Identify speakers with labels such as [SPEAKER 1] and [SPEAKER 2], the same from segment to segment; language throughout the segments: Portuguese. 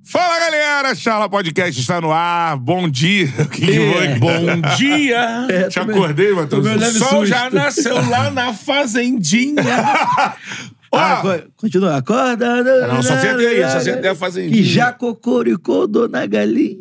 [SPEAKER 1] Fala galera, Charla Podcast está no ar. Bom dia. O que, que
[SPEAKER 2] É.
[SPEAKER 1] foi?
[SPEAKER 2] Bom dia!
[SPEAKER 3] É,
[SPEAKER 1] Te acordei, Matheus.
[SPEAKER 2] tomei um
[SPEAKER 1] O
[SPEAKER 2] leve
[SPEAKER 1] sol
[SPEAKER 2] susto.
[SPEAKER 1] já nasceu.
[SPEAKER 2] nasceu lá na fazendinha.
[SPEAKER 1] Ó,
[SPEAKER 3] Ah, co- continua, acorda. né,
[SPEAKER 2] Não, só acertei aí, só acertei a fazendinha.
[SPEAKER 3] Que né. já cocoricou Dona Galinha.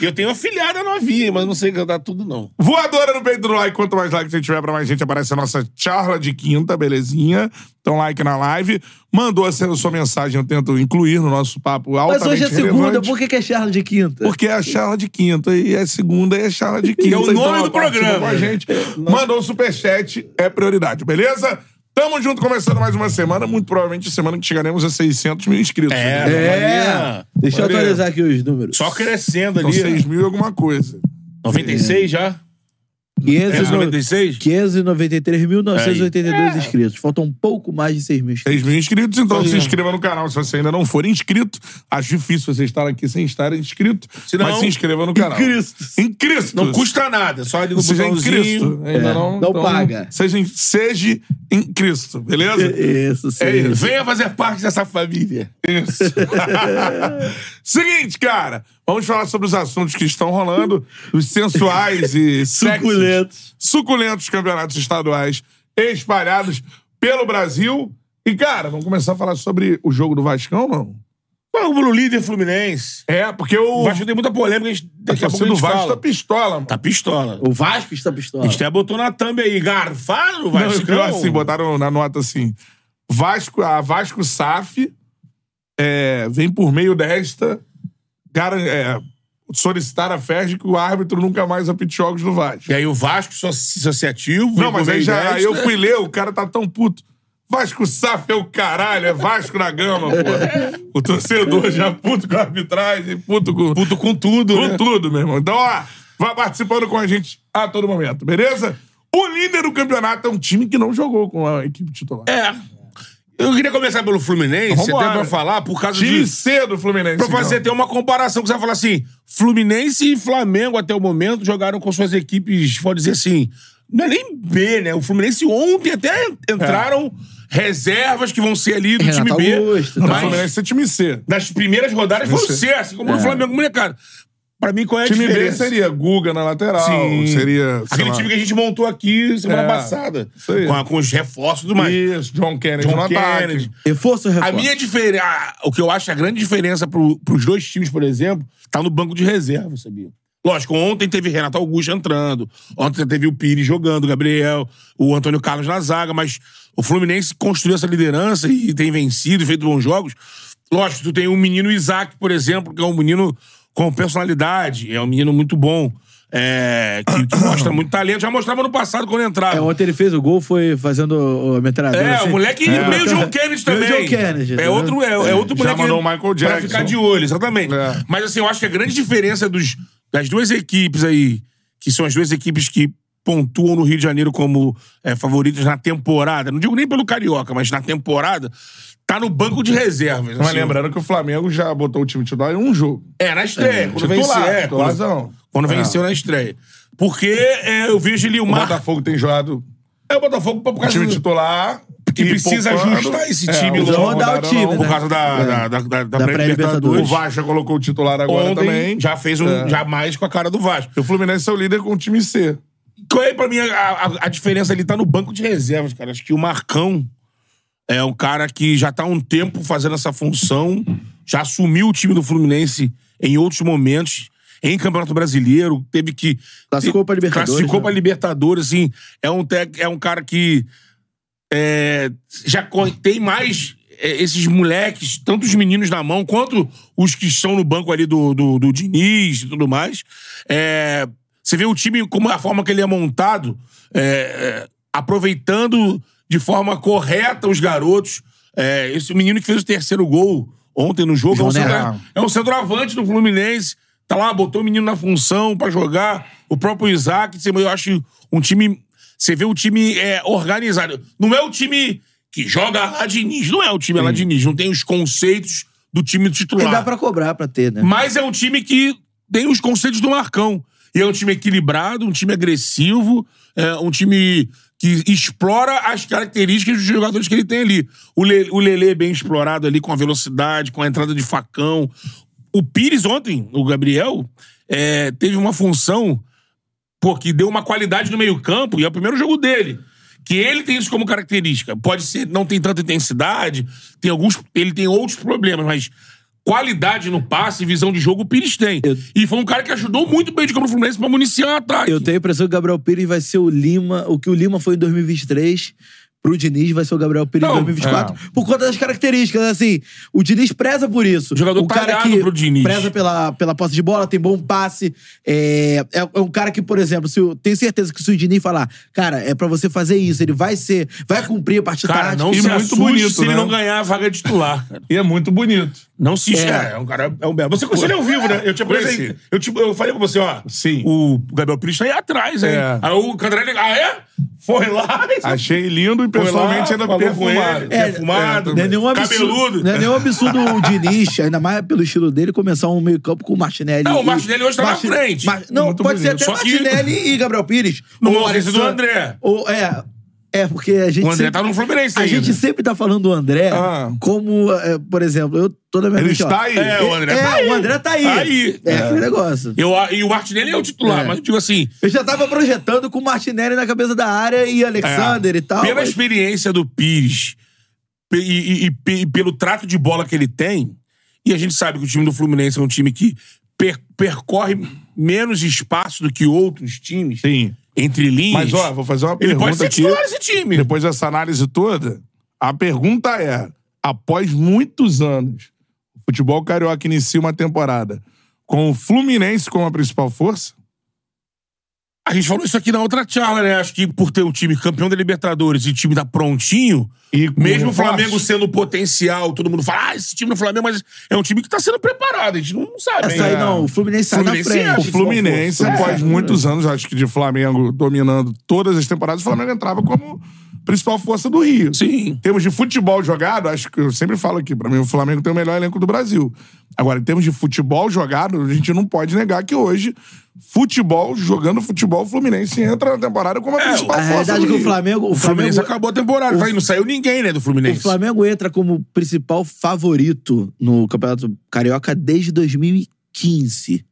[SPEAKER 2] E eu tenho uma filhada novinha, mas não sei cantar tudo, não.
[SPEAKER 1] voadora no peito do like. Quanto mais like você tiver pra mais gente, aparece a nossa charla de quinta, belezinha? Então, like na live. Mandou a sua sua mensagem, eu tento incluir no nosso papo altamente
[SPEAKER 3] Mas hoje é segunda,
[SPEAKER 1] relevante,
[SPEAKER 3] por que, que é charla de quinta?
[SPEAKER 1] Porque é a charla de quinta e é segunda e é charla de quinta.
[SPEAKER 2] É o
[SPEAKER 1] Então,
[SPEAKER 2] nome do
[SPEAKER 1] participa
[SPEAKER 2] programa.
[SPEAKER 1] Com
[SPEAKER 2] É,
[SPEAKER 1] a gente. Mandou o superchat, é prioridade, beleza? Tamo junto, começando mais uma semana. Muito provavelmente semana que chegaremos a 600 mil inscritos. né?
[SPEAKER 2] é.
[SPEAKER 3] Deixa eu
[SPEAKER 1] Olha.
[SPEAKER 3] atualizar aqui os números.
[SPEAKER 2] Só crescendo
[SPEAKER 1] Então,
[SPEAKER 2] ali.
[SPEAKER 1] 6 mil e alguma coisa.
[SPEAKER 2] 96 já?
[SPEAKER 1] Ah,
[SPEAKER 3] 500
[SPEAKER 2] 96? É.
[SPEAKER 3] 593.982 inscritos. Faltam um pouco mais de 6 mil inscritos.
[SPEAKER 1] 6 mil inscritos, então se inscreva no canal se você ainda não for inscrito. Acho difícil você estar aqui sem estar inscrito,
[SPEAKER 2] não-
[SPEAKER 1] mas se inscreva no canal.
[SPEAKER 3] Cristo.
[SPEAKER 1] Em Cristo.
[SPEAKER 2] Não custa nada, só liga o
[SPEAKER 1] Seja é em
[SPEAKER 2] botãozinho.
[SPEAKER 1] Cristo. Ainda
[SPEAKER 3] É,
[SPEAKER 1] não, então
[SPEAKER 3] não paga.
[SPEAKER 1] Seja em, seja em Cristo, beleza?
[SPEAKER 3] Isso, sim.
[SPEAKER 1] É isso.
[SPEAKER 2] Venha fazer parte dessa família.
[SPEAKER 1] Isso. Seguinte, cara, vamos falar sobre os assuntos que estão rolando, os sensuais e sexys,
[SPEAKER 3] Suculentos.
[SPEAKER 1] suculentos campeonatos estaduais espalhados pelo Brasil. E, cara, vamos começar a falar sobre o jogo do Vascão, não?
[SPEAKER 2] Vamos pro líder Fluminense.
[SPEAKER 1] É, porque o,
[SPEAKER 2] O Vasco tem muita polêmica, a gente,
[SPEAKER 1] a
[SPEAKER 2] daqui a
[SPEAKER 1] torcida
[SPEAKER 2] pouco a
[SPEAKER 1] do
[SPEAKER 2] gente
[SPEAKER 1] Vasco
[SPEAKER 2] fala.
[SPEAKER 1] tá pistola, mano.
[SPEAKER 2] Tá pistola.
[SPEAKER 3] O Vasco está pistola.
[SPEAKER 2] A gente até botou na thumb aí, garfado, o Vasco.
[SPEAKER 1] Ah.
[SPEAKER 2] é um.
[SPEAKER 1] Não, pior assim, botaram na nota assim: Vasco, a Vasco SAF é, vem por meio desta garan- é, solicitar a FERJ que o árbitro nunca mais apite jogos do Vasco.
[SPEAKER 2] E aí o Vasco só associativo.
[SPEAKER 1] Não, mas aí já aí eu
[SPEAKER 2] né?
[SPEAKER 1] fui ler, o cara tá tão puto. Vasco SAF é o caralho, é Vasco na gama, pô. O torcedor já puto com a arbitragem, puto com,
[SPEAKER 2] Puto com tudo,
[SPEAKER 1] com
[SPEAKER 2] né?
[SPEAKER 1] tudo, meu irmão. Então, ó, vai participando com a gente a todo momento, beleza? O líder do campeonato é um time que não jogou com a equipe titular.
[SPEAKER 2] É. Eu queria começar pelo Fluminense,
[SPEAKER 1] Vambora.
[SPEAKER 2] até pra falar, por causa
[SPEAKER 1] De
[SPEAKER 2] disso.
[SPEAKER 1] cedo, Fluminense.
[SPEAKER 2] Pra fazer
[SPEAKER 1] então.
[SPEAKER 2] ter uma comparação, que você vai falar assim: Fluminense e Flamengo até o momento jogaram com suas equipes, pode dizer assim, não é nem B, né? O Fluminense ontem até entraram
[SPEAKER 1] É.
[SPEAKER 2] reservas que vão ser ali do
[SPEAKER 3] Renato
[SPEAKER 2] time B.
[SPEAKER 3] Augusto,
[SPEAKER 1] Não,
[SPEAKER 2] mas
[SPEAKER 1] Fluminense é time C.
[SPEAKER 2] nas primeiras rodadas foi
[SPEAKER 1] Esse-
[SPEAKER 2] o C, assim como o Flamengo, molecada. Pra mim, qual é a
[SPEAKER 1] É. time B
[SPEAKER 2] diferença?
[SPEAKER 1] seria Guga na lateral,
[SPEAKER 2] Sim.
[SPEAKER 1] seria. sei
[SPEAKER 2] Aquele
[SPEAKER 1] lá,
[SPEAKER 2] time que a gente montou aqui semana
[SPEAKER 1] É,
[SPEAKER 2] passada.
[SPEAKER 1] isso aí.
[SPEAKER 2] Com, a- com os reforços e tudo mais.
[SPEAKER 1] Isso, John Kennedy
[SPEAKER 2] John
[SPEAKER 1] no
[SPEAKER 2] Kennedy.
[SPEAKER 1] ataque.
[SPEAKER 3] Reforço ou
[SPEAKER 2] é- A
[SPEAKER 3] reforço?
[SPEAKER 2] minha diferença. O que eu acho a grande diferença pro, pros dois times, por exemplo, tá no banco de reserva, sabia? Lógico, ontem teve Renato Augusto entrando, ontem teve o Pires jogando, o Gabriel, o Antônio Carlos na zaga, mas o Fluminense construiu essa liderança e tem vencido, feito bons jogos. Lógico, tu tem um menino Isaac, por exemplo, que é um menino com personalidade, é um menino muito bom, é, que, que mostra muito talento, já mostrava no passado quando entrava.
[SPEAKER 3] É, ontem ele fez o gol, foi fazendo a metralhadora.
[SPEAKER 2] É,
[SPEAKER 3] assim.
[SPEAKER 2] o moleque meio John Kennedy também.
[SPEAKER 3] Meio John Kennedy.
[SPEAKER 2] É
[SPEAKER 3] né?
[SPEAKER 2] outro, é, é outro
[SPEAKER 1] Já
[SPEAKER 2] moleque.
[SPEAKER 1] mandou o Michael Jackson.
[SPEAKER 2] Pra ficar de olho, exatamente.
[SPEAKER 1] É.
[SPEAKER 2] Mas assim, eu acho que a grande diferença dos, das duas equipes aí, que são as duas equipes que pontuam no Rio de Janeiro como é, favoritos na temporada, não digo nem pelo Carioca, mas na temporada, tá no banco de reservas.
[SPEAKER 1] Mas
[SPEAKER 2] assim.
[SPEAKER 1] lembrando que o Flamengo já botou o time titular em um jogo.
[SPEAKER 2] É, na estreia. quando
[SPEAKER 1] titular,
[SPEAKER 2] vencer, é,
[SPEAKER 1] com
[SPEAKER 2] quando-
[SPEAKER 1] razão.
[SPEAKER 2] Quando
[SPEAKER 1] É.
[SPEAKER 2] venceu na estreia. Porque é, eu vejo ali o
[SPEAKER 1] O
[SPEAKER 2] Marcos.
[SPEAKER 1] Botafogo tem jogado
[SPEAKER 2] É o Botafogo por
[SPEAKER 1] o
[SPEAKER 2] causa
[SPEAKER 1] time
[SPEAKER 2] do-
[SPEAKER 1] titular.
[SPEAKER 2] Que
[SPEAKER 1] e
[SPEAKER 2] precisa
[SPEAKER 1] poupando.
[SPEAKER 2] ajustar esse time
[SPEAKER 1] É, o
[SPEAKER 2] logo.
[SPEAKER 1] jogo
[SPEAKER 3] Rodar o
[SPEAKER 1] rodaram
[SPEAKER 3] time,
[SPEAKER 1] não,
[SPEAKER 2] Por
[SPEAKER 1] por
[SPEAKER 3] né?
[SPEAKER 1] causa
[SPEAKER 2] causa da,
[SPEAKER 3] É.
[SPEAKER 2] da,
[SPEAKER 3] Da
[SPEAKER 2] da, da, da
[SPEAKER 1] do- O
[SPEAKER 2] pré-libertadores.
[SPEAKER 3] pré-libertadores.
[SPEAKER 1] Vasco já colocou o titular agora
[SPEAKER 2] Ontem
[SPEAKER 1] também.
[SPEAKER 2] já fez um
[SPEAKER 1] É.
[SPEAKER 2] já mais com a cara do Vasco.
[SPEAKER 1] E o Fluminense é o líder com o time C.
[SPEAKER 2] Qual é, pra mim, a, a- a diferença ali tá no banco de reservas, cara. Acho que o Marcão é um cara que já tá há um tempo fazendo essa função, já assumiu o time do Fluminense em outros momentos, em Campeonato Brasileiro, teve que...
[SPEAKER 3] Classificou pra Libertadores,
[SPEAKER 2] Classificou
[SPEAKER 3] né?
[SPEAKER 2] pra Libertadores, assim. É um, tec, é um cara que é, já co- tem mais é, esses moleques, tanto os meninos na mão, quanto os que estão no banco ali do, do, do Diniz e tudo mais. É, você vê o time, como a forma que ele é montado, é, é, aproveitando de forma correta os garotos. É, esse menino que fez o terceiro gol, ontem no jogo. É um,
[SPEAKER 3] João
[SPEAKER 2] centro,
[SPEAKER 1] Neto.
[SPEAKER 2] é um centroavante do Fluminense. Tá lá, botou o menino na função pra jogar. O próprio Isaac. assim, Eu acho um time. Você vê o time é, organizado. Não é o time que joga lá de Diniz. Não é o time lá de Diniz. Não tem os conceitos do time titular.
[SPEAKER 3] E dá pra cobrar pra ter, né?
[SPEAKER 2] Mas é um time que tem os conceitos do Marcão. E é um time equilibrado, um time agressivo, é um time que explora as características dos jogadores que ele tem ali. O, Le, o Lele é bem explorado ali com a velocidade, com a entrada de facão. O Pires ontem, o Gabriel, é, teve uma função pô, que deu uma qualidade no meio-campo, e é o primeiro jogo dele. Que ele tem isso como característica. Pode ser, não tem tanta intensidade, tem alguns. Ele tem outros problemas, mas qualidade no passe e visão de jogo o Pires tem.
[SPEAKER 3] Eu-
[SPEAKER 2] E foi um cara que ajudou muito bem de campo do Fluminense pra municiar o ataque.
[SPEAKER 3] Eu tenho a impressão que o Gabriel Pires vai ser o Lima, o que o Lima foi em 2023. Pro Diniz vai ser o Gabriel Pires
[SPEAKER 2] Não,
[SPEAKER 3] em 2024,
[SPEAKER 1] é.
[SPEAKER 3] por conta das caracteristicas, assim. O Diniz preza por isso.
[SPEAKER 2] O jogador
[SPEAKER 3] o cara
[SPEAKER 2] talhado
[SPEAKER 3] que
[SPEAKER 2] pro Diniz.
[SPEAKER 3] preza pela, pela posse de bola, tem bom passe. É, é, é um cara que, por exemplo, se eu, tenho certeza que se o Diniz falar, cara, é pra você fazer isso, ele vai ser, vai cumprir a partir
[SPEAKER 2] Cara, não
[SPEAKER 1] E
[SPEAKER 2] se
[SPEAKER 1] muito
[SPEAKER 2] assuste
[SPEAKER 1] bonito,
[SPEAKER 2] se ele
[SPEAKER 1] né?
[SPEAKER 2] não ganhar a vaga de titular, cara.
[SPEAKER 1] E é muito bonito.
[SPEAKER 2] Não se
[SPEAKER 3] É.
[SPEAKER 2] é, é um cara. É um belo. Você conheceu ele ao vivo, né? Eu te apresentei.
[SPEAKER 1] Conheci.
[SPEAKER 2] Eu, te- eu falei com você, ó.
[SPEAKER 1] Sim.
[SPEAKER 2] O Gabriel Pires tá aí atrás, hein?
[SPEAKER 1] É.
[SPEAKER 2] Aí o Cantarelli. Ah, é? Foi lá.
[SPEAKER 1] Achei lindo e pessoalmente ainda
[SPEAKER 2] falou com
[SPEAKER 1] perfumado.
[SPEAKER 2] ele. É, fumado,
[SPEAKER 3] não é nenhum absurdo,
[SPEAKER 2] cabeludo.
[SPEAKER 3] Não é nenhum absurdo o Diniz, ainda mais pelo estilo dele, começar um meio-campo com o Martinelli.
[SPEAKER 2] Não, o
[SPEAKER 3] e-
[SPEAKER 2] Martinelli hoje tá na frente.
[SPEAKER 3] não,
[SPEAKER 1] Muito
[SPEAKER 3] pode
[SPEAKER 1] bonito.
[SPEAKER 3] ser até
[SPEAKER 2] Só que-
[SPEAKER 3] Martinelli e Gabriel Pires.
[SPEAKER 2] No
[SPEAKER 3] Ou
[SPEAKER 2] ofício do
[SPEAKER 3] Alexandre-
[SPEAKER 2] André.
[SPEAKER 3] Ou, é, é, porque a gente.
[SPEAKER 2] O André
[SPEAKER 3] sempre-
[SPEAKER 2] tá no Fluminense
[SPEAKER 3] A
[SPEAKER 2] ainda.
[SPEAKER 3] gente sempre tá falando do André
[SPEAKER 1] Ah.
[SPEAKER 3] como, é, por exemplo, eu toda minha
[SPEAKER 1] Ele
[SPEAKER 3] mente, ó,
[SPEAKER 1] está aí.
[SPEAKER 2] É, o André
[SPEAKER 3] é,
[SPEAKER 2] tá aí.
[SPEAKER 3] o André tá aí.
[SPEAKER 2] Tá aí.
[SPEAKER 3] É, aquele negócio.
[SPEAKER 2] Eu, e o Martinelli é o titular,
[SPEAKER 3] É.
[SPEAKER 2] mas eu digo assim,
[SPEAKER 3] Eu já tava projetando com o Martinelli na cabeça da área e
[SPEAKER 1] É.
[SPEAKER 3] Alexander e tal.
[SPEAKER 2] pela
[SPEAKER 3] mas-
[SPEAKER 2] experiência do Pires pe- e, e- e pe- e pelo trato de bola que ele tem, e a gente sabe que o time do Fluminense é um time que per- percorre menos espaço do que outros times,
[SPEAKER 1] Sim.
[SPEAKER 2] entre linhas.
[SPEAKER 1] Mas, ó, vou fazer uma
[SPEAKER 2] ele
[SPEAKER 1] pergunta
[SPEAKER 2] pode ser
[SPEAKER 1] aqui.
[SPEAKER 2] titular desse time.
[SPEAKER 1] Depois dessa análise toda, a pergunta é: após muitos anos, o futebol carioca inicia uma temporada com o Fluminense como a principal força?
[SPEAKER 2] A gente falou isso aqui na outra charla, né? Acho que por ter o time campeão da Libertadores e o time tá prontinho,
[SPEAKER 1] E com
[SPEAKER 2] mesmo o
[SPEAKER 1] reforço.
[SPEAKER 2] Flamengo sendo potencial, todo mundo fala, ah, esse time do Flamengo, mas é um time que tá sendo preparado, a gente não sabe.
[SPEAKER 3] Essa aí
[SPEAKER 2] ainda.
[SPEAKER 3] não, o Fluminense sai na
[SPEAKER 2] Fluminense é,
[SPEAKER 3] frente.
[SPEAKER 1] O Fluminense, após muitos anos, acho que de Flamengo dominando todas as temporadas, o Flamengo entrava como principal força do Rio.
[SPEAKER 2] Sim.
[SPEAKER 1] Em termos de futebol jogado, acho que eu sempre falo aqui, pra mim o Flamengo tem É o melhor elenco do Brasil. Agora, em termos de futebol jogado, a gente não pode negar que hoje, futebol, jogando futebol, o Fluminense entra na temporada como a principal
[SPEAKER 3] A
[SPEAKER 1] força.
[SPEAKER 3] realidade
[SPEAKER 1] do é
[SPEAKER 3] é que o
[SPEAKER 1] Rio.
[SPEAKER 3] Flamengo. O
[SPEAKER 2] O Fluminense
[SPEAKER 3] Flamengo,
[SPEAKER 2] acabou a temporada. Tá aí, não saiu ninguém, né, do
[SPEAKER 3] o
[SPEAKER 2] Fluminense.
[SPEAKER 3] Flamengo entra como principal favorito no Campeonato Carioca desde 2015.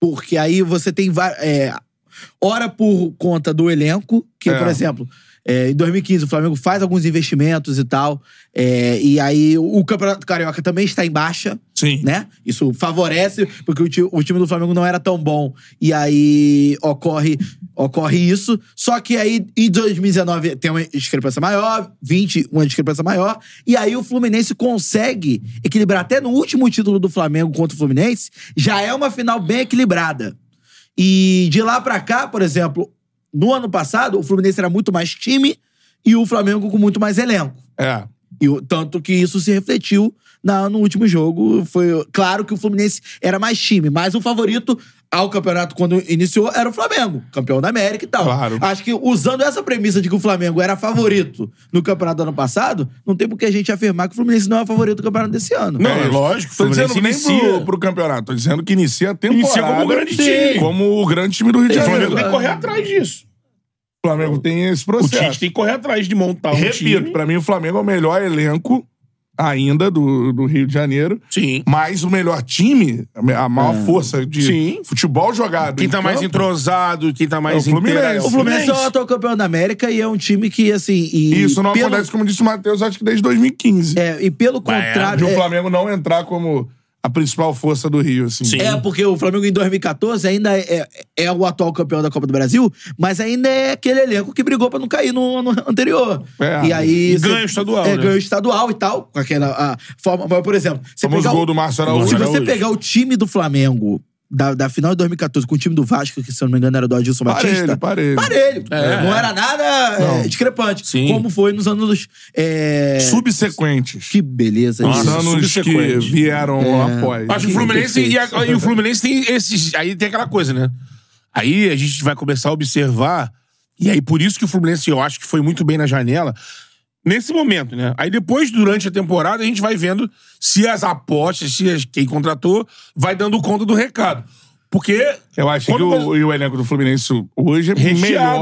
[SPEAKER 3] Porque aí você tem. va- É, ora por conta do elenco, que,
[SPEAKER 1] É.
[SPEAKER 3] por exemplo. é, em 2015, o Flamengo faz alguns investimentos e tal. é, e aí, o Campeonato Carioca também está em baixa.
[SPEAKER 2] Sim.
[SPEAKER 3] né? Isso favorece, porque o, ti- o time do Flamengo não era tão bom. E aí ocorre, ocorre isso. Só que aí em 2019 tem uma discrepância maior, 20, uma discrepância maior. E aí o Fluminense consegue equilibrar. Até no último título do Flamengo contra o Fluminense, já é uma final bem equilibrada. E de lá pra cá, por exemplo, no ano passado, o Fluminense era muito mais time e o Flamengo com muito mais elenco.
[SPEAKER 1] É.
[SPEAKER 3] E o- tanto que isso se refletiu na- no último jogo. Foi claro que o Fluminense era mais time, mas o favorito ao campeonato quando iniciou era o Flamengo, campeão da América e tal.
[SPEAKER 1] Claro.
[SPEAKER 3] Acho que usando essa premissa de que o Flamengo era favorito no campeonato do ano passado, não tem por que a gente afirmar que o Fluminense não é favorito do campeonato desse ano.
[SPEAKER 2] Não,
[SPEAKER 1] É
[SPEAKER 2] é
[SPEAKER 1] isso.
[SPEAKER 2] lógico.
[SPEAKER 1] Tô dizendo
[SPEAKER 2] Fluminense
[SPEAKER 1] nem pro, pro campeonato, tô dizendo que inicia a temporada.
[SPEAKER 2] Inicia como um grande time.
[SPEAKER 1] Como o grande time do Rio de
[SPEAKER 2] O
[SPEAKER 1] Janeiro.
[SPEAKER 2] Flamengo tem que correr atrás disso.
[SPEAKER 1] né? O Flamengo tem esse
[SPEAKER 2] O
[SPEAKER 1] processo.
[SPEAKER 2] Tite tem que correr atrás de montar um
[SPEAKER 1] Repito,
[SPEAKER 2] time.
[SPEAKER 1] pra mim o Flamengo é o melhor elenco ainda do, do Rio de Janeiro.
[SPEAKER 2] Sim.
[SPEAKER 1] Mas o melhor time, a maior força de
[SPEAKER 2] Ah, Sim.
[SPEAKER 1] futebol jogado.
[SPEAKER 2] Quem tá
[SPEAKER 1] em
[SPEAKER 2] mais
[SPEAKER 1] campo,
[SPEAKER 2] entrosado, quem tá mais
[SPEAKER 1] É o Fluminense.
[SPEAKER 2] inteiro é
[SPEAKER 3] O Fluminense é o atual campeão da América e é um time que, assim. E
[SPEAKER 1] Isso não
[SPEAKER 3] pelo,
[SPEAKER 1] acontece, como disse o Matheus, acho que desde 2015.
[SPEAKER 3] é, E pelo
[SPEAKER 1] de um
[SPEAKER 3] contrário.
[SPEAKER 1] o
[SPEAKER 3] é-
[SPEAKER 1] Flamengo não entrar como a principal força do Rio, assim.
[SPEAKER 2] Sim.
[SPEAKER 3] É, porque o Flamengo em 2014 ainda é, é o atual campeão da Copa do Brasil, mas ainda é aquele elenco que brigou pra não cair no ano anterior.
[SPEAKER 1] É.
[SPEAKER 3] e aí.
[SPEAKER 2] E
[SPEAKER 3] cê-
[SPEAKER 2] ganha o estadual,
[SPEAKER 3] É,
[SPEAKER 2] né?
[SPEAKER 3] ganha o estadual e tal. Com aquela a forma. Mas, por exemplo, você
[SPEAKER 1] Famoso
[SPEAKER 3] pegar o-
[SPEAKER 1] gol do Márcio
[SPEAKER 3] se
[SPEAKER 1] Araújo.
[SPEAKER 3] você
[SPEAKER 1] Araújo.
[SPEAKER 3] pegar o time do Flamengo da, da final de 2014 com o time do Vasco, que se eu não me engano era do Adilson Batista.
[SPEAKER 1] Parelho, parelho.
[SPEAKER 3] Parelho.
[SPEAKER 2] É.
[SPEAKER 3] Não era nada é,
[SPEAKER 1] Não.
[SPEAKER 3] discrepante.
[SPEAKER 2] Sim.
[SPEAKER 3] Como foi nos anos. é,
[SPEAKER 1] Subsequentes.
[SPEAKER 3] Que beleza
[SPEAKER 1] Os
[SPEAKER 3] isso.
[SPEAKER 2] Nossa.
[SPEAKER 1] anos que
[SPEAKER 2] subsequentes.
[SPEAKER 1] vieram após.
[SPEAKER 2] Acho que o Fluminense e, a-
[SPEAKER 3] perfeito.
[SPEAKER 2] e o Fluminense tem esses. Aí tem aquela coisa, né? Aí a gente vai começar a observar. E aí, por isso que o Fluminense, eu acho que foi muito bem na janela. Nesse momento, né? Aí depois, durante a temporada, a gente vai vendo se as apostas, se as- quem contratou, vai dando conta do recado. Porque.
[SPEAKER 1] Eu acho
[SPEAKER 2] quando
[SPEAKER 1] que
[SPEAKER 2] você-
[SPEAKER 1] o, e o elenco do Fluminense hoje é
[SPEAKER 2] Recheado,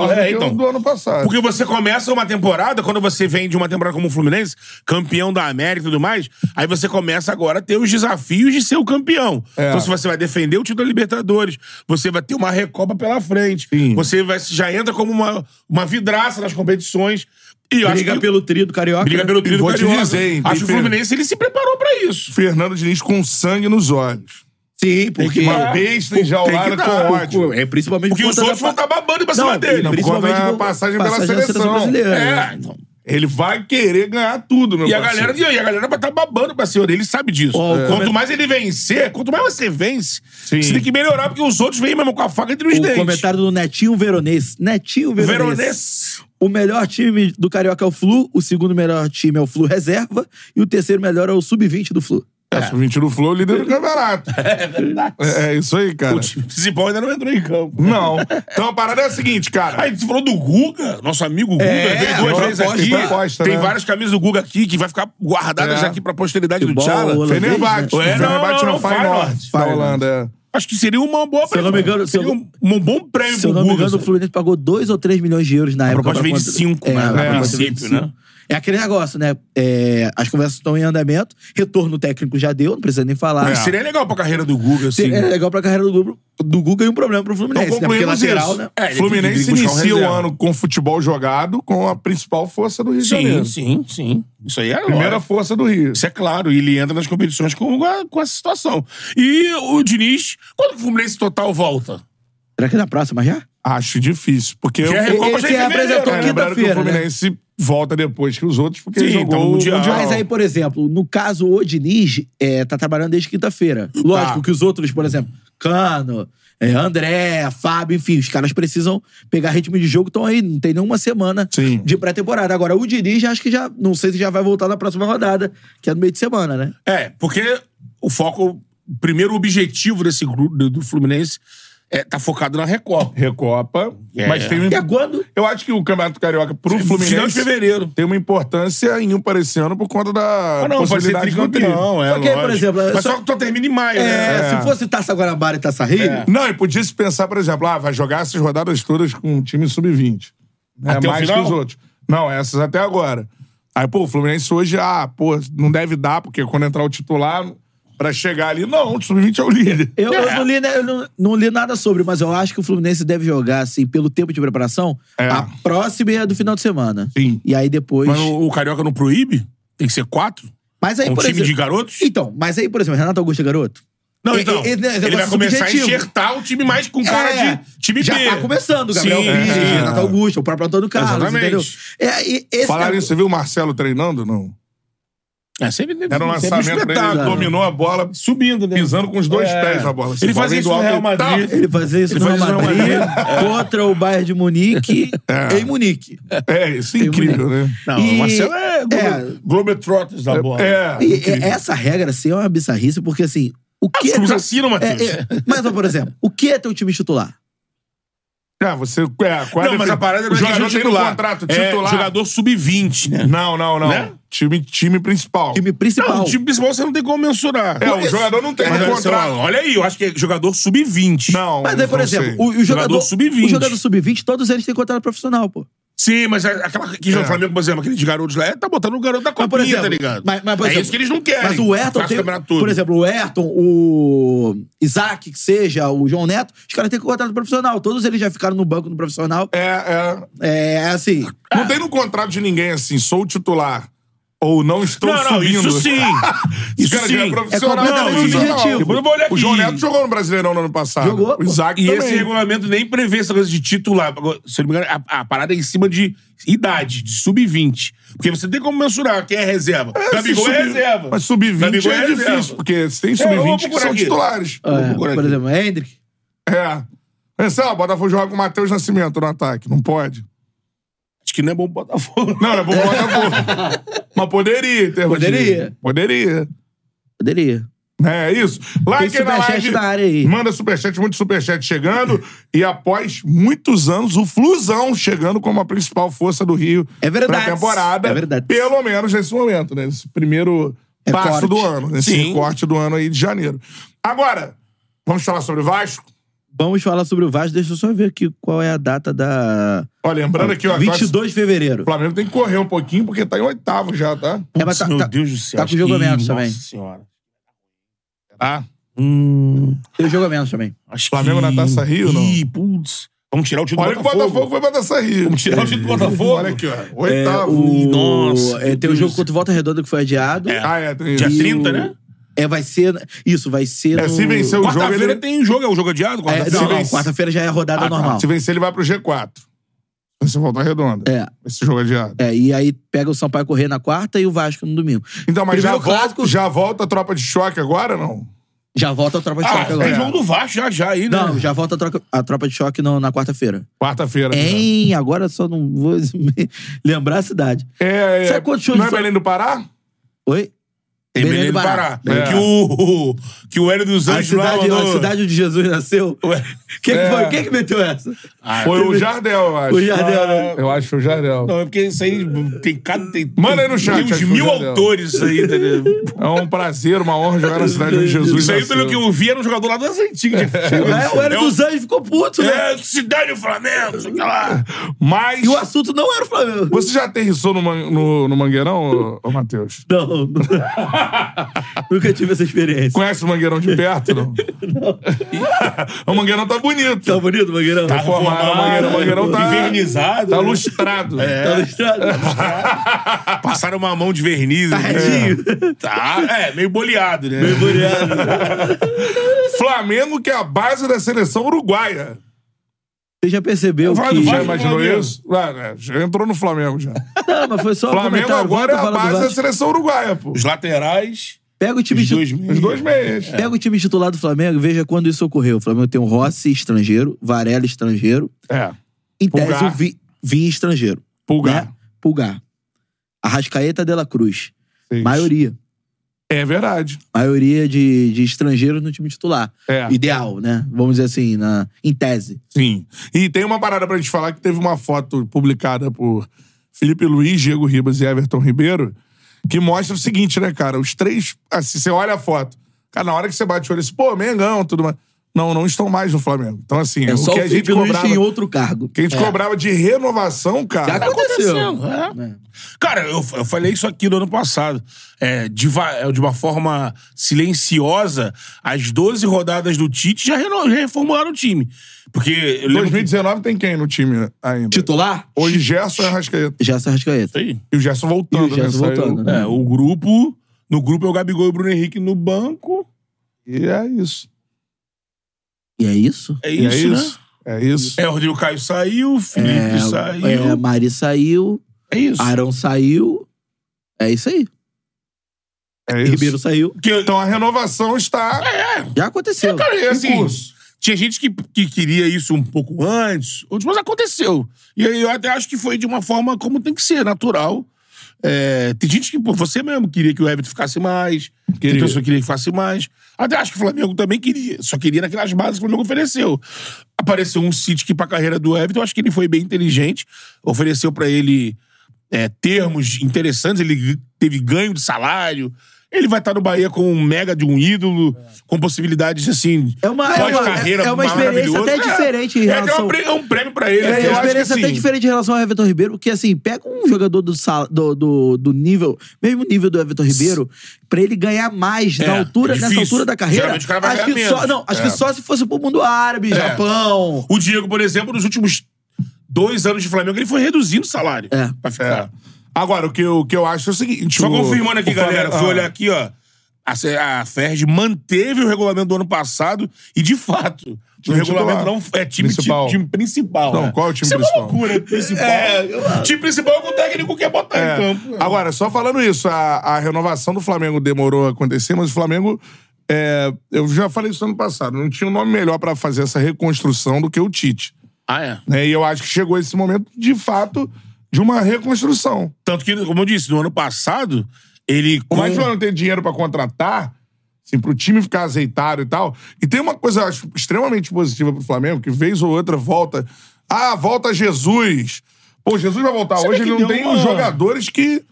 [SPEAKER 1] melhor
[SPEAKER 2] é,
[SPEAKER 1] do que
[SPEAKER 2] então.
[SPEAKER 1] o do ano passado.
[SPEAKER 2] Porque você começa uma temporada, quando você vem de uma temporada como o Fluminense, campeão da América e tudo mais, aí você começa agora a ter os desafios de ser o campeão.
[SPEAKER 1] É.
[SPEAKER 2] Então, se você vai defender o título da Libertadores, você vai ter uma recopa pela frente.
[SPEAKER 1] Sim.
[SPEAKER 2] Você vai- já entra como uma, uma vidraça nas competições. E eu
[SPEAKER 3] Briga
[SPEAKER 2] acho que,
[SPEAKER 3] pelo trio do Carioca. né?
[SPEAKER 2] briga pelo trio do
[SPEAKER 1] Vou te
[SPEAKER 2] Carioca.
[SPEAKER 1] dizer, hein,
[SPEAKER 2] acho que o
[SPEAKER 1] Pipe.
[SPEAKER 2] Fluminense ele se preparou pra isso.
[SPEAKER 1] Fernando Diniz com sangue nos olhos.
[SPEAKER 3] Sim,
[SPEAKER 1] Tem que
[SPEAKER 3] porque.
[SPEAKER 1] uma besta enjaulada
[SPEAKER 2] tem que
[SPEAKER 1] com
[SPEAKER 2] dar.
[SPEAKER 1] ódio.
[SPEAKER 3] É, principalmente
[SPEAKER 2] Porque
[SPEAKER 3] por
[SPEAKER 2] os
[SPEAKER 3] conta
[SPEAKER 2] outros
[SPEAKER 3] da
[SPEAKER 2] vão estar babando pra
[SPEAKER 3] Não,
[SPEAKER 2] cima
[SPEAKER 3] não,
[SPEAKER 2] dele.
[SPEAKER 1] Por conta
[SPEAKER 3] Principalmente
[SPEAKER 1] da
[SPEAKER 3] por-
[SPEAKER 1] passagem pela
[SPEAKER 3] passagem da
[SPEAKER 1] seleção.
[SPEAKER 3] seleção brasileira, né?
[SPEAKER 1] É, então. Ele vai querer ganhar tudo, meu
[SPEAKER 2] E a,
[SPEAKER 1] parceiro.
[SPEAKER 2] galera, e a galera vai estar babando pra senhora, ele sabe disso.
[SPEAKER 3] Ó, o
[SPEAKER 2] Quanto
[SPEAKER 3] comen-
[SPEAKER 2] mais ele vencer, quanto mais você vence,
[SPEAKER 1] Sim.
[SPEAKER 2] você tem que melhorar, porque os outros vêm mesmo com a faca entre os
[SPEAKER 3] O
[SPEAKER 2] dentes.
[SPEAKER 3] comentário do Netinho Veronês. Netinho Veronês.
[SPEAKER 2] Veronês.
[SPEAKER 3] O melhor time do Carioca é o Flu, o segundo melhor time é o Flu Reserva e o terceiro melhor é o Sub-20 do Flu.
[SPEAKER 1] É, sub-20 do Flow, líder do campeonato.
[SPEAKER 2] É verdade.
[SPEAKER 1] É, é isso aí, cara.
[SPEAKER 2] O time principal ainda não entrou em campo.
[SPEAKER 1] Não. Então a parada é a seguinte, cara.
[SPEAKER 2] Aí você falou do Guga, nosso amigo Guga,
[SPEAKER 3] É,
[SPEAKER 2] veio duas
[SPEAKER 1] tem
[SPEAKER 2] vezes
[SPEAKER 1] proposta,
[SPEAKER 2] aqui.
[SPEAKER 1] tem proposta,
[SPEAKER 2] tem
[SPEAKER 1] né?
[SPEAKER 2] várias camisas do Guga aqui que vai ficar guardadas
[SPEAKER 1] É.
[SPEAKER 2] aqui pra posteridade do
[SPEAKER 3] Futebol,
[SPEAKER 2] Tchala.
[SPEAKER 3] holandês,
[SPEAKER 1] Fenerbahçe.
[SPEAKER 2] né? Ué, não,
[SPEAKER 1] Fenerbahçe
[SPEAKER 2] não,
[SPEAKER 1] não
[SPEAKER 2] não,
[SPEAKER 1] faz
[SPEAKER 2] Feyenoord.
[SPEAKER 1] norte. Da
[SPEAKER 3] Feyenoord.
[SPEAKER 1] Holanda. é.
[SPEAKER 2] Acho que seria uma boa
[SPEAKER 3] eu não me engano, se eu
[SPEAKER 2] seria um, um bom prêmio
[SPEAKER 3] Se eu
[SPEAKER 2] pro
[SPEAKER 3] não me
[SPEAKER 2] Guga. assim.
[SPEAKER 3] engano, o Fluminense pagou 2 ou 3 milhões de euros na época.
[SPEAKER 2] proposta
[SPEAKER 3] pra
[SPEAKER 2] veio de
[SPEAKER 3] contra-
[SPEAKER 2] cinco, né?
[SPEAKER 3] a
[SPEAKER 2] É,
[SPEAKER 3] proposta veio de
[SPEAKER 2] princípio,
[SPEAKER 3] cinco.
[SPEAKER 2] né?
[SPEAKER 3] É aquele negócio, né? É, as conversas estão em andamento, retorno técnico já deu, não precisa nem falar.
[SPEAKER 2] Mas Seria legal pra carreira do Guga, assim.
[SPEAKER 3] É legal pra carreira do Guga, do Guga e um problema pro Fluminense,
[SPEAKER 2] Então,
[SPEAKER 3] né? Porque
[SPEAKER 1] né? concluímos
[SPEAKER 3] lateral,
[SPEAKER 1] isso.
[SPEAKER 3] né?
[SPEAKER 2] É, ele
[SPEAKER 1] Fluminense
[SPEAKER 2] tem que buscar um
[SPEAKER 1] inicia o
[SPEAKER 2] reserva.
[SPEAKER 1] ano com futebol jogado com a principal força do Rio de
[SPEAKER 2] Sim,
[SPEAKER 1] Janeiro.
[SPEAKER 2] sim, sim. Isso aí é
[SPEAKER 1] Primeira
[SPEAKER 2] lógico.
[SPEAKER 1] força do Rio.
[SPEAKER 2] Isso é claro, e ele entra nas competições com, a- com essa situação. E o Diniz, quando que o Fluminense total volta?
[SPEAKER 3] Será que é na próxima já?
[SPEAKER 1] Acho difícil, porque
[SPEAKER 2] Que
[SPEAKER 1] eu-
[SPEAKER 2] é Recopa
[SPEAKER 3] Ele
[SPEAKER 2] já em
[SPEAKER 3] se
[SPEAKER 2] fevereiro,
[SPEAKER 3] apresentou
[SPEAKER 2] né?
[SPEAKER 1] É, lembrando que o
[SPEAKER 3] quinta-feira, né?
[SPEAKER 1] Fluminense volta depois que os outros, porque
[SPEAKER 2] Sim,
[SPEAKER 1] ele
[SPEAKER 2] então,
[SPEAKER 1] jogou o
[SPEAKER 2] Mundial.
[SPEAKER 1] Mundial.
[SPEAKER 3] Mas aí, por exemplo, no caso, o Diniz é, tá trabalhando desde quinta-feira. Lógico
[SPEAKER 1] Tá.
[SPEAKER 3] que os outros, por exemplo, Cano, é, André, Fábio, enfim, os caras precisam pegar ritmo de jogo, estão aí, não tem nenhuma semana
[SPEAKER 1] Sim.
[SPEAKER 3] de pré-temporada. Agora, o Diniz, acho que já, não sei se já vai voltar na próxima rodada, que é no meio de semana, né?
[SPEAKER 2] É, porque o foco, o primeiro objetivo desse grupo do, do Fluminense é tá focado na Recopa.
[SPEAKER 1] Recopa,
[SPEAKER 2] É.
[SPEAKER 1] mas tem um-
[SPEAKER 3] E é quando?
[SPEAKER 1] Eu acho que o Campeonato Carioca pro
[SPEAKER 2] Final de
[SPEAKER 1] Fluminense
[SPEAKER 2] fevereiro.
[SPEAKER 1] tem uma importância em um para esse ano por conta da
[SPEAKER 2] Ah, não, pode ser
[SPEAKER 1] possibilidade de campeão.
[SPEAKER 2] tricampeão, é
[SPEAKER 3] Só que, por
[SPEAKER 2] lógico.
[SPEAKER 3] exemplo, é
[SPEAKER 2] Mas
[SPEAKER 3] só-
[SPEAKER 2] só que tu termina em maio,
[SPEAKER 3] É,
[SPEAKER 2] né?
[SPEAKER 3] se fosse Taça Guarabara e Taça Rio,
[SPEAKER 2] É.
[SPEAKER 1] Não, e podia se pensar, por exemplo, ah, vai jogar essas rodadas todas com um time sub-20. Né?
[SPEAKER 2] Até o
[SPEAKER 1] Mais
[SPEAKER 2] final?
[SPEAKER 1] que os outros. Não, essas até agora. Aí, pô, o Fluminense hoje, ah, pô, não deve dar, porque quando entrar o titular, pra chegar ali, não, o sub-20 é o líder.
[SPEAKER 3] Eu, eu não, li, né, eu não- não li nada sobre, mas eu acho que o Fluminense deve jogar, assim, pelo tempo de preparação,
[SPEAKER 1] É.
[SPEAKER 3] a próxima é a do final de semana.
[SPEAKER 1] Sim.
[SPEAKER 3] E aí depois.
[SPEAKER 2] Mas o, o Carioca não proíbe? Tem que ser quatro?
[SPEAKER 3] Mas aí,
[SPEAKER 2] um
[SPEAKER 3] por
[SPEAKER 2] time
[SPEAKER 3] exemplo.
[SPEAKER 2] de garotos?
[SPEAKER 3] Então, mas aí, por exemplo, Renato Augusto é garoto?
[SPEAKER 2] Não,
[SPEAKER 3] E-
[SPEAKER 2] então.
[SPEAKER 3] e- e- esse
[SPEAKER 2] ele vai
[SPEAKER 3] negócio é
[SPEAKER 2] começar
[SPEAKER 3] subjetivo.
[SPEAKER 2] a enxertar o time mais com cara
[SPEAKER 3] É,
[SPEAKER 2] de time
[SPEAKER 3] já
[SPEAKER 2] B.
[SPEAKER 3] tá começando, Gabriel
[SPEAKER 2] Sim,
[SPEAKER 3] Pires,
[SPEAKER 2] é.
[SPEAKER 3] Renato Augusto, o próprio Antônio Carlos,
[SPEAKER 2] Exatamente.
[SPEAKER 3] entendeu? É, e esse
[SPEAKER 1] Falaram
[SPEAKER 3] é-
[SPEAKER 1] isso, você viu o Marcelo treinando? Não.
[SPEAKER 2] É, sempre,
[SPEAKER 1] Era um
[SPEAKER 2] sempre
[SPEAKER 1] lançamento pra ele,
[SPEAKER 2] espetáculo.
[SPEAKER 1] dominou a bola,
[SPEAKER 2] Subindo, né?
[SPEAKER 1] pisando com os dois
[SPEAKER 2] É.
[SPEAKER 1] pés na bola.
[SPEAKER 2] Ele
[SPEAKER 1] Essa bola
[SPEAKER 2] fazia
[SPEAKER 1] vem
[SPEAKER 2] isso
[SPEAKER 1] do
[SPEAKER 2] no Real
[SPEAKER 1] alto e tá.
[SPEAKER 2] Madrid.
[SPEAKER 3] Ele fazia isso
[SPEAKER 2] Ele
[SPEAKER 3] no Real
[SPEAKER 2] faz isso no
[SPEAKER 3] Madrid,
[SPEAKER 2] Real
[SPEAKER 3] contra o Bayern de Munique,
[SPEAKER 1] É.
[SPEAKER 3] em Munique.
[SPEAKER 1] É, isso é incrível, né?
[SPEAKER 2] Não,
[SPEAKER 3] E-
[SPEAKER 2] o Marcelo é, glo-
[SPEAKER 3] é.
[SPEAKER 2] Globetrotters da bola.
[SPEAKER 1] É.
[SPEAKER 3] E e- essa regra, assim, é uma bizarrice, porque, assim, o que...
[SPEAKER 2] Os
[SPEAKER 3] é
[SPEAKER 2] clubes
[SPEAKER 3] teu-
[SPEAKER 2] assinam, Matheus.
[SPEAKER 3] é, é, mas, ó, por exemplo, o que é teu time titular?
[SPEAKER 1] É, você. É, qual é
[SPEAKER 2] Não, mas a parada não
[SPEAKER 1] o
[SPEAKER 2] é que
[SPEAKER 1] jogador tem um
[SPEAKER 2] titular.
[SPEAKER 1] contrato
[SPEAKER 2] É
[SPEAKER 1] titular.
[SPEAKER 2] jogador sub-20, né?
[SPEAKER 1] Não, não, não.
[SPEAKER 2] Né?
[SPEAKER 1] Time, time principal.
[SPEAKER 3] Time principal.
[SPEAKER 2] Não, o time principal você não tem como mensurar.
[SPEAKER 1] É, o jogador não tem
[SPEAKER 2] Mas
[SPEAKER 1] contrato.
[SPEAKER 2] olha, sei lá, olha aí, eu acho que é jogador sub-20.
[SPEAKER 1] Não.
[SPEAKER 3] Mas aí, por
[SPEAKER 1] não
[SPEAKER 3] exemplo,
[SPEAKER 1] sei.
[SPEAKER 3] o, o jogador,
[SPEAKER 2] Jogador sub-20.
[SPEAKER 3] o jogador sub-20, todos eles têm contrato profissional, pô.
[SPEAKER 2] Sim, mas a- aquela que joga
[SPEAKER 1] É.
[SPEAKER 2] o Flamengo, por exemplo, aquele de garotos lá, é, tá botando o garoto da
[SPEAKER 3] Mas, por
[SPEAKER 2] copinha,
[SPEAKER 3] exemplo,
[SPEAKER 2] tá ligado?
[SPEAKER 3] mas- mas, por
[SPEAKER 2] é
[SPEAKER 3] exemplo,
[SPEAKER 2] isso que eles não querem.
[SPEAKER 3] Mas o Ayrton
[SPEAKER 2] Atrás do
[SPEAKER 3] tem.
[SPEAKER 2] campeonato todo.
[SPEAKER 3] Por exemplo, o Ayrton, o Isaac, que seja, o João Neto, os caras têm contrato profissional. Todos eles já ficaram no banco no profissional.
[SPEAKER 1] É, é.
[SPEAKER 3] É assim.
[SPEAKER 2] Ah,
[SPEAKER 1] Não tem no contrato de ninguém assim, sou o titular. Ou não estou
[SPEAKER 2] Não, não,
[SPEAKER 1] subindo.
[SPEAKER 2] isso sim.
[SPEAKER 1] Esse
[SPEAKER 2] Isso
[SPEAKER 1] cara
[SPEAKER 2] sim.
[SPEAKER 1] já é profissional. né?
[SPEAKER 3] É completamente
[SPEAKER 1] não, isso não.
[SPEAKER 3] subjetivo.
[SPEAKER 2] Depois eu vou olhar
[SPEAKER 1] O João
[SPEAKER 2] aqui.
[SPEAKER 1] Neto jogou no Brasileirão no ano passado.
[SPEAKER 3] Jogou, pô.
[SPEAKER 1] O Isaac
[SPEAKER 2] E
[SPEAKER 1] também.
[SPEAKER 2] esse regulamento nem prevê essa coisa de titular. Agora, Se eu não me engano, a, a parada é em cima de idade, de sub-20. Porque você tem como mensurar quem é reserva. Gabigol
[SPEAKER 1] Esse
[SPEAKER 2] é
[SPEAKER 1] sub-
[SPEAKER 2] reserva.
[SPEAKER 1] Mas sub-20
[SPEAKER 2] Gabigol
[SPEAKER 1] é,
[SPEAKER 2] é
[SPEAKER 1] difícil,
[SPEAKER 2] reserva. É,
[SPEAKER 1] porque tem
[SPEAKER 2] eu vou
[SPEAKER 1] sub-20 que
[SPEAKER 2] procurar
[SPEAKER 1] são
[SPEAKER 2] aqui.
[SPEAKER 1] titulares.
[SPEAKER 2] Eu vou tá, procurar
[SPEAKER 3] É, por
[SPEAKER 2] aqui.
[SPEAKER 3] exemplo, Hendrick.
[SPEAKER 1] É. Marcelo, o Botafogo joga com o Matheus Nascimento no ataque. Não pode.
[SPEAKER 2] Acho que não é bom pro Botafogo.
[SPEAKER 1] Não, é bom pro Botafogo. Mas poderia, em termos de-
[SPEAKER 3] Poderia.
[SPEAKER 1] Poderia.
[SPEAKER 3] Poderia.
[SPEAKER 1] É isso. Like
[SPEAKER 3] Tem
[SPEAKER 1] aí na
[SPEAKER 3] superchat
[SPEAKER 1] live.
[SPEAKER 3] na área aí.
[SPEAKER 1] Manda superchat, muito superchat chegando. E após muitos anos, o Flusão chegando como a principal força do Rio
[SPEAKER 3] É verdade.
[SPEAKER 1] pra temporada.
[SPEAKER 3] É verdade. É
[SPEAKER 1] Pelo menos nesse momento, né? Nesse primeiro passo
[SPEAKER 3] Recorte.
[SPEAKER 1] do ano. Nesse
[SPEAKER 2] Sim.
[SPEAKER 1] recorte do ano aí de janeiro. Agora, vamos falar sobre o Vasco?
[SPEAKER 3] Vamos falar sobre o Vasco. Deixa eu só ver aqui qual é a data da.
[SPEAKER 1] Ó, lembrando aqui, ó. agora
[SPEAKER 3] 22 de fevereiro.
[SPEAKER 1] O Flamengo tem que correr um pouquinho, porque tá em oitavo já, tá?
[SPEAKER 3] É, mas tá-
[SPEAKER 2] meu
[SPEAKER 3] tá-
[SPEAKER 2] Deus do céu.
[SPEAKER 3] tá com
[SPEAKER 2] acho
[SPEAKER 3] jogo
[SPEAKER 2] que-
[SPEAKER 3] a menos
[SPEAKER 2] Nossa
[SPEAKER 3] também.
[SPEAKER 2] senhora. Ah,
[SPEAKER 1] Tá.
[SPEAKER 2] Hum,
[SPEAKER 3] Tem um jogo a menos também.
[SPEAKER 2] acho
[SPEAKER 1] Flamengo
[SPEAKER 2] que-
[SPEAKER 1] na Taça Rio, não?
[SPEAKER 2] Ih, putz. Vamos tirar o título
[SPEAKER 1] Olha
[SPEAKER 2] do
[SPEAKER 1] que o Botafogo foi pra Taça Rio.
[SPEAKER 2] Vamos tirar o título do Botafogo. É,
[SPEAKER 1] Olha aqui, ó. Oitavo.
[SPEAKER 3] O-
[SPEAKER 2] Nossa,
[SPEAKER 3] é,
[SPEAKER 2] meu
[SPEAKER 3] tem o
[SPEAKER 2] Deus.
[SPEAKER 3] jogo contra o Volta Redonda que foi adiado.
[SPEAKER 2] É.
[SPEAKER 1] Ah, é. Tem...
[SPEAKER 2] Dia
[SPEAKER 1] isso.
[SPEAKER 2] 30, né?
[SPEAKER 3] É, vai ser. Isso, vai ser.
[SPEAKER 1] É,
[SPEAKER 3] no-
[SPEAKER 1] se vencer o jogo,
[SPEAKER 2] Quarta-feira
[SPEAKER 1] ele...
[SPEAKER 2] tem jogo, é o jogo adiado?
[SPEAKER 3] É,
[SPEAKER 2] Quarta-feira?
[SPEAKER 3] não, não,
[SPEAKER 1] vence-
[SPEAKER 3] quarta-feira já é a rodada
[SPEAKER 1] Ah,
[SPEAKER 3] normal.
[SPEAKER 1] Se vencer, ele vai pro G4. Vai ser volta redonda.
[SPEAKER 3] É.
[SPEAKER 1] Esse jogo adiado.
[SPEAKER 3] É, e aí pega o Sampaio correr na quarta e o Vasco no domingo.
[SPEAKER 1] Então, mas já,
[SPEAKER 3] Primeiro
[SPEAKER 1] volta-
[SPEAKER 3] clássico-
[SPEAKER 1] já volta a tropa de choque agora, não?
[SPEAKER 3] Já volta a tropa de
[SPEAKER 2] Ah,
[SPEAKER 3] choque
[SPEAKER 2] tem
[SPEAKER 1] é
[SPEAKER 3] agora.
[SPEAKER 2] jogo do Vasco já, já aí, né?
[SPEAKER 3] Não, já volta a troca- a tropa, de choque no- na quarta-feira.
[SPEAKER 1] Quarta-feira. né?
[SPEAKER 3] Hein, agora só não vou me lembrar a cidade.
[SPEAKER 1] É, é.
[SPEAKER 3] Sabe quantos shows
[SPEAKER 1] Não é
[SPEAKER 3] foi-
[SPEAKER 1] Belém do Pará?
[SPEAKER 3] Oi?
[SPEAKER 2] Tem Belém, do Pará.
[SPEAKER 1] É.
[SPEAKER 2] Que o que o Hélio dos
[SPEAKER 3] A
[SPEAKER 2] Anjos lá
[SPEAKER 3] cidade,
[SPEAKER 2] mandou...
[SPEAKER 3] a cidade onde Jesus nasceu? Quem, que
[SPEAKER 1] é.
[SPEAKER 3] foi? Quem que meteu essa?
[SPEAKER 2] Ah,
[SPEAKER 1] Foi o
[SPEAKER 3] teve-
[SPEAKER 1] Jardel, eu acho. Ah,
[SPEAKER 3] O Jardel, né?
[SPEAKER 1] Eu acho o Jardel.
[SPEAKER 2] Não, é porque isso aí tem cada... Tem,
[SPEAKER 1] Manda aí no
[SPEAKER 2] tem
[SPEAKER 1] chat,
[SPEAKER 2] uns
[SPEAKER 1] acho que o
[SPEAKER 2] mil
[SPEAKER 1] Jardel.
[SPEAKER 2] autores isso aí, tá ligado?
[SPEAKER 1] É um prazer, uma honra jogar na cidade onde Jesus
[SPEAKER 2] Isso aí,
[SPEAKER 1] nasceu.
[SPEAKER 2] pelo que eu vi, era um jogador lá das antigas.
[SPEAKER 3] É, o Hélio
[SPEAKER 2] É
[SPEAKER 3] dos Anjos ficou puto, né?
[SPEAKER 2] É, cidade do Flamengo, sei lá.
[SPEAKER 1] Mas...
[SPEAKER 3] E o assunto não era o Flamengo.
[SPEAKER 1] Você já aterrissou no, man- no, no Mangueirão, ô, ô Matheus?
[SPEAKER 3] Não. Nunca tive essa experiência.
[SPEAKER 1] Conhece o Mangueirão de perto, não? o Mangueirão tá bonito.
[SPEAKER 3] Tá bonito, Mangueirão? Tá
[SPEAKER 2] Ah,
[SPEAKER 1] reformado, o Mangueirão, o Mangueirão tá...
[SPEAKER 2] Invernizado.
[SPEAKER 1] Tá
[SPEAKER 2] né?
[SPEAKER 1] lustrado.
[SPEAKER 3] Tá
[SPEAKER 1] É.
[SPEAKER 3] listrado?
[SPEAKER 2] Passaram uma mão de verniz. né?
[SPEAKER 3] Tadinho.
[SPEAKER 2] Tá, é, meio boleado, né? Meio
[SPEAKER 1] Flamengo, que é a base da seleção uruguaia.
[SPEAKER 3] Você já percebeu
[SPEAKER 2] Vai,
[SPEAKER 3] que...
[SPEAKER 2] vai.
[SPEAKER 1] Já imaginou
[SPEAKER 2] Flamengo.
[SPEAKER 1] isso? Ah, é, já entrou no Flamengo já.
[SPEAKER 3] Não, mas foi só um
[SPEAKER 1] Flamengo
[SPEAKER 3] comentário.
[SPEAKER 1] agora é a
[SPEAKER 3] Volta a falar do
[SPEAKER 1] base da
[SPEAKER 3] Vasco.
[SPEAKER 1] seleção uruguaia, pô.
[SPEAKER 2] Os laterais,
[SPEAKER 3] Pega o time
[SPEAKER 2] os
[SPEAKER 3] de...
[SPEAKER 2] dois
[SPEAKER 1] Os dois meias.
[SPEAKER 3] Pega o time titular do Flamengo e veja quando isso ocorreu. O Flamengo tem o Rossi estrangeiro, Varela estrangeiro,
[SPEAKER 1] É.
[SPEAKER 3] em tese
[SPEAKER 1] Pulgar.
[SPEAKER 3] o Vi- Vinha estrangeiro.
[SPEAKER 1] Pulgar.
[SPEAKER 3] Né? Pulgar. Arrascaeta de la Cruz.
[SPEAKER 1] Seis.
[SPEAKER 3] Maioria.
[SPEAKER 1] É verdade.
[SPEAKER 3] Maioria de, de estrangeiros no time titular.
[SPEAKER 1] É.
[SPEAKER 3] Ideal, né? Vamos dizer assim, na, em tese.
[SPEAKER 1] Sim. E tem uma parada pra gente falar que teve uma foto publicada por Felipe Luiz, Diego Ribas e Everton Ribeiro, que mostra o seguinte, né, cara? Os três. Assim, você olha a foto. Cara, na hora que você bate o olho, assim, pô, Mengão, tudo mais. Não, não estão mais no Flamengo. Então, assim,
[SPEAKER 3] É
[SPEAKER 1] o
[SPEAKER 3] só o
[SPEAKER 1] que a gente
[SPEAKER 3] Felipe Luiz
[SPEAKER 1] cobrava.
[SPEAKER 3] em outro cargo. É.
[SPEAKER 1] Que a gente cobrava de renovação,
[SPEAKER 3] Já
[SPEAKER 1] cara.
[SPEAKER 3] aconteceu. É.
[SPEAKER 2] acontecendo, Cara, eu, eu falei isso aqui no ano passado. É, de, va- é, de uma forma silenciosa, as 12 rodadas do Tite já, reno- já reformularam o time. Porque eu lembro. que-
[SPEAKER 1] 2019 tem quem no time ainda?
[SPEAKER 3] Titular?
[SPEAKER 1] Hoje Gerson e Arrascaeta.
[SPEAKER 3] Já se Arrascaeta.
[SPEAKER 2] Isso aí.
[SPEAKER 1] E o Gerson
[SPEAKER 3] E
[SPEAKER 1] voltando,
[SPEAKER 3] o
[SPEAKER 1] né?
[SPEAKER 3] Gerson
[SPEAKER 1] Saiu-
[SPEAKER 3] voltando, né?
[SPEAKER 2] É, o grupo. No grupo é o Gabigol e o Bruno Henrique no banco.
[SPEAKER 1] E é isso.
[SPEAKER 3] E é isso?
[SPEAKER 2] É
[SPEAKER 1] E
[SPEAKER 2] isso,
[SPEAKER 1] é isso.
[SPEAKER 2] né?
[SPEAKER 1] É isso.
[SPEAKER 2] É, o Rodrigo Caio saiu, o Felipe
[SPEAKER 3] É,
[SPEAKER 2] saiu.
[SPEAKER 3] é, Mari saiu,
[SPEAKER 2] É, isso.
[SPEAKER 3] Arão saiu. É isso aí.
[SPEAKER 1] É isso.
[SPEAKER 3] Ribeiro saiu.
[SPEAKER 2] Porque-
[SPEAKER 1] Então a renovação está
[SPEAKER 3] Já aconteceu.
[SPEAKER 2] Cara, e
[SPEAKER 1] em
[SPEAKER 2] assim,
[SPEAKER 1] curso.
[SPEAKER 2] tinha gente que, que queria isso um pouco antes, outros, mas aconteceu. E aí eu até acho que foi de uma forma como tem que ser, natural. É, tem gente que, pô, você mesmo queria que o Everton ficasse mais,
[SPEAKER 1] Queria.
[SPEAKER 2] tem pessoa que queria que ficasse mais. Até acho que o Flamengo também queria, só queria naquelas bases que o Flamengo ofereceu. Apareceu um City que, pra carreira do Everton, eu acho que ele foi bem inteligente, ofereceu pra ele é, termos interessantes, ele g- teve ganho de salário. Ele vai estar no Bahia com um mega de um ídolo, com possibilidades assim.
[SPEAKER 3] É uma, é uma-
[SPEAKER 2] Pós-carreira
[SPEAKER 3] é uma experiência
[SPEAKER 2] maravilhosa.
[SPEAKER 3] até
[SPEAKER 2] É.
[SPEAKER 3] diferente em
[SPEAKER 2] É, até
[SPEAKER 3] relação...
[SPEAKER 2] uma pre- é um prêmio pra ele.
[SPEAKER 3] É,
[SPEAKER 2] até.
[SPEAKER 3] é uma
[SPEAKER 2] Eu acho que,
[SPEAKER 3] experiência até
[SPEAKER 2] assim,
[SPEAKER 3] diferente em relação ao Everton Ribeiro, porque assim, pega um jogador do, sal- do, do, do nível, mesmo nível do Everton Ribeiro, pra ele ganhar mais
[SPEAKER 2] É,
[SPEAKER 3] na altura,
[SPEAKER 2] é
[SPEAKER 3] nessa
[SPEAKER 2] difícil.
[SPEAKER 3] altura da carreira.
[SPEAKER 2] Geralmente o cara vai
[SPEAKER 3] Acho
[SPEAKER 2] ganhar
[SPEAKER 3] que só,
[SPEAKER 2] menos.
[SPEAKER 3] não, acho
[SPEAKER 2] É.
[SPEAKER 3] que só se fosse pro mundo árabe, Japão.
[SPEAKER 2] O Diego, por exemplo, nos últimos dois anos de Flamengo, ele foi reduzindo o salário.
[SPEAKER 3] É.
[SPEAKER 2] Pra ficar.
[SPEAKER 1] Agora, o que eu, o que eu acho é o seguinte...
[SPEAKER 2] Só
[SPEAKER 1] o-
[SPEAKER 2] confirmando aqui,
[SPEAKER 1] o
[SPEAKER 2] galera.
[SPEAKER 1] Flamengo-
[SPEAKER 2] Fui
[SPEAKER 1] Ah.
[SPEAKER 2] olhar aqui, ó. A, C- a FERJ manteve o regulamento do ano passado e, de fato, o
[SPEAKER 1] Time
[SPEAKER 2] regulamento
[SPEAKER 1] titular.
[SPEAKER 2] não é time principal.
[SPEAKER 1] Principal.
[SPEAKER 2] Time, principal
[SPEAKER 1] Não,
[SPEAKER 2] né?
[SPEAKER 1] qual é o time
[SPEAKER 2] Isso
[SPEAKER 1] principal?
[SPEAKER 2] é uma loucura. Principal. É, time principal é o que o técnico quer botar
[SPEAKER 1] É.
[SPEAKER 2] em campo. né?
[SPEAKER 1] Agora, só falando isso, a, a renovação do Flamengo demorou a acontecer, mas o Flamengo. é, eu já falei isso ano passado, não tinha um nome melhor pra fazer essa reconstrução do que o Tite.
[SPEAKER 2] Ah, é.
[SPEAKER 1] né? E eu acho que chegou esse momento, de fato, de uma reconstrução.
[SPEAKER 2] Tanto que, como eu disse, no ano passado, ele...
[SPEAKER 1] Por mais que
[SPEAKER 2] com-
[SPEAKER 1] eu não ter dinheiro pra contratar, assim, pro time ficar azeitado e tal. E tem uma coisa, eu acho, extremamente positiva pro Flamengo, que vez ou outra volta. Ah, volta Jesus! Pô, Jesus vai voltar
[SPEAKER 2] Sabe
[SPEAKER 1] hoje,
[SPEAKER 2] que
[SPEAKER 1] ele não
[SPEAKER 2] deu
[SPEAKER 1] tem
[SPEAKER 2] uma-
[SPEAKER 1] os jogadores que,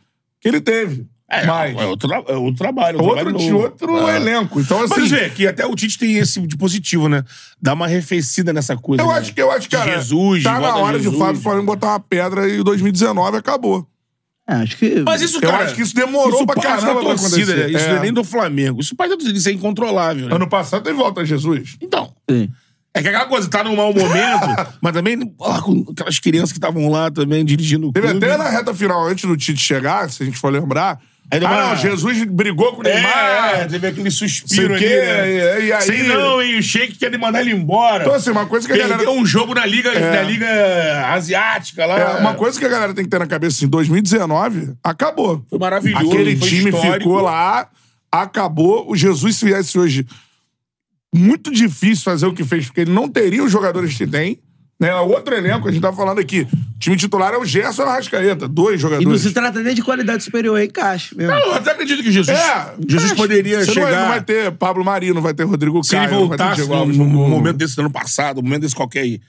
[SPEAKER 1] que ele teve.
[SPEAKER 2] É,
[SPEAKER 1] mais.
[SPEAKER 2] é outro, tra- é outro trabalho. é um
[SPEAKER 1] outro,
[SPEAKER 2] trabalho
[SPEAKER 1] de
[SPEAKER 2] novo.
[SPEAKER 1] outro
[SPEAKER 2] É.
[SPEAKER 1] elenco. Então, assim.
[SPEAKER 2] Mas vê, que até o Tite tem esse de positivo, né? Dá uma arrefecida nessa coisa.
[SPEAKER 1] eu
[SPEAKER 2] né?
[SPEAKER 1] acho que é eu acho que cara,
[SPEAKER 2] Jesus,
[SPEAKER 1] tá na
[SPEAKER 2] volta
[SPEAKER 1] hora de
[SPEAKER 2] Jesus.
[SPEAKER 1] fato o Flamengo botar uma pedra e 2019 acabou.
[SPEAKER 3] É, acho que.
[SPEAKER 2] Mas isso,
[SPEAKER 1] Eu
[SPEAKER 2] cara...
[SPEAKER 1] acho que isso demorou
[SPEAKER 2] isso
[SPEAKER 1] pra
[SPEAKER 2] parte da
[SPEAKER 1] caramba pra
[SPEAKER 2] torcida, né?
[SPEAKER 1] acontecer.
[SPEAKER 2] Isso
[SPEAKER 1] É.
[SPEAKER 2] não é nem do Flamengo. Isso parte da torcida, isso é incontrolável, né?
[SPEAKER 1] Ano passado teve volta a Jesus.
[SPEAKER 2] Então,
[SPEAKER 3] Sim.
[SPEAKER 2] é que aquela coisa, tá num mau momento, mas também ó, com aquelas crianças que estavam lá também dirigindo o
[SPEAKER 1] Teve
[SPEAKER 2] clube.
[SPEAKER 1] até na reta final, antes do Tite chegar, se a gente for lembrar.
[SPEAKER 2] Aí deu
[SPEAKER 1] ah,
[SPEAKER 2] uma-
[SPEAKER 1] não, Jesus brigou com o Neymar.
[SPEAKER 2] É, teve aquele
[SPEAKER 1] Sei
[SPEAKER 2] suspiro ali,
[SPEAKER 1] que,
[SPEAKER 2] né?
[SPEAKER 1] é, e- e aí-
[SPEAKER 2] Sei não, hein? O Sheik quer mandar ele embora.
[SPEAKER 1] Então, assim, uma coisa que a
[SPEAKER 2] Perdeu
[SPEAKER 1] galera.
[SPEAKER 2] um jogo na Liga,
[SPEAKER 1] É.
[SPEAKER 2] na liga Asiática lá.
[SPEAKER 1] é, uma coisa que a galera tem que ter na cabeça, assim, 2019, acabou.
[SPEAKER 2] Foi maravilhoso.
[SPEAKER 1] Aquele
[SPEAKER 2] foi
[SPEAKER 1] time
[SPEAKER 2] histórico.
[SPEAKER 1] ficou lá, acabou. O Jesus, se viesse hoje, muito difícil fazer o que fez, porque ele não teria os jogadores que tem. Né? É Outro elenco, a gente tá falando aqui. O time titular é o Gerson e o Arrascaeta. Dois
[SPEAKER 3] E não
[SPEAKER 1] jogadores.
[SPEAKER 3] se trata nem de qualidade superior, é encaixe mesmo.
[SPEAKER 2] Eu até acredito que Jesus,
[SPEAKER 1] É,
[SPEAKER 2] Jesus
[SPEAKER 1] mas
[SPEAKER 2] poderia
[SPEAKER 1] você não vai-
[SPEAKER 2] chegar.
[SPEAKER 1] Não vai ter Pablo Maria, não vai ter Rodrigo
[SPEAKER 2] se
[SPEAKER 1] Caio.
[SPEAKER 2] ele
[SPEAKER 1] não vai ter
[SPEAKER 2] voltasse
[SPEAKER 1] Diego
[SPEAKER 2] no,
[SPEAKER 1] Alves
[SPEAKER 2] no
[SPEAKER 1] gol.
[SPEAKER 2] momento desse do ano passado, no momento desse qualquer aí,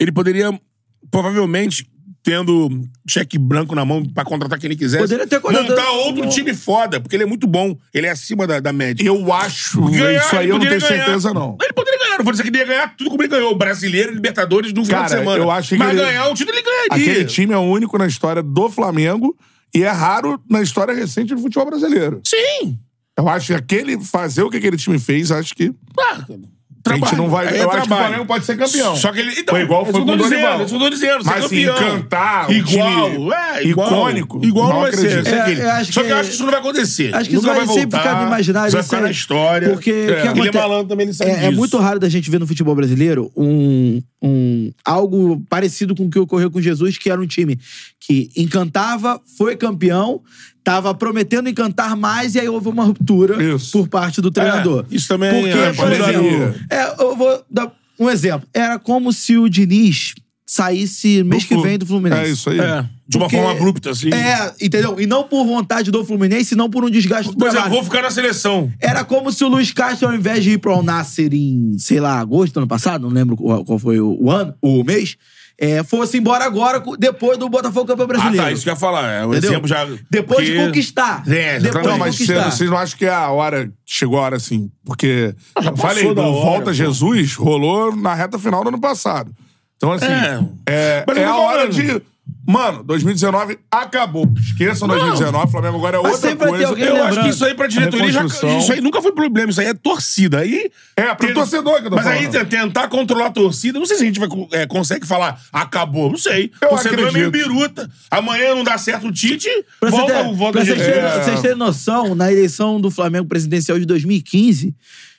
[SPEAKER 2] ele poderia, provavelmente, tendo cheque branco na mão pra contratar quem ele quisesse,
[SPEAKER 3] Poderia ter contratado-
[SPEAKER 2] montar outro time foda, porque ele é muito bom, ele é acima da, da média.
[SPEAKER 1] Eu acho.
[SPEAKER 2] Ganhar,
[SPEAKER 1] isso aí
[SPEAKER 2] ele
[SPEAKER 1] eu não
[SPEAKER 2] poderia
[SPEAKER 1] tenho
[SPEAKER 2] ganhar.
[SPEAKER 1] certeza, não.
[SPEAKER 2] Ele poderia ganhar, não vou dizer que ele ia ganhar tudo como ele ganhou, Brasileiro, Libertadores, no final
[SPEAKER 1] Cara,
[SPEAKER 2] de semana.
[SPEAKER 1] eu acho que
[SPEAKER 2] Mas
[SPEAKER 1] ele-
[SPEAKER 2] ganhar o título ele ganharia.
[SPEAKER 1] Aquele time é o único na história do Flamengo e é raro na história recente do futebol brasileiro.
[SPEAKER 2] Sim.
[SPEAKER 1] Eu acho que aquele fazer o que aquele time fez, acho que
[SPEAKER 2] Ah,
[SPEAKER 1] a gente não vai.
[SPEAKER 2] Aí é
[SPEAKER 1] eu acho que o
[SPEAKER 2] trabalho.
[SPEAKER 1] Flamengo pode ser campeão.
[SPEAKER 2] Só que ele. Então,
[SPEAKER 1] Foi igual foi
[SPEAKER 2] isso que
[SPEAKER 1] com
[SPEAKER 2] eu tô
[SPEAKER 1] o
[SPEAKER 2] dizendo,
[SPEAKER 1] Dorival.
[SPEAKER 2] isso que eu tô dizendo, ser
[SPEAKER 1] Mas, assim,
[SPEAKER 2] campeão.
[SPEAKER 1] encantar, um
[SPEAKER 2] Igual,
[SPEAKER 1] time
[SPEAKER 2] é, igual.
[SPEAKER 1] icônico,
[SPEAKER 2] Igual não
[SPEAKER 1] não
[SPEAKER 2] vai ser.
[SPEAKER 1] acredito.
[SPEAKER 2] ser
[SPEAKER 3] É,
[SPEAKER 2] aquele.
[SPEAKER 3] eu acho
[SPEAKER 2] Só que,
[SPEAKER 3] que-
[SPEAKER 2] eu acho que isso não vai acontecer.
[SPEAKER 3] Acho que
[SPEAKER 2] Nunca
[SPEAKER 3] isso vai
[SPEAKER 2] vai
[SPEAKER 3] sempre
[SPEAKER 2] voltar,
[SPEAKER 3] ficar no imaginário.
[SPEAKER 2] Isso vai
[SPEAKER 3] isso
[SPEAKER 2] ficar
[SPEAKER 3] é-
[SPEAKER 2] na história.
[SPEAKER 3] Porque o que
[SPEAKER 2] Ele é
[SPEAKER 3] acontece-
[SPEAKER 2] malandro também, ele sabe
[SPEAKER 3] é, é
[SPEAKER 2] disso.
[SPEAKER 3] muito raro da gente ver no futebol brasileiro um, um algo parecido com o que ocorreu com Jesus, que era um time que encantava, foi campeão, tava prometendo encantar mais e aí houve uma ruptura
[SPEAKER 1] Isso.
[SPEAKER 3] por parte do treinador.
[SPEAKER 2] É, isso também
[SPEAKER 3] Porque,
[SPEAKER 2] é
[SPEAKER 3] por
[SPEAKER 1] pandemia.
[SPEAKER 3] exemplo, é, eu vou dar um exemplo. Era como se o Diniz saísse mês que vem do Fluminense.
[SPEAKER 1] É isso aí.
[SPEAKER 2] É, de uma
[SPEAKER 3] Porque-
[SPEAKER 2] forma abrupta, assim.
[SPEAKER 3] É, entendeu? E não por vontade do Fluminense, não por um desgaste do
[SPEAKER 2] Pois é,
[SPEAKER 3] trabalho.
[SPEAKER 2] vou ficar na seleção.
[SPEAKER 3] Era como se o Luiz Castro, ao invés de ir pro Al-Nasser em, sei lá, agosto do ano passado, não lembro qual qual foi o o ano, o mês, é, fosse embora agora, co- depois do Botafogo campeão
[SPEAKER 2] Ah,
[SPEAKER 3] brasileiro.
[SPEAKER 2] tá, isso que eu ia falar. É, o
[SPEAKER 3] Entendeu?
[SPEAKER 2] exemplo já.
[SPEAKER 3] Depois de
[SPEAKER 2] porque-
[SPEAKER 3] conquistar.
[SPEAKER 2] É,
[SPEAKER 3] depois
[SPEAKER 2] exatamente.
[SPEAKER 3] de
[SPEAKER 2] assim,
[SPEAKER 1] Não, mas cê-
[SPEAKER 3] conquistar.
[SPEAKER 1] vocês não acham que é a hora, chegou a hora assim? Porque,
[SPEAKER 2] Ah, já
[SPEAKER 1] eu
[SPEAKER 2] passou
[SPEAKER 1] falei,
[SPEAKER 2] da
[SPEAKER 1] do
[SPEAKER 2] hora,
[SPEAKER 1] Volta
[SPEAKER 2] pô.
[SPEAKER 1] Jesus rolou na reta final do ano passado. Então, assim,
[SPEAKER 2] É.
[SPEAKER 1] é,
[SPEAKER 2] Mas
[SPEAKER 1] é
[SPEAKER 2] eu tô
[SPEAKER 1] a hora
[SPEAKER 2] falando.
[SPEAKER 1] de... Mano, 2019 acabou. Esqueçam 2019, Flamengo agora é
[SPEAKER 3] Mas
[SPEAKER 1] outra
[SPEAKER 3] sempre vai ter
[SPEAKER 1] coisa.
[SPEAKER 3] alguém
[SPEAKER 2] Eu acho
[SPEAKER 3] lembrando.
[SPEAKER 2] que isso aí pra diretoria já.
[SPEAKER 1] Reconstrução.
[SPEAKER 2] Isso aí nunca foi problema, isso aí é torcida. Aí.
[SPEAKER 1] É, pro
[SPEAKER 2] Tem-
[SPEAKER 1] torcedor que eu tô
[SPEAKER 2] Mas aí
[SPEAKER 1] falando.
[SPEAKER 2] t- tentar controlar a torcida, não sei se a gente vai, co- é, consegue falar, acabou, não sei. O
[SPEAKER 1] Eu
[SPEAKER 2] torcedor é meio
[SPEAKER 1] acredito.
[SPEAKER 2] biruta. Amanhã não dá certo o Tite,
[SPEAKER 3] Pra você
[SPEAKER 2] volta,
[SPEAKER 3] ter-
[SPEAKER 2] volta
[SPEAKER 3] pra
[SPEAKER 2] de
[SPEAKER 3] vocês terem- vocês terem noção, na eleição do Flamengo presidencial de 2015,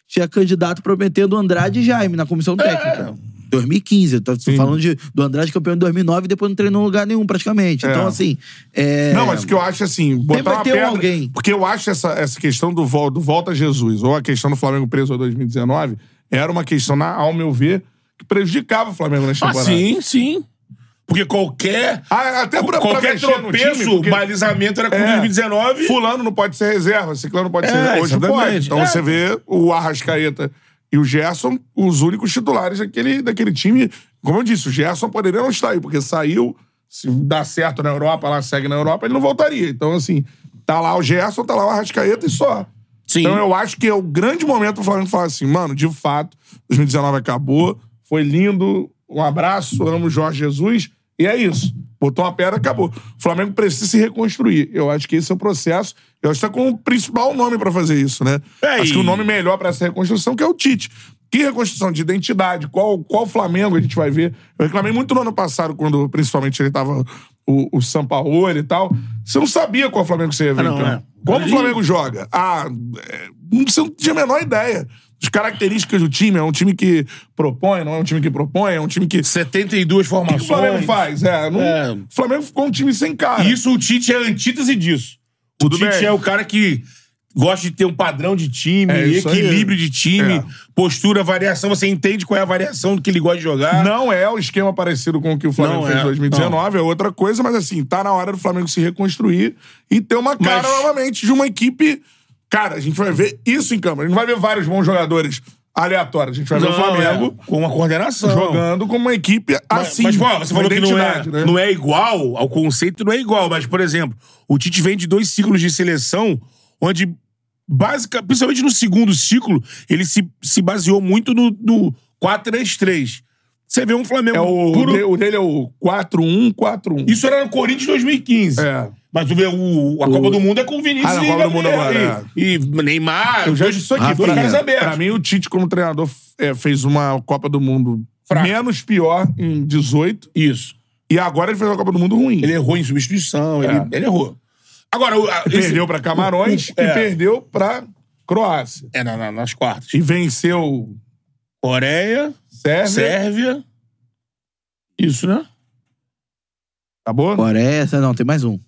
[SPEAKER 3] tinha candidato prometendo Andrade e Jaime na comissão
[SPEAKER 2] É.
[SPEAKER 3] técnica. 2015, eu tô falando de, do Andrade campeão em 2009 e depois não treinou em lugar nenhum, praticamente. Então, assim. é-
[SPEAKER 1] Não, mas o que eu acho assim, botar
[SPEAKER 3] vai
[SPEAKER 1] uma
[SPEAKER 3] ter um
[SPEAKER 1] pedra,
[SPEAKER 3] alguém.
[SPEAKER 1] porque eu acho essa, essa questão do, vol- do volta a Jesus ou a questão do Flamengo preso a 2019 era uma questão, na, ao meu ver, que prejudicava o Flamengo na
[SPEAKER 2] Ah,
[SPEAKER 1] temporada.
[SPEAKER 2] sim, sim. Porque qualquer.
[SPEAKER 1] Ah, até pra, pra
[SPEAKER 2] Qualquer
[SPEAKER 1] mexer no time,
[SPEAKER 2] tropeço,
[SPEAKER 1] porque-
[SPEAKER 2] balizamento era com
[SPEAKER 1] É.
[SPEAKER 2] 2019.
[SPEAKER 1] Fulano não pode ser reserva, Ciclano pode
[SPEAKER 2] É,
[SPEAKER 1] ser reserva. Hoje
[SPEAKER 2] exatamente.
[SPEAKER 1] pode. Então
[SPEAKER 2] É.
[SPEAKER 1] você vê o Arrascaeta e o Gerson, os únicos titulares daquele, daquele time. Como eu disse, o Gerson poderia não estar aí, porque saiu, se dá certo na Europa, lá segue na Europa, ele não voltaria. Então, assim, tá lá o Gerson, tá lá o Arrascaeta e só.
[SPEAKER 2] Sim.
[SPEAKER 1] Então eu acho que é o grande momento pro Flamengo falar assim, mano, de fato, 2019 acabou, foi lindo, um abraço, amo Jorge Jesus, e é isso. Botou uma pedra, acabou. O Flamengo precisa se reconstruir. Eu acho que esse é o processo. Eu acho que tá com o principal nome pra fazer isso, né?
[SPEAKER 2] É,
[SPEAKER 1] acho
[SPEAKER 2] e-
[SPEAKER 1] que o nome melhor pra essa reconstrução que é o Tite. Que reconstrução de identidade? Qual, qual Flamengo a gente vai ver? Eu reclamei muito no ano passado, quando principalmente ele tava o, o Sampaoli e tal, você não sabia qual Flamengo você ia ver,
[SPEAKER 2] Ah, não,
[SPEAKER 1] então.
[SPEAKER 2] é.
[SPEAKER 1] Como o
[SPEAKER 2] Ali-
[SPEAKER 1] Flamengo joga? Ah, é, não- você não tinha a menor ideia. As características do time, é um time que propõe, não é um time que propõe, é um time que...
[SPEAKER 2] 72
[SPEAKER 1] O que
[SPEAKER 2] formações.
[SPEAKER 1] o Flamengo faz? É, não-
[SPEAKER 2] É.
[SPEAKER 1] O Flamengo ficou um time sem cara.
[SPEAKER 2] Isso o Tite é a antítese disso. O
[SPEAKER 1] Tudo
[SPEAKER 2] Tite
[SPEAKER 1] bem.
[SPEAKER 2] é o cara que gosta de ter um padrão de time,
[SPEAKER 1] É isso aí.
[SPEAKER 2] equilíbrio de time,
[SPEAKER 1] É.
[SPEAKER 2] postura, variação. Você entende qual é a variação do que ele gosta de jogar.
[SPEAKER 1] Não é o esquema parecido com o que o Flamengo
[SPEAKER 2] Não
[SPEAKER 1] fez em
[SPEAKER 2] é,
[SPEAKER 1] 2019, é outra coisa, mas assim, tá na hora do Flamengo se reconstruir e ter uma cara
[SPEAKER 2] Mas-
[SPEAKER 1] novamente de uma equipe. Cara, a gente vai ver isso em campo. A gente não vai ver vários bons jogadores aleatórios. A gente vai ver o Flamengo
[SPEAKER 2] é. com uma coordenação.
[SPEAKER 1] jogando como uma equipe
[SPEAKER 2] Mas-
[SPEAKER 1] assim.
[SPEAKER 2] mas, pô, você
[SPEAKER 1] com
[SPEAKER 2] falou que não é,
[SPEAKER 1] identidade, né?
[SPEAKER 2] não é igual, ao conceito não é igual, mas, por exemplo, o Tite vem de dois ciclos de seleção onde, básica, principalmente no segundo ciclo, ele se, se baseou muito no, no 4-3-3. Você vê um Flamengo
[SPEAKER 1] É o,
[SPEAKER 2] puro-
[SPEAKER 1] de- o dele é o 4-1-4-1.
[SPEAKER 2] Isso era no Corinthians 2015.
[SPEAKER 1] É.
[SPEAKER 2] Mas o, o- a Copa do Mundo é com o Vinícius
[SPEAKER 1] Ah, na
[SPEAKER 2] e
[SPEAKER 1] Copa do
[SPEAKER 2] Gabriel,
[SPEAKER 1] Mundo agora, é.
[SPEAKER 2] E, e Neymar.
[SPEAKER 1] Eu já
[SPEAKER 2] dois-
[SPEAKER 1] disse isso aqui.
[SPEAKER 2] Ah,
[SPEAKER 1] pra,
[SPEAKER 2] dois caras
[SPEAKER 1] pra
[SPEAKER 2] abertos.
[SPEAKER 1] mim, o Tite, como treinador, é, fez uma Copa do Mundo
[SPEAKER 2] Fraca.
[SPEAKER 1] menos pior em 18.
[SPEAKER 2] Isso.
[SPEAKER 1] E agora ele fez uma Copa do Mundo ruim.
[SPEAKER 2] Ele errou em substituição, ele, ele errou. Agora, o- a- esse-
[SPEAKER 1] É. perdeu pra Camarões
[SPEAKER 2] o-
[SPEAKER 1] e
[SPEAKER 2] o- é.
[SPEAKER 1] perdeu pra Croácia.
[SPEAKER 2] É, na- na- nas quartas.
[SPEAKER 1] E venceu
[SPEAKER 2] Coreia,
[SPEAKER 1] Sérvia.
[SPEAKER 2] Sérvia. Isso, né?
[SPEAKER 1] Acabou?
[SPEAKER 3] Coreia, essa- não, tem mais um.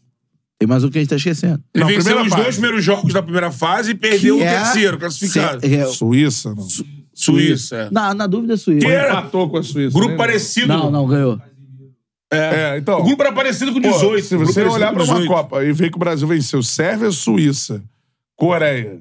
[SPEAKER 3] Tem mais um que a gente tá esquecendo.
[SPEAKER 2] Ele
[SPEAKER 1] Não,
[SPEAKER 2] venceu
[SPEAKER 1] primeira
[SPEAKER 2] os
[SPEAKER 1] fase.
[SPEAKER 2] dois primeiros jogos da primeira fase e perdeu
[SPEAKER 3] Que
[SPEAKER 2] o
[SPEAKER 3] é-
[SPEAKER 2] terceiro, classificado.
[SPEAKER 3] Se- é,
[SPEAKER 1] Suíça, não.
[SPEAKER 2] Suíça. é.
[SPEAKER 3] na, na dúvida, Suíça.
[SPEAKER 2] Que-
[SPEAKER 1] Empatou com a Suíça.
[SPEAKER 2] Grupo
[SPEAKER 1] né?
[SPEAKER 2] parecido.
[SPEAKER 3] Não, não, ganhou.
[SPEAKER 1] É, então.
[SPEAKER 2] O grupo era parecido com
[SPEAKER 1] pô,
[SPEAKER 2] 18.
[SPEAKER 1] se
[SPEAKER 2] o grupo
[SPEAKER 1] você
[SPEAKER 2] parecido
[SPEAKER 1] olhar
[SPEAKER 2] com
[SPEAKER 1] pra uma
[SPEAKER 2] 18.
[SPEAKER 1] Copa e ver que o Brasil venceu Sérvia, Suíça, Coreia.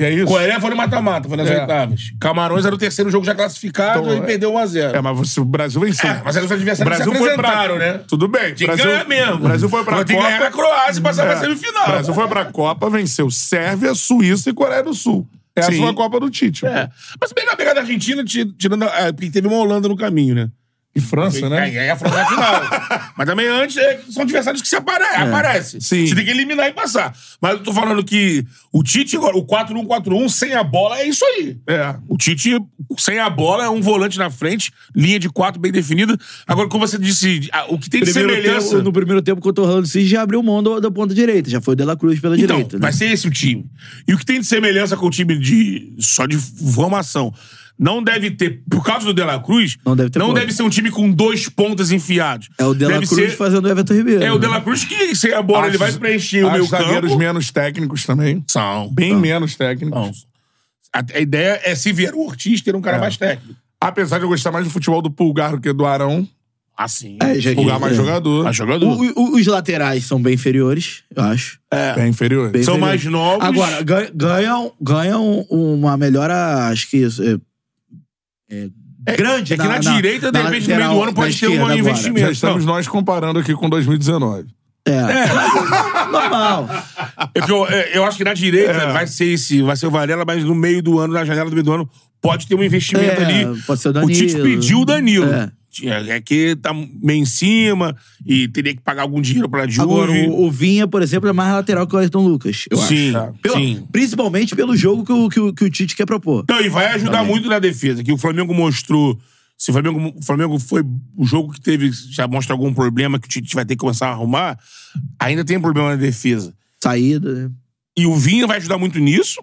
[SPEAKER 1] E é isso?
[SPEAKER 2] Coreia foi no mata-mata, foi nas
[SPEAKER 1] É.
[SPEAKER 2] oitavas. Camarões era o terceiro jogo já classificado
[SPEAKER 1] Então,
[SPEAKER 2] e
[SPEAKER 1] é.
[SPEAKER 2] perdeu 1x0.
[SPEAKER 1] É, Ah, mas se o Brasil venceu.
[SPEAKER 2] É, mas eram os adversários
[SPEAKER 1] O Brasil
[SPEAKER 2] que se
[SPEAKER 1] foi pra...
[SPEAKER 2] apresentaram, né?
[SPEAKER 1] Tudo bem.
[SPEAKER 2] Tinha que
[SPEAKER 1] Brasil...
[SPEAKER 2] ganhar mesmo.
[SPEAKER 1] O Brasil foi pra
[SPEAKER 2] Mas
[SPEAKER 1] Copa.
[SPEAKER 2] tem que ganhar na Croácia e passar pra
[SPEAKER 1] É.
[SPEAKER 2] semifinal.
[SPEAKER 1] O Brasil foi pra Copa, venceu Sérvia, Suíça e Coreia do Sul. Essa
[SPEAKER 2] Sim.
[SPEAKER 1] foi a Copa do Tite.
[SPEAKER 2] É. Mas pegar a pegada da Argentina, ti- tirando. a- ah, Porque teve uma Holanda no caminho, né?
[SPEAKER 1] E França, né?
[SPEAKER 2] Aí aí a França na final. Mas também antes é, são adversários que se apare... aparecem.
[SPEAKER 1] É. Sim.
[SPEAKER 2] Você tem que eliminar e passar. Mas eu tô falando que o Tite, agora, o 4-1-4-1 sem a bola é isso aí.
[SPEAKER 1] É.
[SPEAKER 2] O Tite, sem a bola, é um volante na frente, linha de quatro bem definida. Agora, como você disse, a- o que tem de
[SPEAKER 3] Primeiro
[SPEAKER 2] semelhança.
[SPEAKER 3] tempo, no primeiro tempo contra o Orlando City já abriu mão do- da ponta direita. Já foi o De La Cruz pela
[SPEAKER 2] Então,
[SPEAKER 3] direita. né?
[SPEAKER 2] vai ser esse o time. E o que tem de semelhança com o time de só de formação? Não deve ter, por causa do De La Cruz,
[SPEAKER 3] Não deve ter ponta.
[SPEAKER 2] ser um time com dois pontas enfiados.
[SPEAKER 3] É o De La
[SPEAKER 2] deve
[SPEAKER 3] Cruz
[SPEAKER 2] ser-
[SPEAKER 3] fazendo né? o Everton Ribeiro.
[SPEAKER 2] É o De La Cruz que, sem a bola,
[SPEAKER 1] Acho-
[SPEAKER 2] ele vai preencher o
[SPEAKER 1] acho
[SPEAKER 2] meu
[SPEAKER 1] zagueiros
[SPEAKER 2] campo.
[SPEAKER 1] menos técnicos também.
[SPEAKER 2] São.
[SPEAKER 1] Bem
[SPEAKER 2] são,
[SPEAKER 1] menos técnicos.
[SPEAKER 2] são. A, a ideia é, se vier o Ortiz, ter um cara
[SPEAKER 1] É.
[SPEAKER 2] mais técnico.
[SPEAKER 1] Apesar de eu gostar mais do futebol do Pulgar do que do Arão. Ah,
[SPEAKER 2] Assim.
[SPEAKER 3] É, já-
[SPEAKER 1] Pulgar mais
[SPEAKER 3] é.
[SPEAKER 1] jogador.
[SPEAKER 2] Mas
[SPEAKER 3] O-
[SPEAKER 2] jogador.
[SPEAKER 3] o- o- os laterais são bem inferiores, eu acho.
[SPEAKER 1] É inferior.
[SPEAKER 3] Bem
[SPEAKER 2] São
[SPEAKER 3] inferiores.
[SPEAKER 2] mais novos.
[SPEAKER 3] Agora, gan- ganham, ganham uma melhora, acho que. isso, é- é grande.
[SPEAKER 2] É que na, direita, de repente, no meio do ano, pode ter um
[SPEAKER 3] uma
[SPEAKER 2] investimento.
[SPEAKER 1] Já estamos nós comparando aqui com 2019.
[SPEAKER 3] É. Normal.
[SPEAKER 2] É que eu, é, eu acho que na direita vai ser esse, vai ser o Varela, mas no meio do ano, na janela do meio do ano, pode ter um investimento
[SPEAKER 3] É,
[SPEAKER 2] ali.
[SPEAKER 3] pode ser o
[SPEAKER 2] O Tite
[SPEAKER 3] Danilo.
[SPEAKER 2] pediu o Danilo.
[SPEAKER 3] É.
[SPEAKER 2] É. é que tá meio em cima e teria que pagar algum dinheiro pra Juve.
[SPEAKER 3] Agora, o, o Vinha, por exemplo, é mais lateral que o Ayrton Lucas, eu acho.
[SPEAKER 2] sim,
[SPEAKER 1] acho.
[SPEAKER 3] Pelo-
[SPEAKER 2] sim.
[SPEAKER 3] Principalmente pelo jogo que o, que o, que o Tite quer propor.
[SPEAKER 2] Então, e vai ajudar muito na defesa, que o Flamengo mostrou. Se o Flamengo, o Flamengo foi o jogo que teve, já mostra algum problema que o Tite vai ter que começar a arrumar, ainda tem problema na defesa.
[SPEAKER 3] Saída, né?
[SPEAKER 2] E o Vinha vai ajudar muito nisso.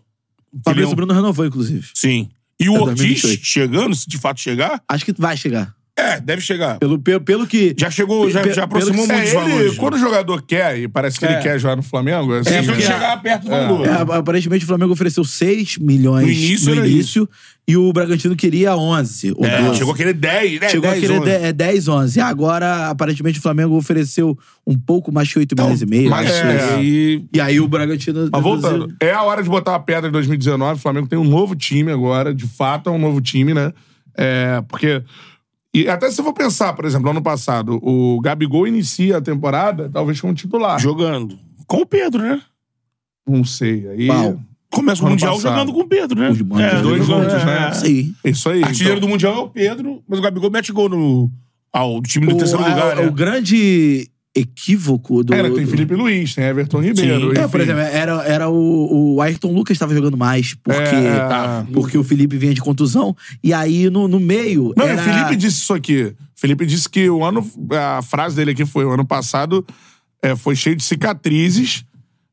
[SPEAKER 2] Ele é
[SPEAKER 3] Fabrício
[SPEAKER 2] um-
[SPEAKER 3] Bruno renovou, inclusive.
[SPEAKER 2] Sim. E o
[SPEAKER 3] É
[SPEAKER 2] Ortiz
[SPEAKER 3] 2028.
[SPEAKER 2] chegando, se de fato chegar,
[SPEAKER 3] Acho que vai chegar.
[SPEAKER 2] é, deve chegar.
[SPEAKER 3] Pelo, pelo, pelo que.
[SPEAKER 2] Já chegou, já,
[SPEAKER 3] Pe-
[SPEAKER 2] já
[SPEAKER 3] pelo
[SPEAKER 2] aproximou
[SPEAKER 3] que-
[SPEAKER 2] muito
[SPEAKER 1] É,
[SPEAKER 2] dos
[SPEAKER 1] ele,
[SPEAKER 2] valores.
[SPEAKER 1] quando o jogador quer, e parece que
[SPEAKER 2] É.
[SPEAKER 1] ele quer jogar no Flamengo, é assim,
[SPEAKER 2] Eles vão
[SPEAKER 1] né?
[SPEAKER 3] porque-
[SPEAKER 2] chegar perto do valor.
[SPEAKER 3] É, aparentemente o Flamengo ofereceu 6 milhões
[SPEAKER 2] No
[SPEAKER 3] no
[SPEAKER 2] início
[SPEAKER 3] início,
[SPEAKER 2] era
[SPEAKER 3] e o Bragantino queria 11. ou
[SPEAKER 2] É,
[SPEAKER 3] 12.
[SPEAKER 2] chegou a querer 10, né?
[SPEAKER 3] Chegou
[SPEAKER 2] 10,
[SPEAKER 3] a querer
[SPEAKER 2] 11.
[SPEAKER 3] 10, é, 10, 11. Agora, aparentemente, o Flamengo ofereceu um pouco mais que 8 milhões e
[SPEAKER 2] Então,
[SPEAKER 3] meio.
[SPEAKER 1] mas
[SPEAKER 3] acho. né?
[SPEAKER 1] é.
[SPEAKER 3] E, e aí o Bragantino.
[SPEAKER 1] Mas voltando, é a hora de botar a pedra em 2019. O Flamengo tem um novo time agora, de fato é um novo time, né? É, porque. E até se eu for pensar, por exemplo, ano passado, o Gabigol inicia a temporada talvez como titular.
[SPEAKER 2] Jogando. Com o Pedro, né?
[SPEAKER 1] Não sei. Aí.
[SPEAKER 3] Pau.
[SPEAKER 2] Começa o
[SPEAKER 1] Ano
[SPEAKER 2] Mundial
[SPEAKER 1] passado.
[SPEAKER 2] jogando com o Pedro, né?
[SPEAKER 3] Os manos
[SPEAKER 2] É,
[SPEAKER 3] jogando
[SPEAKER 1] Dois
[SPEAKER 2] jogando,
[SPEAKER 1] juntos,
[SPEAKER 2] é.
[SPEAKER 1] né?
[SPEAKER 3] Sim.
[SPEAKER 1] Isso aí.
[SPEAKER 2] Artilheiro
[SPEAKER 1] então.
[SPEAKER 2] do Mundial é o Pedro, mas o Gabigol mete gol no. Ao time do
[SPEAKER 3] O,
[SPEAKER 2] terceiro
[SPEAKER 3] a-
[SPEAKER 2] lugar,
[SPEAKER 3] o
[SPEAKER 2] né?
[SPEAKER 3] grande equívoco do.
[SPEAKER 1] Era, tem
[SPEAKER 3] do-
[SPEAKER 1] Felipe Luiz, tem Everton Ribeiro.
[SPEAKER 3] É,
[SPEAKER 1] enfim.
[SPEAKER 3] por exemplo, era, era o, o Ayrton Lucas estava jogando mais, porque,
[SPEAKER 1] É, tá.
[SPEAKER 3] porque o Felipe vinha de contusão. E aí, no, no meio.
[SPEAKER 1] Não,
[SPEAKER 3] era...
[SPEAKER 1] o Felipe disse isso aqui. O Felipe disse que o ano. A frase dele aqui foi: o ano passado é, foi cheio de cicatrizes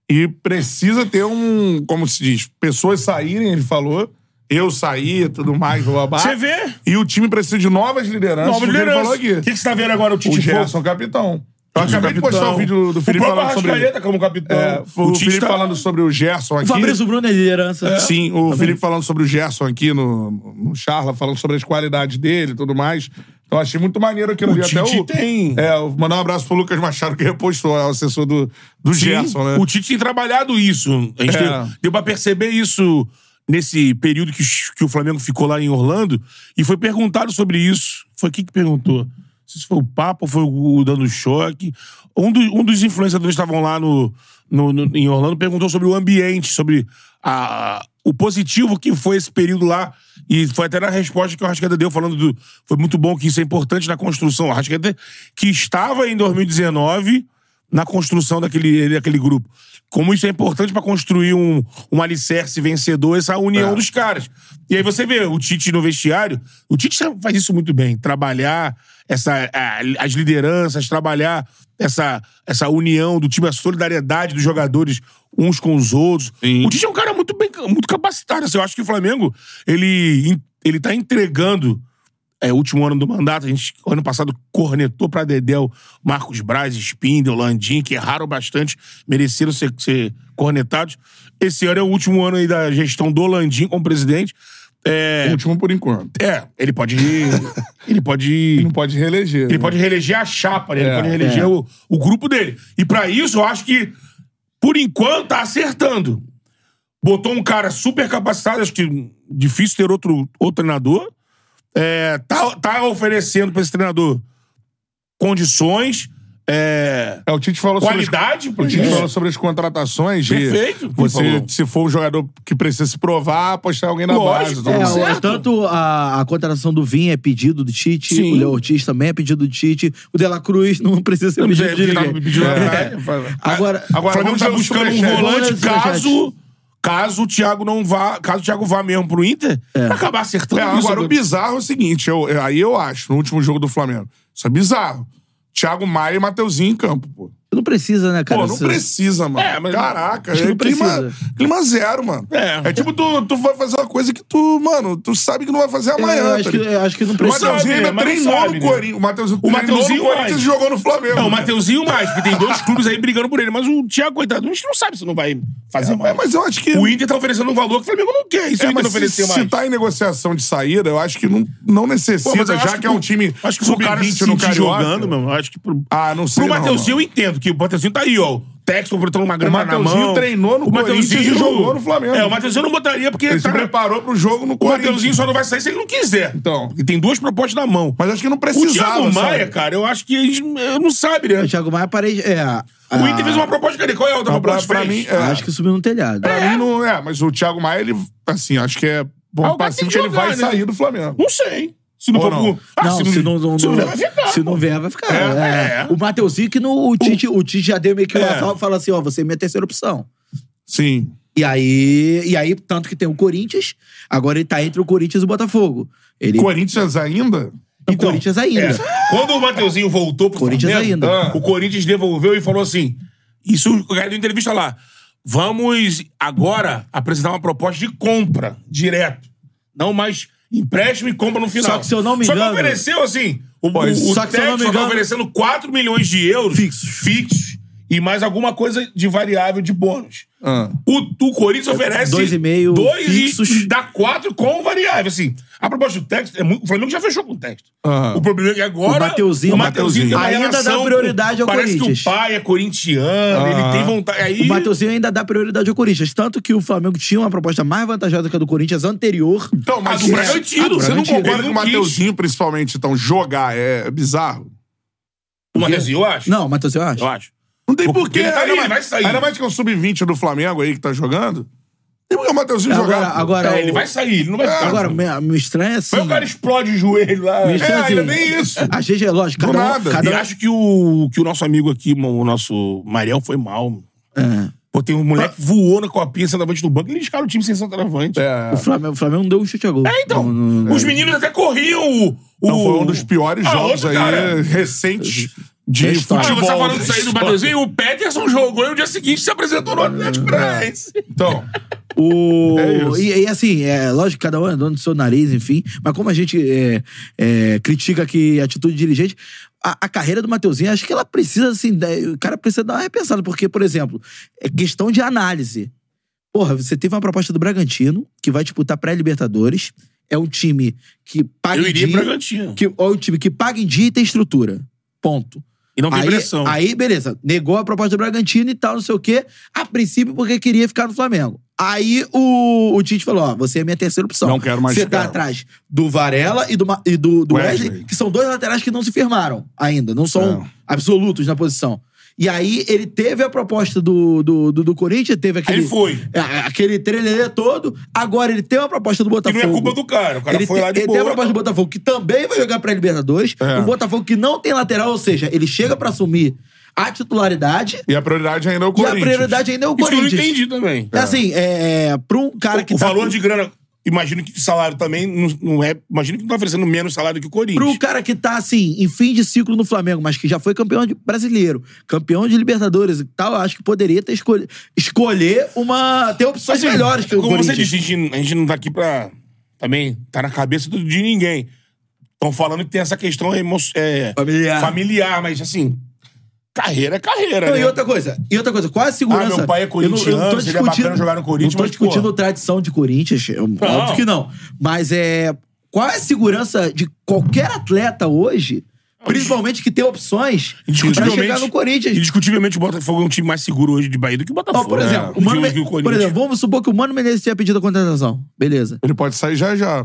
[SPEAKER 1] e precisa ter um. Como se diz? Pessoas saírem, ele falou. Eu saí, tudo mais, babá.
[SPEAKER 2] Você vê?
[SPEAKER 1] E o time precisa de novas lideranças.
[SPEAKER 2] Nova
[SPEAKER 1] porque ele
[SPEAKER 2] liderança.
[SPEAKER 1] falou
[SPEAKER 2] O
[SPEAKER 1] aqui.
[SPEAKER 2] que que você tá vendo agora? O
[SPEAKER 1] O
[SPEAKER 2] Tite Fox?
[SPEAKER 1] Gerson tá capitão. Eu
[SPEAKER 2] Tite
[SPEAKER 1] acabei de
[SPEAKER 2] Tipo capitão.
[SPEAKER 1] postar o vídeo do Felipe
[SPEAKER 2] o próprio
[SPEAKER 1] falando sobre.
[SPEAKER 2] Arrascaeta como capitão.
[SPEAKER 1] É, o, Felipe
[SPEAKER 2] tá-
[SPEAKER 1] falando sobre o Gerson aqui.
[SPEAKER 3] O Fabrício Bruno é liderança.
[SPEAKER 1] Sim, o Felipe falando sobre o Gerson aqui no, no Charla, falando sobre as qualidades dele e tudo mais. Então achei muito maneiro aquilo
[SPEAKER 2] O
[SPEAKER 1] ali. Até
[SPEAKER 2] Tite
[SPEAKER 1] o,
[SPEAKER 2] tem.
[SPEAKER 1] É, eu vou mandar um abraço pro Lucas Machado, que repostou, é o assessor do, do
[SPEAKER 2] Sim,
[SPEAKER 1] Gerson, né?
[SPEAKER 2] O Tite tem trabalhado isso. A gente
[SPEAKER 1] É.
[SPEAKER 2] teve- deu pra perceber isso nesse período que, os- que o Flamengo ficou lá em Orlando e foi perguntado sobre isso. Foi quem que perguntou? Não sei se foi o Papa, foi o o Dando Choque. Um, do- um dos influenciadores que estavam lá no, no- no- em Orlando perguntou sobre o ambiente, sobre a, o positivo que foi esse período lá. E foi até na resposta que o Arrascaeta deu, falando do. Foi muito bom que isso é importante na construção. O Arrascaeta, que estava em 2019 na construção daquele, daquele grupo. Como isso é importante pra construir um, um alicerce vencedor, essa união dos caras. E aí você vê o Tite no vestiário, o Tite faz isso muito bem, trabalhar essa, a- as lideranças, trabalhar essa, essa união do time, a solidariedade dos jogadores uns com os outros. O Tite é um cara muito bem muito capacitado. assim, eu acho que o Flamengo, ele, ele tá entregando é, último ano do mandato, a gente, ano passado, cornetou pra Dedel, Marcos Braz, Spindel, Landim, que erraram bastante, mereceram ser, ser cornetados. Esse ano é o último ano aí da gestão do Landim como presidente. É,
[SPEAKER 1] Último por enquanto.
[SPEAKER 2] é ele pode ele
[SPEAKER 1] Ele
[SPEAKER 2] pode
[SPEAKER 1] não pode reeleger.
[SPEAKER 2] ele
[SPEAKER 1] né?
[SPEAKER 2] pode reeleger a chapa, né? ele
[SPEAKER 1] É,
[SPEAKER 2] pode reeleger
[SPEAKER 3] é.
[SPEAKER 2] o, o grupo dele. E pra isso, eu acho que, por enquanto, tá acertando. Botou um cara super capacitado, acho que difícil ter outro, outro treinador. É, tá, tá oferecendo pra esse treinador condições, é,
[SPEAKER 1] É, o Tite falou sobre.
[SPEAKER 2] qualidade.
[SPEAKER 1] É.
[SPEAKER 2] pra
[SPEAKER 1] As, o Tite
[SPEAKER 2] isso.
[SPEAKER 1] falou sobre as contratações. de
[SPEAKER 2] Perfeito.
[SPEAKER 1] Você,
[SPEAKER 2] Falou.
[SPEAKER 1] se for um jogador que precisa se provar, apostar alguém na
[SPEAKER 2] Lógico,
[SPEAKER 1] base. tudo
[SPEAKER 3] É,
[SPEAKER 2] Tá
[SPEAKER 1] mais.
[SPEAKER 3] o-
[SPEAKER 2] certo.
[SPEAKER 3] tanto a, a contratação do Vim é pedido do Tite,
[SPEAKER 2] Sim.
[SPEAKER 3] o Léo Ortiz também é pedido do Tite, o De La Cruz não precisa ser
[SPEAKER 2] Não, mas
[SPEAKER 3] pedido
[SPEAKER 2] é,
[SPEAKER 3] de
[SPEAKER 2] tá
[SPEAKER 3] ninguém.
[SPEAKER 2] pedindo-
[SPEAKER 1] É.
[SPEAKER 3] Agora,
[SPEAKER 2] O
[SPEAKER 1] Agora,
[SPEAKER 2] Flamengo
[SPEAKER 1] vamos
[SPEAKER 2] tá
[SPEAKER 1] ao
[SPEAKER 2] buscando um
[SPEAKER 1] superchat.
[SPEAKER 2] volante
[SPEAKER 3] Vamos ao
[SPEAKER 2] caso, caso o Thiago não vá, caso o Thiago vá mesmo pro Inter, pra acabar acertando.
[SPEAKER 1] É,
[SPEAKER 2] isso,
[SPEAKER 1] agora o
[SPEAKER 2] né?
[SPEAKER 1] bizarro é o seguinte, eu- eu- aí eu acho, no último jogo do Flamengo. Isso é bizarro. Thiago Maia e Mateuzinho em campo, pô.
[SPEAKER 3] não precisa, né, cara?
[SPEAKER 1] Pô, não
[SPEAKER 3] Isso-
[SPEAKER 1] precisa, mano.
[SPEAKER 2] É, mas-
[SPEAKER 1] Caraca,
[SPEAKER 3] Acho que
[SPEAKER 1] é
[SPEAKER 3] não
[SPEAKER 1] clima,
[SPEAKER 3] precisa.
[SPEAKER 1] clima zero, mano.
[SPEAKER 2] É.
[SPEAKER 1] tipo, tu, tu vai fazer uma coisa que tu, mano, tu sabe que não vai fazer
[SPEAKER 3] É,
[SPEAKER 1] amanhã.
[SPEAKER 3] acho,
[SPEAKER 1] tá
[SPEAKER 3] que,
[SPEAKER 1] ligado?
[SPEAKER 3] acho que não
[SPEAKER 1] o
[SPEAKER 3] precisa.
[SPEAKER 1] Mateuzinho ainda
[SPEAKER 2] mas não
[SPEAKER 1] treinou
[SPEAKER 2] sabe,
[SPEAKER 1] no
[SPEAKER 2] né?
[SPEAKER 1] Corinthians. O Mateuzinho
[SPEAKER 2] O
[SPEAKER 1] treinou
[SPEAKER 2] Mateuzinho
[SPEAKER 1] no Corinthians
[SPEAKER 2] mais.
[SPEAKER 1] e jogou no Flamengo.
[SPEAKER 2] Não, o
[SPEAKER 1] né?
[SPEAKER 2] Mateuzinho mais, porque tem dois clubes aí brigando por ele. Mas o Thiago, coitado, a gente não sabe se não vai fazer
[SPEAKER 1] É,
[SPEAKER 2] mais.
[SPEAKER 1] mas eu acho que.
[SPEAKER 2] O Inter tá oferecendo um valor que o Flamengo não quer. Isso
[SPEAKER 1] É,
[SPEAKER 2] o Inter
[SPEAKER 1] mas
[SPEAKER 2] não ofereceu
[SPEAKER 1] se,
[SPEAKER 2] mais.
[SPEAKER 1] se tá em negociação de saída, eu acho que não, não
[SPEAKER 2] Pô, mas
[SPEAKER 1] necessita,
[SPEAKER 2] eu tá- acho
[SPEAKER 1] já que, é um
[SPEAKER 2] pro-
[SPEAKER 1] time.
[SPEAKER 2] Acho que
[SPEAKER 1] se
[SPEAKER 2] pro cara se
[SPEAKER 1] Corinthians não
[SPEAKER 2] sentir
[SPEAKER 1] Carioca-
[SPEAKER 2] jogando, meu, eu acho que pro.
[SPEAKER 1] Ah, não sei.
[SPEAKER 2] Pro
[SPEAKER 1] não,
[SPEAKER 2] Mateuzinho eu entendo que o Mateuzinho tá aí, ó. O Texton botando uma grana na
[SPEAKER 1] Mateuzinho
[SPEAKER 2] mão.
[SPEAKER 1] treinou no
[SPEAKER 2] O Mateuzinho-
[SPEAKER 1] Corinthians e jogou no Flamengo.
[SPEAKER 2] É, o Mateuzinho eu não botaria porque
[SPEAKER 1] Ele se
[SPEAKER 2] tá na-
[SPEAKER 1] preparou pro jogo no
[SPEAKER 2] O
[SPEAKER 1] Corinthians.
[SPEAKER 2] Mateuzinho só não vai sair se ele não quiser.
[SPEAKER 1] Então.
[SPEAKER 2] E tem duas propostas na mão.
[SPEAKER 1] Mas acho que não
[SPEAKER 2] O
[SPEAKER 1] precisava.
[SPEAKER 2] Thiago
[SPEAKER 1] sabe?
[SPEAKER 2] Maia, cara, eu acho que a gente eu não sabe, né?
[SPEAKER 3] O Thiago Maia parei. É, a-
[SPEAKER 2] O Inter fez uma proposta, cadê? Qual é a outra
[SPEAKER 1] Ah. Pra-
[SPEAKER 2] proposta
[SPEAKER 1] pra
[SPEAKER 2] que fez?
[SPEAKER 1] mim, é.
[SPEAKER 3] Acho que subiu no telhado.
[SPEAKER 1] Pra mim não é, mas o Thiago Maia, ele, assim, acho que é bom
[SPEAKER 2] Ah, o cara
[SPEAKER 1] passivo
[SPEAKER 2] tem
[SPEAKER 1] que
[SPEAKER 2] que
[SPEAKER 1] ele vai
[SPEAKER 2] jogar, né?
[SPEAKER 1] sair do Flamengo.
[SPEAKER 2] Não sei. Se não
[SPEAKER 1] Ou
[SPEAKER 2] for
[SPEAKER 1] não?
[SPEAKER 2] pro- Ah,
[SPEAKER 3] não, se não, não,
[SPEAKER 2] se não
[SPEAKER 3] não-
[SPEAKER 2] vai ficar,
[SPEAKER 3] se não vier, vai ficar.
[SPEAKER 2] É,
[SPEAKER 3] é.
[SPEAKER 2] é.
[SPEAKER 3] O Mateuzinho que no, o, Tite, o Tite já deu meio que uma
[SPEAKER 2] É.
[SPEAKER 3] salva e fala assim: ó, você é minha terceira opção.
[SPEAKER 1] Sim.
[SPEAKER 3] E aí, e aí, tanto que tem o Corinthians, agora ele tá entre o Corinthians e o Botafogo. Ele
[SPEAKER 1] Corinthians ainda?
[SPEAKER 3] o Corinthians ainda.
[SPEAKER 2] É. Quando o Mateuzinho voltou pro
[SPEAKER 3] Corinthians
[SPEAKER 2] Flamengo,
[SPEAKER 3] ainda.
[SPEAKER 2] ah, o Corinthians devolveu e falou assim: isso o cara deu entrevista lá. Vamos agora apresentar uma proposta de compra direto. Não mais empréstimo e compra no final.
[SPEAKER 3] Só que se eu não me
[SPEAKER 2] Só
[SPEAKER 3] engano-
[SPEAKER 2] que ofereceu assim. O, o, o
[SPEAKER 3] só que se eu não me
[SPEAKER 2] Textor tá
[SPEAKER 3] engano-
[SPEAKER 2] oferecendo 4 milhões de euros fixos. fixos e mais alguma coisa de variável de bônus.
[SPEAKER 1] Ah.
[SPEAKER 2] O, o Corinthians oferece.
[SPEAKER 3] É, dois e meio
[SPEAKER 2] dois
[SPEAKER 3] fixos.
[SPEAKER 2] E, dá quatro com variável. Assim, a proposta do texto. É muito, o Flamengo já fechou com o texto.
[SPEAKER 1] Aham.
[SPEAKER 2] O problema é que agora.
[SPEAKER 3] O Mateuzinho-
[SPEAKER 2] o Mateuzinho tem uma
[SPEAKER 3] Ainda dá
[SPEAKER 2] relação
[SPEAKER 3] prioridade
[SPEAKER 2] com-
[SPEAKER 3] ao
[SPEAKER 2] parece
[SPEAKER 3] Corinthians.
[SPEAKER 2] que o pai é corintiano,
[SPEAKER 1] Ah.
[SPEAKER 2] ele tem vontade. Aí,
[SPEAKER 3] O Mateuzinho ainda dá prioridade ao Corinthians. Tanto que o Flamengo tinha uma proposta mais vantajosa que a do Corinthians anterior.
[SPEAKER 1] Então,
[SPEAKER 3] Ah,
[SPEAKER 2] mas
[SPEAKER 1] mas
[SPEAKER 2] o
[SPEAKER 1] é-
[SPEAKER 2] Bragantino,
[SPEAKER 1] você não
[SPEAKER 3] Bragantino.
[SPEAKER 1] concorda
[SPEAKER 2] Ele
[SPEAKER 1] que o
[SPEAKER 2] não quis.
[SPEAKER 1] Mateuzinho, principalmente, então, jogar é bizarro?
[SPEAKER 2] o Mateuzinho, eu acho.
[SPEAKER 3] Não, Mateuzinho, eu acho.
[SPEAKER 2] Eu acho.
[SPEAKER 1] Não tem porquê.
[SPEAKER 2] ele tá aí,
[SPEAKER 1] ainda
[SPEAKER 2] ele
[SPEAKER 1] mais- um
[SPEAKER 2] vai sair.
[SPEAKER 1] Ainda mais que é o sub-20 do Flamengo aí que tá jogando. E porque o Mateuzinho
[SPEAKER 3] Agora-
[SPEAKER 1] jogava.
[SPEAKER 3] agora-
[SPEAKER 2] É, ele vai sair, ele não vai ficar.
[SPEAKER 3] Ah, Agora, me, me estranha é assim.
[SPEAKER 2] Mas o cara explode o joelho lá.
[SPEAKER 3] Me
[SPEAKER 1] É,
[SPEAKER 3] estranha
[SPEAKER 1] ainda
[SPEAKER 3] assim.
[SPEAKER 1] nem isso.
[SPEAKER 3] Às vezes é lógico, cada um-
[SPEAKER 1] nada.
[SPEAKER 3] cada
[SPEAKER 2] E
[SPEAKER 3] um-
[SPEAKER 2] acho que o, que o nosso amigo aqui, mo- o nosso Mariel, foi mal. mano.
[SPEAKER 3] É.
[SPEAKER 2] Pô, tem um moleque que voou na copinha, centroavante do banco, e eles ficaram o time sem centroavante.
[SPEAKER 1] É.
[SPEAKER 3] O Flamengo, o Flamengo não deu um chute a gol.
[SPEAKER 2] É, então.
[SPEAKER 3] Não- não- não-
[SPEAKER 2] Os meninos até corriam o. o...
[SPEAKER 1] Então foi um dos piores
[SPEAKER 2] Ah,
[SPEAKER 1] jogos
[SPEAKER 2] outro
[SPEAKER 1] aí
[SPEAKER 2] cara.
[SPEAKER 1] recentes de
[SPEAKER 3] É
[SPEAKER 1] futebol.
[SPEAKER 3] história.
[SPEAKER 2] Ah, você tá falando
[SPEAKER 1] da
[SPEAKER 2] disso aí do
[SPEAKER 1] história.
[SPEAKER 2] Mateuzinho? O Peterson jogou e no dia seguinte se apresentou no Atlético Paranaense.
[SPEAKER 1] Hum. Então,
[SPEAKER 3] O...
[SPEAKER 1] É isso.
[SPEAKER 3] e, e assim, é lógico que cada um é dono do seu nariz, enfim. Mas como a gente é, é, critica aqui a atitude dirigente, a, a carreira do Mateuzinho, acho que ela precisa, assim, da- o cara precisa dar uma repensada. Porque, por exemplo, é questão de análise. Porra, você teve uma proposta do Bragantino, que vai disputar pré-Libertadores. É um time que paga
[SPEAKER 2] Eu
[SPEAKER 3] em
[SPEAKER 2] iria
[SPEAKER 3] dia.
[SPEAKER 2] pra Gantinha.
[SPEAKER 3] Que, é um time que paga em dia e tem estrutura. Ponto.
[SPEAKER 2] E não tem
[SPEAKER 3] Aí,
[SPEAKER 2] pressão.
[SPEAKER 3] aí, beleza, negou a proposta do Bragantino e tal, não sei o quê, a princípio porque queria ficar no Flamengo. Aí o, o Tite falou: ó, você é a minha terceira opção.
[SPEAKER 1] Não quero mais
[SPEAKER 3] Você
[SPEAKER 1] ficar.
[SPEAKER 3] tá atrás do Varela e do, Ma- e do, do
[SPEAKER 1] Wesley.
[SPEAKER 3] Wesley, que são dois laterais que não se firmaram ainda, não são
[SPEAKER 1] É.
[SPEAKER 3] absolutos na posição. E aí ele teve a proposta do, do, do, do Corinthians, teve aquele.
[SPEAKER 2] ele foi.
[SPEAKER 3] a- a- Aquele trelelê todo, agora ele tem uma proposta do
[SPEAKER 2] Que
[SPEAKER 3] Botafogo.
[SPEAKER 2] não é culpa do cara. O cara
[SPEAKER 3] Ele
[SPEAKER 2] foi
[SPEAKER 3] tem,
[SPEAKER 2] lá de
[SPEAKER 3] ele tem a
[SPEAKER 2] boa.
[SPEAKER 3] proposta do Botafogo que também vai jogar pra Libertadores.
[SPEAKER 1] É.
[SPEAKER 3] Um Botafogo que não tem lateral, ou seja, ele chega pra assumir a titularidade
[SPEAKER 1] e a prioridade ainda é o
[SPEAKER 3] e a
[SPEAKER 1] Corinthians.
[SPEAKER 3] prioridade ainda é o
[SPEAKER 2] Isso eu não
[SPEAKER 3] Corinthians.
[SPEAKER 2] entendi também.
[SPEAKER 3] É Assim, é, é, pra um cara que
[SPEAKER 2] o
[SPEAKER 3] tá.
[SPEAKER 2] valor de grana, imagino que salário também não, não é. Imagino que não tá oferecendo menos salário que o Corinthians.
[SPEAKER 3] Pro cara que tá, assim, em fim de ciclo no Flamengo, mas que já foi campeão de- brasileiro, campeão de Libertadores e tal, acho que poderia ter escolhido. Escolher uma. ter opções
[SPEAKER 2] Assim,
[SPEAKER 3] melhores que o
[SPEAKER 2] Como você
[SPEAKER 3] Corinthians.
[SPEAKER 2] disse, a gente, a gente não tá aqui pra. Também tá na cabeça do- de ninguém. Estão falando que tem essa questão emo- é,
[SPEAKER 3] Familiar.
[SPEAKER 2] familiar, mas assim. Carreira é carreira.
[SPEAKER 3] Ah. Não,
[SPEAKER 2] né?
[SPEAKER 3] e outra coisa, e outra coisa, qual é a segurança?
[SPEAKER 2] Ah, meu pai é
[SPEAKER 3] Eu não- eu não tô
[SPEAKER 2] corintiano, seria bacana
[SPEAKER 3] discutindo-
[SPEAKER 2] jogar no Corinthians,
[SPEAKER 3] Não tô
[SPEAKER 2] mas,
[SPEAKER 3] discutindo
[SPEAKER 2] pô.
[SPEAKER 3] tradição de Corinthians, eu- óbvio que não. Mas é. Qual é a segurança de qualquer atleta hoje, principalmente que tem opções pra
[SPEAKER 2] Indiscutivelmente-
[SPEAKER 3] chegar no Corinthians?
[SPEAKER 2] Indiscutivelmente, o Botafogo é um time mais seguro hoje de Bahia do que o Botafogo.
[SPEAKER 3] Ó, por exemplo,
[SPEAKER 2] é,
[SPEAKER 3] o Mano
[SPEAKER 2] do
[SPEAKER 3] Men-
[SPEAKER 2] que o
[SPEAKER 3] por
[SPEAKER 2] Corinthians.
[SPEAKER 3] exemplo, vamos supor que o Mano Menezes tinha pedido a contratação. Beleza.
[SPEAKER 1] Ele pode sair já já.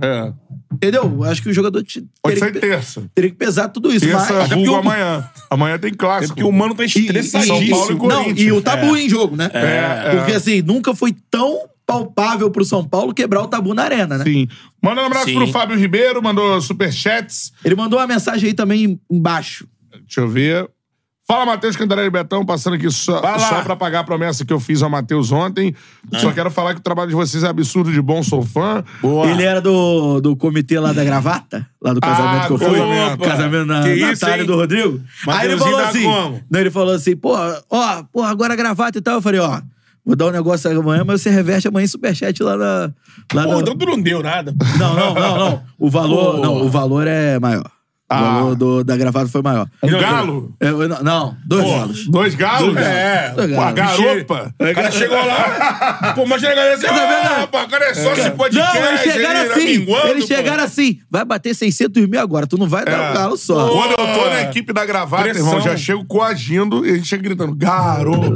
[SPEAKER 1] É.
[SPEAKER 3] Entendeu? Acho que o jogador te-
[SPEAKER 1] Pode
[SPEAKER 3] teria,
[SPEAKER 1] sair
[SPEAKER 3] que, pe-
[SPEAKER 1] terça.
[SPEAKER 3] teria que pesar tudo isso. mas-
[SPEAKER 1] Terça,
[SPEAKER 2] porque
[SPEAKER 1] vulgo
[SPEAKER 2] o-
[SPEAKER 1] amanhã. Amanhã tem
[SPEAKER 2] É
[SPEAKER 1] clássico.
[SPEAKER 2] porque o Mano tá estressadíssimo.
[SPEAKER 1] São Paulo e Corinthians.
[SPEAKER 3] Não, e o tabu em jogo, né?
[SPEAKER 1] É, é.
[SPEAKER 3] Porque assim, nunca foi tão palpável pro São Paulo quebrar o tabu na arena, né?
[SPEAKER 1] Sim. Manda um abraço
[SPEAKER 2] Sim.
[SPEAKER 1] pro Fábio Ribeiro, mandou superchats.
[SPEAKER 3] Ele mandou uma mensagem aí também embaixo.
[SPEAKER 1] Deixa eu ver. Fala, Matheus Cantarelli Betão, passando aqui só,
[SPEAKER 2] Vai lá.
[SPEAKER 1] só pra pagar a promessa que eu fiz ao Matheus ontem. Só quero falar que o trabalho de vocês é absurdo de bom, sou fã.
[SPEAKER 2] Boa.
[SPEAKER 3] Ele era do, do comitê lá da gravata, lá do casamento
[SPEAKER 1] Ah,
[SPEAKER 3] que eu fui.
[SPEAKER 2] opa!
[SPEAKER 3] Casamento na
[SPEAKER 2] Que
[SPEAKER 3] Natália
[SPEAKER 2] isso, hein?
[SPEAKER 3] do Rodrigo. Aí ele
[SPEAKER 2] Mateuzinho
[SPEAKER 3] falou
[SPEAKER 2] dá
[SPEAKER 3] assim.
[SPEAKER 2] como?
[SPEAKER 3] Não, ele falou assim, pô, ó, pô, agora a gravata e tal. Eu falei, ó, vou dar um negócio amanhã, mas você reverte amanhã em superchat lá na. Lá
[SPEAKER 2] Pô,
[SPEAKER 3] na-
[SPEAKER 2] então tu não deu nada.
[SPEAKER 3] Não, não, não, não. O valor,
[SPEAKER 2] Pô.
[SPEAKER 3] não, o valor é maior. O valor do- da gravata foi maior.
[SPEAKER 1] Um galo?
[SPEAKER 3] É, eu- não, não, dois
[SPEAKER 2] Pô.
[SPEAKER 3] galos.
[SPEAKER 1] Dois galos?
[SPEAKER 2] É.
[SPEAKER 3] Dois
[SPEAKER 1] Com a
[SPEAKER 3] galos.
[SPEAKER 1] garopa.
[SPEAKER 2] O cara chegou lá. Pô, imagina a galera assim,
[SPEAKER 3] Tá vendo?
[SPEAKER 2] ah, rapaz, o cara é só esse podcast.
[SPEAKER 3] Não, eles chegaram
[SPEAKER 2] ele tá
[SPEAKER 3] assim.
[SPEAKER 2] minguando,
[SPEAKER 3] eles
[SPEAKER 2] pô.
[SPEAKER 3] chegaram assim. Vai bater 600 mil agora. Tu não vai dar um galo só.
[SPEAKER 1] Quando eu tô na equipe da gravata,
[SPEAKER 2] Pressão.
[SPEAKER 1] irmão, já chego coagindo e a gente chega gritando: garopa,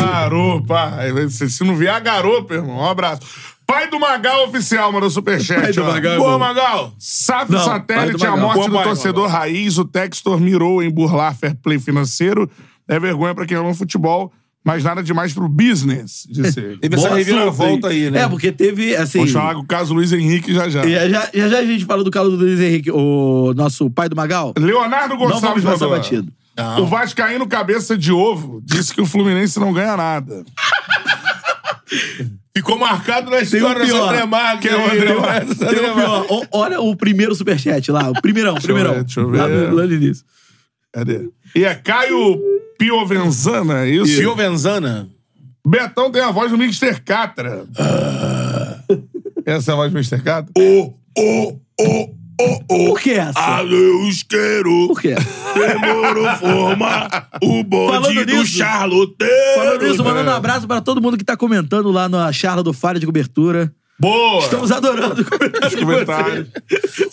[SPEAKER 1] garopa. Aí, Se, se não vier a garopa, irmão, um abraço. Pai do Magal oficial, mandou superchat.
[SPEAKER 3] Pai do
[SPEAKER 1] ó.
[SPEAKER 3] Magal é
[SPEAKER 1] Boa,
[SPEAKER 3] bom.
[SPEAKER 1] Magal. Sabe o
[SPEAKER 3] Não, pai do
[SPEAKER 1] satélite, a
[SPEAKER 3] Magal.
[SPEAKER 1] morte
[SPEAKER 2] Boa,
[SPEAKER 1] do
[SPEAKER 2] pai,
[SPEAKER 1] torcedor raiz, o Textor mirou em burlar fair play financeiro. É vergonha pra quem ama futebol, mas nada demais pro business, disse ele.
[SPEAKER 2] Teve essa
[SPEAKER 3] Boa
[SPEAKER 2] reviravolta
[SPEAKER 3] sorte, hein?
[SPEAKER 2] aí, né?
[SPEAKER 3] É, porque teve, assim...
[SPEAKER 1] Vamos falar com o caso Luiz Henrique já já.
[SPEAKER 3] Já, já, já já a gente falou do caso do Luiz Henrique, o nosso pai do Magal.
[SPEAKER 1] Leonardo
[SPEAKER 3] Não vamos
[SPEAKER 1] Gonçalves
[SPEAKER 3] passar
[SPEAKER 1] mandou.
[SPEAKER 3] batido.
[SPEAKER 1] O Vascaíno Cabeça de Ovo disse que o Fluminense não ganha nada.
[SPEAKER 2] Ficou marcado na
[SPEAKER 3] Tem o
[SPEAKER 2] história do
[SPEAKER 3] pior.
[SPEAKER 2] André Marques.
[SPEAKER 1] Quem é o
[SPEAKER 2] aí,
[SPEAKER 1] André
[SPEAKER 2] né?
[SPEAKER 1] Marques?
[SPEAKER 3] Tem o pior. O- olha o primeiro superchat lá. O primeirão, o
[SPEAKER 1] eu
[SPEAKER 3] primeirão.
[SPEAKER 1] ver, deixa eu ver.
[SPEAKER 3] Lá, no, lá no início.
[SPEAKER 1] Cadê? E é Caio
[SPEAKER 2] é
[SPEAKER 1] Piovenzana, isso?
[SPEAKER 2] Fio Venzana.
[SPEAKER 1] Betão tem a voz do Mr. Catra.
[SPEAKER 2] Ah.
[SPEAKER 1] Essa é a voz do Mr. Catra?
[SPEAKER 2] O, o, o, o, o.
[SPEAKER 3] Por que
[SPEAKER 2] Ah.
[SPEAKER 3] essa?
[SPEAKER 2] Adeus, quero.
[SPEAKER 3] Por que essa?
[SPEAKER 2] Demorou forma o bonde
[SPEAKER 3] Falando
[SPEAKER 2] do
[SPEAKER 3] nisso-
[SPEAKER 2] charloteiro.
[SPEAKER 3] Falando isso, mandando um abraço pra todo mundo que tá comentando lá na charla do Falha de Cobertura.
[SPEAKER 1] Boa!
[SPEAKER 3] Estamos adorando comentar
[SPEAKER 1] Os comentários.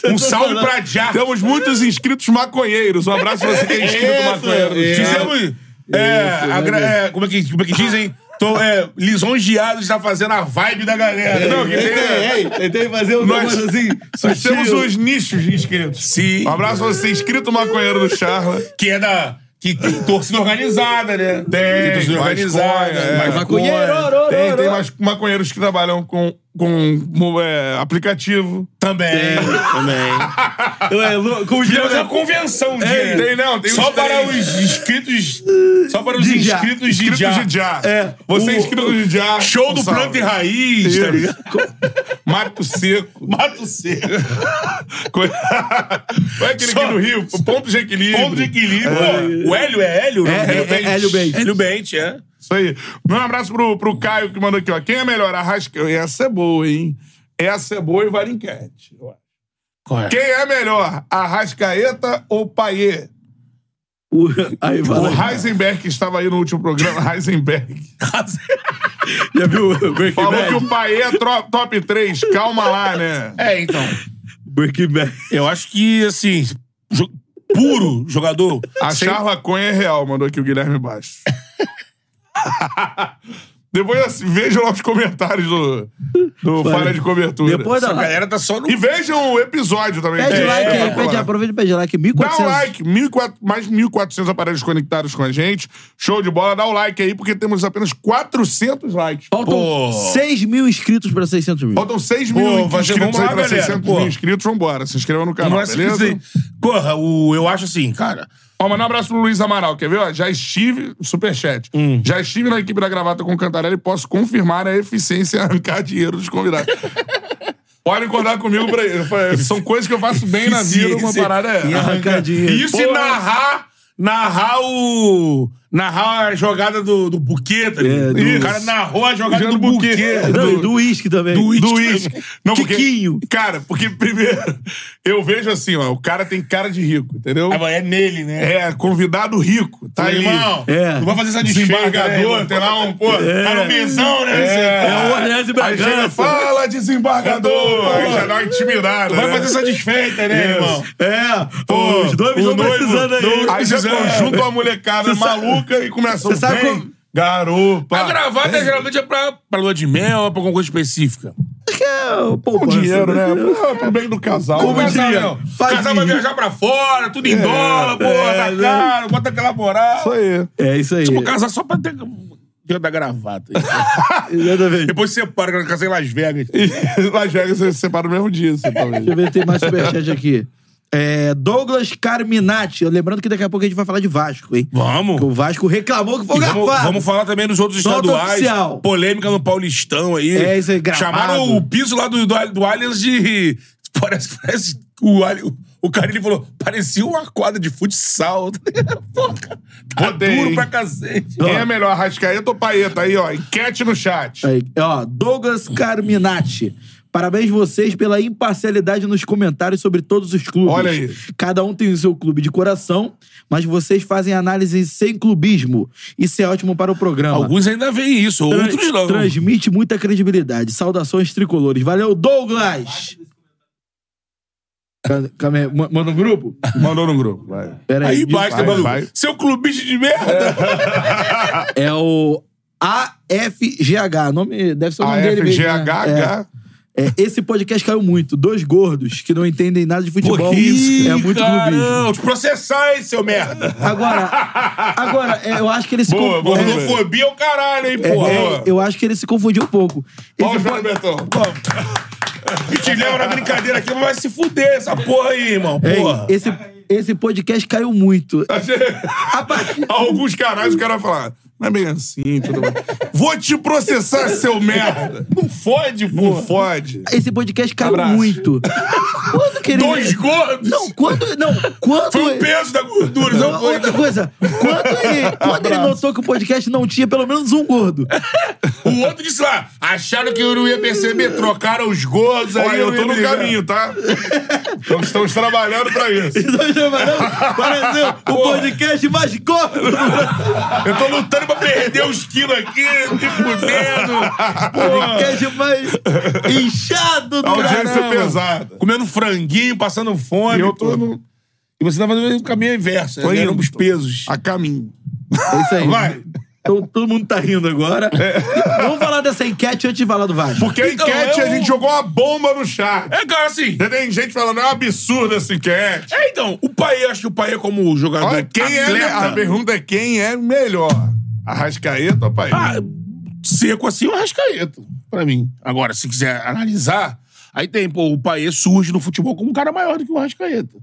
[SPEAKER 2] Um salve pra Já.
[SPEAKER 1] Temos muitos inscritos maconheiros. Um abraço pra você que é inscrito maconheiro.
[SPEAKER 2] É. Fizemos.
[SPEAKER 1] né,
[SPEAKER 2] É,
[SPEAKER 3] Isso,
[SPEAKER 2] agra- é, como, é que, como é que dizem? Tô é, lisonjeado de estar fazendo a vibe da
[SPEAKER 1] É,
[SPEAKER 2] galera. Não, que
[SPEAKER 3] né?
[SPEAKER 2] tem-
[SPEAKER 3] Tentei fazer um
[SPEAKER 1] Nós-
[SPEAKER 3] negócio assim.
[SPEAKER 1] Nós
[SPEAKER 3] sutil.
[SPEAKER 1] temos os nichos de inscritos.
[SPEAKER 2] Sim.
[SPEAKER 1] Um abraço pra você, inscrito maconheiro do Charla.
[SPEAKER 2] Que é da. Que tem torcida organizada, né? Tem torcida
[SPEAKER 1] maconha,
[SPEAKER 2] organizada.
[SPEAKER 1] é.
[SPEAKER 2] mas
[SPEAKER 3] Maconheiro, ororô.
[SPEAKER 1] Tem, tem mas- maconheiros que trabalham com, com mo- é, aplicativo.
[SPEAKER 2] Também, também.
[SPEAKER 3] Ué, Lu- como diria-
[SPEAKER 2] Fizemos uma convenção de.
[SPEAKER 1] É, tem não, tem
[SPEAKER 2] Só
[SPEAKER 1] uns
[SPEAKER 2] para
[SPEAKER 1] três.
[SPEAKER 2] os inscritos. Só para os
[SPEAKER 3] De já.
[SPEAKER 2] inscritos de
[SPEAKER 1] Inscrito
[SPEAKER 2] já.
[SPEAKER 1] de já.
[SPEAKER 2] É.
[SPEAKER 1] Você é
[SPEAKER 2] O-
[SPEAKER 1] inscrito de já.
[SPEAKER 2] Show do
[SPEAKER 1] Salve.
[SPEAKER 2] Planta e Raiz, tá ligado?
[SPEAKER 1] Mato Seco.
[SPEAKER 2] Mato Seco.
[SPEAKER 1] Co- Vai aquele
[SPEAKER 2] Só-
[SPEAKER 1] aqui no Rio. Ponto de equilíbrio.
[SPEAKER 2] Ponto de equilíbrio. ó. O Hélio é Hélio?
[SPEAKER 3] É, é, é Hélio Bente.
[SPEAKER 2] Hélio Bente, é.
[SPEAKER 1] Isso aí. Meu abraço pro, pro Caio que mandou aqui, ó. Quem é melhor? Arrasca... Essa é boa, hein? Essa é boa e vale enquete. eu acho.
[SPEAKER 2] Qual é?
[SPEAKER 1] Quem é melhor? Arrascaeta ou Paier?
[SPEAKER 3] O- Aí, vai
[SPEAKER 1] O
[SPEAKER 3] lá.
[SPEAKER 1] Heisenberg que estava aí no último programa, Heisenberg,
[SPEAKER 3] Já viu o Breaking
[SPEAKER 1] falou
[SPEAKER 3] Bad?
[SPEAKER 1] que o Paier é tro- top 3. Calma lá, né?
[SPEAKER 2] É, então.
[SPEAKER 3] Breaking Bad.
[SPEAKER 2] Eu acho que, assim, jo- puro jogador.
[SPEAKER 1] A
[SPEAKER 2] sem-
[SPEAKER 1] charlaconha é real, mandou aqui o Guilherme Baixo. Depois assim, vejam lá os comentários do, do
[SPEAKER 3] Vale.
[SPEAKER 1] Falha de Cobertura.
[SPEAKER 3] Depois da
[SPEAKER 2] A
[SPEAKER 3] live.
[SPEAKER 2] galera tá só no.
[SPEAKER 1] E vejam o episódio também.
[SPEAKER 3] Pede
[SPEAKER 1] É,
[SPEAKER 3] like
[SPEAKER 1] é,
[SPEAKER 3] aí, pede,
[SPEAKER 1] lá.
[SPEAKER 3] aproveita e pede um like.
[SPEAKER 1] Dá
[SPEAKER 3] 1400.
[SPEAKER 1] o like, 1.400 mais 1.400 aparelhos conectados com a gente. Show de bola, dá o like aí, porque temos apenas 400 likes.
[SPEAKER 3] Faltam
[SPEAKER 2] Pô.
[SPEAKER 3] 6 mil inscritos pra 600 mil.
[SPEAKER 1] Faltam 6
[SPEAKER 2] Pô,
[SPEAKER 1] mil
[SPEAKER 2] vai ser-
[SPEAKER 1] inscritos
[SPEAKER 2] vamos
[SPEAKER 1] aí
[SPEAKER 2] lá,
[SPEAKER 1] pra
[SPEAKER 2] galera,
[SPEAKER 1] 600
[SPEAKER 2] pô.
[SPEAKER 1] mil inscritos. Vambora, se inscrevam no
[SPEAKER 2] Não
[SPEAKER 1] canal,
[SPEAKER 2] é
[SPEAKER 1] tá beleza?
[SPEAKER 2] assim. Porra, o, eu acho assim, cara.
[SPEAKER 1] Ó, mandar um abraço pro Luiz Amaral, quer ver? ó? já estive, superchat, já estive na equipe da gravata com o Cantarelli e posso confirmar a eficiência em arrancar dinheiro dos convidados. Podem contar comigo pra isso. Foi- São coisas que eu faço bem na vida, uma
[SPEAKER 2] Eficiência
[SPEAKER 1] parada é.
[SPEAKER 3] em arrancar dinheiro.
[SPEAKER 2] Isso e
[SPEAKER 1] Porra.
[SPEAKER 2] narrar. Narrar o. Narrar a jogada do, do buquê, tá ligado?
[SPEAKER 3] É, do-
[SPEAKER 2] O cara narrou a jogada do,
[SPEAKER 1] Jogada do
[SPEAKER 2] buquê.
[SPEAKER 1] buquê.
[SPEAKER 3] Não, e do uísque também.
[SPEAKER 2] do uísque.
[SPEAKER 1] Do uísque. Não, porque-
[SPEAKER 3] Quiquinho.
[SPEAKER 1] Cara, porque primeiro, eu vejo assim, ó, o cara tem cara de rico, entendeu?
[SPEAKER 2] Ah, mas É nele, né?
[SPEAKER 1] É, convidado rico, tá aí.
[SPEAKER 2] irmão,
[SPEAKER 3] É.
[SPEAKER 2] não vai fazer essa
[SPEAKER 1] Desembargador,
[SPEAKER 2] desembargador,
[SPEAKER 1] tem lá um, pô,
[SPEAKER 2] Tá no mesão, né?
[SPEAKER 3] né? É o Onésio
[SPEAKER 1] Aí chega,
[SPEAKER 3] Bragança.
[SPEAKER 1] fala desembargador! Aí já dá uma intimidada,
[SPEAKER 2] Vai
[SPEAKER 1] né?
[SPEAKER 2] fazer essa desfeita, né, irmão?
[SPEAKER 3] É,
[SPEAKER 1] Pô,
[SPEAKER 3] os dois
[SPEAKER 1] o
[SPEAKER 3] estão
[SPEAKER 1] noivo-
[SPEAKER 3] precisando aí.
[SPEAKER 1] noivo Aí já
[SPEAKER 2] Precisando.
[SPEAKER 1] junto a molecada maluca e começa o
[SPEAKER 3] Você sabe
[SPEAKER 1] vem,
[SPEAKER 3] como-
[SPEAKER 1] garopa.
[SPEAKER 2] A gravata geralmente é pra, pra lua de mel, é pra alguma coisa específica.
[SPEAKER 3] É,
[SPEAKER 1] Com
[SPEAKER 3] poupança,
[SPEAKER 1] dinheiro, né? Pô, Pro bem do casal. né?
[SPEAKER 3] Como
[SPEAKER 1] Mas,
[SPEAKER 3] diria,
[SPEAKER 1] Daniel,
[SPEAKER 3] faz
[SPEAKER 2] o casal vai
[SPEAKER 3] rir.
[SPEAKER 2] viajar pra fora, tudo em dólar, pô,
[SPEAKER 3] é,
[SPEAKER 2] tá caro, bota aquela moral.
[SPEAKER 1] Isso aí.
[SPEAKER 3] É isso aí.
[SPEAKER 2] Vou casar só pra ter dinheiro da gravata.
[SPEAKER 3] Exatamente.
[SPEAKER 2] Depois separa, que eu casei em Las Vegas.
[SPEAKER 1] E Las Vegas você separa no mesmo dia, você talvez.
[SPEAKER 3] Deixa eu ver se tem mais superchat aqui. É, Douglas Carminati. Lembrando que daqui a pouco a gente vai falar de Vasco, hein?
[SPEAKER 2] Vamos.
[SPEAKER 3] Que O Vasco reclamou que foi
[SPEAKER 2] E Vamos,
[SPEAKER 3] gravado.
[SPEAKER 2] vamos falar também nos outros
[SPEAKER 3] Nota
[SPEAKER 2] estaduais.
[SPEAKER 3] oficial.
[SPEAKER 2] Polêmica no Paulistão aí.
[SPEAKER 3] É, isso aí, gramado.
[SPEAKER 2] Chamaram o piso lá do, do, do Allianz de. Parece, parece o, Ali- o cara ele falou: parecia uma quadra de futsal. Pô, cara, tá
[SPEAKER 1] Rodei,
[SPEAKER 2] duro
[SPEAKER 1] hein?
[SPEAKER 2] pra cacete.
[SPEAKER 1] Quem é melhor, Rascaeta ou Paeta? Aí, ó, enquete no chat.
[SPEAKER 3] Aí, ó, Douglas Carminati. Parabéns vocês pela imparcialidade nos comentários sobre todos os clubes.
[SPEAKER 1] Olha aí.
[SPEAKER 3] Cada um tem o seu clube de coração, mas vocês fazem análise sem clubismo. Isso é ótimo para o programa.
[SPEAKER 2] Alguns ainda veem isso,
[SPEAKER 3] Tran-
[SPEAKER 2] outros não.
[SPEAKER 3] Transmite muita credibilidade. Saudações tricolores. Valeu, Douglas! Ca- Calma aí, ma- Manda um grupo?
[SPEAKER 1] Mandou no grupo, vai.
[SPEAKER 3] Pera aí.
[SPEAKER 2] Aí um
[SPEAKER 3] de-
[SPEAKER 2] basta,
[SPEAKER 1] vai,
[SPEAKER 2] mano.
[SPEAKER 1] vai.
[SPEAKER 2] Seu clubista de merda.
[SPEAKER 3] É o AFGH. Nome, deve ser o nome dele mesmo. né? É.
[SPEAKER 1] AFGHH.
[SPEAKER 3] É, esse podcast caiu muito. Dois gordos que não entendem nada de futebol. é muito clubismo.
[SPEAKER 2] Te processar, aí, seu merda.
[SPEAKER 1] É.
[SPEAKER 3] Agora, agora é, eu acho que ele se
[SPEAKER 1] Boa, boa,
[SPEAKER 3] confundiu.
[SPEAKER 1] boa.
[SPEAKER 2] Gordofobia é o caralho, hein,
[SPEAKER 3] É,
[SPEAKER 2] porra.
[SPEAKER 3] é, eu acho que ele se confundiu um pouco. Esse
[SPEAKER 1] Olha o João
[SPEAKER 3] po-
[SPEAKER 1] Betão.
[SPEAKER 2] Que te leva na brincadeira aqui, mas vai se fuder essa porra aí, irmão.
[SPEAKER 3] Ei,
[SPEAKER 2] Porra.
[SPEAKER 3] esse, esse podcast caiu muito. A partir-
[SPEAKER 1] Alguns canais o cara vai falar. Não é bem assim, tudo bem. Vou te processar, seu merda.
[SPEAKER 2] Não fode,
[SPEAKER 1] Não
[SPEAKER 2] porra.
[SPEAKER 1] fode.
[SPEAKER 3] Esse podcast caiu
[SPEAKER 1] Abraço.
[SPEAKER 3] muito. Quando que ele...
[SPEAKER 2] Dois gordos.
[SPEAKER 3] Não, quando... Não, quando...
[SPEAKER 2] Foi o peso um da gordura.
[SPEAKER 3] Não,
[SPEAKER 2] Não,
[SPEAKER 3] outra coisa, quando ele, quando ele notou que o podcast não tinha pelo menos um gordo.
[SPEAKER 2] O outro disse lá,
[SPEAKER 1] É
[SPEAKER 2] acharam que eu não ia perceber, trocaram os gordos aí. né?"
[SPEAKER 1] Olha, eu tô no caminho, tá? Então estamos trabalhando pra isso.
[SPEAKER 3] Nós trabalhamos para ser o podcast mais gordo.
[SPEAKER 2] Eu tô lutando pra perder os quilos aqui, me fudendo. Porra.
[SPEAKER 3] podcast mais inchado do
[SPEAKER 1] A audiência
[SPEAKER 3] caramba.
[SPEAKER 1] pesada.
[SPEAKER 2] Comendo franguinho, passando fome.
[SPEAKER 1] E eu tô
[SPEAKER 2] porra.
[SPEAKER 1] no-
[SPEAKER 2] E você tá fazendo o caminho inverso,
[SPEAKER 1] Tô
[SPEAKER 2] né?
[SPEAKER 1] indo.
[SPEAKER 2] Ambos pesos.
[SPEAKER 1] a caminho.
[SPEAKER 3] É isso aí.
[SPEAKER 2] Vai. É.
[SPEAKER 3] Então todo mundo tá rindo agora. Vamos falar dessa enquete antes de falar do Vasco.
[SPEAKER 1] Porque a
[SPEAKER 2] Então,
[SPEAKER 1] enquete,
[SPEAKER 2] eu-
[SPEAKER 1] a gente jogou uma bomba no chat.
[SPEAKER 2] É, cara, assim.
[SPEAKER 1] Tem gente falando, é um absurdo essa enquete.
[SPEAKER 2] É, então, o Paê, acho que o Paê, como jogador.
[SPEAKER 1] Olha, quem
[SPEAKER 2] atleta,
[SPEAKER 1] é, a pergunta é quem é melhor. Arrascaeta ou País?
[SPEAKER 2] Ah, seco assim, o Arrascaeta, pra mim. Agora, se quiser analisar, aí tem, pô, o Paê surge no futebol como um cara maior do que o Arrascaeta.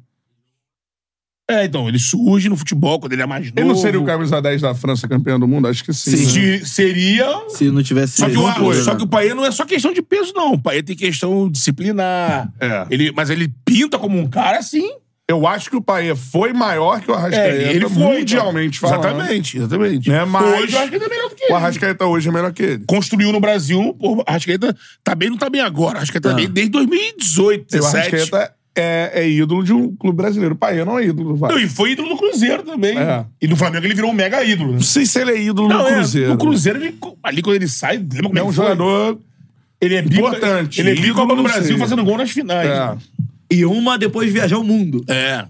[SPEAKER 2] É, então, ele surge no futebol quando ele é mais novo.
[SPEAKER 1] Ele não seria o camisa 10 da França campeão do mundo? Acho que sim. né?
[SPEAKER 2] Se- Seria
[SPEAKER 3] Se não tivesse.
[SPEAKER 2] Só que, o,
[SPEAKER 1] Não foi,
[SPEAKER 2] só
[SPEAKER 1] né?
[SPEAKER 2] que o Paê não é só questão de peso, não. O Paê tem questão disciplinar.
[SPEAKER 1] É.
[SPEAKER 2] Ele, mas ele pinta como um cara, assim.
[SPEAKER 1] Eu acho que o Paê foi maior que o
[SPEAKER 2] É,
[SPEAKER 1] Arrascaeta.
[SPEAKER 2] ele foi.
[SPEAKER 1] mundialmente
[SPEAKER 2] então.
[SPEAKER 1] falando.
[SPEAKER 2] Exatamente, exatamente.
[SPEAKER 1] Né, mas-
[SPEAKER 2] Hoje eu acho que ele é melhor do que
[SPEAKER 1] O
[SPEAKER 2] ele.
[SPEAKER 1] Arrascaeta hoje é melhor que ele.
[SPEAKER 2] Construiu no Brasil, pô, a Arrascaeta tá bem, não tá bem agora. A Arrascaeta tá bem desde 2018,
[SPEAKER 1] E O
[SPEAKER 2] 2017.
[SPEAKER 1] Arrascaeta é, é ídolo de um clube brasileiro. O Paê não é ídolo do
[SPEAKER 2] Não,
[SPEAKER 1] Vasco.
[SPEAKER 2] e foi ídolo do Cruzeiro também.
[SPEAKER 1] É.
[SPEAKER 2] E no Flamengo ele virou um mega ídolo. Né?
[SPEAKER 1] Não sei se ele é ídolo
[SPEAKER 2] Não,
[SPEAKER 1] do
[SPEAKER 2] é,
[SPEAKER 1] Cruzeiro.
[SPEAKER 2] no Cruzeiro, ele, ali quando ele sai, lembra como
[SPEAKER 1] É
[SPEAKER 2] ele
[SPEAKER 1] um
[SPEAKER 2] foi?
[SPEAKER 1] jogador
[SPEAKER 2] Ele é bico,
[SPEAKER 1] importante.
[SPEAKER 2] Ele é bico
[SPEAKER 1] Ídolo,
[SPEAKER 2] do
[SPEAKER 1] não
[SPEAKER 2] Brasil
[SPEAKER 1] sei.
[SPEAKER 2] fazendo gol nas finais.
[SPEAKER 1] É.
[SPEAKER 2] né?
[SPEAKER 3] E uma depois viajar o mundo.
[SPEAKER 2] É.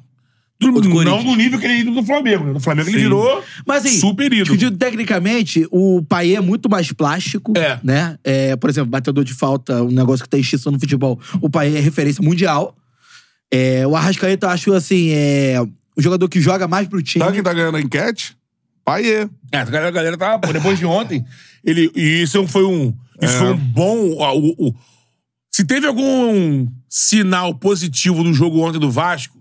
[SPEAKER 3] do
[SPEAKER 2] não
[SPEAKER 3] Corinthians.
[SPEAKER 2] no nível que ele é ídolo do Flamengo. né? No Flamengo ele
[SPEAKER 1] Sim.
[SPEAKER 2] virou
[SPEAKER 3] Mas assim,
[SPEAKER 2] super ídolo.
[SPEAKER 3] digo, tecnicamente, o Paê é muito mais plástico,
[SPEAKER 2] É.
[SPEAKER 3] né? É, por exemplo, batedor de falta, um negócio que tá extinção no futebol. O Paê é referência mundial. É, o Arrascaeta, eu acho assim, é o jogador que joga mais pro time.
[SPEAKER 1] Sabe quem tá ganhando a enquete? Paê.
[SPEAKER 2] É, a galera, a galera tá. pô, Depois de ontem, ele. E isso foi um. Isso
[SPEAKER 1] É.
[SPEAKER 2] foi um bom. ó, o- o- se teve algum sinal positivo do jogo ontem do Vasco,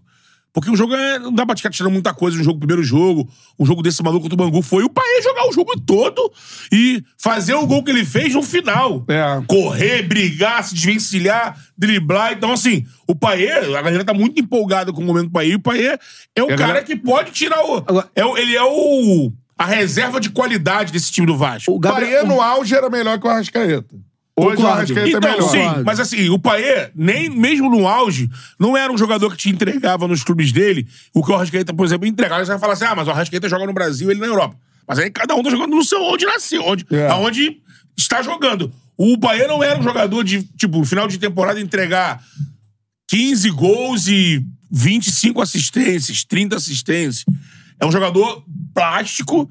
[SPEAKER 2] porque o jogo é, não dá pra ficar tirando muita coisa no jogo, primeiro jogo, o jogo desse maluco do Bangu foi o Paê jogar o jogo todo e fazer o gol que ele fez no final.
[SPEAKER 1] É.
[SPEAKER 2] Correr, brigar, se desvencilhar, driblar. Então, assim, o Paê, a galera tá muito empolgada com o momento do Paê. E o Paê é o
[SPEAKER 1] E a
[SPEAKER 2] cara
[SPEAKER 1] galera-
[SPEAKER 2] que pode tirar o.
[SPEAKER 3] Agora-
[SPEAKER 2] É o- ele é o. A reserva de qualidade desse time do Vasco.
[SPEAKER 3] O
[SPEAKER 1] Paê
[SPEAKER 3] Gabriel.
[SPEAKER 1] no auge era melhor que o Arrascaeta. Hoje
[SPEAKER 3] Concordo.
[SPEAKER 1] o Arrascaeta é
[SPEAKER 2] Então,
[SPEAKER 1] melhor.
[SPEAKER 2] sim,
[SPEAKER 3] Concordo.
[SPEAKER 2] mas assim, o Paê, nem mesmo no auge, não era um jogador que te entregava nos clubes dele o que o Arrascaeta, por exemplo, entregava. Aí Você vai falar assim, ah, mas o Arrascaeta joga no Brasil, ele na Europa. Mas aí cada um tá jogando no seu onde nasceu, onde,
[SPEAKER 1] É.
[SPEAKER 2] aonde está jogando. O Paê não era um jogador de, tipo, no final de temporada entregar 15 gols e 25 assistências, 30 assistências. É um jogador plástico.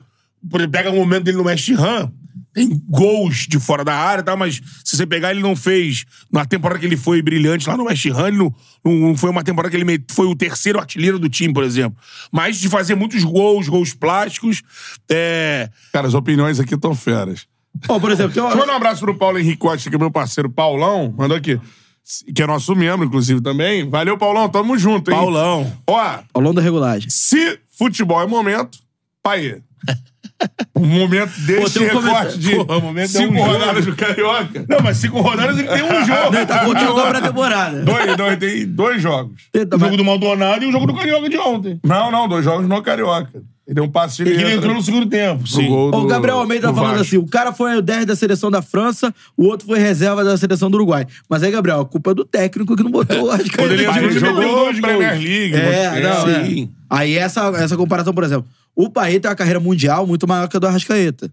[SPEAKER 2] Por exemplo, pega o momento dele no West Ham, tem gols de fora da área e tal, mas se você pegar, ele não fez. Na temporada que ele foi brilhante lá no West Ham, ele não, não- não foi uma temporada que ele me- foi o terceiro artilheiro do time, por exemplo. Mas de fazer muitos gols, gols plásticos. É,
[SPEAKER 1] Cara, as opiniões aqui estão feras.
[SPEAKER 3] Ó, por exemplo, tem
[SPEAKER 1] Deixa eu
[SPEAKER 3] uma...
[SPEAKER 1] mandar um abraço pro Paulo Henrique Costa, que é meu parceiro Paulão. Mandou aqui. Que é nosso membro, inclusive, também. Valeu, Paulão. Tamo junto, hein?
[SPEAKER 2] Paulão.
[SPEAKER 1] Ó,
[SPEAKER 3] Ao longo da regulagem.
[SPEAKER 1] se futebol é momento, paê. O momento deste
[SPEAKER 3] tem um
[SPEAKER 1] recorte
[SPEAKER 3] comentário.
[SPEAKER 1] de
[SPEAKER 2] Porra, o momento é um
[SPEAKER 1] cinco
[SPEAKER 2] jogo.
[SPEAKER 1] rodadas do Carioca.
[SPEAKER 2] Não, mas cinco rodadas ele tem um jogo.
[SPEAKER 3] Não, ele tá contando pra temporada.
[SPEAKER 1] Dois, dois, tem dois jogos.
[SPEAKER 2] O jogo do Maldonado e o jogo do Carioca de ontem.
[SPEAKER 1] Não, não, dois jogos no Carioca. Ele deu um passe de
[SPEAKER 2] E ele entrou no segundo tempo. Sim.
[SPEAKER 3] O Gabriel Almeida tá falando assim: o cara foi o 10 da seleção da França, o outro foi reserva da seleção do Uruguai. Mas aí, Gabriel, a culpa é do técnico que não botou as
[SPEAKER 2] Quando assim, ele
[SPEAKER 1] Ele
[SPEAKER 2] Ele
[SPEAKER 1] jogou
[SPEAKER 2] meteu dois
[SPEAKER 1] Premier
[SPEAKER 2] gols.
[SPEAKER 1] League.
[SPEAKER 3] É, não, é.
[SPEAKER 2] Sim.
[SPEAKER 3] Aí essa, essa comparação, por exemplo, o Paê tem uma carreira mundial muito maior que a do Arrascaeta.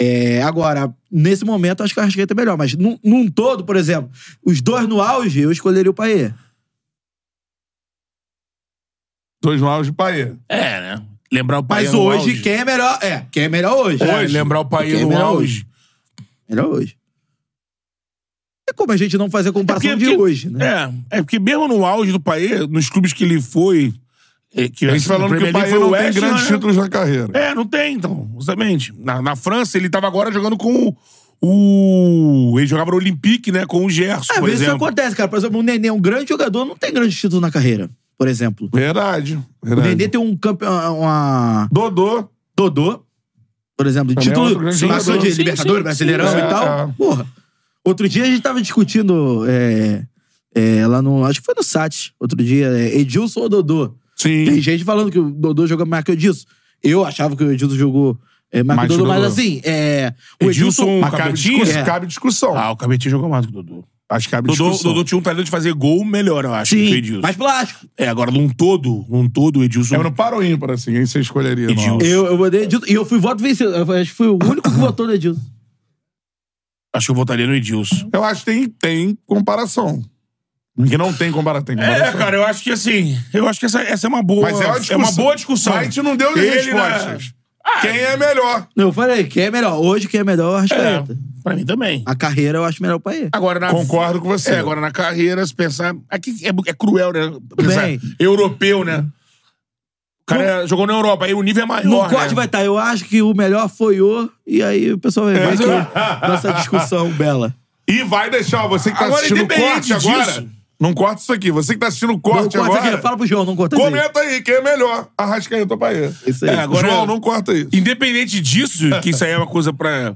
[SPEAKER 3] É, agora, nesse momento, acho que o Arrascaeta é melhor, mas num, num todo, por exemplo, os dois no auge, eu escolheria o Paê.
[SPEAKER 1] Dois no auge, paê.
[SPEAKER 2] É, né? Lembrar o pai
[SPEAKER 3] Mas hoje, quem é melhor? É, quem é melhor hoje?
[SPEAKER 2] Hoje, lembrar o pai
[SPEAKER 3] Quem é
[SPEAKER 2] no
[SPEAKER 3] melhor
[SPEAKER 2] auge.
[SPEAKER 3] Melhor hoje. É como a gente não fazer a comparação de hoje, né?
[SPEAKER 2] É, é porque mesmo no auge do Paê, nos clubes que ele foi. É, que,
[SPEAKER 1] A gente
[SPEAKER 2] assim,
[SPEAKER 1] falando que
[SPEAKER 2] Premier
[SPEAKER 1] o paê
[SPEAKER 2] League foi
[SPEAKER 1] não tem
[SPEAKER 2] West
[SPEAKER 1] grandes
[SPEAKER 2] Ham, né?
[SPEAKER 1] títulos na carreira.
[SPEAKER 2] É, não tem, então, justamente. Na, na França, ele tava agora jogando com o. o- Ele jogava no Olympique, né? Com o Gerson,
[SPEAKER 3] Às
[SPEAKER 2] por
[SPEAKER 3] vezes isso
[SPEAKER 2] exemplo.
[SPEAKER 3] É, acontece, cara. Por exemplo, o Nenê é um grande jogador, não tem grande título na carreira, por exemplo.
[SPEAKER 1] Verdade.
[SPEAKER 3] O
[SPEAKER 1] verdade.
[SPEAKER 3] Nenê tem um campeão. Uma...
[SPEAKER 1] Dodô.
[SPEAKER 3] Dodô, por exemplo, de
[SPEAKER 1] Também é outro
[SPEAKER 3] título
[SPEAKER 1] grande
[SPEAKER 3] passou
[SPEAKER 1] jogador.
[SPEAKER 3] de
[SPEAKER 1] Sim,
[SPEAKER 3] Libertadores,
[SPEAKER 2] sim,
[SPEAKER 3] Brasileirão
[SPEAKER 1] sim.
[SPEAKER 3] e tal.
[SPEAKER 1] É.
[SPEAKER 3] Porra. Outro dia a gente tava discutindo é, é, lá no. Acho que foi no SAT. Outro dia, é, Edilson ou Dodô? Tem
[SPEAKER 1] Sim.
[SPEAKER 3] gente falando que o Dodô jogou mais que o Edilson. Eu achava que o Edilson jogou é, mais que
[SPEAKER 1] Mais que
[SPEAKER 3] o Dodô,
[SPEAKER 1] o
[SPEAKER 3] mas
[SPEAKER 1] Dodô.
[SPEAKER 3] assim, é, o
[SPEAKER 2] Edilson,
[SPEAKER 3] Edilson.
[SPEAKER 1] Mas cabe,
[SPEAKER 2] um Cabetinho?
[SPEAKER 1] discussão,
[SPEAKER 3] É.
[SPEAKER 1] cabe discussão.
[SPEAKER 2] Ah, o Cabetinho jogou mais do que o Dodô.
[SPEAKER 1] Acho que cabe
[SPEAKER 2] Dodô.
[SPEAKER 1] discussão.
[SPEAKER 2] Dodô tinha um talento de fazer gol melhor, eu acho. que o
[SPEAKER 3] Sim,
[SPEAKER 2] Edilson.
[SPEAKER 3] mais plástico.
[SPEAKER 2] É, agora num todo, num todo, o Edilson.
[SPEAKER 1] Eu não É paro ímpar, assim. Quem você escolheria?
[SPEAKER 2] Edilson.
[SPEAKER 1] Mauro?
[SPEAKER 3] Eu, eu botei Edilson. E eu fui voto vencido. Eu acho que fui o único que votou no Edilson.
[SPEAKER 2] Acho que eu votaria no Edilson.
[SPEAKER 1] Eu acho que tem, tem comparação. Que não tem comparação. Tem
[SPEAKER 2] É,
[SPEAKER 1] comparação.
[SPEAKER 2] cara, eu acho que assim, eu acho que essa, essa é uma boa.
[SPEAKER 1] Mas é uma discussão.
[SPEAKER 2] boa discussão.
[SPEAKER 1] Mas a gente não deu
[SPEAKER 2] Ele,
[SPEAKER 1] respostas.
[SPEAKER 2] né,
[SPEAKER 1] Quem é melhor?
[SPEAKER 3] Eu falei, quem é melhor? Hoje quem é melhor é o
[SPEAKER 2] É,
[SPEAKER 3] Arrascaeta.
[SPEAKER 2] pra mim também.
[SPEAKER 3] A carreira eu acho melhor pra ele.
[SPEAKER 2] Agora na...
[SPEAKER 1] Concordo com você.
[SPEAKER 2] É, agora na carreira, se pensar. Aqui é, é cruel, né? Pensar
[SPEAKER 3] Bem.
[SPEAKER 2] europeu, né? O cara é jogou na Europa, aí o nível é maior.
[SPEAKER 3] No
[SPEAKER 2] né?
[SPEAKER 3] corte vai estar, eu acho que o melhor foi o. E aí o pessoal vai
[SPEAKER 2] É.
[SPEAKER 3] ver
[SPEAKER 1] mas
[SPEAKER 3] aqui
[SPEAKER 1] eu-
[SPEAKER 3] nossa discussão bela.
[SPEAKER 1] E vai deixar, ó, você que tá
[SPEAKER 2] Agora,
[SPEAKER 1] assistindo o corte
[SPEAKER 2] independente
[SPEAKER 1] agora.
[SPEAKER 2] disso.
[SPEAKER 1] Não corta isso aqui. Você que tá assistindo o
[SPEAKER 3] Não
[SPEAKER 1] corte
[SPEAKER 3] corta
[SPEAKER 1] agora.
[SPEAKER 3] aqui, fala pro João, não corta isso aí.
[SPEAKER 1] comenta aí, quem é melhor? Arrascaeta pra ele.
[SPEAKER 3] Isso aí.
[SPEAKER 2] É, agora-
[SPEAKER 1] João, não corta isso.
[SPEAKER 2] Independente disso, que isso aí é uma coisa pra,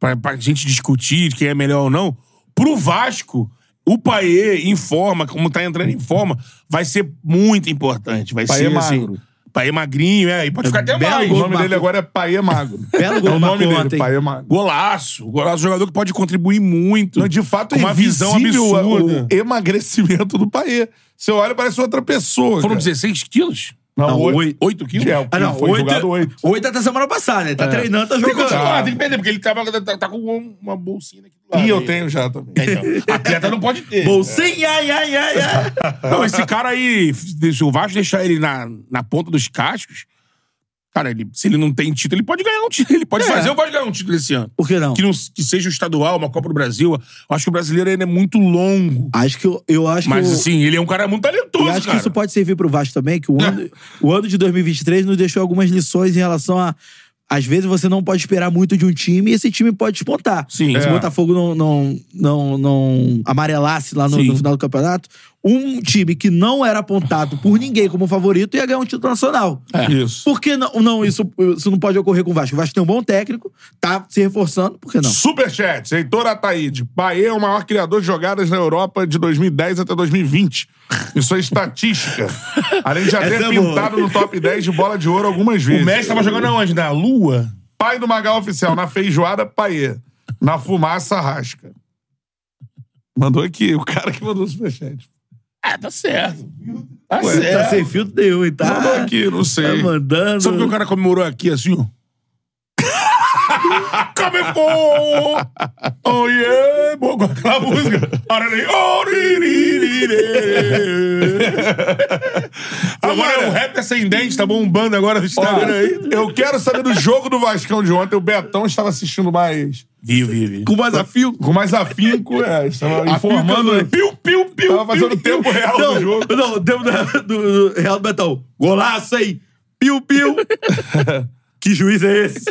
[SPEAKER 2] pra, pra gente discutir, quem é melhor ou não, pro Vasco, o Paê em forma, como tá entrando em forma, vai ser muito importante. Vai
[SPEAKER 1] Paê
[SPEAKER 2] ser assim.
[SPEAKER 1] magro.
[SPEAKER 2] Paê magrinho, é, e pode ficar até
[SPEAKER 3] belo
[SPEAKER 2] mais.
[SPEAKER 1] O
[SPEAKER 3] gol.
[SPEAKER 1] nome dele agora é Paê Magro. é
[SPEAKER 3] Belo gol
[SPEAKER 1] o
[SPEAKER 3] que
[SPEAKER 1] nome
[SPEAKER 3] marcou
[SPEAKER 1] dele,
[SPEAKER 3] ontem.
[SPEAKER 1] Paê Magro.
[SPEAKER 2] Golaço. Golaço, jogador que pode contribuir muito.
[SPEAKER 1] Não, de fato, é
[SPEAKER 2] Com uma visão
[SPEAKER 1] invisível
[SPEAKER 2] absurda.
[SPEAKER 1] O emagrecimento do Paê. Você olha, parece outra pessoa.
[SPEAKER 2] Foram
[SPEAKER 1] cara.
[SPEAKER 2] 16 quilos?
[SPEAKER 1] Não,
[SPEAKER 3] Não,
[SPEAKER 1] oito.
[SPEAKER 3] oito.
[SPEAKER 2] 8 quilos?
[SPEAKER 1] É, o que
[SPEAKER 3] Ah, não,
[SPEAKER 1] foi julgado
[SPEAKER 3] oito,
[SPEAKER 1] oito.
[SPEAKER 3] oito até semana passada, né? Tá treinando, tá
[SPEAKER 2] É. Tem que
[SPEAKER 3] jogando.
[SPEAKER 2] continuar, tem que perder, porque ele tava, tá, tá com uma bolsinha aqui do lado.
[SPEAKER 1] E eu
[SPEAKER 2] aí.
[SPEAKER 1] tenho já também.
[SPEAKER 2] É, então, atleta não pode ter.
[SPEAKER 3] Bolsinha, ai, ai, ai, ai.
[SPEAKER 2] Não, esse cara aí, se o Vasco deixar ele na, na ponta dos cascos, cara, ele, se ele não tem título, ele pode ganhar um título. Ele pode
[SPEAKER 3] É.
[SPEAKER 2] fazer o Vasco ganhar um título esse ano.
[SPEAKER 3] Por que não?
[SPEAKER 2] Que, não- que seja o estadual, uma Copa do Brasil. Eu acho que o brasileiro ainda é muito longo.
[SPEAKER 3] Acho que eu, eu acho
[SPEAKER 2] Mas
[SPEAKER 3] que. o-
[SPEAKER 2] assim, ele é um cara muito
[SPEAKER 3] E
[SPEAKER 2] talentoso,
[SPEAKER 3] acho
[SPEAKER 2] cara. É.
[SPEAKER 3] que isso pode servir pro Vasco também, que o ano, o ano de 2023 nos deixou algumas lições em relação a. Às vezes você não pode esperar muito de um time e esse time pode despontar.
[SPEAKER 2] Sim.
[SPEAKER 3] Se
[SPEAKER 2] É.
[SPEAKER 3] o Botafogo não, não, não, não amarelasse lá no,
[SPEAKER 2] Sim.
[SPEAKER 3] no final do campeonato, um time que não era apontado por ninguém como favorito ia ganhar um título nacional.
[SPEAKER 2] É.
[SPEAKER 1] Isso.
[SPEAKER 3] Por que não, não isso, isso não pode ocorrer com o Vasco? O Vasco tem um bom técnico, tá se reforçando, por que não?
[SPEAKER 1] Superchat, Heitor Ataíde. Paê é o maior criador de jogadas na Europa de 2010 até 2020. Isso é estatística. Além de já ter
[SPEAKER 3] Essa é boa.
[SPEAKER 1] pintado no top 10 de bola de ouro algumas
[SPEAKER 2] O
[SPEAKER 1] vezes.
[SPEAKER 2] Messi tava jogando aonde? Na Lua?
[SPEAKER 1] Pai do Magal Oficial, na feijoada, Paê. Na fumaça, rasca. Mandou aqui, o cara que mandou o superchat.
[SPEAKER 2] Ah, tá certo. Tá
[SPEAKER 1] Ué,
[SPEAKER 2] certo.
[SPEAKER 3] Tá sem filtro nenhum, e tá?
[SPEAKER 1] Mandou aqui, não
[SPEAKER 3] Tá
[SPEAKER 2] É,
[SPEAKER 1] sei.
[SPEAKER 3] mandando.
[SPEAKER 2] Sabe o que o cara comemorou aqui, assim, ó? Comemorou! Oh, yeah! Boa, agora aquela música. Arari, oh, ri, ri, ri, ri. Agora é o rap ascendente, tá bombando agora no
[SPEAKER 1] Ó,
[SPEAKER 2] Instagram aí.
[SPEAKER 1] eu quero saber do jogo do Vascão de ontem. O Betão estava assistindo mais.
[SPEAKER 2] Viu, viu, viu.
[SPEAKER 3] com mais afinco? né?
[SPEAKER 1] Com mais afinco, é. Estava
[SPEAKER 2] Formando
[SPEAKER 1] informando.
[SPEAKER 2] piu, piu, piu.
[SPEAKER 1] Tava fazendo tempo real
[SPEAKER 3] Não,
[SPEAKER 1] do jogo.
[SPEAKER 3] não, o tempo da- do, do Real do Betão. Golaço, hein? Piu, piu. que juiz é esse?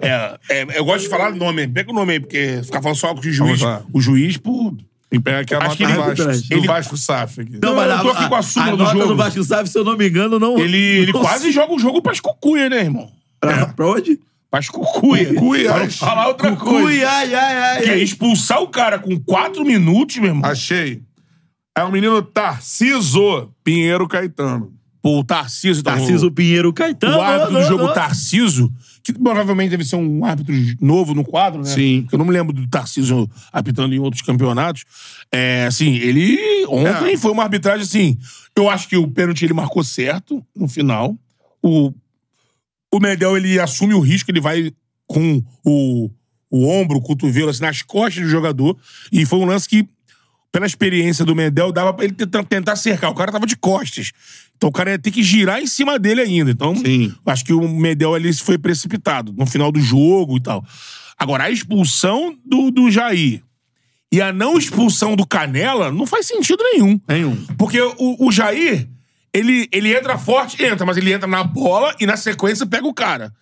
[SPEAKER 2] É, é, eu gosto de falar nome. Pega o nome aí, porque ficar falando só de
[SPEAKER 1] Vamos
[SPEAKER 2] juiz.
[SPEAKER 1] lá.
[SPEAKER 2] O juiz, pô.
[SPEAKER 1] E pega aqui a
[SPEAKER 2] Acho
[SPEAKER 1] nota
[SPEAKER 2] que
[SPEAKER 1] do
[SPEAKER 2] ele- tá
[SPEAKER 1] Vasco.
[SPEAKER 3] ele-
[SPEAKER 1] Do Vasco SAF aqui.
[SPEAKER 2] Não, eu tô aqui com a súmula do
[SPEAKER 3] nota
[SPEAKER 2] jogo.
[SPEAKER 3] do Vasco Sávio, se eu não me engano, não...
[SPEAKER 2] Ele, ele
[SPEAKER 3] não-
[SPEAKER 2] quase joga o jogo pras cucuia, né, irmão?
[SPEAKER 3] Pra, pra onde?
[SPEAKER 2] Pras cucuia.
[SPEAKER 1] Cuias.
[SPEAKER 2] Pra não falar outra coisa.
[SPEAKER 3] Ui, ai, ai, ai.
[SPEAKER 2] Que é expulsar o cara com quatro minutos, meu irmão.
[SPEAKER 1] Achei. É o menino Tarciso Pinheiro Caetano.
[SPEAKER 2] Pô, o Tarciso. então,
[SPEAKER 3] Tarciso Pinheiro
[SPEAKER 2] o,
[SPEAKER 3] Caetano.
[SPEAKER 2] o árbitro do
[SPEAKER 3] Então, não,
[SPEAKER 2] jogo tá-
[SPEAKER 3] não.
[SPEAKER 2] Tarciso, que provavelmente deve ser um árbitro novo no quadro, né?
[SPEAKER 1] Sim.
[SPEAKER 2] Eu não me lembro do Tarciso apitando em outros campeonatos. É, assim, ele... Ontem
[SPEAKER 1] É.
[SPEAKER 2] foi uma arbitragem, assim... Eu acho que o pênalti ele marcou certo no final. O, o Medel, ele assume o risco, ele vai com o, o ombro, o cotovelo, assim, nas costas do jogador. E foi um lance que pela experiência do Mendel, dava pra ele tentar, tentar cercar. O cara tava de costas. Então o cara ia ter que girar em cima dele ainda. Então,
[SPEAKER 1] Sim.
[SPEAKER 2] acho que o Mendel ali foi precipitado no final do jogo e tal. Agora, a expulsão do, do Jair e a não expulsão do Canela não faz sentido nenhum.
[SPEAKER 3] Nenhum.
[SPEAKER 2] Porque o, o Jair, ele, ele entra forte, entra, mas ele entra na bola e na sequência pega o cara.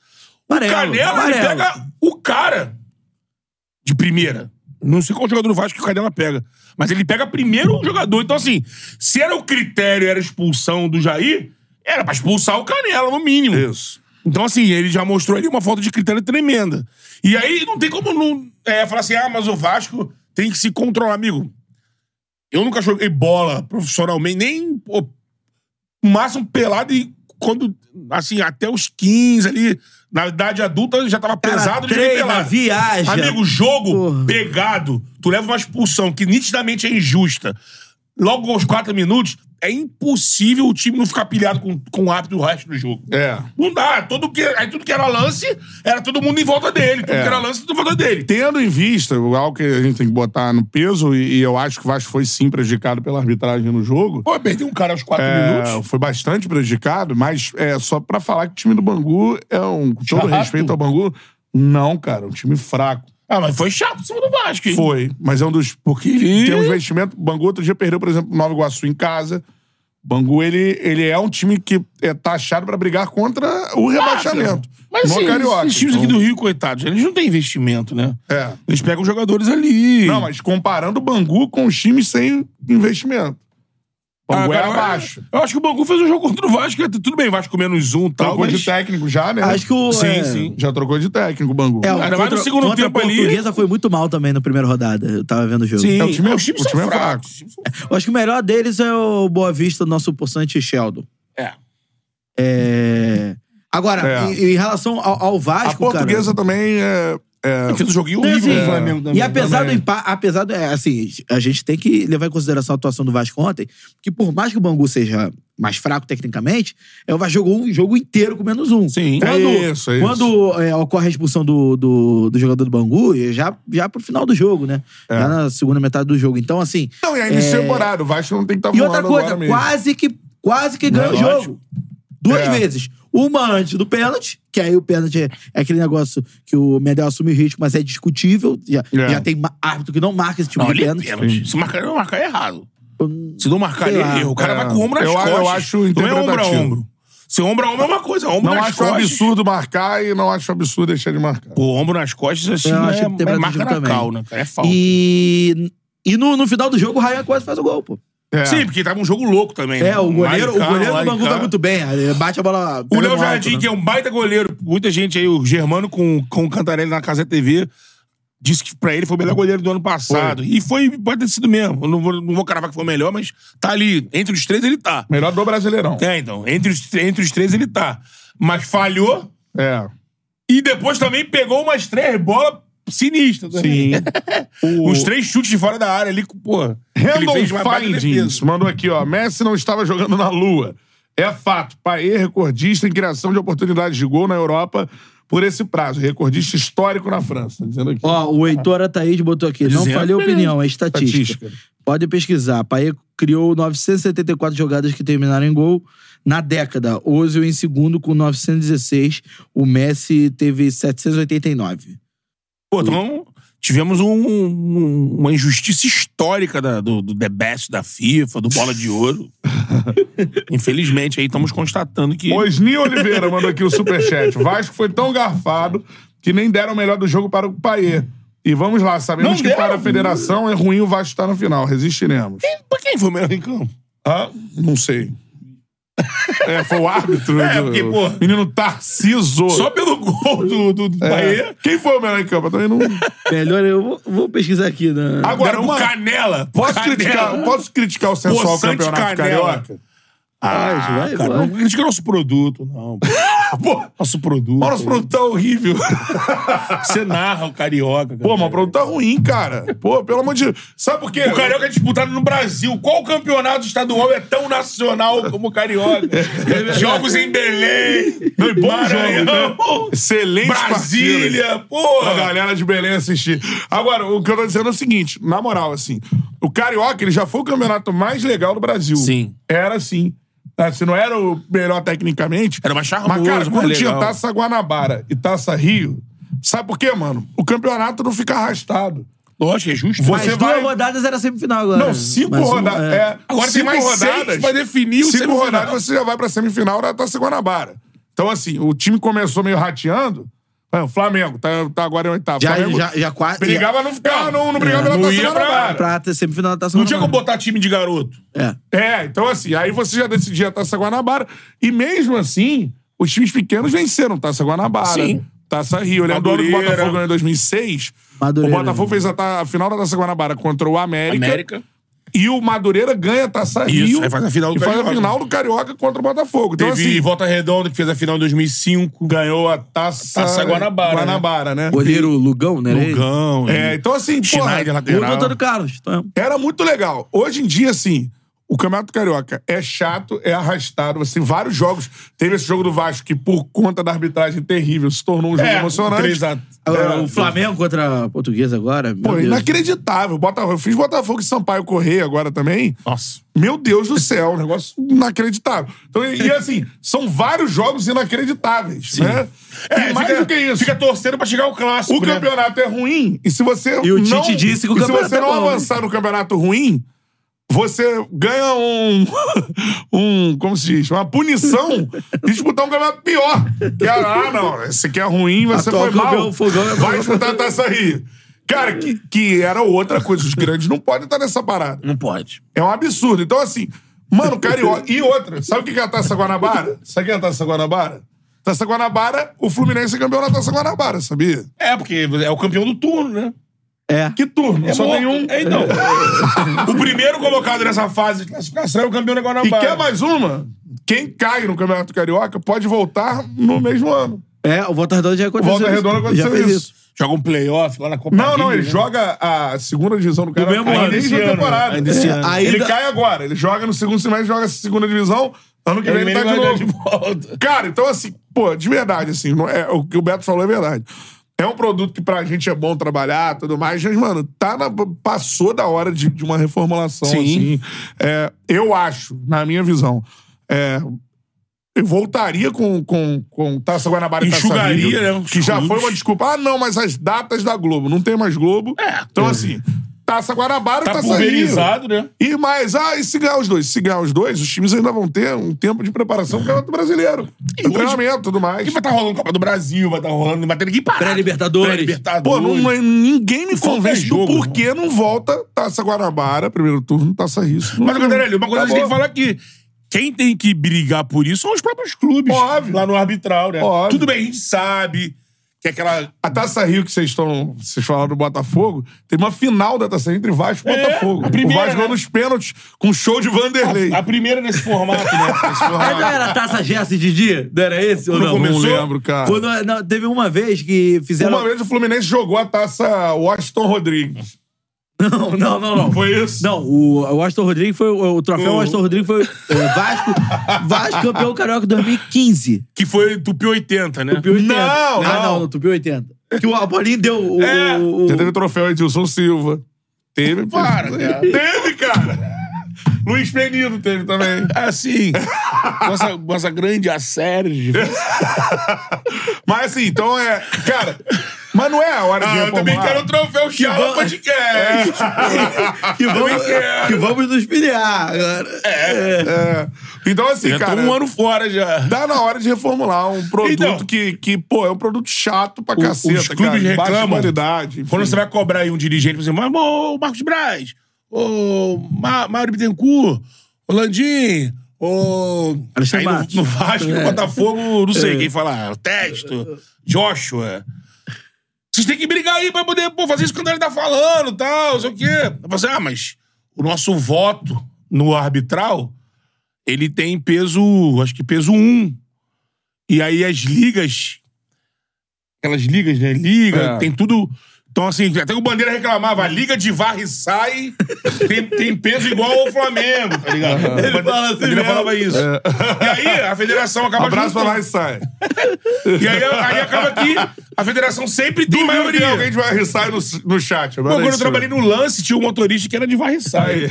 [SPEAKER 3] Amarelo,
[SPEAKER 2] Canela, ele
[SPEAKER 3] amarelo.
[SPEAKER 2] pega o cara de primeira. Não sei qual jogador do Vasco que o Canela pega. Mas ele pega primeiro o jogador. Então, assim, se era o critério, era a expulsão do Jair, era pra expulsar o Canela, no mínimo.
[SPEAKER 1] Isso.
[SPEAKER 2] Então, assim, ele já mostrou ali uma falta de critério tremenda. E aí não tem como não é, falar assim, ah, mas o Vasco tem que se controlar, amigo. Eu nunca joguei bola profissionalmente, nem pô, no máximo pelado e quando, assim, até os 15 ali, na idade adulta, eu já tava
[SPEAKER 3] Cara,
[SPEAKER 2] pesado de joguei
[SPEAKER 3] treina,
[SPEAKER 2] pelado.
[SPEAKER 3] viaja.
[SPEAKER 2] Amigo, jogo
[SPEAKER 3] Porra.
[SPEAKER 2] pegado, tu leva uma expulsão que nitidamente é injusta. logo aos quatro minutos, é impossível o time não ficar pilhado com, com o árbitro o resto do jogo.
[SPEAKER 1] É.
[SPEAKER 2] Não dá. Tudo que, aí tudo que era lance, era todo mundo em volta dele. Tudo
[SPEAKER 1] É.
[SPEAKER 2] que era lance, tudo em volta dele.
[SPEAKER 1] Tendo em vista algo que a gente tem que botar no peso, e, e eu acho que o Vasco foi sim prejudicado pela arbitragem no jogo.
[SPEAKER 2] Pô, perdeu um cara aos quatro
[SPEAKER 1] É,
[SPEAKER 2] minutos.
[SPEAKER 1] foi bastante prejudicado, mas é só pra falar que o time do Bangu é um. Com todo
[SPEAKER 2] Chato.
[SPEAKER 1] respeito ao Bangu, não, cara, é um time fraco.
[SPEAKER 2] Ah, mas foi chato em cima do Vasco, hein?
[SPEAKER 1] Foi, mas é um dos. Porque
[SPEAKER 2] E-
[SPEAKER 1] tem um investimento. O Bangu outro dia perdeu, por exemplo, o Nova Iguaçu em casa. O Bangu, ele, ele é um time que é taxado pra brigar contra o rebaixamento.
[SPEAKER 2] Mas
[SPEAKER 1] no
[SPEAKER 2] assim,
[SPEAKER 1] Tá Carioca.
[SPEAKER 2] esses times aqui
[SPEAKER 1] Então,
[SPEAKER 2] do Rio, coitados, eles não têm investimento, né?
[SPEAKER 1] É.
[SPEAKER 2] Eles pegam os jogadores ali.
[SPEAKER 1] Não, mas comparando o Bangu com os times sem investimento. O Bangu
[SPEAKER 2] Ah,
[SPEAKER 1] é
[SPEAKER 2] cara,
[SPEAKER 1] abaixo.
[SPEAKER 2] Eu acho que o Bangu fez um jogo contra o Vasco. Tudo bem, Vasco menos um e tal.
[SPEAKER 1] Trocou
[SPEAKER 2] Mas...
[SPEAKER 1] de técnico já, né?
[SPEAKER 3] Acho que o.
[SPEAKER 2] Sim,
[SPEAKER 3] é,
[SPEAKER 2] sim.
[SPEAKER 1] Já trocou de técnico o Bangu.
[SPEAKER 3] É, o
[SPEAKER 2] Ainda mais no
[SPEAKER 3] contra,
[SPEAKER 2] segundo
[SPEAKER 3] contra
[SPEAKER 2] tempo
[SPEAKER 3] a
[SPEAKER 2] ali.
[SPEAKER 3] portuguesa foi muito mal também na primeira rodada. Eu tava vendo o jogo.
[SPEAKER 2] Sim,
[SPEAKER 1] É, o time é-
[SPEAKER 2] os times
[SPEAKER 1] o
[SPEAKER 2] são
[SPEAKER 1] time é fraco.
[SPEAKER 2] fracos. os times são fracos.
[SPEAKER 3] Eu acho que o melhor deles é o Boa Vista, nosso possante Sheldon.
[SPEAKER 2] É.
[SPEAKER 3] É... Agora,
[SPEAKER 1] É.
[SPEAKER 3] em, em relação ao, ao
[SPEAKER 1] a
[SPEAKER 3] Vasco, cara.
[SPEAKER 1] portuguesa também é. é-
[SPEAKER 2] Fez um joguinho
[SPEAKER 3] Não,
[SPEAKER 2] horrível
[SPEAKER 3] assim,
[SPEAKER 2] do Flamengo também.
[SPEAKER 3] E apesar do
[SPEAKER 2] Também.
[SPEAKER 3] empate, apesar do, é, assim, a gente tem que levar em consideração a atuação do Vasco ontem, que por mais que o Bangu seja mais fraco tecnicamente, é, o Vasco jogou um jogo inteiro com menos um.
[SPEAKER 2] Sim.
[SPEAKER 3] Quando,
[SPEAKER 1] É isso, é isso.
[SPEAKER 3] quando é, ocorre a expulsão do, do, do jogador do Bangu, é já, já pro final do jogo, né?
[SPEAKER 1] É.
[SPEAKER 3] Já na segunda metade do jogo. Então, assim.
[SPEAKER 1] Não, e ainda é... temporada. O Vasco não tem que estar
[SPEAKER 3] E
[SPEAKER 1] voando
[SPEAKER 3] outra coisa,
[SPEAKER 1] agora mesmo.
[SPEAKER 3] quase que, quase que ganha
[SPEAKER 1] É
[SPEAKER 3] o
[SPEAKER 1] lógico.
[SPEAKER 3] jogo. Duas
[SPEAKER 1] É.
[SPEAKER 3] vezes. Uma antes do pênalti, que aí o pênalti é, é aquele negócio que o Medel assume o risco, mas é discutível. Já,
[SPEAKER 1] É.
[SPEAKER 3] já tem ma- árbitro que não marca esse tipo
[SPEAKER 2] Não,
[SPEAKER 3] de
[SPEAKER 2] ali é
[SPEAKER 3] pênalti.
[SPEAKER 2] pênalti. Se marcar, não marcar é errado. Se não marcar
[SPEAKER 3] Sei
[SPEAKER 2] ali,
[SPEAKER 3] lá.
[SPEAKER 2] é erro. O cara
[SPEAKER 1] É.
[SPEAKER 2] vai com o ombro nas
[SPEAKER 1] Eu- eu
[SPEAKER 2] costas.
[SPEAKER 1] acho
[SPEAKER 2] Não é ombro a
[SPEAKER 1] interpretativo.
[SPEAKER 2] ombro. Se ombro a ombro é uma coisa, ombro
[SPEAKER 1] Não
[SPEAKER 2] nas
[SPEAKER 1] acho um
[SPEAKER 2] costas.
[SPEAKER 1] absurdo marcar e não acho um absurdo deixar de marcar.
[SPEAKER 2] Pô, ombro nas costas, assim,
[SPEAKER 3] Eu acho
[SPEAKER 2] é, é
[SPEAKER 3] interpretativo
[SPEAKER 2] marca na
[SPEAKER 3] também.
[SPEAKER 2] cal, né, cara? É falta.
[SPEAKER 3] E, e no, no final do jogo, o Ryan quase faz o gol, pô.
[SPEAKER 1] É.
[SPEAKER 2] Sim, porque tava um jogo louco também.
[SPEAKER 3] É,
[SPEAKER 2] né?
[SPEAKER 3] o goleiro,
[SPEAKER 2] Marcar,
[SPEAKER 3] o goleiro do
[SPEAKER 2] lá em
[SPEAKER 3] Bangu tá
[SPEAKER 2] casa.
[SPEAKER 3] muito bem. ele Bate a bola.
[SPEAKER 2] O
[SPEAKER 3] pega
[SPEAKER 2] Léo
[SPEAKER 3] no alto,
[SPEAKER 2] Jardim,
[SPEAKER 3] né?
[SPEAKER 2] que é um baita goleiro. Muita gente aí, o Germano com, com o Cantarelli na Casa TV, disse que pra ele foi o melhor goleiro do ano passado. E foi, pode ter sido mesmo. Eu não vou, não vou cravar que foi o melhor, mas tá ali. Entre os três, ele tá.
[SPEAKER 1] Melhor do Brasileirão.
[SPEAKER 2] É, então. Entre os, entre os três, ele tá. Mas falhou
[SPEAKER 1] É.
[SPEAKER 2] e depois também pegou umas três bolas sinistras. né?
[SPEAKER 1] Sim. O
[SPEAKER 2] Uns três chutes de fora da área ali, porra.
[SPEAKER 1] Randall
[SPEAKER 2] uma baita
[SPEAKER 1] Findings
[SPEAKER 2] defesa.
[SPEAKER 1] mandou aqui, ó. Messi não estava jogando na Lua. É fato. Paê, recordista em criação de oportunidades de gol na Europa por esse prazo. Recordista histórico na França. Tá dizendo aqui.
[SPEAKER 3] Ó, o Heitor Ataíde botou aqui. Não
[SPEAKER 2] Dizendo
[SPEAKER 3] falei
[SPEAKER 2] mesmo.
[SPEAKER 3] opinião, é estatística.
[SPEAKER 1] Estatística.
[SPEAKER 3] Pode pesquisar. Paê criou 974 jogadas que terminaram em gol na década. Ozil em segundo com 916. O Messi teve 789.
[SPEAKER 2] Pô, então tivemos um- um- uma injustiça histórica da- do, do The Best da FIFA, do Bola de Ouro. Infelizmente, aí estamos constatando que.
[SPEAKER 1] Osni Oliveira mandou aqui o superchat. O Vasco foi tão garfado que nem deram o melhor do jogo para o Paê. E vamos lá, sabemos
[SPEAKER 2] Não
[SPEAKER 1] que
[SPEAKER 2] deram?
[SPEAKER 1] para a federação é ruim o Vasco estar na final. Resistiremos.
[SPEAKER 2] Pra quem foi o melhor em campo? Ah,
[SPEAKER 1] Hã? Não sei. É, foi o árbitro.
[SPEAKER 2] É,
[SPEAKER 1] do-
[SPEAKER 2] porque, pô,
[SPEAKER 1] Menino Tarciso.
[SPEAKER 2] Só pelo gol do, do, do
[SPEAKER 1] É.
[SPEAKER 2] Bahia.
[SPEAKER 1] Quem foi o melhor em campo? Eu também não.
[SPEAKER 3] Melhor eu vou, vou pesquisar aqui. Né?
[SPEAKER 1] Agora,
[SPEAKER 2] Deram pro
[SPEAKER 1] uma-
[SPEAKER 2] Canela. pro
[SPEAKER 1] posso,
[SPEAKER 2] Canela.
[SPEAKER 1] criticar, posso criticar o sensual
[SPEAKER 2] Poçante
[SPEAKER 1] campeonato
[SPEAKER 2] Canela.
[SPEAKER 1] carioca?
[SPEAKER 2] Ah,
[SPEAKER 3] Vai, vai,
[SPEAKER 2] cara,
[SPEAKER 3] vai.
[SPEAKER 2] não critica nosso produto, não.
[SPEAKER 1] Pô,
[SPEAKER 2] Nosso produto.
[SPEAKER 1] o nosso produto tá horrível.
[SPEAKER 2] Você narra o carioca.
[SPEAKER 1] Pô, mas o produto tá ruim, cara. Pô, pelo amor de Deus. Sabe por quê?
[SPEAKER 2] O carioca é disputado no Brasil. Qual campeonato estadual é tão nacional como o carioca? Jogos em Belém,
[SPEAKER 1] Não, e bons jogos,
[SPEAKER 2] Maranhão,
[SPEAKER 1] né? Excelente
[SPEAKER 2] Brasília,
[SPEAKER 1] Pra
[SPEAKER 2] porra.
[SPEAKER 1] galera de Belém assistir. Agora, o que eu tô dizendo é o seguinte, na moral, assim, o Carioca, ele já foi o campeonato mais legal do Brasil.
[SPEAKER 2] Sim.
[SPEAKER 1] Era sim. Ah, Se não era o melhor tecnicamente.
[SPEAKER 2] Era mais charmoso,
[SPEAKER 1] Mas, cara, quando
[SPEAKER 2] mais
[SPEAKER 1] tinha
[SPEAKER 2] legal.
[SPEAKER 1] Taça Guanabara e Taça Rio, sabe por quê, mano? O campeonato não fica arrastado.
[SPEAKER 2] Lógico, é justo.
[SPEAKER 1] Você
[SPEAKER 3] As duas
[SPEAKER 1] vai-
[SPEAKER 3] rodadas era semifinal agora.
[SPEAKER 1] Não, cinco
[SPEAKER 3] Mas uma-
[SPEAKER 1] rodadas.
[SPEAKER 3] é.
[SPEAKER 1] é,
[SPEAKER 2] Agora tem
[SPEAKER 1] cinco
[SPEAKER 2] mais
[SPEAKER 1] rodadas,
[SPEAKER 2] seis pra definir o
[SPEAKER 1] Cinco
[SPEAKER 2] semifinal.
[SPEAKER 1] rodadas você já vai pra semifinal da Taça Guanabara. Então, assim, o time começou meio rateando. Vai, O Flamengo tá, tá agora em oitavo.
[SPEAKER 3] Já,
[SPEAKER 1] Flamengo
[SPEAKER 3] já, já quase.
[SPEAKER 1] brigava, não ficava, não, não brigava pela
[SPEAKER 2] não
[SPEAKER 1] Taça
[SPEAKER 2] ia pra-
[SPEAKER 1] Guanabara.
[SPEAKER 3] já, prata, semifinal da taça.
[SPEAKER 2] Não tinha como
[SPEAKER 3] Guanabara.
[SPEAKER 2] botar time de garoto.
[SPEAKER 3] É.
[SPEAKER 1] É, então assim, aí você já decidia a Taça Guanabara. E mesmo assim, os times pequenos venceram Taça Guanabara.
[SPEAKER 2] Sim.
[SPEAKER 1] Taça Rio. Eu lembro do ano que o
[SPEAKER 2] Madureira.
[SPEAKER 1] Botafogo ganhou em 2006.
[SPEAKER 3] Madureira,
[SPEAKER 1] o Botafogo
[SPEAKER 3] né?
[SPEAKER 1] fez a, ta- a final da Taça Guanabara contra o América.
[SPEAKER 2] América.
[SPEAKER 1] E o Madureira ganha a Taça Rio.
[SPEAKER 2] Isso, aí faz a final do
[SPEAKER 1] e faz a
[SPEAKER 2] Carioca.
[SPEAKER 1] final do Carioca contra o Botafogo. Então,
[SPEAKER 2] Teve
[SPEAKER 1] assim,
[SPEAKER 2] Volta Redonda, que fez a final em 2005.
[SPEAKER 1] ganhou a Taça,
[SPEAKER 2] Taça Guanabara,
[SPEAKER 1] Guanabara, né?
[SPEAKER 3] Goleiro Lugão, né?
[SPEAKER 2] Lugão.
[SPEAKER 1] É,
[SPEAKER 2] e-
[SPEAKER 1] então assim, porra,
[SPEAKER 2] Schneider,
[SPEAKER 3] E o
[SPEAKER 2] lateral.
[SPEAKER 3] Antônio Carlos. Então,
[SPEAKER 1] era muito legal. Hoje em dia, assim, o Campeonato Carioca é chato, é arrastado. Assim, vários jogos. Teve esse jogo do Vasco que, por conta da arbitragem terrível, se tornou um jogo
[SPEAKER 2] É,
[SPEAKER 1] emocionante.
[SPEAKER 2] três a-
[SPEAKER 3] Agora,
[SPEAKER 1] É,
[SPEAKER 3] o Flamengo contra a Portuguesa agora. Meu
[SPEAKER 1] Pô,
[SPEAKER 3] Deus.
[SPEAKER 1] inacreditável. Botafogo, eu fiz Botafogo e Sampaio Correia agora também.
[SPEAKER 2] Nossa.
[SPEAKER 1] Meu Deus do céu, um negócio inacreditável. Então, e, e assim, são vários jogos inacreditáveis, né?
[SPEAKER 2] É,
[SPEAKER 1] e mais
[SPEAKER 2] fica-
[SPEAKER 1] do que isso.
[SPEAKER 2] Fica torcendo pra chegar ao clássico.
[SPEAKER 1] O
[SPEAKER 2] né?
[SPEAKER 1] campeonato é ruim, e se você
[SPEAKER 3] E o
[SPEAKER 1] não...
[SPEAKER 3] Tite disse que o
[SPEAKER 1] e
[SPEAKER 3] campeonato
[SPEAKER 1] se você
[SPEAKER 3] é
[SPEAKER 1] não
[SPEAKER 3] bom, né?
[SPEAKER 1] avançar no campeonato ruim, você ganha um... um... Como se diz? Uma punição de disputar um campeonato pior. Que é, ah, não, esse aqui é ruim, você
[SPEAKER 3] Atual
[SPEAKER 1] foi mal.
[SPEAKER 3] campeão, Fogão é
[SPEAKER 1] Vai
[SPEAKER 3] bom.
[SPEAKER 1] disputar a Taça Rio. Cara, que, que era outra coisa. Os grandes não podem estar nessa parada.
[SPEAKER 2] Não pode.
[SPEAKER 1] É um absurdo. Então, assim, mano, carioca. E outra, sabe o que que é a Taça Guanabara? Sabe o que é a Taça Guanabara? Taça Guanabara, o Fluminense é campeão da Taça Guanabara, sabia?
[SPEAKER 2] É, porque é o campeão do turno, né?
[SPEAKER 3] É.
[SPEAKER 1] Que turno,
[SPEAKER 2] É
[SPEAKER 1] só
[SPEAKER 2] morto.
[SPEAKER 1] tem um.
[SPEAKER 2] É, então. o primeiro colocado nessa fase de classificação é o campeão da
[SPEAKER 1] E
[SPEAKER 2] Guanabara.
[SPEAKER 1] quer mais uma? Quem cai no Campeonato Carioca pode voltar no mesmo ano.
[SPEAKER 3] É, o Volta Redonda já
[SPEAKER 1] O
[SPEAKER 3] aconteceu.
[SPEAKER 1] Volta
[SPEAKER 3] isso.
[SPEAKER 1] Redonda
[SPEAKER 3] já
[SPEAKER 1] aconteceu
[SPEAKER 3] fez
[SPEAKER 1] isso.
[SPEAKER 2] Joga um playoff lá na Copa
[SPEAKER 1] Não, não,
[SPEAKER 2] Rio,
[SPEAKER 1] ele
[SPEAKER 2] né?
[SPEAKER 1] joga a segunda divisão do Carioca
[SPEAKER 3] mesmo
[SPEAKER 1] ainda
[SPEAKER 3] ano,
[SPEAKER 1] nesse
[SPEAKER 2] esse ano,
[SPEAKER 1] temporada.
[SPEAKER 2] ainda esse
[SPEAKER 1] É,
[SPEAKER 2] ano.
[SPEAKER 1] Ele
[SPEAKER 3] Ainda-
[SPEAKER 1] cai agora, ele joga no segundo semestre, joga a segunda divisão, ano que
[SPEAKER 2] Ele
[SPEAKER 1] vem ele tá de
[SPEAKER 2] vai ganhar
[SPEAKER 1] novo.
[SPEAKER 2] de volta.
[SPEAKER 1] Cara, então assim, pô, de verdade, assim, não é, o que o Beto falou é verdade. É um produto que pra gente é bom trabalhar tudo mais, mas, mano, tá na- passou da hora de, de uma reformulação,
[SPEAKER 2] Sim.
[SPEAKER 1] assim. É, eu acho, na minha visão, é, eu voltaria com, com, com Taça Guanabara e Taça
[SPEAKER 2] Enxugaria,
[SPEAKER 1] Rio,
[SPEAKER 2] né, os
[SPEAKER 1] Que já
[SPEAKER 2] clubes.
[SPEAKER 1] foi uma desculpa. Ah, não, mas as datas da Globo. Não tem mais Globo.
[SPEAKER 2] É.
[SPEAKER 1] Então, assim, Taça Guanabara e
[SPEAKER 2] Tá
[SPEAKER 1] Taça Rio.
[SPEAKER 2] pulverizado, né?
[SPEAKER 1] E mais, ah, e se ganhar os dois? Se ganhar os dois, os times ainda vão ter um tempo de preparação pro Campeonato Brasileiro.
[SPEAKER 2] hoje-
[SPEAKER 1] treinamento e tudo mais.
[SPEAKER 2] Aqui vai estar rolando Copa do Brasil, vai estar rolando, vai ter ninguém parar.
[SPEAKER 3] Pré-Libertadores.
[SPEAKER 2] Pré-Libertadores.
[SPEAKER 1] Pô, não, não- ninguém me
[SPEAKER 2] Falta
[SPEAKER 1] convence do
[SPEAKER 2] jogo,
[SPEAKER 1] porquê não volta Taça Guanabara, primeiro turno, Taça Rio.
[SPEAKER 2] Mas, Cantarelli, uma coisa que a gente tem que falar aqui. Quem tem que brigar por isso são os próprios clubes.
[SPEAKER 1] Óbvio.
[SPEAKER 2] Lá no arbitral, né?
[SPEAKER 1] Óbvio.
[SPEAKER 2] Tudo bem, a gente sabe que é aquela...
[SPEAKER 1] A Taça Rio que vocês estão. Vocês falaram do Botafogo, tem uma final da Taça Rio entre Vasco e
[SPEAKER 2] É,
[SPEAKER 1] Botafogo.
[SPEAKER 2] a primeira,
[SPEAKER 1] o Vasco
[SPEAKER 2] né?
[SPEAKER 1] ganhou nos pênaltis com show de Vanderlei.
[SPEAKER 2] A primeira nesse formato, né? Nesse
[SPEAKER 3] Mas não
[SPEAKER 2] formato.
[SPEAKER 3] era Taça Gerson e Didi? Não era esse? Ou
[SPEAKER 1] Não,
[SPEAKER 3] não?
[SPEAKER 1] não lembro, cara.
[SPEAKER 3] Quando- não, teve uma vez que fizeram...
[SPEAKER 1] Uma vez o Fluminense jogou a taça Washington Rodrigues.
[SPEAKER 3] Não, não, não, não.
[SPEAKER 1] Foi isso?
[SPEAKER 3] Não, o, o Aston Rodrigues foi. O, o troféu Aston Rodrigues foi é, Vasco, Vasco campeão carioca 2015.
[SPEAKER 2] que foi Tupi 80, né?
[SPEAKER 3] Tupi 80.
[SPEAKER 1] Não,
[SPEAKER 3] ah,
[SPEAKER 1] não.
[SPEAKER 3] não, no Tupi 80. Que o Bolinho deu o.
[SPEAKER 1] É.
[SPEAKER 3] o- o-
[SPEAKER 1] Já teve o troféu Edilson Silva. Teve.
[SPEAKER 2] Para, cara.
[SPEAKER 1] Teve, cara. Luiz Penino teve também.
[SPEAKER 2] Assim, nossa, nossa grande assédio.
[SPEAKER 1] Mas assim, então é. Cara, mas não é a hora de
[SPEAKER 2] Ah, eu também
[SPEAKER 1] reformular. É,
[SPEAKER 2] quero o troféu Chala
[SPEAKER 3] bom-
[SPEAKER 2] Podcast.
[SPEAKER 3] que, vamos, que vamos nos filiar, galera.
[SPEAKER 1] É. Então, assim,
[SPEAKER 2] Já tô
[SPEAKER 1] cara.
[SPEAKER 2] um ano fora já.
[SPEAKER 1] Dá na hora de reformular um produto
[SPEAKER 2] Então.
[SPEAKER 1] que, que, pô, é um produto chato pra
[SPEAKER 2] O-
[SPEAKER 1] caceta,
[SPEAKER 2] os
[SPEAKER 1] cara.
[SPEAKER 2] clubes
[SPEAKER 1] de Baixa
[SPEAKER 2] reclamam.
[SPEAKER 1] qualidade. enfim.
[SPEAKER 2] Quando você vai cobrar aí um dirigente, você vai, ô Marcos Braz, ô Ma- Mário Bittencourt, ô Landim, ô.
[SPEAKER 3] Alexandre
[SPEAKER 2] Aí no,
[SPEAKER 3] Matos.
[SPEAKER 2] no Vasco, no
[SPEAKER 3] É.
[SPEAKER 2] Botafogo, não sei quem falar, o Testo, Joshua. Vocês têm que brigar aí pra poder pô, fazer isso que o André tá falando tal, não sei o quê. Você, ah, mas o nosso voto no arbitral, ele tem peso, acho que peso 1. Um. E aí as ligas aquelas ligas, né? Liga,
[SPEAKER 1] É.
[SPEAKER 2] tem tudo. Então, assim, até o Bandeira reclamava, a liga de varre sai, tem, tem peso igual ao Flamengo, tá ligado? O Bandeira,
[SPEAKER 3] fala assim
[SPEAKER 2] Bandeira
[SPEAKER 3] mesmo.
[SPEAKER 2] falava isso. E aí, a federação acaba
[SPEAKER 1] Abraço pra
[SPEAKER 2] juntando.
[SPEAKER 1] lá e sai.
[SPEAKER 2] E aí, aí acaba que a federação sempre tem
[SPEAKER 1] Duvido que
[SPEAKER 2] maioria.
[SPEAKER 1] alguém vai rissar no, no chat. é
[SPEAKER 2] Pô, quando eu
[SPEAKER 1] né?
[SPEAKER 2] trabalhei no lance, tinha um motorista que era de varriçai.
[SPEAKER 1] Aí.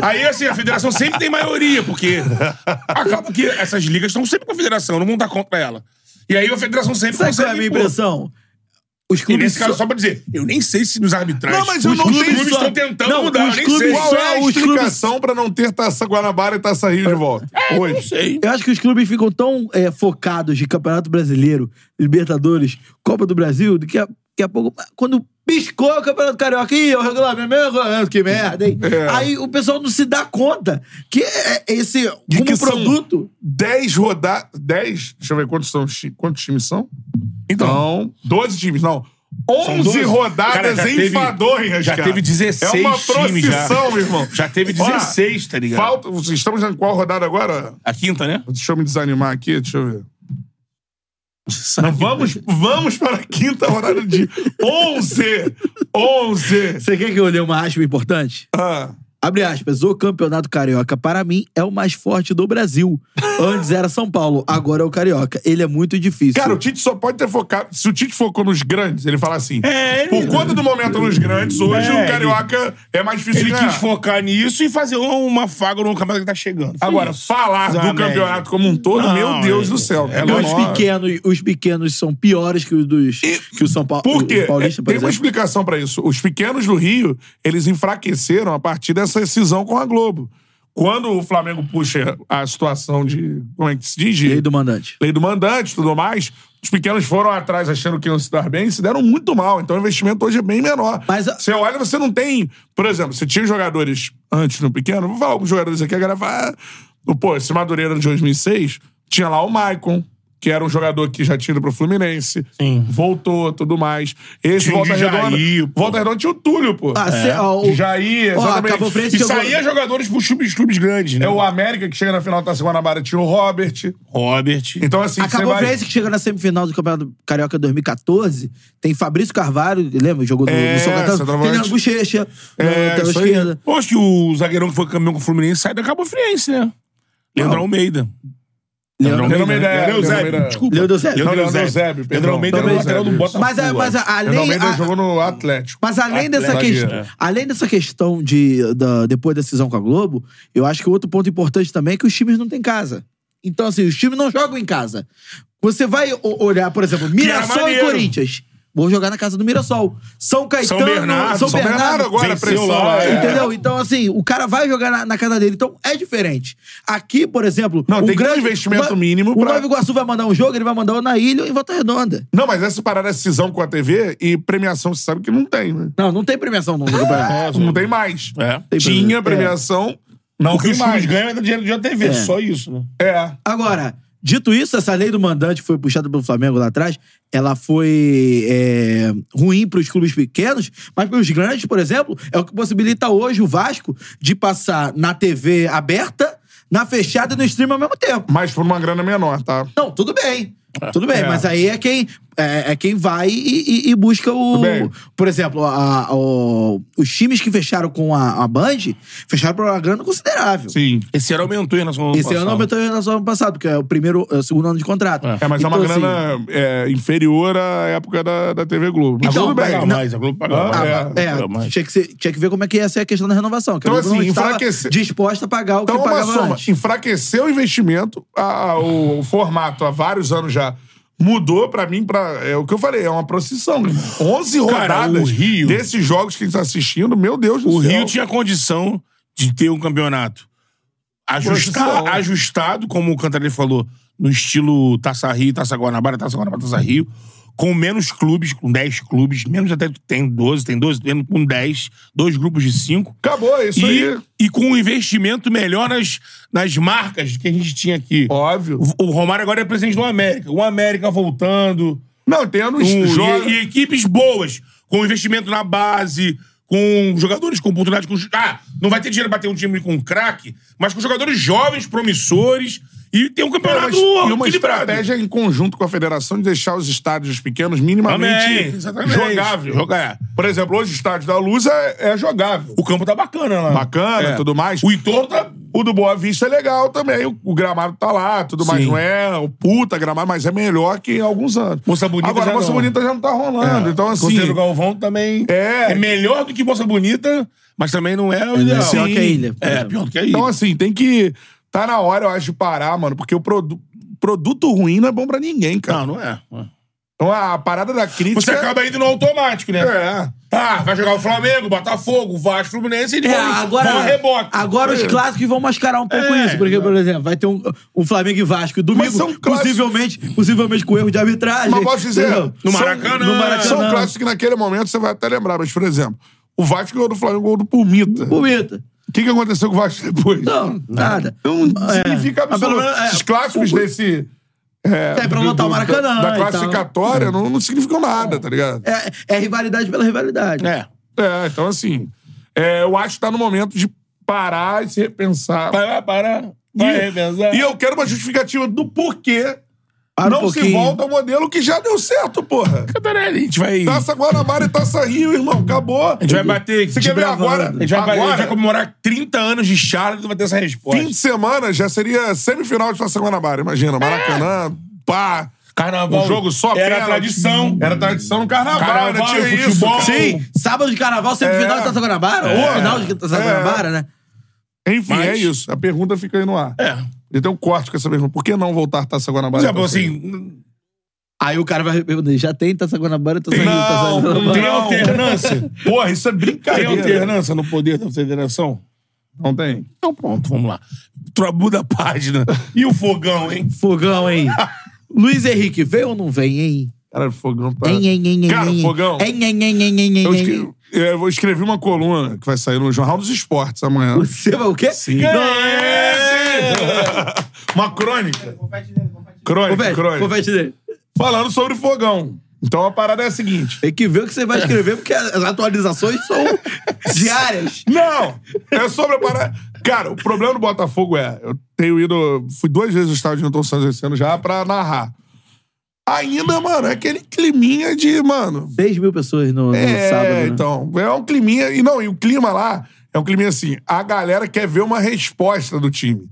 [SPEAKER 2] Aí, assim, a federação sempre tem maioria, porque acaba que essas ligas estão sempre com a federação, não vão dar contra ela. E aí a federação sempre
[SPEAKER 3] Sabe qual é
[SPEAKER 2] consegue
[SPEAKER 3] a minha
[SPEAKER 2] impor.
[SPEAKER 3] impressão? Os
[SPEAKER 2] E
[SPEAKER 3] clubes.
[SPEAKER 2] nesse caso,
[SPEAKER 3] só-
[SPEAKER 2] só pra dizer, eu nem sei se nos arbitrais.
[SPEAKER 1] Não, mas eu
[SPEAKER 2] os
[SPEAKER 1] não
[SPEAKER 2] clubes
[SPEAKER 1] sei
[SPEAKER 2] clubes
[SPEAKER 1] só-
[SPEAKER 2] estão tentando
[SPEAKER 3] Não,
[SPEAKER 2] mudar,
[SPEAKER 3] os
[SPEAKER 2] eu nem
[SPEAKER 3] clubes
[SPEAKER 2] sei.
[SPEAKER 3] só-
[SPEAKER 1] Qual é a
[SPEAKER 3] os clubes-
[SPEAKER 1] explicação pra não ter Taça Guanabara e Taça Rio de volta?
[SPEAKER 2] É. Eu não
[SPEAKER 1] Hoje.
[SPEAKER 2] sei.
[SPEAKER 3] Eu acho que os clubes ficam tão é, focados de Campeonato Brasileiro, Libertadores, Copa do Brasil, que a, daqui a pouco, quando piscou o Campeonato Carioca, ih, é o regulamento, mesmo regulamento, que merda, hein? Aí o pessoal não se dá conta que é esse
[SPEAKER 1] De
[SPEAKER 3] como
[SPEAKER 1] que são-
[SPEAKER 3] produto.
[SPEAKER 1] 10 rodadas. 10? Deixa eu ver quantos, são, os ti- quantos times são. Então, 12 times, não.
[SPEAKER 2] São
[SPEAKER 1] 11
[SPEAKER 2] doze?
[SPEAKER 1] rodadas
[SPEAKER 2] já teve-
[SPEAKER 1] enfadonhas,
[SPEAKER 2] Já
[SPEAKER 1] cara.
[SPEAKER 2] teve 16
[SPEAKER 1] É uma
[SPEAKER 2] times já.
[SPEAKER 1] procissão, meu irmão.
[SPEAKER 2] Já teve
[SPEAKER 1] Ó,
[SPEAKER 2] 16, tá ligado?
[SPEAKER 1] Falta, estamos na qual rodada agora?
[SPEAKER 2] A quinta, né?
[SPEAKER 1] Deixa eu me desanimar aqui, deixa eu ver. Não, vamos, vamos para a quinta rodada de 11! 11!
[SPEAKER 3] Você quer que eu olhe uma aspa importante?
[SPEAKER 1] Ah,
[SPEAKER 3] Abre aspas, o campeonato carioca, para mim, é o mais forte do Brasil. Antes era São Paulo, agora é o carioca. Ele é muito difícil.
[SPEAKER 1] cara, o Tite só pode ter focado. Se o Tite focou nos grandes, ele fala assim:
[SPEAKER 2] É, ele-
[SPEAKER 1] por conta do momento nos grandes, hoje
[SPEAKER 2] É,
[SPEAKER 1] o Carioca é mais difícil
[SPEAKER 2] Ele
[SPEAKER 1] de
[SPEAKER 2] quis
[SPEAKER 1] ganhar.
[SPEAKER 2] focar nisso e fazer uma faga no campeonato que tá chegando. Foi
[SPEAKER 1] Agora,
[SPEAKER 2] isso.
[SPEAKER 1] falar do
[SPEAKER 2] América.
[SPEAKER 1] campeonato como um todo,
[SPEAKER 2] Não,
[SPEAKER 1] meu Deus
[SPEAKER 2] é-
[SPEAKER 1] do céu.
[SPEAKER 2] é
[SPEAKER 1] cara.
[SPEAKER 3] E
[SPEAKER 2] lógico.
[SPEAKER 3] os
[SPEAKER 1] Nossa.
[SPEAKER 3] pequenos, os pequenos são piores que os dos que o São Paulo,
[SPEAKER 1] Por quê?
[SPEAKER 3] o Paulista, por
[SPEAKER 1] Tem uma
[SPEAKER 3] exemplo.
[SPEAKER 1] explicação pra isso. Os pequenos do Rio, eles enfraqueceram a partir dessa cisão com a Globo. Quando o Flamengo puxa a situação de. Como é que se diz? De-
[SPEAKER 3] Lei do mandante.
[SPEAKER 1] lei do mandante e tudo mais. Os pequenos foram atrás achando que iam se dar bem, se deram muito mal. Então o investimento hoje é bem menor.
[SPEAKER 3] Mas a-
[SPEAKER 1] Você olha, você não tem. Por exemplo, você tinha jogadores antes no pequeno. Vou falar alguns jogadores aqui, a galera fala. ah, Pô, esse Madureira de 2006, tinha lá o Maicon, que era um jogador que já tinha ido pro Fluminense.
[SPEAKER 2] Sim.
[SPEAKER 1] Voltou, tudo mais. Esse
[SPEAKER 2] Tinha o
[SPEAKER 1] Volta
[SPEAKER 2] de
[SPEAKER 1] Redonda.
[SPEAKER 2] Jair, pô. É.
[SPEAKER 1] Volta Redonda tinha o Túlio, pô.
[SPEAKER 3] Ah, cê- ah, o-
[SPEAKER 1] Jair,
[SPEAKER 3] Ó,
[SPEAKER 1] exatamente.
[SPEAKER 3] acabou o Fred
[SPEAKER 2] E
[SPEAKER 3] jogou-
[SPEAKER 2] saía jogadores pros clubes, clubes grandes, né?
[SPEAKER 1] É o América que chega na final da Guanabara, tinha o Robert.
[SPEAKER 2] Robert.
[SPEAKER 1] Então, assim, você
[SPEAKER 3] Acabou
[SPEAKER 1] vai...
[SPEAKER 3] o Fluminense que chega na semifinal do Campeonato Carioca 2014. Tem Fabrício Carvalho, lembra? Jogou no,
[SPEAKER 1] É,
[SPEAKER 3] no São Caetano.
[SPEAKER 1] centroavante.
[SPEAKER 3] Tem Leandro Bochecha,
[SPEAKER 1] É,
[SPEAKER 3] na lateral
[SPEAKER 1] isso aí.
[SPEAKER 3] esquerda.
[SPEAKER 2] Poxa, que o zagueirão que foi campeão com o Fluminense sai da Cabo Friense, né? Leandro Almeida.
[SPEAKER 3] Leandro
[SPEAKER 1] Leandro Almeida, é,
[SPEAKER 2] Leandro
[SPEAKER 1] Leandro
[SPEAKER 2] Eusébio.
[SPEAKER 1] Almeida.
[SPEAKER 2] Desculpa.
[SPEAKER 3] Leandro Eusébio.
[SPEAKER 1] Não, Leandro Eusébio,
[SPEAKER 2] Eusébio.
[SPEAKER 1] perdão.
[SPEAKER 2] Leandro Almeida era o
[SPEAKER 1] Leandro
[SPEAKER 2] lateral do
[SPEAKER 1] Eusébio.
[SPEAKER 2] Botafogo.
[SPEAKER 3] Mas, a- mas a-
[SPEAKER 1] Leandro
[SPEAKER 3] além,
[SPEAKER 1] Almeida
[SPEAKER 3] a-
[SPEAKER 1] jogou no Atlético.
[SPEAKER 3] Mas além
[SPEAKER 2] Atleta,
[SPEAKER 3] dessa, questão,
[SPEAKER 1] zagueiro.
[SPEAKER 3] além dessa questão de, da- depois da decisão com a Globo, eu acho que outro ponto importante também é que os times não têm casa. Então, assim, os times não jogam em casa. Você vai o- olhar, por exemplo,
[SPEAKER 1] é
[SPEAKER 3] Mirassol e
[SPEAKER 2] maneiro.
[SPEAKER 3] Corinthians. Vou jogar na casa do Mirassol. São Caetano,
[SPEAKER 2] São Bernardo,
[SPEAKER 3] São
[SPEAKER 1] São
[SPEAKER 3] Bernardo,
[SPEAKER 1] Bernardo agora,
[SPEAKER 2] venceu
[SPEAKER 1] pressão
[SPEAKER 2] lá,
[SPEAKER 1] lá.
[SPEAKER 2] é.
[SPEAKER 3] Entendeu? Então, assim, o cara vai jogar na, na casa dele. Então, é diferente. Aqui, por exemplo...
[SPEAKER 1] Não,
[SPEAKER 3] o
[SPEAKER 1] tem que ter um
[SPEAKER 3] grande,
[SPEAKER 1] investimento
[SPEAKER 3] o-
[SPEAKER 1] mínimo
[SPEAKER 3] O
[SPEAKER 1] pra-
[SPEAKER 3] Nova Iguaçu vai mandar um jogo, ele vai mandar ou na ilha ou em Volta Redonda.
[SPEAKER 1] Não, mas essa parada é cisão com a TV e premiação, você sabe que não tem, né?
[SPEAKER 3] Não, não tem premiação no campeonato.
[SPEAKER 1] Não tem mais.
[SPEAKER 2] É.
[SPEAKER 3] Tem
[SPEAKER 1] Tinha
[SPEAKER 3] premiação.
[SPEAKER 1] premiação, não
[SPEAKER 2] O que
[SPEAKER 1] tem
[SPEAKER 2] os clubes
[SPEAKER 1] mais.
[SPEAKER 2] ganham é do dinheiro de TV.
[SPEAKER 3] É.
[SPEAKER 2] Só isso, né?
[SPEAKER 1] É.
[SPEAKER 3] Agora, dito isso, essa lei do mandante que foi puxada pelo Flamengo lá atrás, ela foi é, ruim para os clubes pequenos, mas para os grandes, por exemplo, é o que possibilita hoje o Vasco de passar na TV aberta, na fechada e no stream ao mesmo tempo.
[SPEAKER 1] Mas por uma grana menor, tá?
[SPEAKER 3] Não, tudo bem. Tudo bem,
[SPEAKER 1] É.
[SPEAKER 3] mas aí é quem é, é quem vai e, e- e busca
[SPEAKER 1] Tudo bem.
[SPEAKER 3] o. Por exemplo, a- a- o- os times que fecharam com a, a Band fecharam por uma grana considerável.
[SPEAKER 1] Sim.
[SPEAKER 2] Esse ano aumentou em relação ao ano
[SPEAKER 3] Esse ano
[SPEAKER 2] passado.
[SPEAKER 3] aumentou em relação ao ano passado, porque é o primeiro, é o segundo ano de contrato.
[SPEAKER 2] É.
[SPEAKER 1] É, mas é uma
[SPEAKER 3] Então, assim,
[SPEAKER 1] grana é, inferior à época da, da TV Globo. Mas
[SPEAKER 3] Então,
[SPEAKER 1] tudo bem.
[SPEAKER 3] mas-
[SPEAKER 2] Paga
[SPEAKER 3] Não.
[SPEAKER 2] mais, a Globo paga
[SPEAKER 1] Ah,
[SPEAKER 2] mais.
[SPEAKER 3] Ah, é,
[SPEAKER 2] Paga mais.
[SPEAKER 3] tinha, que ser- tinha que ver como é que ia ser a questão da renovação. Que
[SPEAKER 1] Então,
[SPEAKER 3] a Globo
[SPEAKER 1] assim,
[SPEAKER 3] não estava
[SPEAKER 1] enfraquecer-
[SPEAKER 3] disposta a pagar o
[SPEAKER 1] Então,
[SPEAKER 3] que
[SPEAKER 1] uma
[SPEAKER 3] pagava
[SPEAKER 1] soma.
[SPEAKER 3] antes.
[SPEAKER 1] Enfraqueceu o investimento, a- a- o, o formato há vários anos já mudou pra mim para é o que eu falei é uma procissão 11
[SPEAKER 2] Cara,
[SPEAKER 1] rodadas
[SPEAKER 2] o Rio-
[SPEAKER 1] desses jogos que a gente tá assistindo meu Deus do
[SPEAKER 2] O
[SPEAKER 1] céu
[SPEAKER 2] Rio tinha condição de ter um campeonato
[SPEAKER 1] Profissão. né?
[SPEAKER 2] ajusta- ajustado, como o Cantarelli falou, no estilo Taça Rio, Taça Guanabara, Taça Guanabara, Taça Rio, com menos clubes, com 10 clubes, menos até que tem 12, tem 12, menos com 10, dois grupos de 5.
[SPEAKER 1] acabou é isso
[SPEAKER 2] E,
[SPEAKER 1] aí
[SPEAKER 2] e com um investimento melhor nas, nas marcas que a gente tinha aqui.
[SPEAKER 1] óbvio
[SPEAKER 2] O, o Romário agora é presidente do América. O América voltando.
[SPEAKER 1] não tendo
[SPEAKER 2] Um,
[SPEAKER 1] jogos
[SPEAKER 2] e, e equipes boas, com investimento na base, com jogadores com oportunidade. Com, ah, não vai ter dinheiro pra ter um time com craque, mas com jogadores jovens, promissores, e ter um
[SPEAKER 1] Não, É, mas-
[SPEAKER 2] campeonato
[SPEAKER 1] e uma
[SPEAKER 2] equilibrado.
[SPEAKER 1] estratégia em conjunto com a federação de deixar os estádios pequenos minimamente
[SPEAKER 2] Também, exatamente.
[SPEAKER 1] jogável.
[SPEAKER 2] Jogar.
[SPEAKER 1] Por exemplo, hoje o estádio da Luz é, é jogável.
[SPEAKER 2] O campo tá bacana lá.
[SPEAKER 1] Bacana,
[SPEAKER 2] É.
[SPEAKER 1] tudo mais.
[SPEAKER 2] O entorno tá...
[SPEAKER 1] O do Boa Vista é legal também. O, o gramado tá lá, tudo mais.
[SPEAKER 2] Sim.
[SPEAKER 1] Não é o puta gramado, mas é melhor que em alguns anos.
[SPEAKER 2] Moça Bonita
[SPEAKER 1] Agora,
[SPEAKER 2] já
[SPEAKER 1] Moça
[SPEAKER 2] não. É.
[SPEAKER 1] Bonita já não tá rolando. Então, assim...
[SPEAKER 2] Conselho Galvão também
[SPEAKER 1] É.
[SPEAKER 2] é melhor do que Bolsa Bonita, mas também não é
[SPEAKER 3] não
[SPEAKER 2] o
[SPEAKER 3] é
[SPEAKER 2] ideal.
[SPEAKER 3] pior que a ilha, por
[SPEAKER 2] É,
[SPEAKER 3] exemplo.
[SPEAKER 2] pior do que a ilha.
[SPEAKER 1] Então, assim, tem que... Tá na hora, eu acho, de parar, mano. Porque o produ- produto ruim não é bom pra ninguém, cara.
[SPEAKER 2] não, não é. não é.
[SPEAKER 1] Então, a parada da crítica...
[SPEAKER 2] Você acaba indo no automático, né?
[SPEAKER 1] É.
[SPEAKER 2] Tá, vai jogar o Flamengo, Botafogo, Vasco, Fluminense e
[SPEAKER 1] Então,
[SPEAKER 3] É,
[SPEAKER 2] vão a
[SPEAKER 3] agora,
[SPEAKER 2] reboque.
[SPEAKER 3] agora
[SPEAKER 1] É.
[SPEAKER 3] os clássicos vão mascarar um pouco
[SPEAKER 2] É,
[SPEAKER 3] isso, porque, por exemplo, vai ter um, um Flamengo e Vasco domingo,
[SPEAKER 1] Mas são clássicos-
[SPEAKER 3] possivelmente, possivelmente com erro de arbitragem.
[SPEAKER 1] Mas posso dizer,
[SPEAKER 3] entendeu?
[SPEAKER 2] no
[SPEAKER 1] são-
[SPEAKER 2] Maracanã.
[SPEAKER 3] no Maracanã.
[SPEAKER 1] São clássicos um que naquele momento você vai até lembrar. Mas, por exemplo, o Vasco ganhou do Flamengo ganhou do Pulmita. O
[SPEAKER 3] Bonita.
[SPEAKER 1] que, que aconteceu com o Vasco depois?
[SPEAKER 3] Não, nada.
[SPEAKER 1] Não um
[SPEAKER 3] É,
[SPEAKER 1] significa
[SPEAKER 3] mas pelo
[SPEAKER 1] absolutamente.
[SPEAKER 3] menos, é,
[SPEAKER 1] Esses clássicos
[SPEAKER 3] o-
[SPEAKER 1] desse. É,
[SPEAKER 3] Sai pra
[SPEAKER 1] do-
[SPEAKER 3] lotar o
[SPEAKER 1] do-
[SPEAKER 3] Maracanã
[SPEAKER 1] Da, da
[SPEAKER 3] e tal.
[SPEAKER 1] classificatória não, não significou nada, tá ligado?
[SPEAKER 3] É, é rivalidade pela rivalidade.
[SPEAKER 2] É.
[SPEAKER 1] É, então assim. é, eu acho que tá no momento de parar e se repensar.
[SPEAKER 2] Para, para. Vai repensar.
[SPEAKER 1] E eu quero uma justificativa do porquê
[SPEAKER 3] Para um
[SPEAKER 1] não se
[SPEAKER 3] pouquinho.
[SPEAKER 1] volta ao modelo que já deu certo, porra.
[SPEAKER 2] Cantarelli, a gente vai.
[SPEAKER 1] Taça Guanabara e Taça Rio, irmão, acabou.
[SPEAKER 2] A gente vai bater.
[SPEAKER 1] Se quebrar agora,
[SPEAKER 2] A gente vai, bater- a gente vai
[SPEAKER 1] agora
[SPEAKER 2] comemorar 30 anos de Charles e vai ter essa resposta.
[SPEAKER 1] fim de semana já seria semifinal de Taça Guanabara. Imagina, Maracanã, pá.
[SPEAKER 2] Carnaval.
[SPEAKER 1] Um jogo só,
[SPEAKER 2] Era
[SPEAKER 1] pênalti.
[SPEAKER 2] tradição.
[SPEAKER 1] Era tradição no carnaval,
[SPEAKER 2] Carnaval,
[SPEAKER 1] né? Tinha
[SPEAKER 2] futebol.
[SPEAKER 1] isso. cara.
[SPEAKER 3] Sim, sábado de carnaval, semifinal
[SPEAKER 1] É.
[SPEAKER 3] de Taça Guanabara. Ou
[SPEAKER 1] É.
[SPEAKER 3] final de Taça
[SPEAKER 1] É.
[SPEAKER 3] Guanabara, né?
[SPEAKER 1] Enfim,
[SPEAKER 2] Mas-
[SPEAKER 1] é isso. A pergunta fica aí no ar.
[SPEAKER 2] É.
[SPEAKER 1] E tem um corte com essa pergunta. Por que não voltar Taça
[SPEAKER 2] Por
[SPEAKER 1] Guanabara?
[SPEAKER 2] exemplo,
[SPEAKER 1] Taça Rio?
[SPEAKER 2] assim,
[SPEAKER 3] Aí o cara vai perguntar, já tem Taça Guanabara, Taça Rio, Taça
[SPEAKER 1] Não,
[SPEAKER 3] Guanabara.
[SPEAKER 2] tem
[SPEAKER 1] não.
[SPEAKER 2] alternância.
[SPEAKER 1] Porra, isso é
[SPEAKER 2] Tem
[SPEAKER 1] brincadeira.
[SPEAKER 2] alternância no poder da federação?
[SPEAKER 1] Não tem.
[SPEAKER 2] Então pronto, vamos lá. Trabu da página. E o fogão, hein?
[SPEAKER 3] Fogão, hein? Luiz Henrique, vem ou não vem, hein?
[SPEAKER 1] Cara, o fogão tá.
[SPEAKER 3] Hein, hein, hein, hein,
[SPEAKER 1] Cara,
[SPEAKER 3] hein.
[SPEAKER 1] fogão.
[SPEAKER 3] Hein, hein, hein, hein, hein,
[SPEAKER 1] Eu,
[SPEAKER 3] hein,
[SPEAKER 1] escre- é,
[SPEAKER 3] hein.
[SPEAKER 1] eu vou escrever uma coluna que vai sair no Jornal dos Esportes amanhã.
[SPEAKER 3] Você vai o quê? Sim.
[SPEAKER 2] É!
[SPEAKER 1] Uma crônica. Crônica, crônica.
[SPEAKER 3] Confete dele.
[SPEAKER 1] Falando sobre fogão. Então a parada é a seguinte.
[SPEAKER 3] Tem que ver o que você vai escrever, porque as atualizações são diárias.
[SPEAKER 1] Não! É sobre a parada. Cara, o problema do Botafogo é. Eu tenho ido. Fui duas vezes ao estádio Newton Santos esse ano já pra narrar. Ainda, mano, é aquele climinha de, mano.
[SPEAKER 3] 6 mil pessoas no, no
[SPEAKER 1] É,
[SPEAKER 3] sábado. né?
[SPEAKER 1] então. É um climinha. E não, e o clima lá é um climinha assim. A galera quer ver uma resposta do time.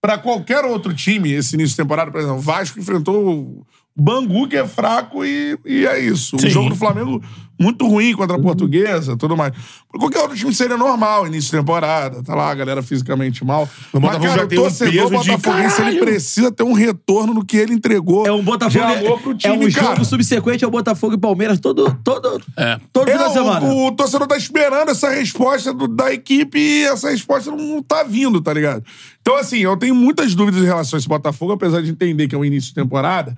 [SPEAKER 1] Pra qualquer outro time, esse início de temporada, por exemplo, o Vasco enfrentou o Bangu, que é fraco, e, e é isso.
[SPEAKER 2] Sim.
[SPEAKER 1] O jogo do Flamengo muito ruim contra a portuguesa, tudo mais. Pra qualquer outro time seria normal, início de temporada. Tá lá, a galera fisicamente mal.
[SPEAKER 2] No
[SPEAKER 1] Mas,
[SPEAKER 2] Botafogo já
[SPEAKER 1] cara, o
[SPEAKER 2] tem um
[SPEAKER 1] torcedor
[SPEAKER 2] peso de
[SPEAKER 1] botafoguense, ele
[SPEAKER 2] caralho.
[SPEAKER 1] precisa ter um retorno do que ele entregou.
[SPEAKER 3] É um Botafogo.
[SPEAKER 1] de amor pro time,
[SPEAKER 3] é um jogo
[SPEAKER 1] cara.
[SPEAKER 3] subsequente ao Botafogo e Palmeiras todo, todo,
[SPEAKER 2] É.
[SPEAKER 3] todo
[SPEAKER 1] É,
[SPEAKER 3] final de
[SPEAKER 1] o-
[SPEAKER 3] semana.
[SPEAKER 1] O, torcedor tá esperando essa resposta do- da equipe e essa resposta não tá vindo, tá ligado? Então, assim, eu tenho muitas dúvidas em relação a esse Botafogo, apesar de entender que é um início de temporada.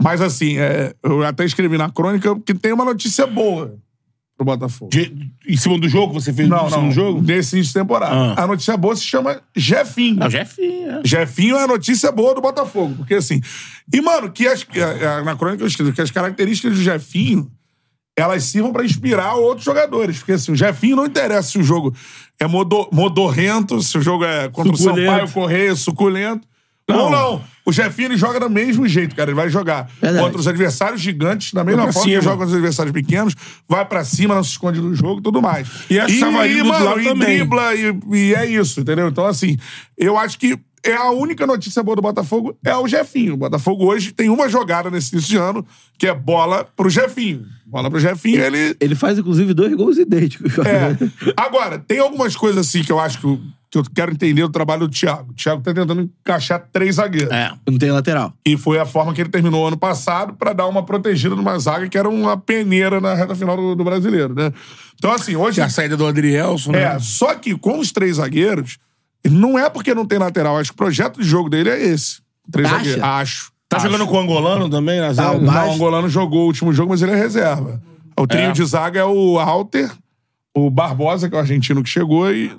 [SPEAKER 1] Mas, assim, é, eu até escrevi na crônica que tem uma notícia boa pro Botafogo.
[SPEAKER 2] De- em cima do jogo, você fez em cima do jogo?
[SPEAKER 1] Nesse início de temporada.
[SPEAKER 2] Ah.
[SPEAKER 1] A notícia boa se chama Jefinho.
[SPEAKER 2] Não, Jeff. é.
[SPEAKER 1] Jefinho é a notícia boa do Botafogo. Porque assim. E, mano, que as, a- a- na crônica eu escrevi que as características do Jefinho elas sirvam pra inspirar outros jogadores. Porque assim, o Jefinho não interessa se o jogo é modo, modorrento, se o jogo é contra o
[SPEAKER 3] Suculento.
[SPEAKER 1] Sampaio Correia, suculento. Não. Ou não. O Jefinho ele joga do mesmo jeito, cara. Ele vai jogar
[SPEAKER 3] Verdade.
[SPEAKER 1] contra os adversários gigantes, da mesma
[SPEAKER 2] pra
[SPEAKER 1] forma que
[SPEAKER 2] cima.
[SPEAKER 1] ele joga contra os adversários pequenos, vai pra cima, não se esconde do jogo e tudo mais.
[SPEAKER 2] E acha Savarino do outro lado
[SPEAKER 1] e
[SPEAKER 2] também.
[SPEAKER 1] dribla, dupla e, e é isso, entendeu? Então, assim, eu acho que é a única notícia boa do Botafogo é o Jefinho. O Botafogo hoje tem uma jogada nesse início de ano, que é bola pro Jefinho. Bola pro Jefinho, ele.
[SPEAKER 3] Ele faz, inclusive, dois gols idênticos.
[SPEAKER 1] É. Agora, tem algumas coisas assim que eu acho que eu, que eu quero entender do trabalho do Thiago. O Thiago tá tentando encaixar três zagueiros.
[SPEAKER 2] É.
[SPEAKER 3] Não tem lateral.
[SPEAKER 1] E foi a forma que ele terminou ano passado pra dar uma protegida numa zaga que era uma peneira na reta final do, do brasileiro, né? Então, assim, hoje.
[SPEAKER 2] Tinha a saída do Adrielson, né?
[SPEAKER 1] É, só que com os três zagueiros, não é porque não tem lateral. Acho que o projeto de jogo dele é esse. Três
[SPEAKER 3] Acha?
[SPEAKER 1] zagueiros. Acho.
[SPEAKER 2] Tá
[SPEAKER 1] Acho. Tá,
[SPEAKER 2] jogando com o Angolano também, né? na zaga?
[SPEAKER 3] o Ba-
[SPEAKER 1] Não, o Angolano jogou o último jogo, mas ele é reserva. O trio
[SPEAKER 2] É.
[SPEAKER 1] de zaga é o Alter, o Barbosa, que é o argentino que chegou, e,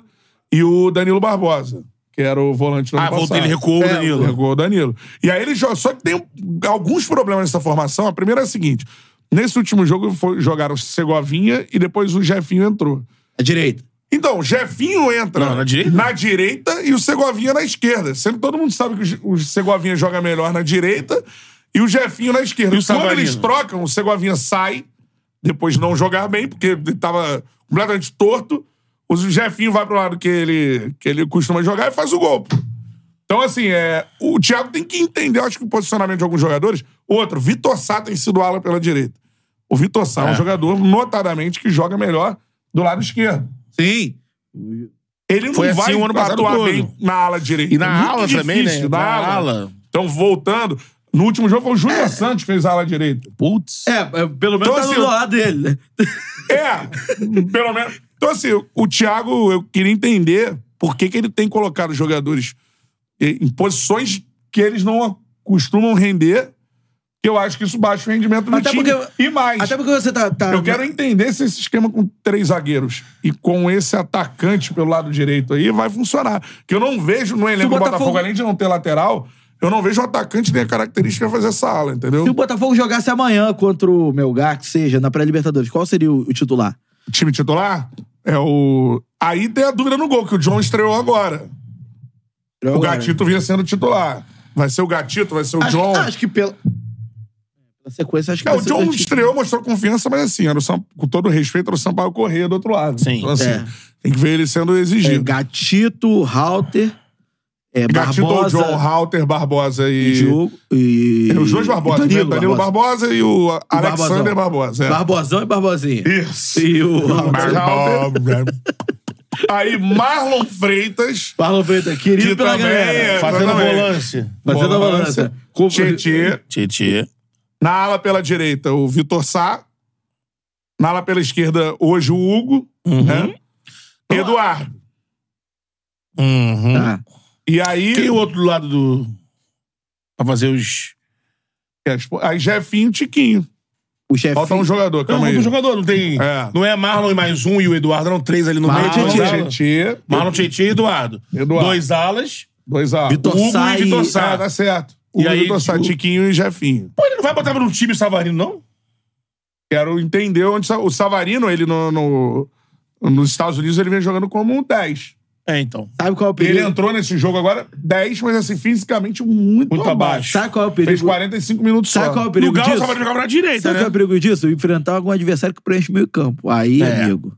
[SPEAKER 1] e o Danilo Barbosa, que era o volante do ano
[SPEAKER 2] Ah, voltou,
[SPEAKER 1] passado. É,
[SPEAKER 2] ele recuou o Danilo.
[SPEAKER 1] Recuou o Danilo. E aí ele joga. Só que tem um- alguns problemas nessa formação. A primeira é a seguinte: nesse último jogo foi- jogaram o Segovinha e depois o Jefinho entrou.
[SPEAKER 3] À direita.
[SPEAKER 1] Então, o Jefinho entra
[SPEAKER 2] Não, na direita?
[SPEAKER 1] na direita e o Segovinha na esquerda. Sendo que todo mundo sabe que o Je- o Segovinha joga melhor na direita e o Jefinho na esquerda.
[SPEAKER 2] E o
[SPEAKER 1] Quando
[SPEAKER 2] Savarino?
[SPEAKER 1] eles trocam, o Segovinha sai, depois de não jogar bem, porque ele tava completamente torto. O Jefinho vai pro lado que ele, que ele costuma jogar e faz o gol. pô. Então, assim, é, o Thiago tem que entender, eu acho que o posicionamento de alguns jogadores. Outro, Vitor Sá tem sido ala pela direita. O Vitor Sá é, um jogador, notadamente, que joga melhor do lado esquerdo.
[SPEAKER 3] Sim.
[SPEAKER 1] Ele não
[SPEAKER 2] Foi assim
[SPEAKER 1] vai
[SPEAKER 2] o ano passado
[SPEAKER 1] atuar
[SPEAKER 2] todo.
[SPEAKER 1] bem na ala direita.
[SPEAKER 2] E
[SPEAKER 1] É
[SPEAKER 2] na
[SPEAKER 1] muito
[SPEAKER 2] ala
[SPEAKER 1] difícil,
[SPEAKER 2] também, né?
[SPEAKER 1] Na ala. Então, voltando, no último jogo foi o
[SPEAKER 2] É.
[SPEAKER 1] Júnior Santos que fez a ala direita.
[SPEAKER 2] Putz.
[SPEAKER 3] É, é, pelo menos
[SPEAKER 1] Então,
[SPEAKER 3] tá
[SPEAKER 1] assim,
[SPEAKER 3] do
[SPEAKER 1] eu-
[SPEAKER 3] lado dele. né?
[SPEAKER 1] É, pelo menos. Então, assim, o Thiago, eu queria entender por que, que ele tem colocado jogadores eh, em posições que eles não costumam render, que eu acho que isso baixa o rendimento do
[SPEAKER 3] Até
[SPEAKER 1] time.
[SPEAKER 3] porque-
[SPEAKER 1] e mais,
[SPEAKER 3] Até porque você tá. tá-
[SPEAKER 1] eu quero entender se esse esquema com três zagueiros e com esse atacante pelo lado direito aí vai funcionar. Que eu não vejo no elenco do
[SPEAKER 3] Botafogo-
[SPEAKER 1] Botafogo, além de não ter lateral, Eu não vejo o atacante nem a característica pra fazer essa ala, entendeu?
[SPEAKER 3] Se o Botafogo jogasse amanhã contra o Melgar, que seja, na pré-Libertadores, qual seria o, o titular?
[SPEAKER 1] time titular é o. Aí tem a dúvida no gol, que o John estreou agora. É O Gatito vinha sendo titular. Vai ser o Gatito, vai ser o
[SPEAKER 3] Acho,
[SPEAKER 1] John.
[SPEAKER 3] acho que pela... pela sequência, acho que
[SPEAKER 1] É,
[SPEAKER 3] vai
[SPEAKER 1] o
[SPEAKER 3] ser
[SPEAKER 1] John
[SPEAKER 3] Gatito.
[SPEAKER 1] estreou, mostrou confiança, mas assim, era o Sam... com todo respeito, era o Sampaio Correia do outro lado.
[SPEAKER 2] Sim.
[SPEAKER 1] Então, assim,
[SPEAKER 3] É.
[SPEAKER 1] tem que ver ele sendo
[SPEAKER 3] É,
[SPEAKER 1] exigido.
[SPEAKER 3] Gatito, Halter, é,
[SPEAKER 1] Gatito, o
[SPEAKER 3] Barbosa,
[SPEAKER 1] John, Halter, Barbosa e.
[SPEAKER 3] Diogo e...
[SPEAKER 1] É, Os dois Barbosa,
[SPEAKER 3] Danilo,
[SPEAKER 1] né? Danilo Barbosa, e o Alexander
[SPEAKER 3] Barbosão.
[SPEAKER 1] Barbosa. é.
[SPEAKER 3] Barbosão e Barbosinha.
[SPEAKER 1] Isso.
[SPEAKER 3] E o Halter.
[SPEAKER 1] Barbosa. Aí, Marlon Freitas.
[SPEAKER 3] Marlon Preta,
[SPEAKER 1] Que
[SPEAKER 3] querido pela
[SPEAKER 1] também é-
[SPEAKER 3] galera.
[SPEAKER 2] Fazendo
[SPEAKER 1] Exatamente.
[SPEAKER 2] volância.
[SPEAKER 3] Fazendo a balança. Com-
[SPEAKER 1] Tietê.
[SPEAKER 2] Tietê.
[SPEAKER 1] Na ala pela direita, o Vitor Sá. Na ala pela esquerda, hoje o Hugo.
[SPEAKER 3] Uhum.
[SPEAKER 1] Né? Eduardo.
[SPEAKER 2] Uhum.
[SPEAKER 3] Tá.
[SPEAKER 1] Hum. E aí,
[SPEAKER 2] Quem é o outro do lado do. Pra fazer os.
[SPEAKER 1] aí Jefinho e Tiquinho.
[SPEAKER 3] O chefe...
[SPEAKER 1] Falta um jogador,
[SPEAKER 2] Não,
[SPEAKER 1] calma
[SPEAKER 2] o
[SPEAKER 1] aí.
[SPEAKER 2] jogador, não tem.
[SPEAKER 1] É.
[SPEAKER 2] Não é Marlon e mais um e o Eduardo, eram três ali no
[SPEAKER 3] Marlon,
[SPEAKER 2] meio. dois
[SPEAKER 3] Tietê.
[SPEAKER 2] alas.
[SPEAKER 1] Ah, Tietê.
[SPEAKER 2] Marlon Tietchan e Eduardo.
[SPEAKER 1] Eduardo.
[SPEAKER 2] Dois alas.
[SPEAKER 1] Dois a
[SPEAKER 3] Vitor
[SPEAKER 1] Hugo
[SPEAKER 3] Sá
[SPEAKER 1] e Vitor
[SPEAKER 3] e-
[SPEAKER 1] Sá, tá certo.
[SPEAKER 2] E
[SPEAKER 1] Hugo
[SPEAKER 2] aí,
[SPEAKER 1] Vitor Sá,
[SPEAKER 2] o-
[SPEAKER 1] Tiquinho e Jefinho.
[SPEAKER 2] Pô, ele não vai botar pra um time Savarino, não?
[SPEAKER 1] Quero entender onde... Sa- O Savarino, ele no, no- nos Estados Unidos, ele vem jogando como um 10.
[SPEAKER 2] É, então.
[SPEAKER 3] Sabe qual é o
[SPEAKER 1] Ele
[SPEAKER 3] perigo?
[SPEAKER 1] entrou nesse jogo agora 10, mas assim, fisicamente muito,
[SPEAKER 2] Muito abaixo.
[SPEAKER 3] Sabe qual é o
[SPEAKER 1] Fez
[SPEAKER 3] perigo?
[SPEAKER 1] 45 minutos
[SPEAKER 3] Sabe
[SPEAKER 1] só.
[SPEAKER 3] qual é o
[SPEAKER 2] No
[SPEAKER 3] perigo
[SPEAKER 2] Galo, o
[SPEAKER 3] disso?
[SPEAKER 2] Savarino jogava na direita,
[SPEAKER 3] Sabe qual é o
[SPEAKER 2] né?
[SPEAKER 3] perigo disso? Enfrentar algum adversário que preenche meio campo. Aí,
[SPEAKER 2] É.
[SPEAKER 3] amigo.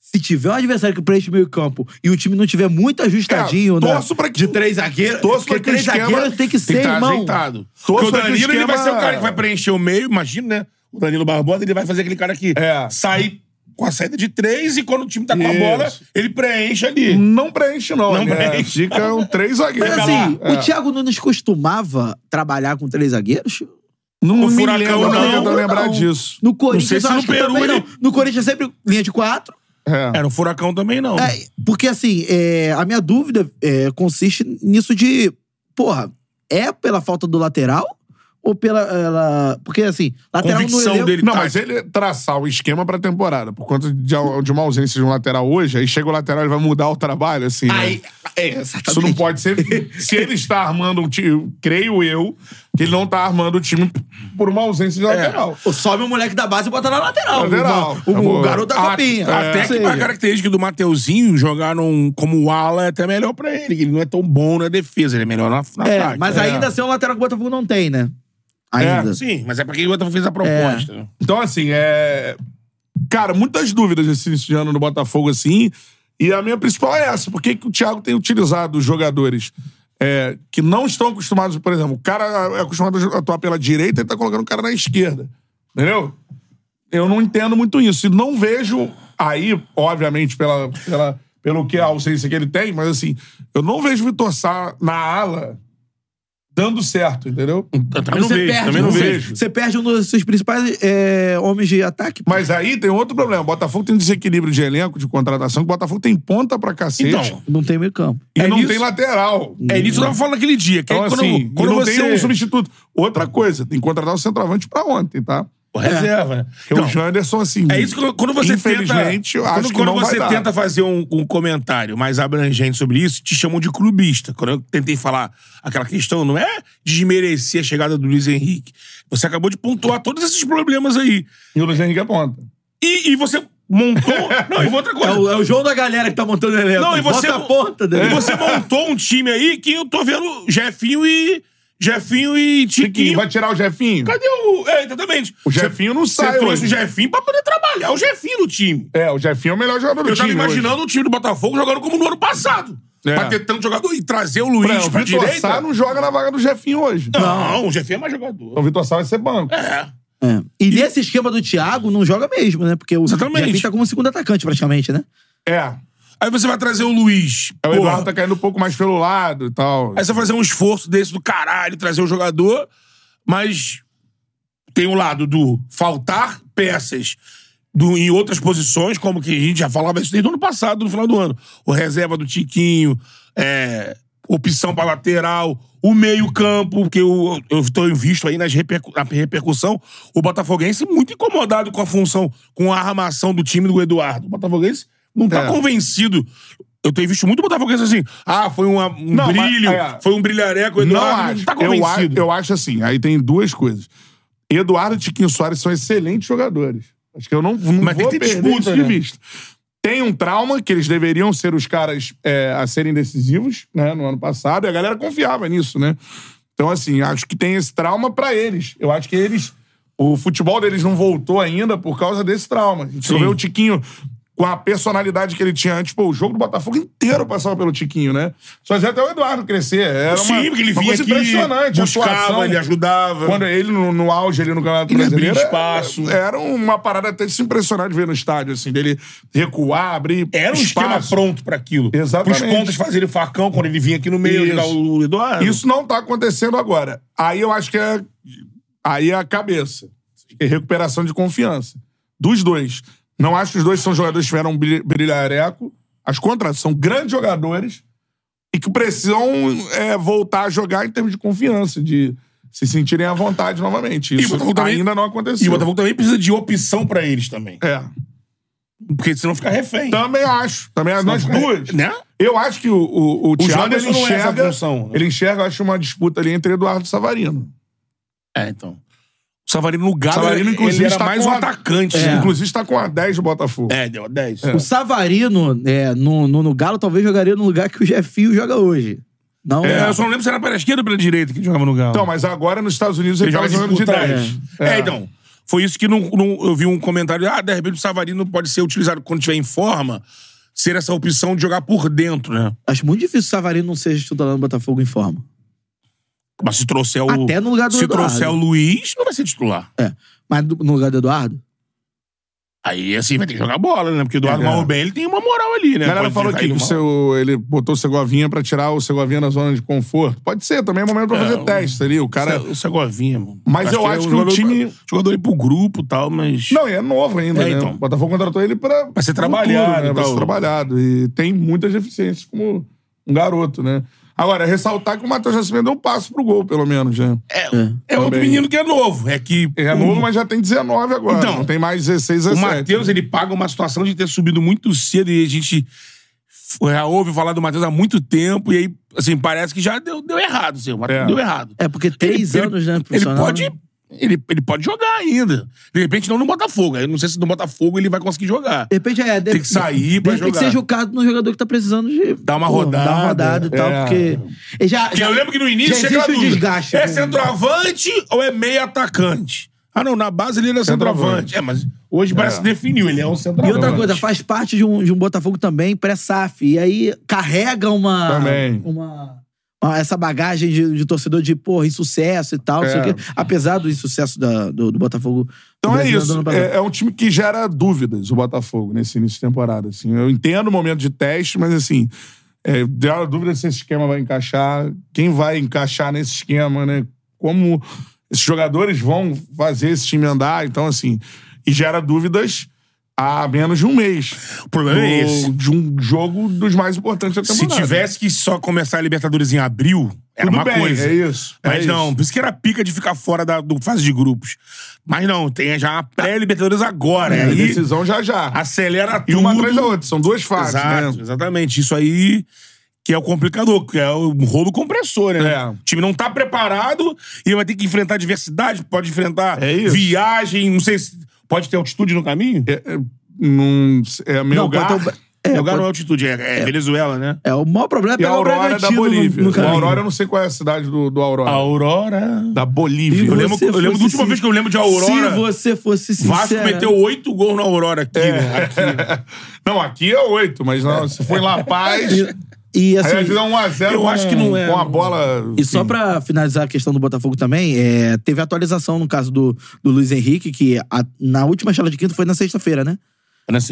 [SPEAKER 3] Se tiver um adversário que preenche meio campo e o time não tiver muito ajustadinho,
[SPEAKER 1] Cara,
[SPEAKER 3] né?
[SPEAKER 1] É, torço pra que-
[SPEAKER 3] De três zagueiros.
[SPEAKER 1] Torço pra
[SPEAKER 3] porque
[SPEAKER 1] que o
[SPEAKER 3] três
[SPEAKER 1] esquema-
[SPEAKER 3] zagueiros tem que ser,
[SPEAKER 2] tá
[SPEAKER 3] irmão.
[SPEAKER 2] ajeitado.
[SPEAKER 1] Torço
[SPEAKER 2] Porque o
[SPEAKER 1] pra que o
[SPEAKER 2] Danilo ele vai
[SPEAKER 1] um esquema-
[SPEAKER 2] ser o cara que vai preencher o meio, imagino, né? O Danilo Barbosa, ele vai fazer aquele cara que
[SPEAKER 1] É.
[SPEAKER 2] sai com a saída de três e quando o time tá com
[SPEAKER 1] Isso.
[SPEAKER 2] a bola, ele preenche
[SPEAKER 3] Hum.
[SPEAKER 2] ali.
[SPEAKER 1] Não preenche, não.
[SPEAKER 2] Não
[SPEAKER 1] né?
[SPEAKER 2] preenche.
[SPEAKER 1] Fica um três
[SPEAKER 3] Mas
[SPEAKER 1] zagueiros.
[SPEAKER 3] assim,
[SPEAKER 1] É.
[SPEAKER 3] o Thiago Nunes costumava trabalhar com três zagueiros?
[SPEAKER 1] não
[SPEAKER 2] o Furacão
[SPEAKER 1] lembro,
[SPEAKER 2] não,
[SPEAKER 1] tô tentando
[SPEAKER 2] não.
[SPEAKER 1] lembrar disso.
[SPEAKER 3] No
[SPEAKER 2] sei
[SPEAKER 3] Corinthians,
[SPEAKER 2] se
[SPEAKER 3] eu
[SPEAKER 2] no
[SPEAKER 3] acho que
[SPEAKER 2] Peru
[SPEAKER 3] também
[SPEAKER 2] ele-
[SPEAKER 3] não. No Corinthians é sempre linha de quatro.
[SPEAKER 1] É.
[SPEAKER 2] Era um furacão também, não.
[SPEAKER 3] É, porque assim, é, a minha dúvida é, consiste nisso de, porra, é pela falta do lateral ou pela... ela- porque assim, lateral no
[SPEAKER 2] Convicção
[SPEAKER 3] elenco...
[SPEAKER 2] dele
[SPEAKER 1] Não,
[SPEAKER 2] tá-
[SPEAKER 1] mas ele traçar o esquema pra temporada, por conta de, de uma ausência de um lateral hoje, aí chega o lateral, ele vai mudar o trabalho, assim. né?
[SPEAKER 3] Aí, é,
[SPEAKER 1] Isso não
[SPEAKER 3] exatamente.
[SPEAKER 1] pode ser. Se ele está armando um time, creio eu, que ele não está armando o time por uma ausência de
[SPEAKER 2] é.
[SPEAKER 1] lateral.
[SPEAKER 3] é Pô, Sobe o moleque da base e bota na lateral.
[SPEAKER 1] Lateral,
[SPEAKER 3] O, o,
[SPEAKER 1] acabou.
[SPEAKER 3] o garoto da
[SPEAKER 1] A-
[SPEAKER 3] copinha.
[SPEAKER 1] é.
[SPEAKER 2] Até que
[SPEAKER 3] Sei.
[SPEAKER 2] Ah, pra característica do Mateuzinho, jogaram como ala é até melhor pra ele. que Ele não é tão bom na defesa, ele é melhor na, na
[SPEAKER 3] É,
[SPEAKER 2] ataque.
[SPEAKER 3] mas
[SPEAKER 2] É.
[SPEAKER 3] ainda assim é um lateral que o Botafogo não tem, né? Ainda.
[SPEAKER 2] Sim, mas é pra quem o Botafogo fez a proposta. né?
[SPEAKER 1] Então, assim, é. Cara, muitas dúvidas esse início de ano no Botafogo, assim. E a minha principal é essa: por que, que o Thiago tem utilizado os jogadores é, que não estão acostumados, por exemplo, o cara é acostumado a atuar pela direita e tá colocando o cara na esquerda. Entendeu? Eu não entendo muito isso. E não vejo aí, obviamente, pela, pela, pelo que a ausência que ele tem, mas assim, eu não vejo o Vitor Sá na ala dando certo, entendeu?
[SPEAKER 2] Eu também não
[SPEAKER 3] Você
[SPEAKER 2] vejo,
[SPEAKER 3] perde,
[SPEAKER 2] também não
[SPEAKER 3] você-
[SPEAKER 2] vejo.
[SPEAKER 3] Você perde um dos seus principais é, homens de ataque. pô.
[SPEAKER 1] Mas aí tem outro problema. O Botafogo tem desequilíbrio de elenco, de contratação, que o Botafogo tem ponta pra cacete
[SPEAKER 2] Então,
[SPEAKER 3] Não tem meio campo.
[SPEAKER 1] e
[SPEAKER 2] é
[SPEAKER 1] não
[SPEAKER 2] isso.
[SPEAKER 1] tem lateral.
[SPEAKER 2] é isso que eu tava falando naquele dia. Que
[SPEAKER 1] Então,
[SPEAKER 2] aí quando,
[SPEAKER 1] assim, e
[SPEAKER 2] quando
[SPEAKER 1] não
[SPEAKER 2] você...
[SPEAKER 1] tem um substituto. Outra coisa, tem que contratar o centroavante pra ontem, tá?
[SPEAKER 2] Pô, Reserva, né?
[SPEAKER 1] Porque o Janderson, assim...
[SPEAKER 2] É isso que eu- quando você
[SPEAKER 1] Infelizmente,
[SPEAKER 2] tenta,
[SPEAKER 1] eu acho
[SPEAKER 2] quando,
[SPEAKER 1] que
[SPEAKER 2] quando
[SPEAKER 1] não vai
[SPEAKER 2] você
[SPEAKER 1] dar.
[SPEAKER 2] tenta fazer um, um comentário mais abrangente sobre isso, te chamam de clubista. Quando eu tentei falar aquela questão, não é desmerecer a chegada do Luiz Henrique. Você acabou de pontuar todos esses problemas aí.
[SPEAKER 1] E o Luiz Henrique é ponta.
[SPEAKER 2] E, e você montou. não, e outra
[SPEAKER 3] É
[SPEAKER 2] coisa.
[SPEAKER 3] o, é o João da galera que tá montando o elenco.
[SPEAKER 2] Não, e você- é.
[SPEAKER 3] Bota a ponta dele.
[SPEAKER 2] E você montou um time aí que eu tô vendo Jefinho e. Jefinho e
[SPEAKER 1] Tiquinho,
[SPEAKER 2] Tiquinho.
[SPEAKER 1] vai tirar o Jefinho?
[SPEAKER 2] Cadê o. É, exatamente.
[SPEAKER 1] O Jefinho não sai
[SPEAKER 2] Você trouxe
[SPEAKER 1] hoje.
[SPEAKER 2] o Jefinho pra poder trabalhar o Jefinho no time.
[SPEAKER 1] É, o Jefinho é o melhor jogador do
[SPEAKER 2] Eu
[SPEAKER 1] time
[SPEAKER 2] tava
[SPEAKER 1] hoje.
[SPEAKER 2] imaginando o time do Botafogo jogando como no ano passado.
[SPEAKER 1] É.
[SPEAKER 2] Pra ter tanto jogador e trazer o Luiz
[SPEAKER 1] Por exemplo,
[SPEAKER 2] pra
[SPEAKER 1] O Vitor
[SPEAKER 2] direita.
[SPEAKER 1] Sá não joga na vaga do Jefinho hoje.
[SPEAKER 2] Não, o Jeff é mais jogador.
[SPEAKER 1] Então o Vitor Sá vai ser banco.
[SPEAKER 2] É.
[SPEAKER 3] É. E, nesse esquema do Thiago, não joga mesmo, né? Porque o
[SPEAKER 2] Exatamente.
[SPEAKER 3] Jefinho tá como segundo atacante, praticamente, né?
[SPEAKER 1] É.
[SPEAKER 2] Aí você vai trazer o Luiz.
[SPEAKER 1] É, O
[SPEAKER 2] porra.
[SPEAKER 1] Eduardo tá caindo um pouco mais pelo lado e tal.
[SPEAKER 2] Aí você vai fazer um esforço desse do caralho, trazer o jogador, mas tem o lado do faltar peças do- em outras posições, como que a gente já falava isso desde o ano passado, no final do ano. O reserva do Tiquinho, é, opção pra lateral, o meio-campo, porque eu, eu tô visto aí nas repercu- na repercussão, o Botafoguense muito incomodado com a função, com a armação do time do Eduardo. O Botafoguense não tá
[SPEAKER 1] É.
[SPEAKER 2] convencido. Eu tenho visto muito botafoguense assim. Ah, foi uma- um
[SPEAKER 1] Não, mas-
[SPEAKER 2] brilho,
[SPEAKER 1] é.
[SPEAKER 2] foi um brilhareco.
[SPEAKER 1] Não
[SPEAKER 2] Eduardo
[SPEAKER 1] acho.
[SPEAKER 2] tá
[SPEAKER 1] eu, a-
[SPEAKER 2] convencido.
[SPEAKER 1] eu acho assim. Aí tem duas coisas. Eduardo e Tiquinho Soares são excelentes jogadores. Acho que eu não, não
[SPEAKER 2] Mas tem
[SPEAKER 1] vou
[SPEAKER 2] que ter
[SPEAKER 1] perder
[SPEAKER 2] disputa,
[SPEAKER 1] isso de
[SPEAKER 2] né?
[SPEAKER 1] vista. Tem um trauma que eles deveriam ser os caras é, a serem decisivos, né? No ano passado. E a galera confiava nisso, né? Então, assim, acho que tem esse trauma pra eles. Eu acho que eles... O futebol deles não voltou ainda por causa desse trauma. A gente não
[SPEAKER 2] Sim.
[SPEAKER 1] vê o Tiquinho com a personalidade que ele tinha antes. Pô, o jogo do Botafogo inteiro passava pelo Tiquinho, né? Só dizia até o Eduardo crescer. Era uma,
[SPEAKER 2] Sim, porque ele
[SPEAKER 1] uma
[SPEAKER 2] vinha
[SPEAKER 1] coisa
[SPEAKER 2] aqui,
[SPEAKER 1] impressionante. a atuação.
[SPEAKER 2] buscava, ele ajudava.
[SPEAKER 1] Quando é ele, no, no auge ali no Campeonato
[SPEAKER 2] Ele abria
[SPEAKER 1] Brasileiro... era-
[SPEAKER 2] espaço.
[SPEAKER 1] Era uma parada até de se impressionar de ver no estádio, assim. Dele recuar, abrir
[SPEAKER 2] Era um esquema
[SPEAKER 1] espaço.
[SPEAKER 2] pronto pra aquilo.
[SPEAKER 1] Exatamente.
[SPEAKER 2] Os pontos fazerem facão quando ele vinha aqui no meio,
[SPEAKER 1] Isso.
[SPEAKER 2] ele dá o Eduardo.
[SPEAKER 1] Isso não tá acontecendo agora. Aí eu acho que é. Aí é a cabeça. É recuperação de confiança. Dos dois. Não acho que os dois são jogadores que tiveram um bri- brilhareco. As contras são grandes jogadores e que precisam é, voltar a jogar em termos de confiança, de se sentirem à vontade novamente.
[SPEAKER 2] o
[SPEAKER 1] Isso
[SPEAKER 2] Botafogo também-
[SPEAKER 1] ainda não
[SPEAKER 2] E o
[SPEAKER 1] aconteceu.
[SPEAKER 2] Botafogo também precisa de opção pra eles também.
[SPEAKER 1] É.
[SPEAKER 2] Porque senão fica refém.
[SPEAKER 1] Também acho. Também acho. Nós duas.
[SPEAKER 2] Né?
[SPEAKER 1] Eu acho que o, o, o Thiago ele
[SPEAKER 2] Janderson não é essa
[SPEAKER 1] enxerga.
[SPEAKER 2] função, né?
[SPEAKER 1] Ele enxerga, eu acho, uma disputa ali entre Eduardo e Savarino.
[SPEAKER 2] É, então. O Savarino no Galo,
[SPEAKER 1] Savarino,
[SPEAKER 2] Savarino,
[SPEAKER 1] inclusive,
[SPEAKER 2] ele era
[SPEAKER 1] está
[SPEAKER 2] mais
[SPEAKER 1] com
[SPEAKER 2] um
[SPEAKER 1] a-
[SPEAKER 2] atacante.
[SPEAKER 1] É.
[SPEAKER 2] Inclusive.
[SPEAKER 1] Inclusive está com a 10 do Botafogo.
[SPEAKER 2] É, deu 10.
[SPEAKER 3] O Savarino, é, no, no, no Galo, talvez jogaria no lugar que o Jefinho joga hoje. Não
[SPEAKER 2] É, eu só não lembro se era pela esquerda ou pela direita que ele jogava no Galo.
[SPEAKER 1] Então, mas agora nos Estados Unidos ele,
[SPEAKER 2] Ele
[SPEAKER 1] está
[SPEAKER 2] joga um de,
[SPEAKER 1] jogando
[SPEAKER 2] por
[SPEAKER 1] de
[SPEAKER 2] trás.
[SPEAKER 1] 10.
[SPEAKER 2] É. então. Foi isso que não, não- eu vi um comentário. Ah, de repente o Savarino pode ser utilizado quando estiver em forma, ser essa opção de jogar por dentro, né?
[SPEAKER 3] Acho muito difícil o Savarino não seja titular no Botafogo em forma.
[SPEAKER 2] Mas se trouxer o.
[SPEAKER 3] Até no lugar do
[SPEAKER 2] se
[SPEAKER 3] Eduardo.
[SPEAKER 2] trouxer o Luiz, não vai ser titular.
[SPEAKER 1] É.
[SPEAKER 3] Mas do- no lugar do Eduardo?
[SPEAKER 2] Aí, assim, vai ter que jogar bola, né? Porque o Eduardo
[SPEAKER 1] É.
[SPEAKER 2] Mal ou bem, ele tem uma moral ali, né?
[SPEAKER 1] A galera
[SPEAKER 2] Pode
[SPEAKER 1] falou
[SPEAKER 2] ter
[SPEAKER 1] aqui que
[SPEAKER 2] caído
[SPEAKER 1] o
[SPEAKER 2] mal.
[SPEAKER 1] seu, ele botou o Segovinha pra tirar o Segovinha da zona de conforto. Pode ser, também é momento pra
[SPEAKER 2] É,
[SPEAKER 1] fazer
[SPEAKER 2] o-
[SPEAKER 1] teste ali. O cara.
[SPEAKER 2] é O Segovinha, mano.
[SPEAKER 1] Mas eu
[SPEAKER 2] ele é
[SPEAKER 1] acho
[SPEAKER 2] um
[SPEAKER 1] que o
[SPEAKER 2] jogador-
[SPEAKER 1] time-
[SPEAKER 2] Jogador ir pro grupo e tal, mas.
[SPEAKER 1] Não, e é novo ainda,
[SPEAKER 2] É,
[SPEAKER 1] né?
[SPEAKER 2] então.
[SPEAKER 1] O Botafogo contratou ele pra.
[SPEAKER 2] Pra ser
[SPEAKER 1] futuro,
[SPEAKER 2] trabalhado
[SPEAKER 1] né?
[SPEAKER 2] e
[SPEAKER 1] Pra ser
[SPEAKER 2] tal.
[SPEAKER 1] trabalhado. E tem muitas deficiências como um garoto, né? Agora, ressaltar que o Matheus Nascimento deu um passo pro gol, pelo menos, né?
[SPEAKER 2] É, é
[SPEAKER 1] Também.
[SPEAKER 2] outro menino que é novo. É que.
[SPEAKER 1] Ele é
[SPEAKER 2] o-
[SPEAKER 1] novo, mas já tem 19 agora.
[SPEAKER 2] Então,
[SPEAKER 1] não tem mais 16,
[SPEAKER 2] O
[SPEAKER 1] 17.
[SPEAKER 2] Matheus, ele paga uma situação de ter subido muito cedo e a gente já ouve falar do Matheus há muito tempo e aí, assim, parece que já deu, deu errado, assim, o Matheus
[SPEAKER 1] É.
[SPEAKER 2] deu errado.
[SPEAKER 3] É, porque três anos, né?
[SPEAKER 2] Ele
[SPEAKER 3] profissional,
[SPEAKER 2] pode,
[SPEAKER 3] né?
[SPEAKER 2] ele, ele pode jogar ainda. De repente, não no Botafogo. Eu não sei se no Botafogo ele vai conseguir jogar.
[SPEAKER 3] De repente é. de-
[SPEAKER 2] Tem que sair
[SPEAKER 3] de
[SPEAKER 2] pra
[SPEAKER 3] repente
[SPEAKER 2] jogar.
[SPEAKER 3] que seja o caso no jogador que tá precisando de.
[SPEAKER 2] Dar uma
[SPEAKER 3] Dar
[SPEAKER 2] rodada,
[SPEAKER 3] uma rodada e
[SPEAKER 1] é.
[SPEAKER 3] tal, porque. Ele Já,
[SPEAKER 2] Porque
[SPEAKER 3] já-
[SPEAKER 2] eu lembro que no início
[SPEAKER 3] já
[SPEAKER 2] chega
[SPEAKER 3] existe
[SPEAKER 2] aquela
[SPEAKER 3] o
[SPEAKER 2] dúvida.
[SPEAKER 3] desgaste.
[SPEAKER 2] É
[SPEAKER 3] né?
[SPEAKER 2] centroavante ou é meio atacante? Ah, não, na base ele era centroavante. É, mas hoje parece que definiu, ele é um
[SPEAKER 3] E
[SPEAKER 2] centroavante.
[SPEAKER 3] outra coisa, faz parte de um, de um Botafogo também pré-SAF. E aí carrega uma.
[SPEAKER 1] Também.
[SPEAKER 3] Uma. uma- Essa bagagem de, de torcedor de, porra, insucesso e tal, não sei o
[SPEAKER 1] É.
[SPEAKER 3] quê. Apesar do insucesso da- do, do Botafogo. do
[SPEAKER 1] Então é
[SPEAKER 3] Brasil do
[SPEAKER 1] isso.
[SPEAKER 3] ano passado.
[SPEAKER 1] É, é um time que gera dúvidas, o Botafogo, nesse início de temporada. Assim. Eu entendo o momento de teste, mas assim, é, gera dúvida se esse esquema vai encaixar, quem vai encaixar nesse esquema, né? Como esses jogadores vão fazer esse time andar. Então, assim, e gera dúvidas há menos de um mês.
[SPEAKER 2] O problema é esse.
[SPEAKER 1] Do- De um jogo dos mais importantes da
[SPEAKER 2] Se
[SPEAKER 1] temporada.
[SPEAKER 2] tivesse que só começar a Libertadores em abril, era
[SPEAKER 1] Tudo
[SPEAKER 2] uma
[SPEAKER 1] bem,
[SPEAKER 2] coisa.
[SPEAKER 1] É isso. é
[SPEAKER 2] Mas
[SPEAKER 1] isso.
[SPEAKER 2] não, por isso que era pica de ficar fora da do fase de grupos. Mas não, tem já a pré-Libertadores agora.
[SPEAKER 1] É,
[SPEAKER 2] aí
[SPEAKER 1] decisão já já.
[SPEAKER 2] acelera tudo.
[SPEAKER 1] E uma atrás da outra. São duas fases,
[SPEAKER 2] Exato,
[SPEAKER 1] né?
[SPEAKER 2] exatamente. Isso aí que é o complicador, que é o rolo compressor, né?
[SPEAKER 1] É.
[SPEAKER 2] O time não tá preparado e vai ter que enfrentar diversidade, pode enfrentar
[SPEAKER 1] É isso.
[SPEAKER 2] viagem, não sei se. Pode ter altitude no caminho?
[SPEAKER 1] É, é, num- é meu
[SPEAKER 3] Não,
[SPEAKER 1] lugar.
[SPEAKER 3] pode ter o-
[SPEAKER 2] É, lugar não é altitude, é, é Venezuela, né?
[SPEAKER 3] É, o maior problema é
[SPEAKER 1] E a
[SPEAKER 3] pegar o
[SPEAKER 1] Aurora da
[SPEAKER 3] Bragantino
[SPEAKER 1] Bolívia.
[SPEAKER 3] No, no
[SPEAKER 1] a
[SPEAKER 3] caminho.
[SPEAKER 1] Aurora, eu não sei qual é a cidade do, do Aurora.
[SPEAKER 2] Aurora.
[SPEAKER 1] Da Bolívia.
[SPEAKER 3] E você
[SPEAKER 2] Eu lembro, eu lembro
[SPEAKER 3] fosse
[SPEAKER 2] da última
[SPEAKER 3] sin-
[SPEAKER 2] vez que eu lembro de Aurora.
[SPEAKER 3] Se você fosse sincero...
[SPEAKER 2] Vasco meteu oito gols na Aurora aqui.
[SPEAKER 3] É.
[SPEAKER 2] né? Aqui.
[SPEAKER 1] Não, aqui é oito, mas não, se foi em La Paz.
[SPEAKER 3] E, e assim...
[SPEAKER 1] aí às vezes é um a zero
[SPEAKER 2] eu
[SPEAKER 1] com-
[SPEAKER 2] acho que não é,
[SPEAKER 1] Com a
[SPEAKER 2] não.
[SPEAKER 1] bola.
[SPEAKER 3] E só
[SPEAKER 1] enfim.
[SPEAKER 3] pra finalizar a questão do Botafogo também, é, teve atualização no caso do, do Luiz Henrique, que a- na última charla de quinto foi na sexta-feira, né?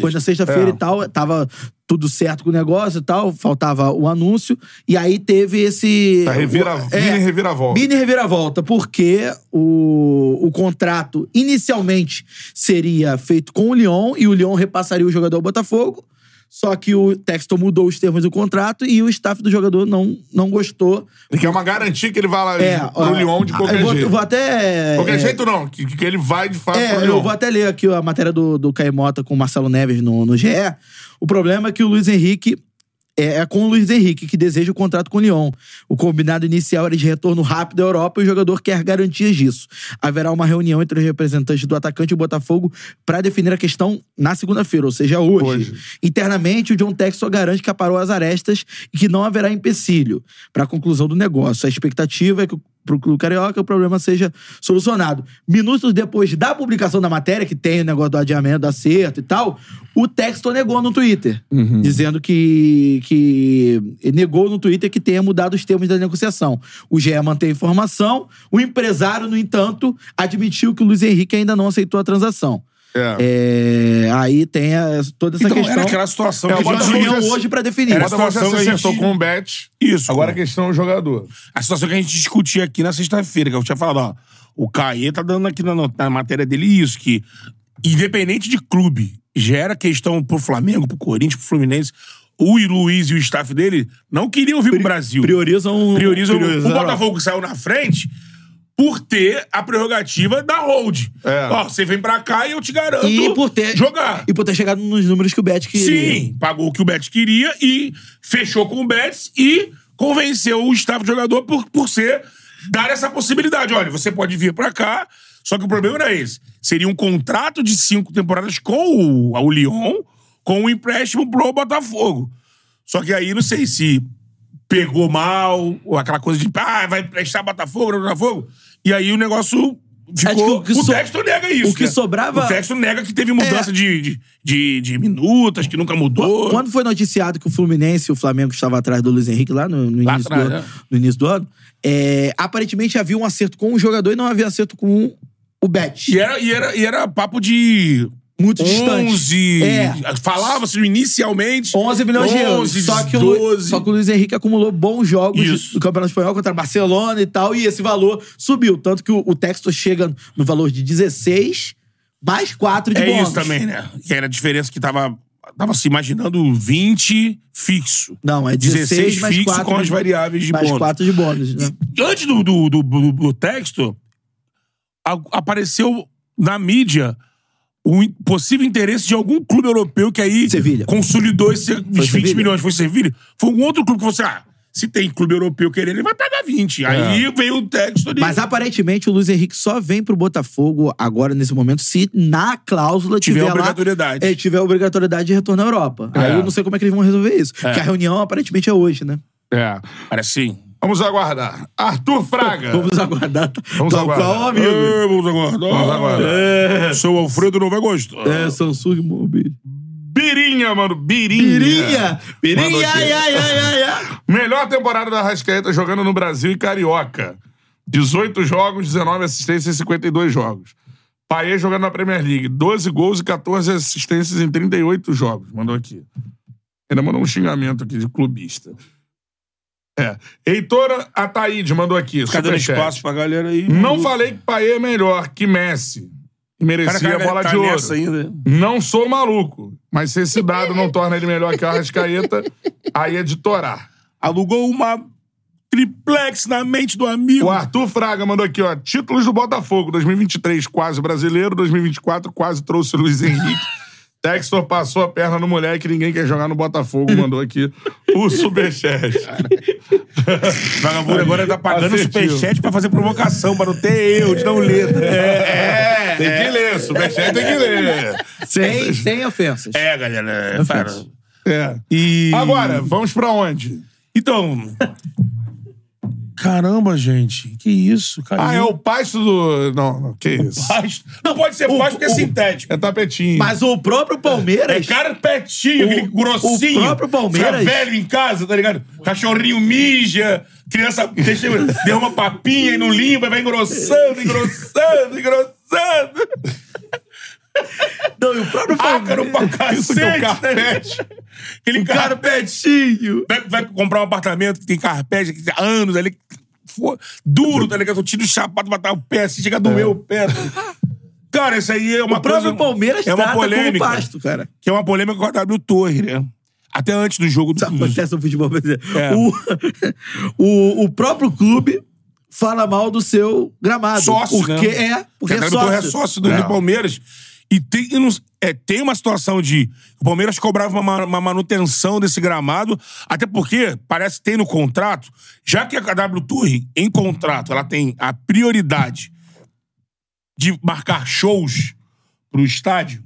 [SPEAKER 3] Foi na sexta-feira
[SPEAKER 1] É.
[SPEAKER 3] e tal, tava tudo certo com o negócio e tal, faltava o anúncio, e aí teve esse...
[SPEAKER 1] Tá, revira,
[SPEAKER 3] É,
[SPEAKER 1] mini reviravolta.
[SPEAKER 3] Mini reviravolta, porque o, o contrato inicialmente seria feito com o Lyon e o Lyon repassaria o jogador ao Botafogo. Só que o Texton mudou os termos do contrato e o staff do jogador não, não gostou. É,
[SPEAKER 1] Que é uma garantia que ele vai lá pro
[SPEAKER 3] ó, ah,
[SPEAKER 1] Lyon de
[SPEAKER 3] eu
[SPEAKER 1] qualquer
[SPEAKER 3] vou, eu
[SPEAKER 1] jeito.
[SPEAKER 3] vou até.
[SPEAKER 1] qualquer
[SPEAKER 3] é,
[SPEAKER 1] jeito não, que, que ele vai de fato pro
[SPEAKER 3] é,
[SPEAKER 1] Lyon.
[SPEAKER 3] eu vou até ler aqui a matéria do, do Caimota com o Marcelo Neves no, no GE. O problema é que o Luiz Henrique é, é com o Luiz Henrique, que deseja o contrato com o Lyon. O combinado inicial era de retorno rápido à Europa e o jogador quer garantias disso. Haverá uma reunião entre os representantes do atacante e o Botafogo para definir a questão na segunda-feira, ou seja, hoje. Internamente, o John Tex só garante que aparou as arestas e que não haverá empecilho para a conclusão do negócio. A expectativa é que o para o clube carioca, o problema seja solucionado. Minutos depois da publicação da matéria, que tem o negócio do adiamento, do acerto e tal, o Texton negou no Twitter,
[SPEAKER 2] Uhum.
[SPEAKER 3] dizendo que, que negou no Twitter que tenha mudado os termos da negociação. O GE mantém a informação, o empresário, no entanto, admitiu que o Luiz Henrique ainda não aceitou a transação.
[SPEAKER 1] É.
[SPEAKER 3] É, aí tem a- toda essa
[SPEAKER 2] Então, era
[SPEAKER 3] questão.
[SPEAKER 2] aquela situação
[SPEAKER 1] É,
[SPEAKER 2] que
[SPEAKER 1] o
[SPEAKER 3] Uma
[SPEAKER 1] Botafogo
[SPEAKER 3] reunião
[SPEAKER 1] já-
[SPEAKER 3] hoje para definir.
[SPEAKER 1] Era
[SPEAKER 2] Era
[SPEAKER 1] a situação
[SPEAKER 2] situação
[SPEAKER 1] que
[SPEAKER 2] que a
[SPEAKER 1] acertou
[SPEAKER 2] gente-
[SPEAKER 1] com o Bet.
[SPEAKER 2] Isso.
[SPEAKER 1] Agora a
[SPEAKER 2] cara.
[SPEAKER 1] questão é o jogador.
[SPEAKER 2] A situação que a gente discutia aqui na sexta-feira, que eu tinha falado, ó. O Caê tá dando aqui na, no- na matéria dele isso, que independente de clube, gera questão pro Flamengo, pro Corinthians, pro Fluminense. O Luiz e o staff dele não queriam vir pro Brasil.
[SPEAKER 3] Priorizam,
[SPEAKER 2] Priorizam o, o
[SPEAKER 3] priorizam-
[SPEAKER 2] Botafogo que saiu na frente por ter a prerrogativa da hold.
[SPEAKER 1] É.
[SPEAKER 2] Ó, você vem pra cá e eu te garanto
[SPEAKER 3] E por ter-
[SPEAKER 2] jogar.
[SPEAKER 3] E por ter chegado nos números que o Bet queria.
[SPEAKER 2] Sim, pagou o que o Betis queria e fechou com o Betis e convenceu o staff de jogador por, por ser dar essa possibilidade. Olha, você pode vir pra cá, só que o problema era esse. Seria um contrato de cinco temporadas com o, o Lyon, com o empréstimo pro Botafogo. Só que aí, não sei se pegou mal, ou aquela coisa de, ah, vai emprestar Botafogo, Botafogo. E aí o negócio ficou...
[SPEAKER 3] Acho que o
[SPEAKER 2] o
[SPEAKER 3] que so-
[SPEAKER 2] texto nega isso,
[SPEAKER 3] o que
[SPEAKER 2] né?
[SPEAKER 3] sobrava-
[SPEAKER 2] O texto nega que teve mudança
[SPEAKER 3] É.
[SPEAKER 2] de, de, de, de minutas, que nunca mudou.
[SPEAKER 3] Quando foi noticiado que o Fluminense e o Flamengo estavam atrás do Luiz Henrique lá no, no
[SPEAKER 2] Lá
[SPEAKER 3] início,
[SPEAKER 2] atrás,
[SPEAKER 3] do, ano,
[SPEAKER 2] né?
[SPEAKER 3] no início do ano, é, aparentemente havia um acerto com o jogador e não havia acerto com o Bet.
[SPEAKER 2] E, é era, e, era, e era papo de
[SPEAKER 3] Muito distante.
[SPEAKER 2] 11...
[SPEAKER 3] É.
[SPEAKER 2] Falava-se inicialmente...
[SPEAKER 3] 11 milhões de euros.
[SPEAKER 2] 11,
[SPEAKER 3] só, que o,
[SPEAKER 2] 12.
[SPEAKER 3] Lu- só que o Luiz Henrique acumulou bons jogos
[SPEAKER 2] Isso.
[SPEAKER 3] do Campeonato Espanhol contra Barcelona e tal, e esse valor subiu. Tanto que o, o texto chega no valor de 16 mais 4 de
[SPEAKER 2] É
[SPEAKER 3] bônus.
[SPEAKER 2] isso também, né? Que era a diferença que tava, tava se imaginando 20 fixo.
[SPEAKER 3] Não, é 16, mais
[SPEAKER 2] fixo
[SPEAKER 3] 4
[SPEAKER 2] com as variáveis de
[SPEAKER 3] mais
[SPEAKER 2] bônus.
[SPEAKER 3] 4 de bônus, né?
[SPEAKER 2] antes do, do, do, do- do texto, a- apareceu na mídia o in- possível interesse de algum clube europeu que aí
[SPEAKER 3] Sevilha.
[SPEAKER 2] consolidou esse, os 20
[SPEAKER 3] Sevilha?
[SPEAKER 2] milhões. Foi Sevilha? Foi um outro clube que você, ah, se tem clube europeu querendo, ele vai pagar 20. Aí veio o texto de
[SPEAKER 3] É. Mas aparentemente o Luiz Henrique só vem pro Botafogo agora, nesse momento, se na cláusula tiver,
[SPEAKER 2] tiver
[SPEAKER 3] lá-
[SPEAKER 2] obrigatoriedade.
[SPEAKER 3] é, tiver obrigatoriedade de retorno à Europa. Aí
[SPEAKER 1] É.
[SPEAKER 3] eu não sei como é que eles vão resolver isso. Porque a reunião aparentemente é hoje, né?
[SPEAKER 1] É.
[SPEAKER 2] Parece sim.
[SPEAKER 1] Vamos aguardar. Arthur Fraga.
[SPEAKER 3] Vamos aguardar.
[SPEAKER 1] Vamos
[SPEAKER 3] Tal
[SPEAKER 1] aguardar.
[SPEAKER 3] qual, amigo.
[SPEAKER 2] É, vamos aguardar.
[SPEAKER 1] Vamos aguardar.
[SPEAKER 2] É. Seu Alfredo não vai gostar.
[SPEAKER 3] É, Samsung Mobile.
[SPEAKER 1] Birinha, mano. Birinha.
[SPEAKER 3] Pirinha!
[SPEAKER 2] É.
[SPEAKER 1] Mandou
[SPEAKER 3] Pirinha!
[SPEAKER 1] aqui.
[SPEAKER 3] Ai, ai, ai, ai, ai.
[SPEAKER 1] Melhor temporada da Rascaeta jogando no Brasil e Carioca. 18 jogos, 19 assistências e 52 jogos. Paê jogando na Premier League. 12 gols e 14 assistências em 38 jogos. Mandou aqui. Ele mandou um xingamento aqui de clubista. É. Heitora Ataíde mandou aqui.
[SPEAKER 2] Ficar dando
[SPEAKER 1] superchat.
[SPEAKER 2] espaço pra galera aí.
[SPEAKER 1] Não falei que Paê é melhor que Messi. E
[SPEAKER 2] Cara,
[SPEAKER 1] merecia
[SPEAKER 2] cara,
[SPEAKER 1] a bola
[SPEAKER 2] tá
[SPEAKER 1] de ouro.
[SPEAKER 2] nessa ainda.
[SPEAKER 1] Não sou maluco, mas se esse dado não torna ele melhor que o Arrascaeta, aí é de torar.
[SPEAKER 2] Alugou uma triplex na mente do amigo.
[SPEAKER 1] O Arthur Fraga mandou aqui, ó. Títulos do Botafogo. 2023, quase brasileiro. 2024, quase trouxe o Luiz Henrique. Textor passou a perna no moleque. Ninguém quer jogar no Botafogo. Mandou aqui o superchat.
[SPEAKER 2] Vagabundo agora tá pagando
[SPEAKER 1] Assertivo.
[SPEAKER 2] superchat pra fazer provocação, pra não ter eu, de não ler.
[SPEAKER 1] É, tem que ler. O superchat tem que ler.
[SPEAKER 3] Sem, sem ofensas.
[SPEAKER 2] É, galera. É, cara.
[SPEAKER 1] É.
[SPEAKER 2] E...
[SPEAKER 1] Agora, vamos pra onde?
[SPEAKER 2] Então... Caramba, gente. Que isso, cara.
[SPEAKER 1] Ah, é o pasto do... Não, não, que isso.
[SPEAKER 2] pasto. Não pode ser pasto porque é sintético.
[SPEAKER 1] É tapetinho.
[SPEAKER 3] Mas o próprio Palmeiras.
[SPEAKER 2] É carpetinho, aquele
[SPEAKER 3] O-
[SPEAKER 2] grossinho.
[SPEAKER 3] o próprio Palmeiras-
[SPEAKER 2] Fica velho em casa, tá ligado? Cachorrinho mija, criança deixa, derrama papinha e não limpa, vai engrossando, engrossando, engrossando.
[SPEAKER 3] Não, e o próprio
[SPEAKER 2] Ácaro
[SPEAKER 3] Palmeiras.
[SPEAKER 2] pra cacete.
[SPEAKER 1] Isso que é um carpete.
[SPEAKER 2] né? Aquele carpete.
[SPEAKER 3] Tio.
[SPEAKER 2] Vai, vai comprar um apartamento que tem carpete que tem anos ali. fo- Duro, tá ligado? Eu tiro o sapato, matar o pé, assim, chega a
[SPEAKER 1] É.
[SPEAKER 2] doer o pé. Cara, isso aí é uma
[SPEAKER 3] O próprio
[SPEAKER 2] coisa-
[SPEAKER 3] Palmeiras
[SPEAKER 2] é uma
[SPEAKER 3] trata
[SPEAKER 2] polêmica.
[SPEAKER 3] como pasto, cara.
[SPEAKER 2] Que é uma polêmica com a W Torre, né? Até antes do jogo do...
[SPEAKER 3] Isso acontece no futebol brasileiro.
[SPEAKER 2] Hum. É.
[SPEAKER 3] O, o, o próprio clube fala mal do seu gramado.
[SPEAKER 2] Sócio,
[SPEAKER 3] porque
[SPEAKER 2] né?
[SPEAKER 3] é, porque é
[SPEAKER 2] a W
[SPEAKER 3] sócio.
[SPEAKER 2] Torre é sócio do
[SPEAKER 1] É.
[SPEAKER 2] Rio Palmeiras. E tem, eu não- é, tem uma situação de. O Palmeiras cobrava uma, ma- uma manutenção desse gramado, até porque parece que tem no contrato, já que a KW Tour, em contrato, ela tem a prioridade de marcar shows pro estádio,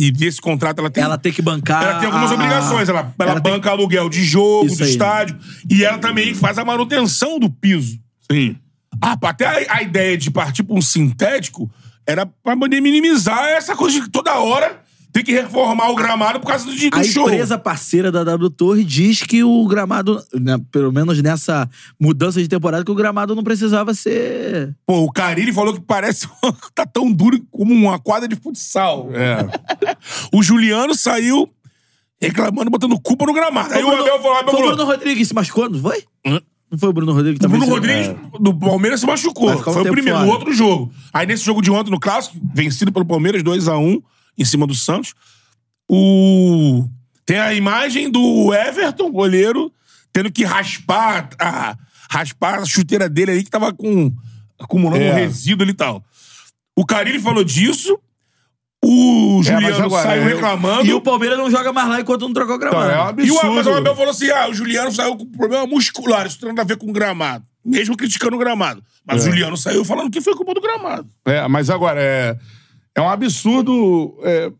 [SPEAKER 2] e desse contrato ela tem.
[SPEAKER 3] Ela tem que bancar.
[SPEAKER 2] Ela tem algumas
[SPEAKER 3] a-
[SPEAKER 2] obrigações. Ela, ela,
[SPEAKER 3] ela tem-
[SPEAKER 2] banca aluguel de jogo,
[SPEAKER 3] Isso
[SPEAKER 2] do
[SPEAKER 3] aí.
[SPEAKER 2] estádio, e ela também faz a manutenção do piso.
[SPEAKER 1] Sim.
[SPEAKER 2] Ah, pá, até a, a ideia de partir pra um sintético era pra poder minimizar essa coisa de que toda hora tem que reformar o gramado por causa do, de- do
[SPEAKER 3] A
[SPEAKER 2] show.
[SPEAKER 3] empresa parceira da W Torre diz que o gramado, né, pelo menos nessa mudança de temporada, que o gramado não precisava ser.
[SPEAKER 2] Pô, o Carilli falou que parece que tá tão duro como uma quadra de futsal.
[SPEAKER 1] É.
[SPEAKER 2] O Juliano saiu reclamando, botando culpa no gramado. Aí o
[SPEAKER 3] Bruno-
[SPEAKER 2] Abel falou, Abel
[SPEAKER 3] Foi o
[SPEAKER 2] falou,
[SPEAKER 3] Bruno Rodrigues que se machucou, não foi?
[SPEAKER 2] Hã?
[SPEAKER 3] Não foi o Bruno Rodrigues que
[SPEAKER 2] O Bruno
[SPEAKER 3] também se-
[SPEAKER 2] Rodrigues
[SPEAKER 3] É.
[SPEAKER 2] do Palmeiras se machucou.
[SPEAKER 3] Vai ficar um
[SPEAKER 2] Foi o
[SPEAKER 3] tempo
[SPEAKER 2] primeiro,
[SPEAKER 3] fora.
[SPEAKER 2] no outro jogo. Aí nesse jogo de ontem, no Clássico, vencido pelo Palmeiras, 2x1 em cima do Santos, o... tem a imagem do Everton, goleiro, tendo que raspar a, raspar a chuteira dele aí, que tava com, acumulando
[SPEAKER 1] É.
[SPEAKER 2] um resíduo ali e tal. O Carilli falou disso, o
[SPEAKER 3] É,
[SPEAKER 1] mas
[SPEAKER 2] Juliano
[SPEAKER 1] agora,
[SPEAKER 2] saiu
[SPEAKER 1] eu-
[SPEAKER 2] reclamando.
[SPEAKER 3] E o Palmeiras não joga mais lá enquanto não trocou o
[SPEAKER 1] Então,
[SPEAKER 3] gramado.
[SPEAKER 1] é um
[SPEAKER 2] E o
[SPEAKER 1] absurdo.
[SPEAKER 2] Abel, o Abel falou assim: ah, o Juliano saiu com problema muscular, isso tem nada a ver com o gramado. Mesmo criticando o gramado. Mas o Juliano saiu falando que foi culpa do gramado.
[SPEAKER 1] É, mas agora, é, é um absurdo. é,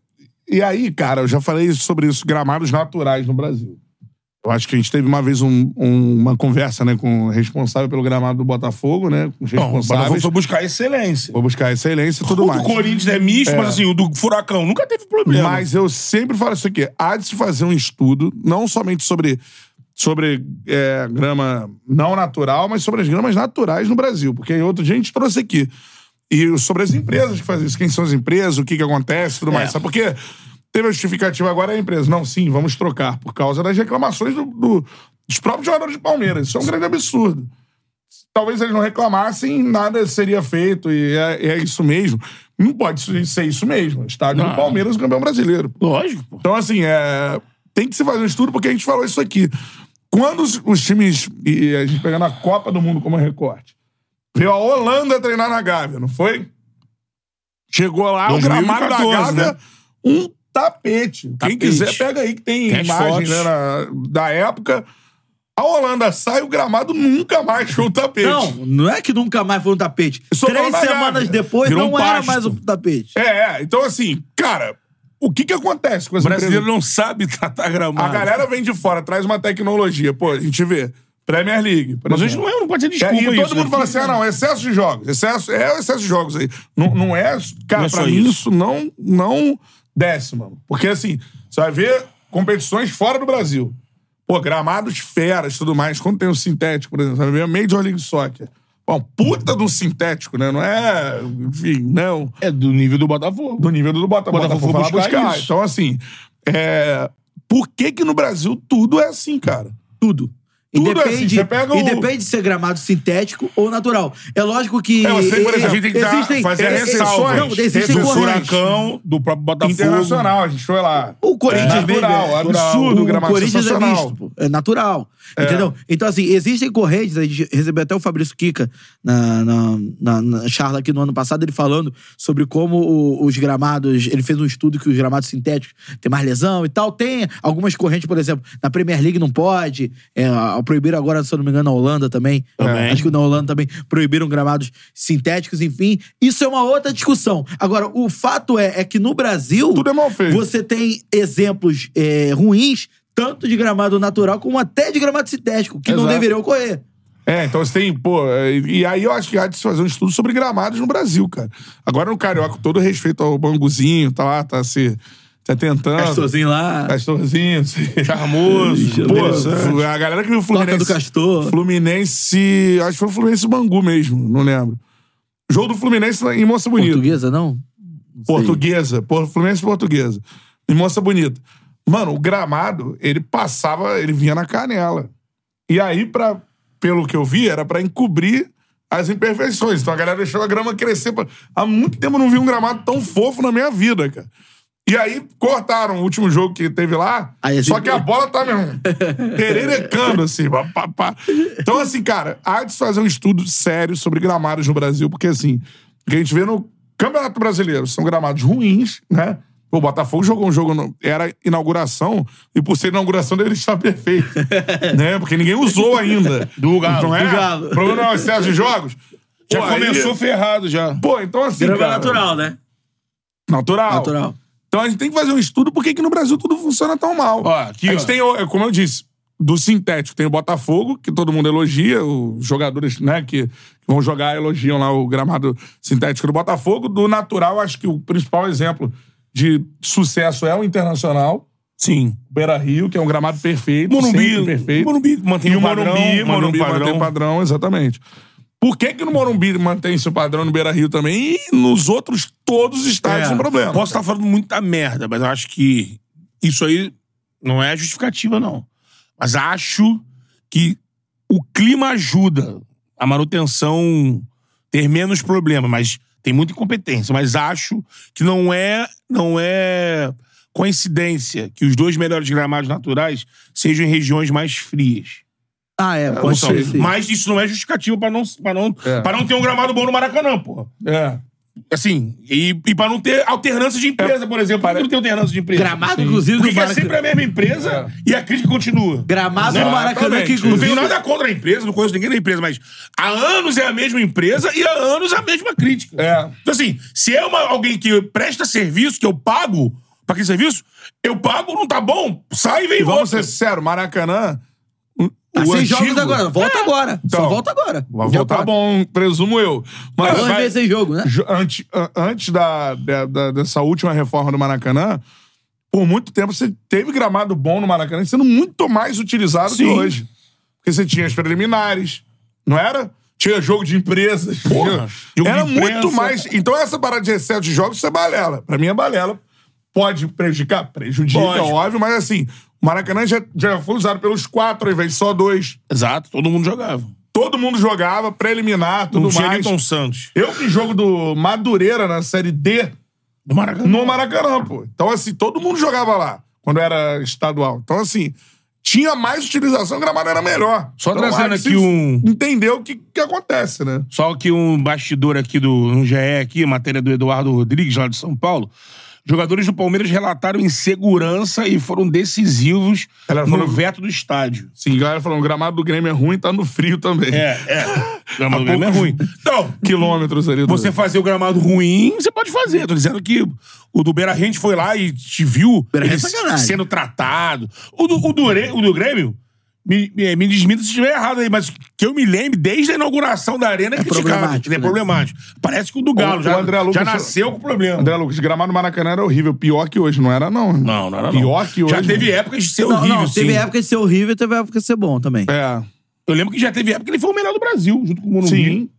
[SPEAKER 1] e aí, cara, eu já falei sobre isso, gramados naturais no Brasil. Eu acho que a gente teve uma vez um- um- uma conversa né, com o responsável pelo gramado do Botafogo, né? Com os
[SPEAKER 2] Não, o Botafogo
[SPEAKER 1] responsáveis.
[SPEAKER 2] foi buscar excelência.
[SPEAKER 1] Vou buscar excelência e tudo
[SPEAKER 2] o
[SPEAKER 1] mais.
[SPEAKER 2] do Corinthians é misto, mas assim, o do Furacão nunca teve problema.
[SPEAKER 1] Mas eu sempre falo isso aqui: há de se fazer um estudo, não somente sobre, sobre é, grama não natural, mas sobre as gramas naturais no Brasil. Porque aí outro dia a gente trouxe aqui. E sobre as empresas que fazem isso, quem são as empresas, o que, que acontece e tudo mais. Sabe por quê? Teve a justificativa agora é a empresa. Não, sim, vamos trocar, por causa das reclamações do- do- dos próprios jogadores de Palmeiras. Isso é um grande absurdo talvez eles não reclamassem, nada seria feito, e é, é isso mesmo. Não pode su- ser isso mesmo. Estádio do Palmeiras, campeão brasileiro.
[SPEAKER 2] Lógico, pô.
[SPEAKER 1] Então, assim, é, tem que se fazer um estudo, porque a gente falou isso aqui. Quando os, os times, e a gente pegando a Copa do Mundo como recorte, veio a Holanda treinar na Gávea, não foi? Chegou lá, o gramado
[SPEAKER 2] 2014,
[SPEAKER 1] da Gávea,
[SPEAKER 2] né?
[SPEAKER 1] um tapete. Quem
[SPEAKER 2] Tapete.
[SPEAKER 1] quiser, pega aí, que tem
[SPEAKER 2] Tem as
[SPEAKER 1] imagem
[SPEAKER 2] fotos.
[SPEAKER 1] né, na- da época. A Holanda sai, o gramado nunca mais foi o tapete.
[SPEAKER 3] Não, não é que nunca mais foi um tapete.
[SPEAKER 1] Isso
[SPEAKER 3] Três
[SPEAKER 1] foi uma
[SPEAKER 3] semanas
[SPEAKER 1] Gávea.
[SPEAKER 3] depois
[SPEAKER 2] Virou
[SPEAKER 3] não
[SPEAKER 2] um
[SPEAKER 3] era
[SPEAKER 2] pasto.
[SPEAKER 3] mais um tapete.
[SPEAKER 1] É, é. Então, assim, cara, o que que acontece com as
[SPEAKER 2] O brasileiro
[SPEAKER 1] empresas?
[SPEAKER 2] não sabe tratar gramado.
[SPEAKER 1] A galera vem de fora, traz uma tecnologia. Pô, a gente vê. Premier League. por
[SPEAKER 2] Mas hoje
[SPEAKER 1] exemplo.
[SPEAKER 2] não é, não pode ser
[SPEAKER 1] É,
[SPEAKER 2] desculpa.
[SPEAKER 1] e todo
[SPEAKER 2] isso, né?
[SPEAKER 1] mundo fala assim: ah, não, excesso de jogos. Excesso, é o excesso de jogos aí. Não, não é. Cara,
[SPEAKER 2] Não é só
[SPEAKER 1] pra mim isso,
[SPEAKER 2] isso.
[SPEAKER 1] não, não desce, mano. Porque assim, você vai ver competições fora do Brasil. Pô, gramados feras e tudo mais. Quando tem o sintético, por exemplo, você vai ver a Major League Soccer. Bom, puta do sintético, né? Não é. Enfim, não
[SPEAKER 2] É do nível do Botafogo.
[SPEAKER 1] do nível do Botafogo.
[SPEAKER 2] Botafogo
[SPEAKER 1] Botafogo foi lá
[SPEAKER 2] buscar
[SPEAKER 1] buscar.
[SPEAKER 2] isso.
[SPEAKER 1] Então, assim, é... por que que no Brasil tudo é assim, cara?
[SPEAKER 3] Tudo.
[SPEAKER 1] Tudo é
[SPEAKER 3] Independe,
[SPEAKER 1] assim, você pega o-
[SPEAKER 3] independe de ser gramado sintético ou natural. É lógico que.
[SPEAKER 1] É, mas tem, por exemplo, a gente
[SPEAKER 2] tem que dar- fazer a
[SPEAKER 3] é, é,
[SPEAKER 2] ressalva.
[SPEAKER 3] Não,
[SPEAKER 1] Teve
[SPEAKER 3] existem
[SPEAKER 1] o
[SPEAKER 2] do
[SPEAKER 3] correntes.
[SPEAKER 2] Furacão, do próprio Botafogo.
[SPEAKER 1] Internacional, a gente foi lá.
[SPEAKER 3] O Corinthians
[SPEAKER 1] É
[SPEAKER 3] mesmo
[SPEAKER 1] natural,
[SPEAKER 3] é
[SPEAKER 1] absurdo,
[SPEAKER 3] o
[SPEAKER 1] gramado
[SPEAKER 3] Corinthians é
[SPEAKER 1] sensacional.
[SPEAKER 3] misto, pô. É natural. Entendeu? Então, assim, existem correntes. A gente recebeu até o Fabrício Kika na, na, na- na charla aqui no ano passado, ele falando sobre como o- os gramados. Ele fez um estudo que os gramados sintéticos têm mais lesão e tal. Tem algumas correntes, por exemplo, na Premier League não pode. É, a- proibiram agora, se eu não me engano, na Holanda também.
[SPEAKER 2] Também.
[SPEAKER 3] Acho que na Holanda também proibiram gramados sintéticos, enfim. Isso é uma outra discussão. Agora, o fato é, é que no Brasil.
[SPEAKER 1] Tudo é mal feito.
[SPEAKER 3] Você tem exemplos é, ruins, tanto de gramado natural como até de gramado sintético, que não
[SPEAKER 1] Exato.
[SPEAKER 3] deveria ocorrer.
[SPEAKER 1] É, então você tem, pô, é, e e aí eu acho que há de se fazer um estudo sobre gramados no Brasil, cara. Agora no Carioca, com todo respeito ao Banguzinho, tá lá, tá se, tá tentando.
[SPEAKER 3] Castorzinho lá.
[SPEAKER 1] Castorzinho,
[SPEAKER 2] Charmoso,
[SPEAKER 1] Pô,
[SPEAKER 2] interessante.
[SPEAKER 1] a galera que viu o
[SPEAKER 3] Toca
[SPEAKER 1] Fluminense.
[SPEAKER 3] do Castor.
[SPEAKER 1] Fluminense. Acho que foi o Fluminense e Bangu mesmo, não lembro. Jogo do Fluminense lá em Moça Bonita.
[SPEAKER 3] Portuguesa, não?
[SPEAKER 1] Portuguesa. Por- Fluminense e Portuguesa. Em Moça Bonita. Mano, o gramado, ele passava, ele vinha na canela. E aí, pra, pelo que eu vi, era pra encobrir as imperfeições. Então a galera deixou a grama crescer. pra- Há muito tempo eu não vi um gramado tão fofo na minha vida, cara. E aí cortaram o último jogo que teve lá.
[SPEAKER 3] Aí, assim,
[SPEAKER 1] só que a bola tá mesmo pererecando, assim. pá, pá, pá. Então, assim, cara, há de se fazer um estudo sério sobre gramados no Brasil, porque, assim, o que a gente vê no Campeonato Brasileiro são gramados ruins, né? O Botafogo jogou um jogo, no- era inauguração, e por ser inauguração deveria estar perfeito. né? Porque ninguém usou ainda. Do
[SPEAKER 2] Galo,
[SPEAKER 1] Não é?
[SPEAKER 3] do Galo.
[SPEAKER 1] O problema não é o excesso de jogos.
[SPEAKER 2] Já
[SPEAKER 1] Pô, aí-
[SPEAKER 2] começou ferrado já.
[SPEAKER 1] Pô, então assim.
[SPEAKER 3] Grama
[SPEAKER 1] cara,
[SPEAKER 3] natural, né?
[SPEAKER 1] Natural.
[SPEAKER 3] Natural.
[SPEAKER 1] Então a gente tem que fazer um estudo por que que no Brasil tudo funciona tão mal.
[SPEAKER 2] Ó, aqui,
[SPEAKER 1] a gente
[SPEAKER 2] ó.
[SPEAKER 1] tem, o- como eu disse, do sintético tem o Botafogo, que todo mundo elogia, os jogadores né, que vão jogar elogiam lá o gramado sintético do Botafogo. Do natural, acho que o principal exemplo de sucesso é o Internacional,
[SPEAKER 2] Sim.
[SPEAKER 1] Beira Rio, que é um gramado perfeito,
[SPEAKER 2] Morumbi,
[SPEAKER 1] sempre perfeito.
[SPEAKER 2] Morumbi mantém
[SPEAKER 1] E
[SPEAKER 2] o
[SPEAKER 1] o
[SPEAKER 2] um padrão,
[SPEAKER 1] um Morumbi,
[SPEAKER 2] mantém
[SPEAKER 1] Morumbi
[SPEAKER 2] o padrão.
[SPEAKER 1] mantém um padrão, exatamente. Por que, que no Morumbi mantém seu padrão no Beira Rio também e nos outros todos os estádios
[SPEAKER 3] É.
[SPEAKER 1] tem problema?
[SPEAKER 2] Posso estar falando muita merda, mas eu acho que isso aí não é justificativa, não. Mas acho que o clima ajuda a manutenção ter menos problema, mas tem muita incompetência. Mas acho que não é, não é coincidência que os dois melhores gramados naturais sejam em regiões mais frias.
[SPEAKER 3] Ah, é.
[SPEAKER 2] Não
[SPEAKER 3] Pode
[SPEAKER 2] são.
[SPEAKER 3] ser. sim.
[SPEAKER 2] Mas isso não é justificativo para não, pra não,
[SPEAKER 1] É.
[SPEAKER 2] pra não ter um gramado bom no Maracanã, porra.
[SPEAKER 1] É.
[SPEAKER 2] Assim, e, e pra não ter alternância de empresa, por exemplo. Por que não tem alternância de empresa?
[SPEAKER 3] Gramado, inclusive,
[SPEAKER 2] Porque
[SPEAKER 3] do
[SPEAKER 2] que é
[SPEAKER 3] Maracanã.
[SPEAKER 2] sempre a mesma empresa e a crítica continua.
[SPEAKER 3] Gramado no
[SPEAKER 2] Não,
[SPEAKER 3] Maracanã, que
[SPEAKER 1] exatamente.
[SPEAKER 2] Não tenho
[SPEAKER 3] inclusive.
[SPEAKER 2] nada contra a empresa, não conheço ninguém da empresa, mas há anos é a mesma empresa e há anos a mesma crítica.
[SPEAKER 1] É.
[SPEAKER 2] Então, assim, se é uma, alguém que presta serviço, que eu pago pra aquele serviço, eu pago, não tá bom, sai e vem
[SPEAKER 1] E
[SPEAKER 2] e
[SPEAKER 1] vamos ser
[SPEAKER 2] volta.
[SPEAKER 1] sinceros, Maracanã. O,
[SPEAKER 3] Tá
[SPEAKER 1] o
[SPEAKER 3] sem
[SPEAKER 1] antigo,
[SPEAKER 3] jogos agora.
[SPEAKER 2] É.
[SPEAKER 3] Volta agora. Só
[SPEAKER 1] Então,
[SPEAKER 3] volta agora.
[SPEAKER 1] Vai
[SPEAKER 3] Já
[SPEAKER 1] voltar
[SPEAKER 3] tá.
[SPEAKER 1] bom, presumo eu. Mas
[SPEAKER 3] Duas
[SPEAKER 1] vai-
[SPEAKER 3] vezes sem jogo, né?
[SPEAKER 1] jo- antes, a- antes da, da- da- dessa última reforma do Maracanã, por muito tempo você teve gramado bom no Maracanã, sendo muito mais utilizado que
[SPEAKER 2] Sim.
[SPEAKER 1] hoje. Porque você tinha as preliminares, não era? Tinha jogo de empresas.
[SPEAKER 2] Porra, jogo
[SPEAKER 1] tinha- era
[SPEAKER 2] de
[SPEAKER 1] muito
[SPEAKER 2] imprensa.
[SPEAKER 1] mais. Então, essa parada de excesso de jogos, isso é balela. Pra mim é balela. Pode prejudicar? Prejudica,
[SPEAKER 2] Pode.
[SPEAKER 1] óbvio, mas assim, o Maracanã já, já foi usado pelos quatro ao invés de só dois.
[SPEAKER 2] Exato, todo mundo jogava.
[SPEAKER 1] Todo mundo jogava, preliminar, tudo
[SPEAKER 2] não chega em
[SPEAKER 1] mais.
[SPEAKER 2] Tom Santos.
[SPEAKER 1] Eu vi jogo do Madureira na Série D
[SPEAKER 2] No Maracanã.
[SPEAKER 1] no Maracanã, pô. Então, assim, todo mundo jogava lá quando era estadual. Então, assim, tinha mais utilização, o gramado era melhor.
[SPEAKER 2] Só
[SPEAKER 1] então,
[SPEAKER 2] trazendo
[SPEAKER 1] há que se
[SPEAKER 2] aqui um-
[SPEAKER 1] Entender o que, que acontece, né?
[SPEAKER 2] Só que um bastidor aqui do no GE, aqui, matéria do Eduardo Rodrigues, lá de São Paulo. Jogadores do Palmeiras relataram insegurança e foram decisivos
[SPEAKER 1] Galera,
[SPEAKER 2] no
[SPEAKER 1] foram-
[SPEAKER 2] veto do estádio.
[SPEAKER 1] Sim, a galera falando, o gramado do Grêmio é ruim, tá no frio também.
[SPEAKER 2] É, é. O gramado do Grêmio é ruim. Então,
[SPEAKER 1] Quilômetros ali. do-
[SPEAKER 2] você fazer o gramado ruim, você pode fazer. Tô dizendo que o do Beira Rente foi lá e te viu
[SPEAKER 3] Beira-Rio é
[SPEAKER 2] ele
[SPEAKER 3] sacanagem.
[SPEAKER 2] sendo tratado. O do, o do, Re- o do Grêmio, me, me, me desminta se estiver errado aí, mas que eu me lembre, desde a inauguração da arena, é, criticado.
[SPEAKER 3] problemático,
[SPEAKER 2] É
[SPEAKER 3] né?
[SPEAKER 2] problemático. Parece que o do Galo
[SPEAKER 1] O-
[SPEAKER 2] já,
[SPEAKER 1] o André Lucas-
[SPEAKER 2] já nasceu com problema.
[SPEAKER 1] André Lucas, gramado do Maracanã era horrível. Pior que hoje, não era, não. né?
[SPEAKER 2] Não, não era não.
[SPEAKER 1] Pior que hoje.
[SPEAKER 2] Já teve épocas de ser
[SPEAKER 3] Não,
[SPEAKER 2] horrível,
[SPEAKER 3] não, teve
[SPEAKER 2] sim.
[SPEAKER 3] época de ser horrível e teve época de ser bom também.
[SPEAKER 1] É.
[SPEAKER 2] Eu lembro que já teve época que ele foi o melhor do Brasil, junto com o Morumbi.
[SPEAKER 1] Sim.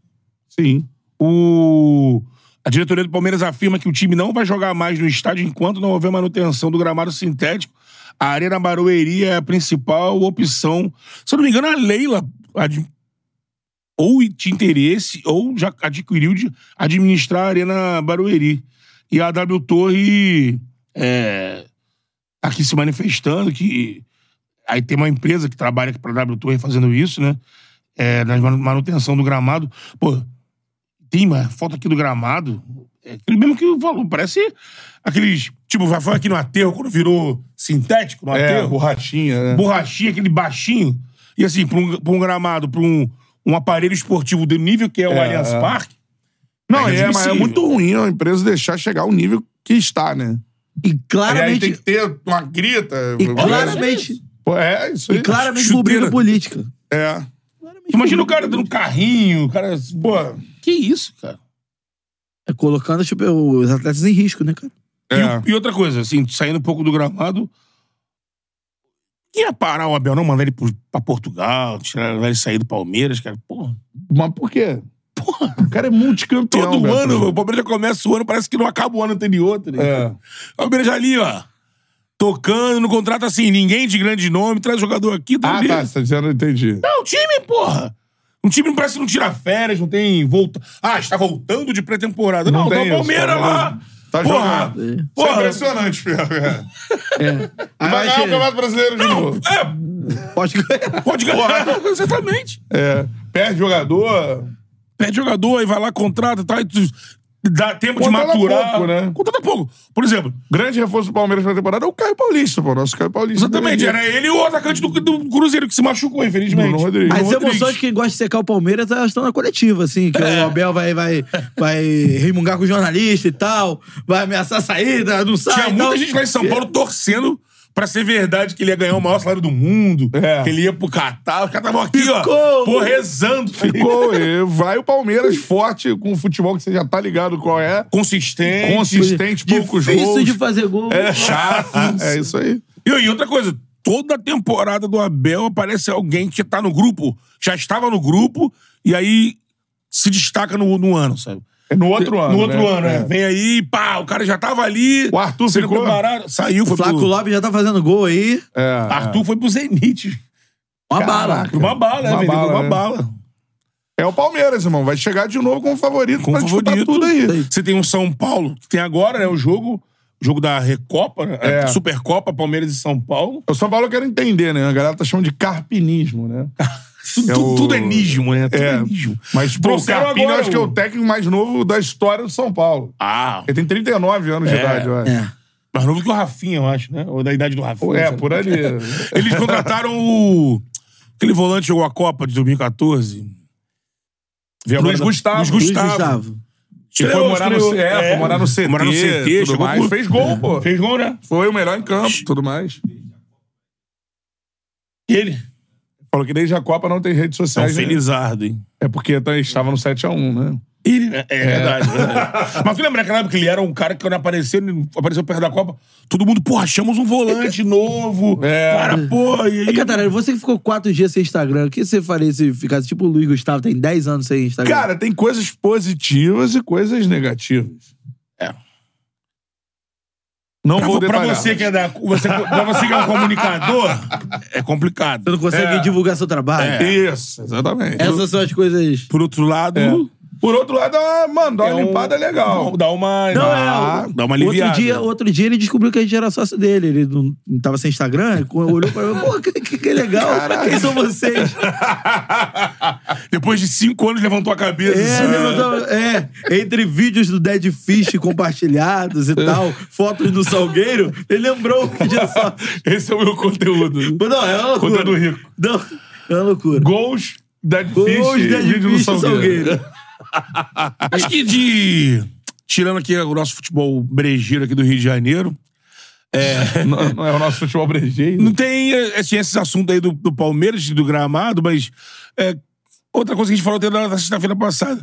[SPEAKER 1] Sim.
[SPEAKER 2] O... A diretoria do Palmeiras afirma que o time não vai jogar mais no estádio enquanto não houver manutenção do gramado sintético. A Arena Barueri é a principal opção. Se eu não me engano, a Leila ad- ou tinha interesse ou já adquiriu de administrar a Arena Barueri. E a W Torre é, aqui se manifestando que aí tem uma empresa que trabalha para a W Torre fazendo isso, né? É, na manu- manutenção do gramado. Pô, tem uma foto aqui do gramado. É aquele mesmo que eu falo, parece aqueles. Tipo, vai- foi aqui no aterro, quando virou sintético no
[SPEAKER 1] É,
[SPEAKER 2] aterro.
[SPEAKER 1] borrachinha. né?
[SPEAKER 2] Borrachinha, aquele baixinho. E assim, para um, pra um gramado, para um, um aparelho esportivo do nível que é o
[SPEAKER 1] É,
[SPEAKER 2] Allianz
[SPEAKER 1] é.
[SPEAKER 2] Parque.
[SPEAKER 1] Não, é,
[SPEAKER 2] É
[SPEAKER 1] mas é
[SPEAKER 2] admissível.
[SPEAKER 1] muito ruim a empresa deixar chegar ao nível que está, né?
[SPEAKER 3] E
[SPEAKER 1] E aí tem
[SPEAKER 3] claramente.
[SPEAKER 1] que ter uma grita.
[SPEAKER 3] E claramente.
[SPEAKER 1] Pô, é, isso aí.
[SPEAKER 3] E claramente
[SPEAKER 2] Chuteira.
[SPEAKER 3] bobriga política.
[SPEAKER 1] É.
[SPEAKER 2] Imagina o cara dando um carrinho, o cara. Pô, que isso, cara?
[SPEAKER 3] É colocando tipo, os atletas em risco, né, cara?
[SPEAKER 2] E
[SPEAKER 1] é.
[SPEAKER 2] o- E, outra coisa, assim, saindo um pouco do gramado, ia parar o Abel, não mandar ele pro- pra Portugal, tirar ele sair do Palmeiras, cara. Porra,
[SPEAKER 1] Mas por quê?
[SPEAKER 2] porra.
[SPEAKER 1] O cara é multicampeão.
[SPEAKER 2] Todo
[SPEAKER 1] Beto.
[SPEAKER 2] ano, o Palmeiras já começa o ano, parece que não acaba o ano anterior, tá ligado?
[SPEAKER 1] É.
[SPEAKER 2] O Palmeiras já ali, ó. Tocando, não contrata assim, ninguém de grande nome, traz jogador aqui, tá
[SPEAKER 1] Ah, tá. Você tá dizendo, eu entendi.
[SPEAKER 2] Não, o É time, porra. Um time parece que não tira férias, não tem volta. Ah, está voltando de pré-temporada. Não,
[SPEAKER 1] Não
[SPEAKER 2] tá
[SPEAKER 1] tem
[SPEAKER 2] o
[SPEAKER 1] isso,
[SPEAKER 2] Palmeiras
[SPEAKER 1] tá
[SPEAKER 2] lá.
[SPEAKER 1] Tá
[SPEAKER 2] porra,
[SPEAKER 1] jogando. Isso é
[SPEAKER 2] porra.
[SPEAKER 1] impressionante, Ferro. É.
[SPEAKER 3] É.
[SPEAKER 1] Vai
[SPEAKER 3] Aí vai
[SPEAKER 1] ganhar o
[SPEAKER 3] chegar-
[SPEAKER 1] Campeonato Brasileiro de novo.
[SPEAKER 2] É,
[SPEAKER 3] Pode ganhar.
[SPEAKER 2] pode ganhar, exatamente.
[SPEAKER 1] É. Perde jogador.
[SPEAKER 2] Pede jogador, aí vai lá, contrata tá? e tal. e tu- Dá tempo de
[SPEAKER 1] Contrata
[SPEAKER 2] maturar.
[SPEAKER 1] pouco, né?
[SPEAKER 2] Contrata pouco. Por exemplo,
[SPEAKER 1] Grande reforço do Palmeiras pra temporada é o Caio Paulista, pô. Nosso Caio Paulista.
[SPEAKER 2] exatamente, era ele e o atacante do, do Cruzeiro que se machucou, infelizmente.
[SPEAKER 1] Bruno Rodrigues.
[SPEAKER 3] As
[SPEAKER 2] Bruno Rodrigues.
[SPEAKER 3] emoções de quem gosta de secar o Palmeiras, elas estão na coletiva, assim. Que
[SPEAKER 2] É.
[SPEAKER 3] o Abel vai, vai, vai remungar com o jornalista e tal, vai ameaçar a saída, não sai.
[SPEAKER 2] Tinha
[SPEAKER 3] e tal.
[SPEAKER 2] muita gente lá em
[SPEAKER 3] é.
[SPEAKER 2] São Paulo torcendo pra ser verdade que ele ia ganhar o maior salário do mundo,
[SPEAKER 1] É.
[SPEAKER 2] que ele ia pro Catar. Os caras estavam aqui, ó.
[SPEAKER 3] Ficou!
[SPEAKER 2] Pô, rezando. Ficou
[SPEAKER 1] Ficou, e vai o Palmeiras forte com o futebol que você já tá ligado qual é.
[SPEAKER 2] consistente.
[SPEAKER 1] Consistente,
[SPEAKER 2] tipo,
[SPEAKER 1] poucos
[SPEAKER 3] Difícil
[SPEAKER 1] gols.
[SPEAKER 3] de fazer gol.
[SPEAKER 1] É chato. é isso aí.
[SPEAKER 2] E, e outra coisa, toda temporada do Abel aparece alguém que tá no grupo, já estava no grupo, e aí se destaca no, no ano, sabe?
[SPEAKER 1] É no outro ano.
[SPEAKER 2] no outro
[SPEAKER 1] né?
[SPEAKER 2] ano, né? Vem aí, pá, o cara já tava ali.
[SPEAKER 1] O Arthur
[SPEAKER 2] sendo
[SPEAKER 1] ficou?
[SPEAKER 2] preparado, Saiu, foi
[SPEAKER 3] Flaco
[SPEAKER 2] pro...
[SPEAKER 3] Lopes já tá fazendo gol aí.
[SPEAKER 1] É. é.
[SPEAKER 2] Arthur foi pro Zenit.
[SPEAKER 3] Uma
[SPEAKER 1] Caraca.
[SPEAKER 3] bala.
[SPEAKER 2] Uma bala, né?
[SPEAKER 1] Uma
[SPEAKER 2] Vendeu
[SPEAKER 1] bala,
[SPEAKER 2] uma
[SPEAKER 1] né?
[SPEAKER 2] bala.
[SPEAKER 1] É o Palmeiras, irmão. Vai chegar de novo como favorito
[SPEAKER 2] Com um
[SPEAKER 1] pra disputar
[SPEAKER 2] favorito.
[SPEAKER 1] tudo aí.
[SPEAKER 2] Você tem um São Paulo, que tem agora, né? O jogo, jogo da Recopa, né?
[SPEAKER 1] É.
[SPEAKER 2] Supercopa, Palmeiras e São Paulo.
[SPEAKER 1] O São Paulo eu quero entender, né? A galera tá chamando de carpinismo, né?
[SPEAKER 2] Tudo
[SPEAKER 1] É
[SPEAKER 2] é,
[SPEAKER 1] o-
[SPEAKER 2] tudo é nígimo, né? Tudo é,
[SPEAKER 1] É.
[SPEAKER 2] nígimo.
[SPEAKER 1] Mas pô, o
[SPEAKER 2] Trouxeram
[SPEAKER 1] Carpini eu
[SPEAKER 2] agora
[SPEAKER 1] acho que é
[SPEAKER 2] o-
[SPEAKER 1] o técnico mais novo da história do São Paulo.
[SPEAKER 2] Ah,
[SPEAKER 1] Ele tem 39 anos de
[SPEAKER 2] É.
[SPEAKER 1] idade, eu acho.
[SPEAKER 3] É.
[SPEAKER 2] mais novo que o Rafinha, eu acho, né? Ou da idade do
[SPEAKER 1] Pô,
[SPEAKER 2] Rafinha.
[SPEAKER 1] É,
[SPEAKER 2] sabe?
[SPEAKER 1] por ali.
[SPEAKER 2] Eles contrataram o... Aquele volante que jogou a Copa de 2014. Veio agora
[SPEAKER 1] Luiz
[SPEAKER 2] da-
[SPEAKER 1] Gustavo.
[SPEAKER 2] Luiz
[SPEAKER 3] Luiz
[SPEAKER 2] Gustavo.
[SPEAKER 3] Gustavo.
[SPEAKER 1] Que foi
[SPEAKER 2] Estreou,
[SPEAKER 1] morar no,
[SPEAKER 2] estreou.
[SPEAKER 1] C- é, foi morar no CT.
[SPEAKER 2] Morar no CT,
[SPEAKER 1] tudo
[SPEAKER 2] chegou
[SPEAKER 1] mais.
[SPEAKER 2] com-
[SPEAKER 1] Fez gol, pô.
[SPEAKER 2] Fez gol, né?
[SPEAKER 1] Foi o melhor em campo, tudo mais.
[SPEAKER 2] E ele?
[SPEAKER 1] Falou que desde a Copa não tem redes
[SPEAKER 2] É um
[SPEAKER 1] sociais. né?
[SPEAKER 2] felizardo, hein?
[SPEAKER 1] É porque tá- estava no 7x1, né?
[SPEAKER 2] Ele, né? É, verdade, verdade. Mas tu lembra naquela época que ele era um cara que quando apareceu, ele apareceu perto da Copa, todo mundo, porra, achamos um volante novo.
[SPEAKER 1] É.
[SPEAKER 2] Cara, porra, e
[SPEAKER 3] Ei,
[SPEAKER 2] aí...
[SPEAKER 3] Catarina, você que ficou quatro dias sem Instagram, o que você faria se ficasse tipo o Luiz Gustavo, tem 10 anos sem Instagram?
[SPEAKER 1] Cara, tem coisas positivas e coisas negativas.
[SPEAKER 2] É.
[SPEAKER 1] Não
[SPEAKER 2] Pra,
[SPEAKER 1] vou
[SPEAKER 2] pra
[SPEAKER 1] detalhar.
[SPEAKER 2] você que é da, você, pra você que é um comunicador, é complicado.
[SPEAKER 3] você não consegue
[SPEAKER 1] É.
[SPEAKER 3] divulgar seu trabalho.
[SPEAKER 2] É.
[SPEAKER 1] Isso, exatamente.
[SPEAKER 3] Essas são as coisas.
[SPEAKER 2] Por outro lado,
[SPEAKER 1] É. Por outro lado, ah, mano, dá uma
[SPEAKER 2] é um-
[SPEAKER 1] limpada legal.
[SPEAKER 2] Dá uma.
[SPEAKER 3] Não,
[SPEAKER 2] dá,
[SPEAKER 3] é,
[SPEAKER 2] dá uma aliviada.
[SPEAKER 3] Outro dia, outro dia ele descobriu que a gente era sócio dele. Ele não não tava sem Instagram, co- olhou pra mim, pô, que, que- que legal, quem são vocês?
[SPEAKER 2] Depois de cinco anos, levantou a cabeça.
[SPEAKER 3] É,
[SPEAKER 2] assim,
[SPEAKER 3] ele
[SPEAKER 2] né?
[SPEAKER 3] não tava- é, entre vídeos do Dead Fish compartilhados e tal, fotos do Salgueiro, ele lembrou que já só.
[SPEAKER 1] Esse é o meu conteúdo.
[SPEAKER 3] Mas Não, é uma loucura.
[SPEAKER 1] Conteúdo rico.
[SPEAKER 3] Não, é uma loucura.
[SPEAKER 1] Gols, Dead Fish,
[SPEAKER 3] Gols, Dead
[SPEAKER 1] vídeo do
[SPEAKER 3] Fish e
[SPEAKER 1] Salgueiro.
[SPEAKER 3] Salgueiro.
[SPEAKER 2] Acho que de. Tirando aqui o nosso futebol brejeiro aqui do Rio de Janeiro,
[SPEAKER 1] não, não é o nosso futebol brejeiro.
[SPEAKER 2] não tem eh, assim, esses assuntos aí do, do Palmeiras, do gramado, mas. eh, outra coisa que a gente falou até na na sexta-feira passada.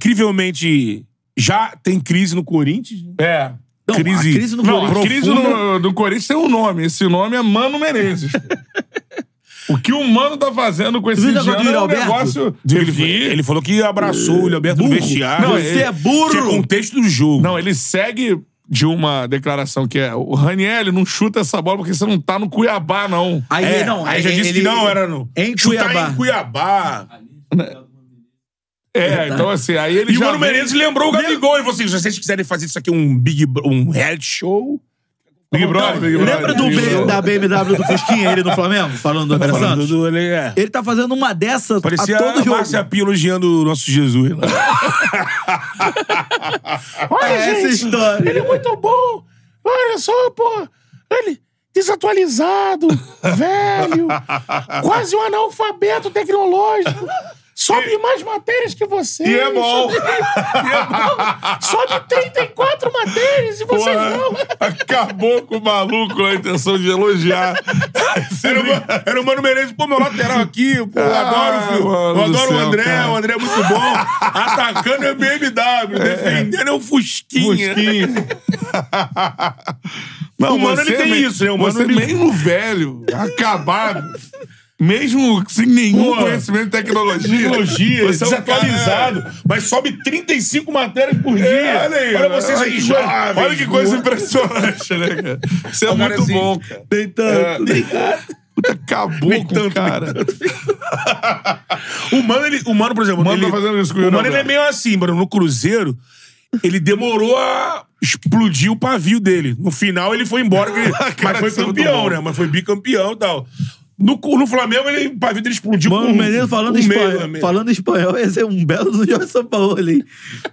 [SPEAKER 2] Incrivelmente, já tem crise no Corinthians. né?
[SPEAKER 1] É.
[SPEAKER 3] Não,
[SPEAKER 2] Crise.
[SPEAKER 3] A crise no
[SPEAKER 1] Não,
[SPEAKER 3] Corinthians. é
[SPEAKER 1] a crise
[SPEAKER 2] profunda.
[SPEAKER 1] no- do Corinthians tem um nome. Esse nome é Mano Menezes. o que o Mano tá fazendo com esse
[SPEAKER 3] Você viu o
[SPEAKER 1] indiano
[SPEAKER 3] negócio do
[SPEAKER 1] é um
[SPEAKER 3] Yuri Alberto?
[SPEAKER 1] negócio...
[SPEAKER 2] Ele, ele falou que abraçou o Gilberto no
[SPEAKER 3] Burro.
[SPEAKER 2] vestiário.
[SPEAKER 3] Você é burro.
[SPEAKER 2] Que é contexto do jogo.
[SPEAKER 1] Não, ele segue de uma declaração que é o Raniel não chuta essa bola porque você não tá no Cuiabá, não.
[SPEAKER 3] Aí,
[SPEAKER 2] É,
[SPEAKER 3] não,
[SPEAKER 2] aí já disse que não era no.
[SPEAKER 3] Em
[SPEAKER 2] chutar
[SPEAKER 3] Cuiabá.
[SPEAKER 2] em Cuiabá.
[SPEAKER 1] É, então assim, aí ele
[SPEAKER 2] E o
[SPEAKER 1] já
[SPEAKER 2] Mano
[SPEAKER 1] vem-
[SPEAKER 2] Menezes lembrou o Gabigol e falou assim: se vocês quiserem fazer isso aqui um Big Bro- um reality show. tá
[SPEAKER 1] Big Brother, Big Brother.
[SPEAKER 3] Lembra do
[SPEAKER 1] Big
[SPEAKER 3] B-
[SPEAKER 1] Brother.
[SPEAKER 3] da BMW do Fusquinha, ele no Flamengo? Falando do André Santos?
[SPEAKER 2] Falando do- ele, é.
[SPEAKER 3] Ele tá fazendo uma dessa
[SPEAKER 2] Parecia
[SPEAKER 3] a todo
[SPEAKER 2] a
[SPEAKER 3] jogo.
[SPEAKER 2] Márcia Pia elogiando o nosso Jesus. né? Olha,
[SPEAKER 3] É essa história.
[SPEAKER 2] Ele é muito bom. Olha só, pô. Ele desatualizado, velho, quase um analfabeto tecnológico. Sobe mais matérias que você.
[SPEAKER 1] E é bom.
[SPEAKER 2] Sobe 34 matérias e você
[SPEAKER 1] Porra, acabou com o maluco a intenção de elogiar.
[SPEAKER 2] Era o, Ma- era o Mano Menezes, pô, meu lateral aqui, pô, eu
[SPEAKER 1] Ah,
[SPEAKER 2] adoro, filho.
[SPEAKER 1] mano
[SPEAKER 2] eu
[SPEAKER 1] do
[SPEAKER 2] adoro o
[SPEAKER 1] céu,
[SPEAKER 2] André,
[SPEAKER 1] cara.
[SPEAKER 2] o André é muito bom. Atacando é BMW, defendendo é o Fusquinha.
[SPEAKER 1] Fusquinha.
[SPEAKER 2] O Mano, ele
[SPEAKER 1] você é
[SPEAKER 2] tem
[SPEAKER 1] me-
[SPEAKER 2] isso, né? O Mano,
[SPEAKER 1] você
[SPEAKER 2] ele-
[SPEAKER 1] mesmo velho, acabado, mesmo sem nenhum
[SPEAKER 2] Porra.
[SPEAKER 1] conhecimento de tecnologia,
[SPEAKER 2] Tecnologia,
[SPEAKER 1] você é um
[SPEAKER 2] desatualizado,
[SPEAKER 1] cara-
[SPEAKER 2] mas sobe 35 matérias por dia.
[SPEAKER 1] É, olha aí,
[SPEAKER 2] olha vocês
[SPEAKER 1] olha
[SPEAKER 2] aí,
[SPEAKER 1] que
[SPEAKER 2] jovens.
[SPEAKER 1] coisa- Olha que coisa impressionante, né, cara? Isso é
[SPEAKER 2] Agora,
[SPEAKER 1] muito
[SPEAKER 2] assim,
[SPEAKER 1] bom, cara.
[SPEAKER 3] Nem tanto.
[SPEAKER 1] É. Puta, acabou
[SPEAKER 2] Nem
[SPEAKER 1] com
[SPEAKER 2] tanto,
[SPEAKER 1] o cara.
[SPEAKER 2] O Mano, ele, o Mano, por exemplo,
[SPEAKER 1] O Mano
[SPEAKER 2] ele,
[SPEAKER 1] tá fazendo isso com o
[SPEAKER 2] o
[SPEAKER 1] Yuri
[SPEAKER 2] Mano ele é
[SPEAKER 1] Alberto.
[SPEAKER 2] meio assim, mano. No Cruzeiro, ele demorou a explodir o pavio dele. No final, ele foi embora, que-
[SPEAKER 1] Cara,
[SPEAKER 2] mas foi
[SPEAKER 1] isso é muito
[SPEAKER 2] campeão,
[SPEAKER 1] bom.
[SPEAKER 2] né? Mas foi bicampeão e tal. No, cu- no Flamengo, ele, a vida ele explodiu
[SPEAKER 3] Mano,
[SPEAKER 2] com
[SPEAKER 3] o Menino falando,
[SPEAKER 2] um meio,
[SPEAKER 3] espanhol,
[SPEAKER 2] né,
[SPEAKER 3] falando espanhol ia ser um belo do Jorge Sampaoli, hein?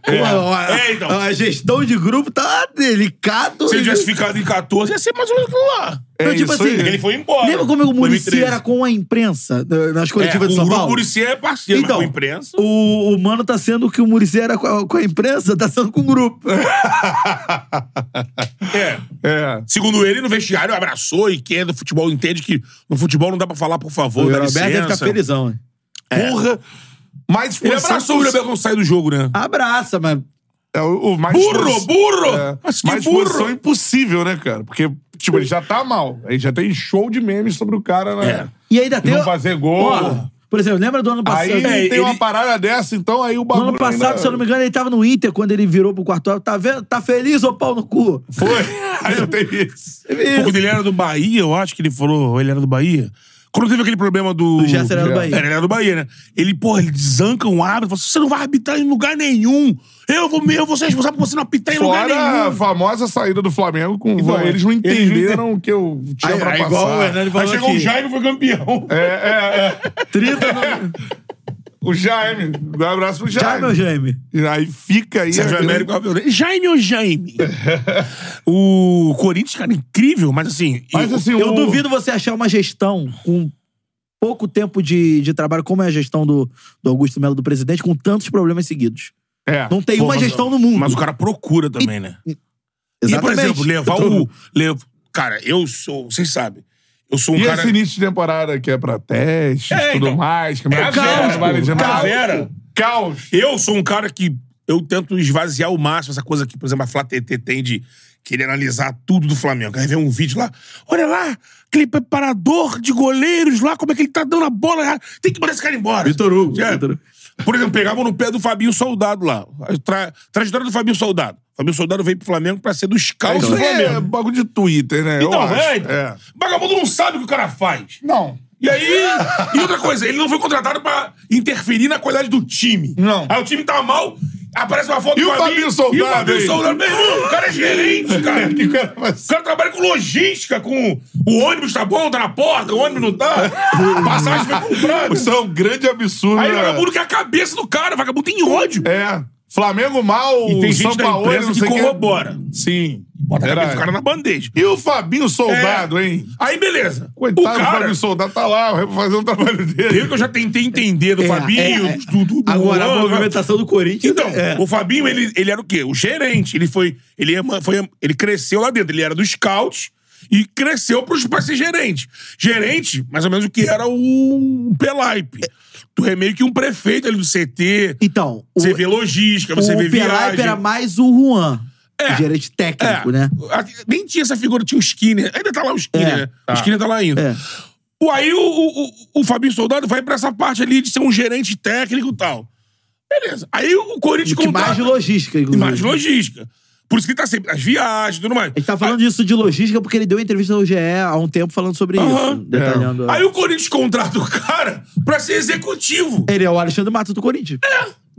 [SPEAKER 3] Pô, a,
[SPEAKER 2] É, então.
[SPEAKER 3] a gestão de grupo tá delicado.
[SPEAKER 2] Se ele
[SPEAKER 3] hein?
[SPEAKER 2] tivesse ficado em 14, ia ser mais ou menos aquilo lá.
[SPEAKER 1] É
[SPEAKER 3] Não, tipo
[SPEAKER 1] isso
[SPEAKER 3] assim,
[SPEAKER 1] aí.
[SPEAKER 2] Porque ele foi embora.
[SPEAKER 3] Lembra como o Murici
[SPEAKER 2] 2013.
[SPEAKER 3] era com a imprensa na- nas coletivas
[SPEAKER 2] é,
[SPEAKER 3] de São
[SPEAKER 2] o
[SPEAKER 3] Paulo?
[SPEAKER 2] O Murici é parceiro,
[SPEAKER 3] Então,
[SPEAKER 2] mas com a imprensa.
[SPEAKER 3] O, o Mano tá sendo o que o Murici era com a, com a imprensa, tá sendo com o grupo.
[SPEAKER 2] É.
[SPEAKER 1] É.
[SPEAKER 2] Segundo ele, no vestiário abraçou e quem é do futebol entende que no futebol não dá pra falar, por favor, dá licença. É.
[SPEAKER 3] deve ficar felizão. hein?
[SPEAKER 1] Porra. Mais
[SPEAKER 2] Ele é
[SPEAKER 1] disposição.
[SPEAKER 2] abraçou o
[SPEAKER 1] poss-
[SPEAKER 2] Gabriel quando saiu do jogo, né?
[SPEAKER 3] Abraça, mas
[SPEAKER 1] É, o, o mais
[SPEAKER 2] Burro,
[SPEAKER 1] disposi-
[SPEAKER 2] burro!
[SPEAKER 1] É,
[SPEAKER 2] Mas que
[SPEAKER 1] mais disposição
[SPEAKER 2] burro!
[SPEAKER 1] impossível, né, cara? Porque, tipo, ele já tá mal. Aí já tem show de memes sobre o cara, né?
[SPEAKER 3] E ainda tem.
[SPEAKER 1] Não fazer gol.
[SPEAKER 3] Ó, por exemplo, lembra do ano passado?
[SPEAKER 1] Aí
[SPEAKER 3] É,
[SPEAKER 1] tem
[SPEAKER 2] ele-
[SPEAKER 1] uma parada dessa, então aí o
[SPEAKER 3] no
[SPEAKER 1] bagulho.
[SPEAKER 3] ano passado,
[SPEAKER 1] ainda-
[SPEAKER 3] se eu não me engano, ele tava no Inter quando ele virou pro quarto. Tá vendo? Tá feliz ou pau no cu?
[SPEAKER 1] Foi. Aí não tem isso.
[SPEAKER 2] O pouco dele era do Bahia, eu acho que ele falou, "Oh, ele era do Bahia. Quando teve aquele problema do.
[SPEAKER 3] Do Gerson era do Bahia.
[SPEAKER 2] Era, ele era do Bahia, né? Ele, porra, ele desanca um árbitro, fala assim, você não vai arbitrar em lugar nenhum. Eu vou, eu vou ser responsável por você não apitar em lugar
[SPEAKER 1] Fora a
[SPEAKER 2] nenhum. Então,
[SPEAKER 1] famosa saída do Flamengo com. eles não
[SPEAKER 2] eles não
[SPEAKER 1] entenderam o que eu tinha
[SPEAKER 3] Aí-
[SPEAKER 1] pra
[SPEAKER 3] aí
[SPEAKER 1] passar.
[SPEAKER 3] igual o Hernani
[SPEAKER 2] Aí
[SPEAKER 3] falou
[SPEAKER 2] chegou
[SPEAKER 3] aqui.
[SPEAKER 2] o Jaime e foi campeão.
[SPEAKER 1] É, é, é.
[SPEAKER 3] 30 no...
[SPEAKER 1] O Jaime. Um abraço pro
[SPEAKER 3] Já,
[SPEAKER 1] Jaime.
[SPEAKER 3] meu Jaime.
[SPEAKER 1] E aí fica aí.
[SPEAKER 2] Sérgio
[SPEAKER 1] a-
[SPEAKER 2] Américo, Alves. Jaime ou Jaime? o Corinthians, cara, incrível, mas assim.
[SPEAKER 1] Mas
[SPEAKER 2] eu-
[SPEAKER 1] assim,
[SPEAKER 3] Eu
[SPEAKER 1] o-
[SPEAKER 3] duvido você achar uma gestão com pouco tempo de, de trabalho, como é a gestão do, do Augusto Melo, do presidente, com tantos problemas seguidos.
[SPEAKER 1] É.
[SPEAKER 3] Não tem
[SPEAKER 2] Pô,
[SPEAKER 3] uma
[SPEAKER 2] mas-
[SPEAKER 3] gestão no mundo.
[SPEAKER 2] Mas o cara procura também, né? E, por exemplo, levar o. lev- Cara, eu sou. Vocês sabem. Eu sou um
[SPEAKER 1] e
[SPEAKER 2] cara.
[SPEAKER 1] esse início de temporada que é pra teste,
[SPEAKER 2] É,
[SPEAKER 1] tudo
[SPEAKER 2] então.
[SPEAKER 1] mais, que
[SPEAKER 2] É a Vera, pô.
[SPEAKER 1] vale de
[SPEAKER 2] É a
[SPEAKER 1] nada.
[SPEAKER 2] Vera.
[SPEAKER 1] Caos.
[SPEAKER 2] Eu sou um cara que eu tento esvaziar o máximo essa coisa que, por exemplo, a Flá TT tem de querer analisar tudo do Flamengo. Aí vem um vídeo lá, olha lá, aquele preparador de goleiros lá, como é que ele tá dando a bola. Tem que mandar esse cara embora.
[SPEAKER 3] Vitor Hugo,
[SPEAKER 2] É.
[SPEAKER 3] Vitor Hugo.
[SPEAKER 2] Por exemplo, pegavam no pé do Fabinho Soldado lá. A tra- trajetória do Fabinho Soldado. O Fabinho Soldado veio pro Flamengo pra ser do scout
[SPEAKER 1] Isso
[SPEAKER 2] do
[SPEAKER 1] aí é
[SPEAKER 2] Flamengo.
[SPEAKER 1] bagulho de Twitter, né? Eu
[SPEAKER 2] Então,
[SPEAKER 1] acho.
[SPEAKER 2] é, então.
[SPEAKER 1] É.
[SPEAKER 2] Vagabundo não sabe o que o cara faz.
[SPEAKER 1] Não.
[SPEAKER 2] E aí, e outra coisa, ele não foi contratado pra interferir na qualidade do time.
[SPEAKER 1] Não.
[SPEAKER 2] Aí o time tá mal, aparece uma foto
[SPEAKER 1] E
[SPEAKER 2] do
[SPEAKER 1] o Fabinho Soldado,
[SPEAKER 2] E o Fabinho
[SPEAKER 1] hein?
[SPEAKER 2] Soldado, meu irmão, o cara é gerente, cara.
[SPEAKER 1] Que cara vai
[SPEAKER 2] O
[SPEAKER 1] ser?
[SPEAKER 2] cara trabalha com logística, com o ônibus tá bom, tá na porta, o ônibus não tá, passagem foi
[SPEAKER 1] Isso
[SPEAKER 2] comprada.
[SPEAKER 1] é um grande absurdo.
[SPEAKER 2] Aí o
[SPEAKER 1] né?
[SPEAKER 2] vagabundo quer a cabeça do cara, o vagabundo tem ódio.
[SPEAKER 1] É. Flamengo mal,
[SPEAKER 2] E tem
[SPEAKER 1] São
[SPEAKER 2] gente da
[SPEAKER 1] Paulo,
[SPEAKER 2] imprensa
[SPEAKER 1] não
[SPEAKER 2] que
[SPEAKER 1] sei quem.
[SPEAKER 2] corrobora.
[SPEAKER 1] Sim.
[SPEAKER 2] Bota a
[SPEAKER 1] Era-
[SPEAKER 2] cabeça do cara na bandeja.
[SPEAKER 1] E o Fabinho Soldado, hein?
[SPEAKER 2] Aí, beleza.
[SPEAKER 1] Coitado
[SPEAKER 2] o
[SPEAKER 1] do
[SPEAKER 2] cara,
[SPEAKER 1] Fabinho Soldado, tá lá fazendo o trabalho
[SPEAKER 2] pelo
[SPEAKER 1] dele.
[SPEAKER 2] que eu já tentei entender do
[SPEAKER 3] É,
[SPEAKER 2] Fabinho,
[SPEAKER 3] é, é.
[SPEAKER 2] do, do, do
[SPEAKER 3] Agora, a
[SPEAKER 2] Luan,
[SPEAKER 3] movimentação do Corinthians.
[SPEAKER 2] Então,
[SPEAKER 3] é.
[SPEAKER 2] o Fabinho, ele, ele era o quê? O gerente. Ele foi, ele ema- foi. Ele cresceu lá dentro. Ele era dos scouts e cresceu pros- pra ser gerente. Gerente, mais ou menos o que era o Pelaipe. Tu é meio que um prefeito ali do CT.
[SPEAKER 3] Então, o,
[SPEAKER 2] Você vê logística, você
[SPEAKER 3] o
[SPEAKER 2] vê
[SPEAKER 3] Pelaipe
[SPEAKER 2] viagem.
[SPEAKER 3] era mais o Juan,
[SPEAKER 2] É.
[SPEAKER 3] o gerente técnico, né?
[SPEAKER 2] A- Nem tinha essa figura, tinha o Skinner. Ainda tá lá o Skinner,
[SPEAKER 3] É,
[SPEAKER 2] né? O Skinner tá lá ainda.
[SPEAKER 3] É.
[SPEAKER 2] O, aí o, o, o- o Fabinho Soldado vai pra essa parte ali de ser um gerente técnico e tal. Beleza. Aí o Corinthians
[SPEAKER 3] Que mais de
[SPEAKER 2] contrata-
[SPEAKER 3] logística,
[SPEAKER 2] E
[SPEAKER 3] inclusive.
[SPEAKER 2] mais logística. Por isso que tá sempre nas viagens e tudo mais.
[SPEAKER 3] A gente tá falando disso de logística porque ele deu entrevista ao GE há um tempo falando sobre
[SPEAKER 2] Aham. É.
[SPEAKER 3] isso. Detalhando.
[SPEAKER 2] Aí o Corinthians contrata o cara pra ser executivo.
[SPEAKER 3] Ele é o Alexandre Matos do Corinthians.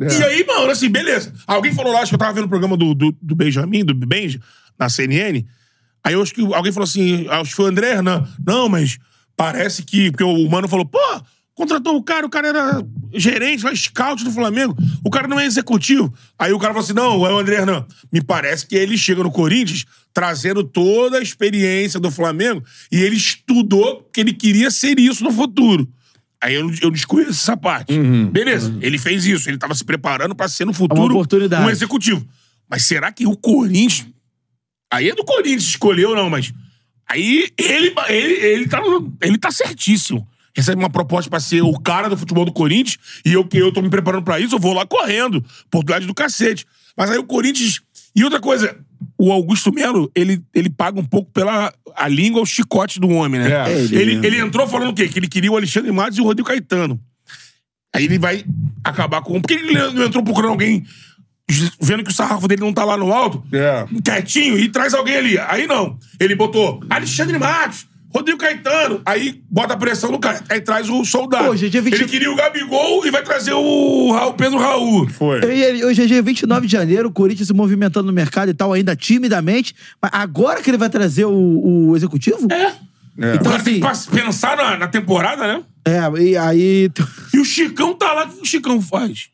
[SPEAKER 2] E aí, mano, assim, beleza. Alguém falou lá, acho que eu tava vendo o programa do, do, do Benjamin, do Benja, na CNN. Aí eu acho que alguém falou assim, acho que foi o André Hernan. Não, mas parece que... Porque o Mano falou, pô, contratou o cara, o cara era gerente, lá, scout do Flamengo. O cara não é executivo. Aí o cara falou assim, não, é o André Hernan. Me parece que ele chega no Corinthians trazendo toda a experiência do Flamengo e ele estudou que ele queria ser isso no futuro. Aí eu, eu desconheço essa parte. Beleza, ele fez isso, ele tava se preparando pra ser no futuro
[SPEAKER 3] oportunidade.
[SPEAKER 2] um executivo. Mas será que o Corinthians. Aí é do Corinthians, escolheu não, mas. Aí ele, ele, ele, tá, no- ele tá certíssimo. Recebe uma proposta pra ser o cara do futebol do Corinthians e eu que eu tô me preparando pra isso, eu vou lá correndo. Oportunidade do cacete. Mas aí o Corinthians. E outra coisa, o Augusto Melo, ele, ele paga um pouco pela a língua ao chicote do homem, né?
[SPEAKER 1] É.
[SPEAKER 3] Ele,
[SPEAKER 2] Ele, ele entrou falando o quê? Que ele queria o Alexandre Matos e o Rodrigo Caetano. Aí ele vai acabar com. Por que ele não entrou procurando alguém ju- vendo que o sarrafo dele não tá lá no alto?
[SPEAKER 1] É.
[SPEAKER 2] Quietinho e traz alguém ali. Aí não. Ele botou Alexandre Matos, Rodrigo Caetano. Aí bota a pressão no cara. Aí traz o soldado.
[SPEAKER 3] Pô, GG 20.
[SPEAKER 2] Ele queria o Gabigol e vai trazer o Raul, Pedro Raul.
[SPEAKER 1] Foi.
[SPEAKER 3] E ele- Hoje é dia 29 de janeiro, o Corinthians se movimentando no mercado e tal, ainda timidamente. Mas agora que ele vai trazer o, o executivo?
[SPEAKER 2] É.
[SPEAKER 1] É.
[SPEAKER 3] Então,
[SPEAKER 2] Agora
[SPEAKER 3] assim,
[SPEAKER 2] tem que pas- pensar na, na temporada, né?
[SPEAKER 3] é, e aí.
[SPEAKER 2] E o Chicão tá lá. O que o Chicão faz?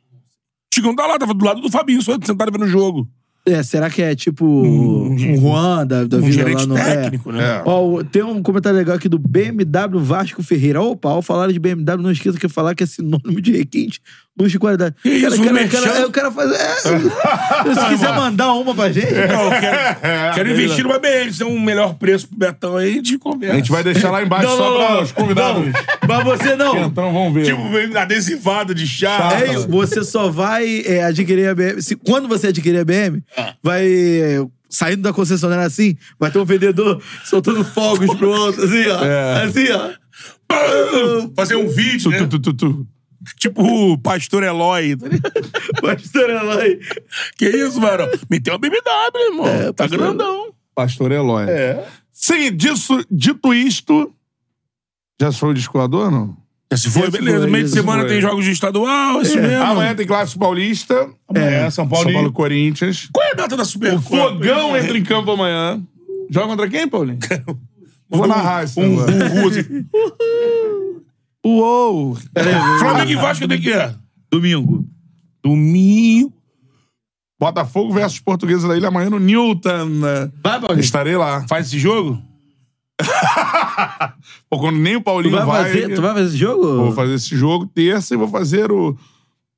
[SPEAKER 2] O Chicão tá lá, tava do lado do Fabinho, só sentado vendo o jogo.
[SPEAKER 3] É, será que é tipo um Juan da, da
[SPEAKER 2] Um
[SPEAKER 3] vida lá
[SPEAKER 2] gerente
[SPEAKER 3] no. é.
[SPEAKER 2] técnico, né?
[SPEAKER 1] É.
[SPEAKER 3] Ó, o- tem um comentário legal aqui do BMW Vasco Ferreira. Opa, ao falar de BMW, não esqueça que falar que é sinônimo de requinte, luxo e qualidade.
[SPEAKER 2] Que isso, um
[SPEAKER 3] cara,
[SPEAKER 2] merchan?
[SPEAKER 3] cara, aí o cara faz. É, se quiser mandar uma pra gente.
[SPEAKER 2] Não, eu quero, quero investir numa BM, se der um melhor preço pro Betão aí, a gente conversa.
[SPEAKER 1] A gente vai deixar lá embaixo
[SPEAKER 3] Não,
[SPEAKER 1] só
[SPEAKER 3] não,
[SPEAKER 1] pra
[SPEAKER 3] não.
[SPEAKER 1] os convidados.
[SPEAKER 3] Mas você não.
[SPEAKER 1] Então vamos ver.
[SPEAKER 2] Tipo, meio adesivado de chá.
[SPEAKER 3] É, isso, você só vai é, adquirir a BM. Se, quando você adquirir a BM, vai. é, Saindo da concessionária assim, vai ter um vendedor soltando fogos pro outro, assim, ó.
[SPEAKER 2] É.
[SPEAKER 3] Assim, ó.
[SPEAKER 2] Pá! Fazer um vídeo, né?
[SPEAKER 1] Tu, tu, tu, tu.
[SPEAKER 2] Tipo o pastor Eloy. tá ligado?
[SPEAKER 3] Pastor Eloy.
[SPEAKER 2] Que isso, mano? Meteu a BMW, irmão. tá
[SPEAKER 3] É, pastor-
[SPEAKER 2] grandão.
[SPEAKER 1] Pastor Eloy.
[SPEAKER 2] É.
[SPEAKER 1] Sim, disso, dito isto. Já foi o descolador, não?
[SPEAKER 2] Se foi,
[SPEAKER 3] Esse
[SPEAKER 2] beleza.
[SPEAKER 3] foi, É.
[SPEAKER 2] Meio de
[SPEAKER 3] esse
[SPEAKER 2] semana
[SPEAKER 1] foi.
[SPEAKER 2] tem jogos de estadual, é isso mesmo.
[SPEAKER 1] Amanhã tem Clássico Paulista.
[SPEAKER 2] É, São Paulo
[SPEAKER 1] São
[SPEAKER 2] e-
[SPEAKER 1] Paulo Corinthians.
[SPEAKER 2] Qual é a data da Super
[SPEAKER 1] O Fogão entra em campo amanhã. Joga contra quem, Paulinho? Vou narrar isso.
[SPEAKER 2] Um
[SPEAKER 1] agora.
[SPEAKER 2] burro assim.
[SPEAKER 1] Uou!
[SPEAKER 2] Flamengo e Vasco tem que é?
[SPEAKER 3] Domingo.
[SPEAKER 2] Domingo.
[SPEAKER 1] Botafogo versus Portuguesa da Ilha amanhã no Newton.
[SPEAKER 3] Vai, Paulinho.
[SPEAKER 1] Estarei lá.
[SPEAKER 2] Faz esse jogo?
[SPEAKER 1] Pô, quando nem o
[SPEAKER 3] Tu
[SPEAKER 1] Paulinho
[SPEAKER 3] vai, fazer, tu vai fazer esse jogo?
[SPEAKER 1] Vou fazer esse jogo terça e vou fazer o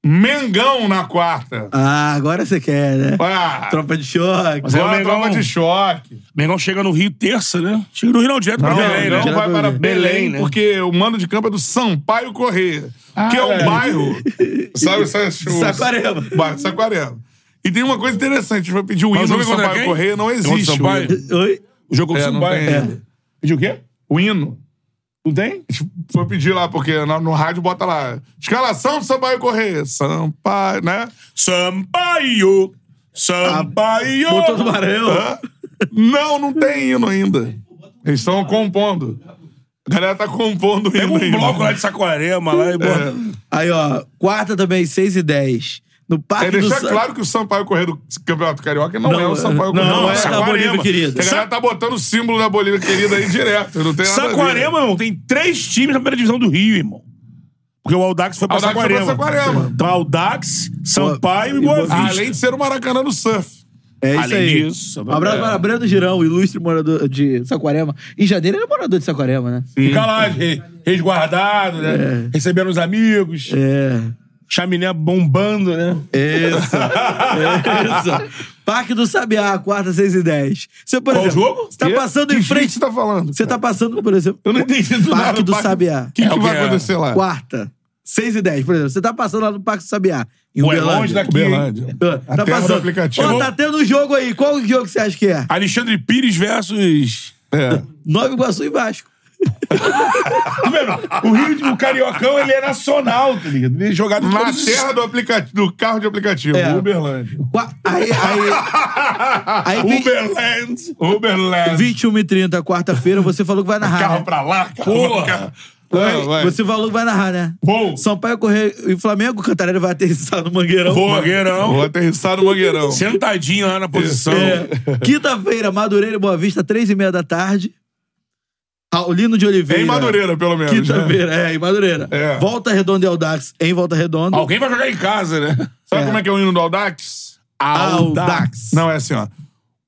[SPEAKER 1] Mengão na quarta.
[SPEAKER 3] Ah, agora você quer, né?
[SPEAKER 1] Ah,
[SPEAKER 3] Tropa de choque.
[SPEAKER 2] Mas é o
[SPEAKER 1] agora
[SPEAKER 2] Mengão.
[SPEAKER 1] tropa de choque.
[SPEAKER 2] Mengão chega no Rio terça, né? Chega no Rio não, direto pra
[SPEAKER 1] Não,
[SPEAKER 2] Belém,
[SPEAKER 1] não,
[SPEAKER 2] né?
[SPEAKER 1] vai para Belém,
[SPEAKER 2] Belém, né?
[SPEAKER 1] porque o mando de campo é do Sampaio Correia,
[SPEAKER 2] Ah,
[SPEAKER 1] que é um
[SPEAKER 2] velho.
[SPEAKER 1] bairro. sabe, sabe, o-
[SPEAKER 3] Saquarema.
[SPEAKER 1] Bairro de Saquarema. E tem uma coisa interessante: a gente vai pedir o
[SPEAKER 2] Mas
[SPEAKER 1] hino
[SPEAKER 2] o
[SPEAKER 1] do
[SPEAKER 2] jogo é contra
[SPEAKER 1] Sampaio
[SPEAKER 2] quem?
[SPEAKER 1] Correia, não
[SPEAKER 2] É contra
[SPEAKER 1] existe. o
[SPEAKER 2] Sampaio?
[SPEAKER 1] hino.
[SPEAKER 3] Oi?
[SPEAKER 2] O jogo
[SPEAKER 1] É,
[SPEAKER 2] contra o
[SPEAKER 1] não
[SPEAKER 2] Sampaio.
[SPEAKER 1] tem.
[SPEAKER 2] É. Pediu o quê?
[SPEAKER 1] O hino.
[SPEAKER 2] Não tem?
[SPEAKER 1] A gente foi pedir lá, porque na- no, rádio bota lá: escalação do Sampaio Correia. Sampaio, né?
[SPEAKER 2] Sampaio! Sampaio!
[SPEAKER 3] Botou do Maranhão.
[SPEAKER 1] Hã? Não, não tem hino ainda. Eles estão compondo. A galera tá compondo o
[SPEAKER 2] Pega
[SPEAKER 1] hino
[SPEAKER 2] um
[SPEAKER 1] ainda.
[SPEAKER 2] bloco lá de Saquarema lá e bota.
[SPEAKER 3] Aí, ó. Quarta também, 6 e 10. No Parque
[SPEAKER 1] É
[SPEAKER 3] do
[SPEAKER 1] deixar
[SPEAKER 3] Sa-
[SPEAKER 1] claro que o Sampaio Correia do Campeonato Carioca não,
[SPEAKER 3] Não,
[SPEAKER 1] é o Sampaio
[SPEAKER 3] não,
[SPEAKER 1] Correia.
[SPEAKER 3] não
[SPEAKER 1] do
[SPEAKER 3] é da
[SPEAKER 1] Saquarema.
[SPEAKER 3] Bolívia querida.
[SPEAKER 1] A galera tá botando o símbolo da Bolívia querida aí direto. Não tem nada a ver.
[SPEAKER 2] Saquarema, irmão, tem três times na primeira divisão do Rio, irmão. Porque o Aldax foi pra
[SPEAKER 1] Aldax foi pra
[SPEAKER 2] Saquarema.
[SPEAKER 1] Saquarema.
[SPEAKER 2] Então, Aldax, Sampaio e
[SPEAKER 3] Boa
[SPEAKER 2] Boa Vista.
[SPEAKER 1] Ah, Além de ser o Maracanã do surf.
[SPEAKER 3] É isso
[SPEAKER 2] Além
[SPEAKER 3] aí.
[SPEAKER 2] disso,
[SPEAKER 3] Um abraço para Breno Girão, ilustre morador de Saquarema. Em janeiro ele é morador de Saquarema, né?
[SPEAKER 2] Fica lá, re- resguardado, né? Recebendo os amigos.
[SPEAKER 3] É.
[SPEAKER 2] Chaminé bombando, né?
[SPEAKER 3] Isso. isso. Parque do Sabiá, quarta, 6 e 10. Você, por
[SPEAKER 2] Qual
[SPEAKER 3] exemplo,
[SPEAKER 2] jogo?
[SPEAKER 3] Você tá
[SPEAKER 1] Que- é?
[SPEAKER 3] passando
[SPEAKER 1] que
[SPEAKER 3] em
[SPEAKER 1] dia
[SPEAKER 3] frente.
[SPEAKER 1] que Você tá falando?
[SPEAKER 3] Você tá passando, por exemplo.
[SPEAKER 1] Eu não entendi do nada,
[SPEAKER 3] Parque do
[SPEAKER 1] Parque-
[SPEAKER 3] Sabiá.
[SPEAKER 1] O que, que
[SPEAKER 2] É, o
[SPEAKER 1] vai
[SPEAKER 2] que é?
[SPEAKER 1] acontecer lá?
[SPEAKER 3] Quarta, 6 e 10, por exemplo. Você tá passando lá no Parque do Sabiá. Em
[SPEAKER 2] Pô, é
[SPEAKER 3] Uberlândia.
[SPEAKER 2] longe daqui.
[SPEAKER 1] Uberlândia.
[SPEAKER 2] hein?
[SPEAKER 3] Tá
[SPEAKER 1] A terra
[SPEAKER 3] tá
[SPEAKER 1] do
[SPEAKER 3] passando.
[SPEAKER 1] aplicativo.
[SPEAKER 3] Ó, tá tendo um jogo aí. Qual o jogo que você acha que é?
[SPEAKER 2] Alexandre Pires versus.
[SPEAKER 1] É.
[SPEAKER 3] Nova Iguaçu e Vasco.
[SPEAKER 2] Tá vendo? O Rio de o Cariocão, ele é nacional, tá ligado? Ele é jogado em
[SPEAKER 1] Na
[SPEAKER 2] todos os-
[SPEAKER 1] terra do, aplicativo, do carro de aplicativo,
[SPEAKER 3] É.
[SPEAKER 1] Uberlândia.
[SPEAKER 3] Qua- Aí, aí, aí vi-
[SPEAKER 2] Uberland.
[SPEAKER 1] Uberlândia.
[SPEAKER 3] 21 e 30, quarta-feira, você falou que vai narrar.
[SPEAKER 1] Carro
[SPEAKER 3] né?
[SPEAKER 1] pra lá, carro
[SPEAKER 2] Porra.
[SPEAKER 1] pra cá.
[SPEAKER 3] Vai,
[SPEAKER 1] Vai, vai.
[SPEAKER 3] Você falou que vai narrar, né?
[SPEAKER 1] Vou.
[SPEAKER 3] Sampaio correr e Flamengo, o Cantarelli vai aterrissar no Mangueirão.
[SPEAKER 2] Mangueirão.
[SPEAKER 1] Vou aterrissar no Mangueirão.
[SPEAKER 2] Sentadinho lá na posição.
[SPEAKER 3] É. Quinta-feira, Madureira e Boa Vista, três e meia da tarde. Paulino de
[SPEAKER 1] É
[SPEAKER 3] Oliveira.
[SPEAKER 1] em Madureira, pelo menos. né?
[SPEAKER 3] Quinta-feira, é, em Madureira.
[SPEAKER 1] É.
[SPEAKER 3] Volta Redonda e Aldax em Volta Redonda.
[SPEAKER 2] Alguém vai jogar em casa, né?
[SPEAKER 1] Sabe como é que é o hino do Aldax?
[SPEAKER 3] Aldax.
[SPEAKER 1] Não, é assim, ó.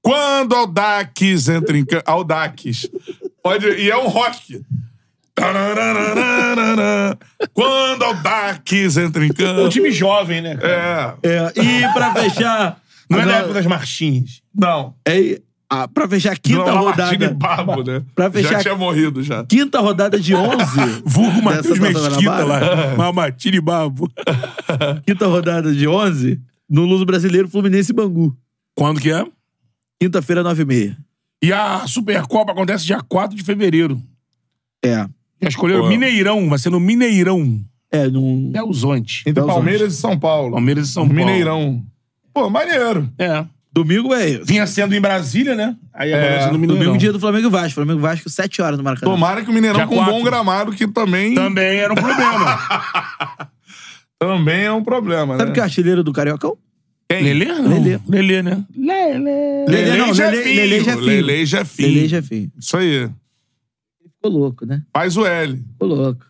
[SPEAKER 1] Quando Aldax entra em campo. Aldax. Pode... E é um rock. Tararararararã. Quando Aldax entra em
[SPEAKER 2] Um
[SPEAKER 1] campo.
[SPEAKER 2] time jovem, né? cara?
[SPEAKER 1] É.
[SPEAKER 3] É, e pra fechar.
[SPEAKER 2] Não é da
[SPEAKER 3] agora-
[SPEAKER 2] época das marchinhas.
[SPEAKER 1] Não.
[SPEAKER 3] é, ah, pra fechar a quinta
[SPEAKER 1] Não, Lamartine e
[SPEAKER 3] rodada.
[SPEAKER 1] Babo, né?
[SPEAKER 3] Pra fechar-
[SPEAKER 1] Já tinha morrido já.
[SPEAKER 3] Quinta rodada de 11.
[SPEAKER 2] Vulgo
[SPEAKER 3] dessa
[SPEAKER 2] Matheus
[SPEAKER 3] Taça
[SPEAKER 2] Mesquita
[SPEAKER 3] Guanabara.
[SPEAKER 2] lá. Mamatini Babo.
[SPEAKER 3] Quinta rodada de 11. No Luso Brasileiro, Fluminense e Bangu.
[SPEAKER 2] Quando que é?
[SPEAKER 3] Quinta-feira, 9 e meia.
[SPEAKER 2] E a Supercopa acontece dia 4 de fevereiro.
[SPEAKER 3] É.
[SPEAKER 2] Já escolheram
[SPEAKER 1] Pô.
[SPEAKER 2] Mineirão, vai ser no Mineirão.
[SPEAKER 3] É, num.
[SPEAKER 2] Belzonte.
[SPEAKER 1] Entre
[SPEAKER 3] Belzonte.
[SPEAKER 1] Palmeiras e São Paulo.
[SPEAKER 2] Então, Palmeiras e São Paulo.
[SPEAKER 1] Mineirão. Pô, maneiro.
[SPEAKER 2] É.
[SPEAKER 3] Domingo é.
[SPEAKER 2] Vinha sendo em Brasília, né? Aí agora
[SPEAKER 1] É.
[SPEAKER 2] vai ser no Mineirão.
[SPEAKER 3] Domingo, dia do Flamengo e Vasco. Flamengo e Vasco, 7 horas no Maracanã.
[SPEAKER 1] Tomara que o Mineirão
[SPEAKER 2] Dia
[SPEAKER 1] com um bom
[SPEAKER 2] quatro.
[SPEAKER 1] gramado, que também,
[SPEAKER 2] Também era um problema.
[SPEAKER 1] também é um problema,
[SPEAKER 3] Sabe
[SPEAKER 1] né?
[SPEAKER 3] que é o artilheiro do Cariocão?
[SPEAKER 2] Lelê? Não.
[SPEAKER 3] Lelê.
[SPEAKER 2] Lelê, né? Lelê.
[SPEAKER 3] Lele não, Lele- Lele já é filho.
[SPEAKER 1] Lele já é filho.
[SPEAKER 3] Lele Jeffinho.
[SPEAKER 1] Isso aí.
[SPEAKER 3] Tô louco, né?
[SPEAKER 1] Faz o L. é
[SPEAKER 3] Tô louco.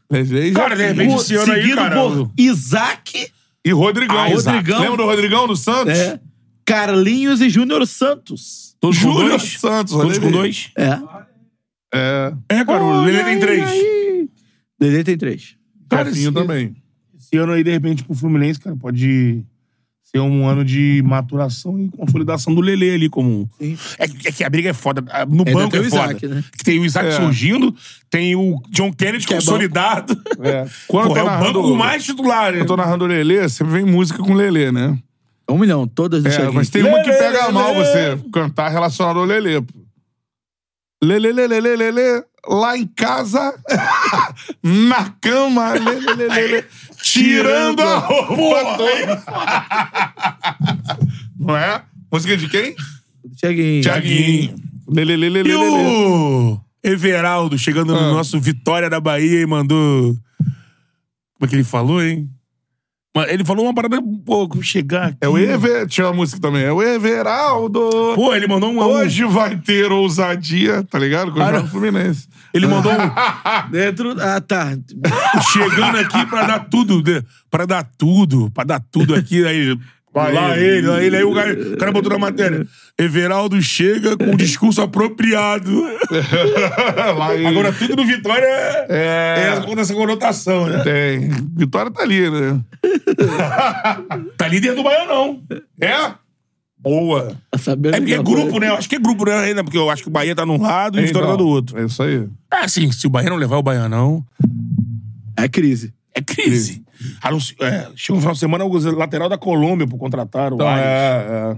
[SPEAKER 2] Cara, de repente esse ano aí,
[SPEAKER 3] Seguido
[SPEAKER 2] cara.
[SPEAKER 3] por Isaac,
[SPEAKER 1] E Rodrigão.
[SPEAKER 2] Ah, exato.
[SPEAKER 3] Rodrigão.
[SPEAKER 1] Lembra do Rodrigão do Santos?
[SPEAKER 3] é, Carlinhos e Júnior Santos.
[SPEAKER 1] Todos com
[SPEAKER 2] Júnior
[SPEAKER 1] dois? Santos.
[SPEAKER 2] Todos
[SPEAKER 1] olha
[SPEAKER 2] com
[SPEAKER 1] aí.
[SPEAKER 2] dois?
[SPEAKER 3] É.
[SPEAKER 1] É.
[SPEAKER 2] É, cara, o Lelê tem três.
[SPEAKER 3] Dedê tem três.
[SPEAKER 2] Cara,
[SPEAKER 1] Rafinho
[SPEAKER 2] esse-
[SPEAKER 1] É, também.
[SPEAKER 2] Esse ano aí, de repente, pro Fluminense, cara, pode ser um ano de maturação e consolidação do Lelê ali como...
[SPEAKER 3] Sim.
[SPEAKER 2] É, que- é que a briga é foda. Ah, No banco
[SPEAKER 3] tem
[SPEAKER 2] é
[SPEAKER 3] o
[SPEAKER 2] foda.
[SPEAKER 3] Isaac, né?
[SPEAKER 2] Que tem o Isaac
[SPEAKER 1] É.
[SPEAKER 2] surgindo, tem o John Kennedy
[SPEAKER 3] é bom.
[SPEAKER 2] consolidado.
[SPEAKER 1] É. Quando eu
[SPEAKER 2] Pô, é
[SPEAKER 1] tô
[SPEAKER 2] o
[SPEAKER 1] narrando-
[SPEAKER 2] banco com mais titular. né?
[SPEAKER 1] Eu tô narrando o Lelê, sempre vem música com o Lelê, né?
[SPEAKER 3] É Um milhão, todas do
[SPEAKER 1] É,
[SPEAKER 3] Thiaguinho.
[SPEAKER 1] mas tem uma que
[SPEAKER 2] Lelê,
[SPEAKER 1] pega
[SPEAKER 2] lelê.
[SPEAKER 1] mal você cantar relacionado ao Lelê, pô. Lelê, lelê, lelê, lelê. Lá em casa, na cama, lelê, lelê, lelê. Tirando a roupa toda. Não é? Música de quem?
[SPEAKER 3] Do Thiaguinho.
[SPEAKER 1] Tiaguinho. Lelê, lelê,
[SPEAKER 2] E
[SPEAKER 1] lelê, lelê.
[SPEAKER 2] o Everaldo chegando
[SPEAKER 1] Ah.
[SPEAKER 2] no nosso Vitória da Bahia e mandou. Como é que ele falou, hein? Mas Ele falou uma parada um pouco, chegar aqui.
[SPEAKER 1] É o Ever... Tinha uma música também. É o Everaldo.
[SPEAKER 2] Pô, ele mandou um.
[SPEAKER 1] Hoje vai ter ousadia, tá ligado? Com o
[SPEAKER 2] Cara.
[SPEAKER 1] jogo Fluminense.
[SPEAKER 2] Ele mandou um.
[SPEAKER 3] Dentro. Ah, tá.
[SPEAKER 2] chegando aqui pra dar tudo, né? pra dar tudo, pra dar tudo aqui, aí lá, ele, lá ele, aí o cara, o cara botou na matéria. Everaldo chega com um discurso apropriado.
[SPEAKER 1] Lá ele.
[SPEAKER 2] Agora tudo no Vitória é,
[SPEAKER 1] É,
[SPEAKER 2] é com essa conotação, né?
[SPEAKER 1] tem. Vitória tá ali, né?
[SPEAKER 2] Tá líder do Bahia não.
[SPEAKER 1] É?
[SPEAKER 2] Boa.
[SPEAKER 3] Tá sabendo
[SPEAKER 2] É porque é
[SPEAKER 3] da
[SPEAKER 2] grupo,
[SPEAKER 3] coisa.
[SPEAKER 2] né? Eu acho que é grupo, né? Ainda porque eu acho que o Bahia tá num lado e o Vitória tá do outro.
[SPEAKER 1] É isso aí.
[SPEAKER 2] É assim, se o Bahia não levar o Bahia não,
[SPEAKER 3] É crise.
[SPEAKER 2] é crise. Ah, não, se- É, chega um final de semana, o lateral da Colômbia, pô, contrataram.
[SPEAKER 1] Então,
[SPEAKER 2] o Arias.
[SPEAKER 1] é, é.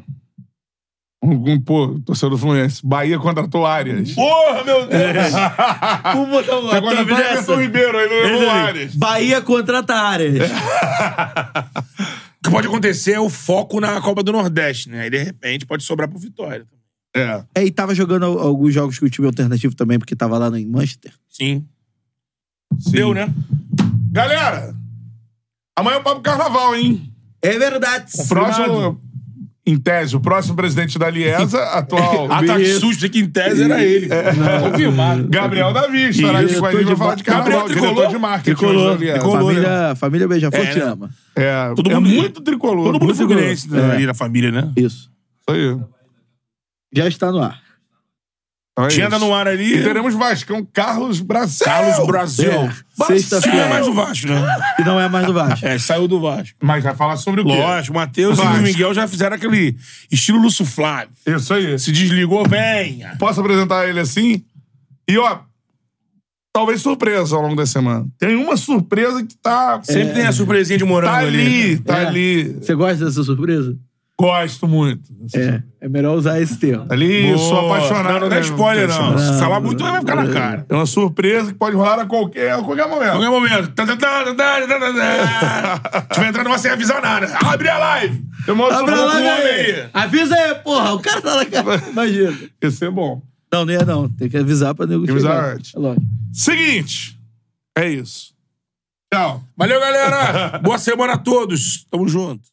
[SPEAKER 1] Um, um, pô, torcedor do Fluminense. Bahia contratou Arias. É.
[SPEAKER 2] Porra, meu Deus! Ah,
[SPEAKER 3] Vamos botar uma
[SPEAKER 1] Tá contratando Everton Ribeiro, ele não levou Arias.
[SPEAKER 3] Bahia contrata áreas.
[SPEAKER 2] É. O que pode acontecer é o foco na Copa do Nordeste, né? Aí, de repente, pode sobrar pro Vitória.
[SPEAKER 1] É.
[SPEAKER 3] É, e tava jogando al- alguns jogos com o time alternativo também, porque tava lá no em Manchester.
[SPEAKER 2] Sim.
[SPEAKER 1] sim.
[SPEAKER 2] Deu, né?
[SPEAKER 1] Galera, amanhã é o Papo Carnaval, hein?
[SPEAKER 3] É verdade.
[SPEAKER 1] Próximo, em tese, o próximo presidente da Liesa, atual...
[SPEAKER 2] Ah, tá de
[SPEAKER 3] Isso.
[SPEAKER 2] susto que em tese era
[SPEAKER 1] É.
[SPEAKER 2] ele. Confirmado.
[SPEAKER 1] Gabriel Davi estará aqui
[SPEAKER 3] Diretor
[SPEAKER 1] com a gente
[SPEAKER 3] de
[SPEAKER 1] pra falar
[SPEAKER 3] ba-
[SPEAKER 1] de carnaval.
[SPEAKER 2] Gabriel tricolor?
[SPEAKER 1] Diretor de marketing.
[SPEAKER 2] Tricolor,
[SPEAKER 1] hoje da Aliança.
[SPEAKER 2] tricolor.
[SPEAKER 3] Família, família Beija-Flor
[SPEAKER 2] É,
[SPEAKER 3] te
[SPEAKER 2] né?
[SPEAKER 3] ama.
[SPEAKER 1] É,
[SPEAKER 2] Todo
[SPEAKER 1] é
[SPEAKER 2] mundo-
[SPEAKER 1] muito tricolor.
[SPEAKER 2] Todo mundo
[SPEAKER 1] muito
[SPEAKER 2] fluminense né?
[SPEAKER 3] É.
[SPEAKER 2] ali na família, né?
[SPEAKER 3] Isso.
[SPEAKER 1] Isso aí. É
[SPEAKER 3] Já está no ar.
[SPEAKER 1] Então é
[SPEAKER 2] Agenda
[SPEAKER 1] isso.
[SPEAKER 2] no ar ali.
[SPEAKER 1] E teremos Vascão, Carlos Brasil.
[SPEAKER 2] Carlos Brasil.
[SPEAKER 3] É,
[SPEAKER 2] Brasil.
[SPEAKER 3] sexta-feira.
[SPEAKER 2] É mais do Vasco, né?
[SPEAKER 3] E não é mais do Vasco.
[SPEAKER 2] É, saiu do Vasco.
[SPEAKER 1] Mas vai falar sobre o quê?
[SPEAKER 2] Lógico, Matheus e
[SPEAKER 1] Vasco.
[SPEAKER 2] o Miguel já fizeram aquele estilo Lúcio Flávio.
[SPEAKER 1] Isso aí.
[SPEAKER 2] Se desligou, venha.
[SPEAKER 1] Posso apresentar ele assim? E, ó, talvez surpresa ao longo da semana. Tem uma surpresa que tá...
[SPEAKER 2] É. Sempre tem né? a surpresinha de morango
[SPEAKER 1] Tá ali, tá
[SPEAKER 3] É.
[SPEAKER 1] ali.
[SPEAKER 3] Você gosta dessa surpresa?
[SPEAKER 1] Gosto muito.
[SPEAKER 3] É. É melhor usar esse termo.
[SPEAKER 1] Tá ali, sou
[SPEAKER 2] Boa.
[SPEAKER 1] apaixonado.
[SPEAKER 2] Não, não dá
[SPEAKER 1] né?
[SPEAKER 2] spoiler, não. Se
[SPEAKER 3] Não.
[SPEAKER 2] falar muito, vai ficar na cara.
[SPEAKER 1] É uma surpresa que pode rolar a qualquer, a qualquer momento.
[SPEAKER 2] Qualquer momento. Tá, tá, tá, tá, tá, tá, tá, tá. Tiver entrando, mas sem avisar nada. Abre a live.
[SPEAKER 1] Eu mostro
[SPEAKER 3] Abra
[SPEAKER 1] pro
[SPEAKER 3] lá,
[SPEAKER 1] homem
[SPEAKER 3] galera. Avisa aí, porra. O cara tá na cara. Imagina.
[SPEAKER 1] Isso é bom.
[SPEAKER 3] Não, não é não. Tem que avisar pra nego
[SPEAKER 1] que avisar
[SPEAKER 3] chegar.
[SPEAKER 1] antes.
[SPEAKER 3] É lógico.
[SPEAKER 1] Seguinte. É isso. Tchau.
[SPEAKER 2] Valeu, galera. Boa semana a todos. Tamo junto.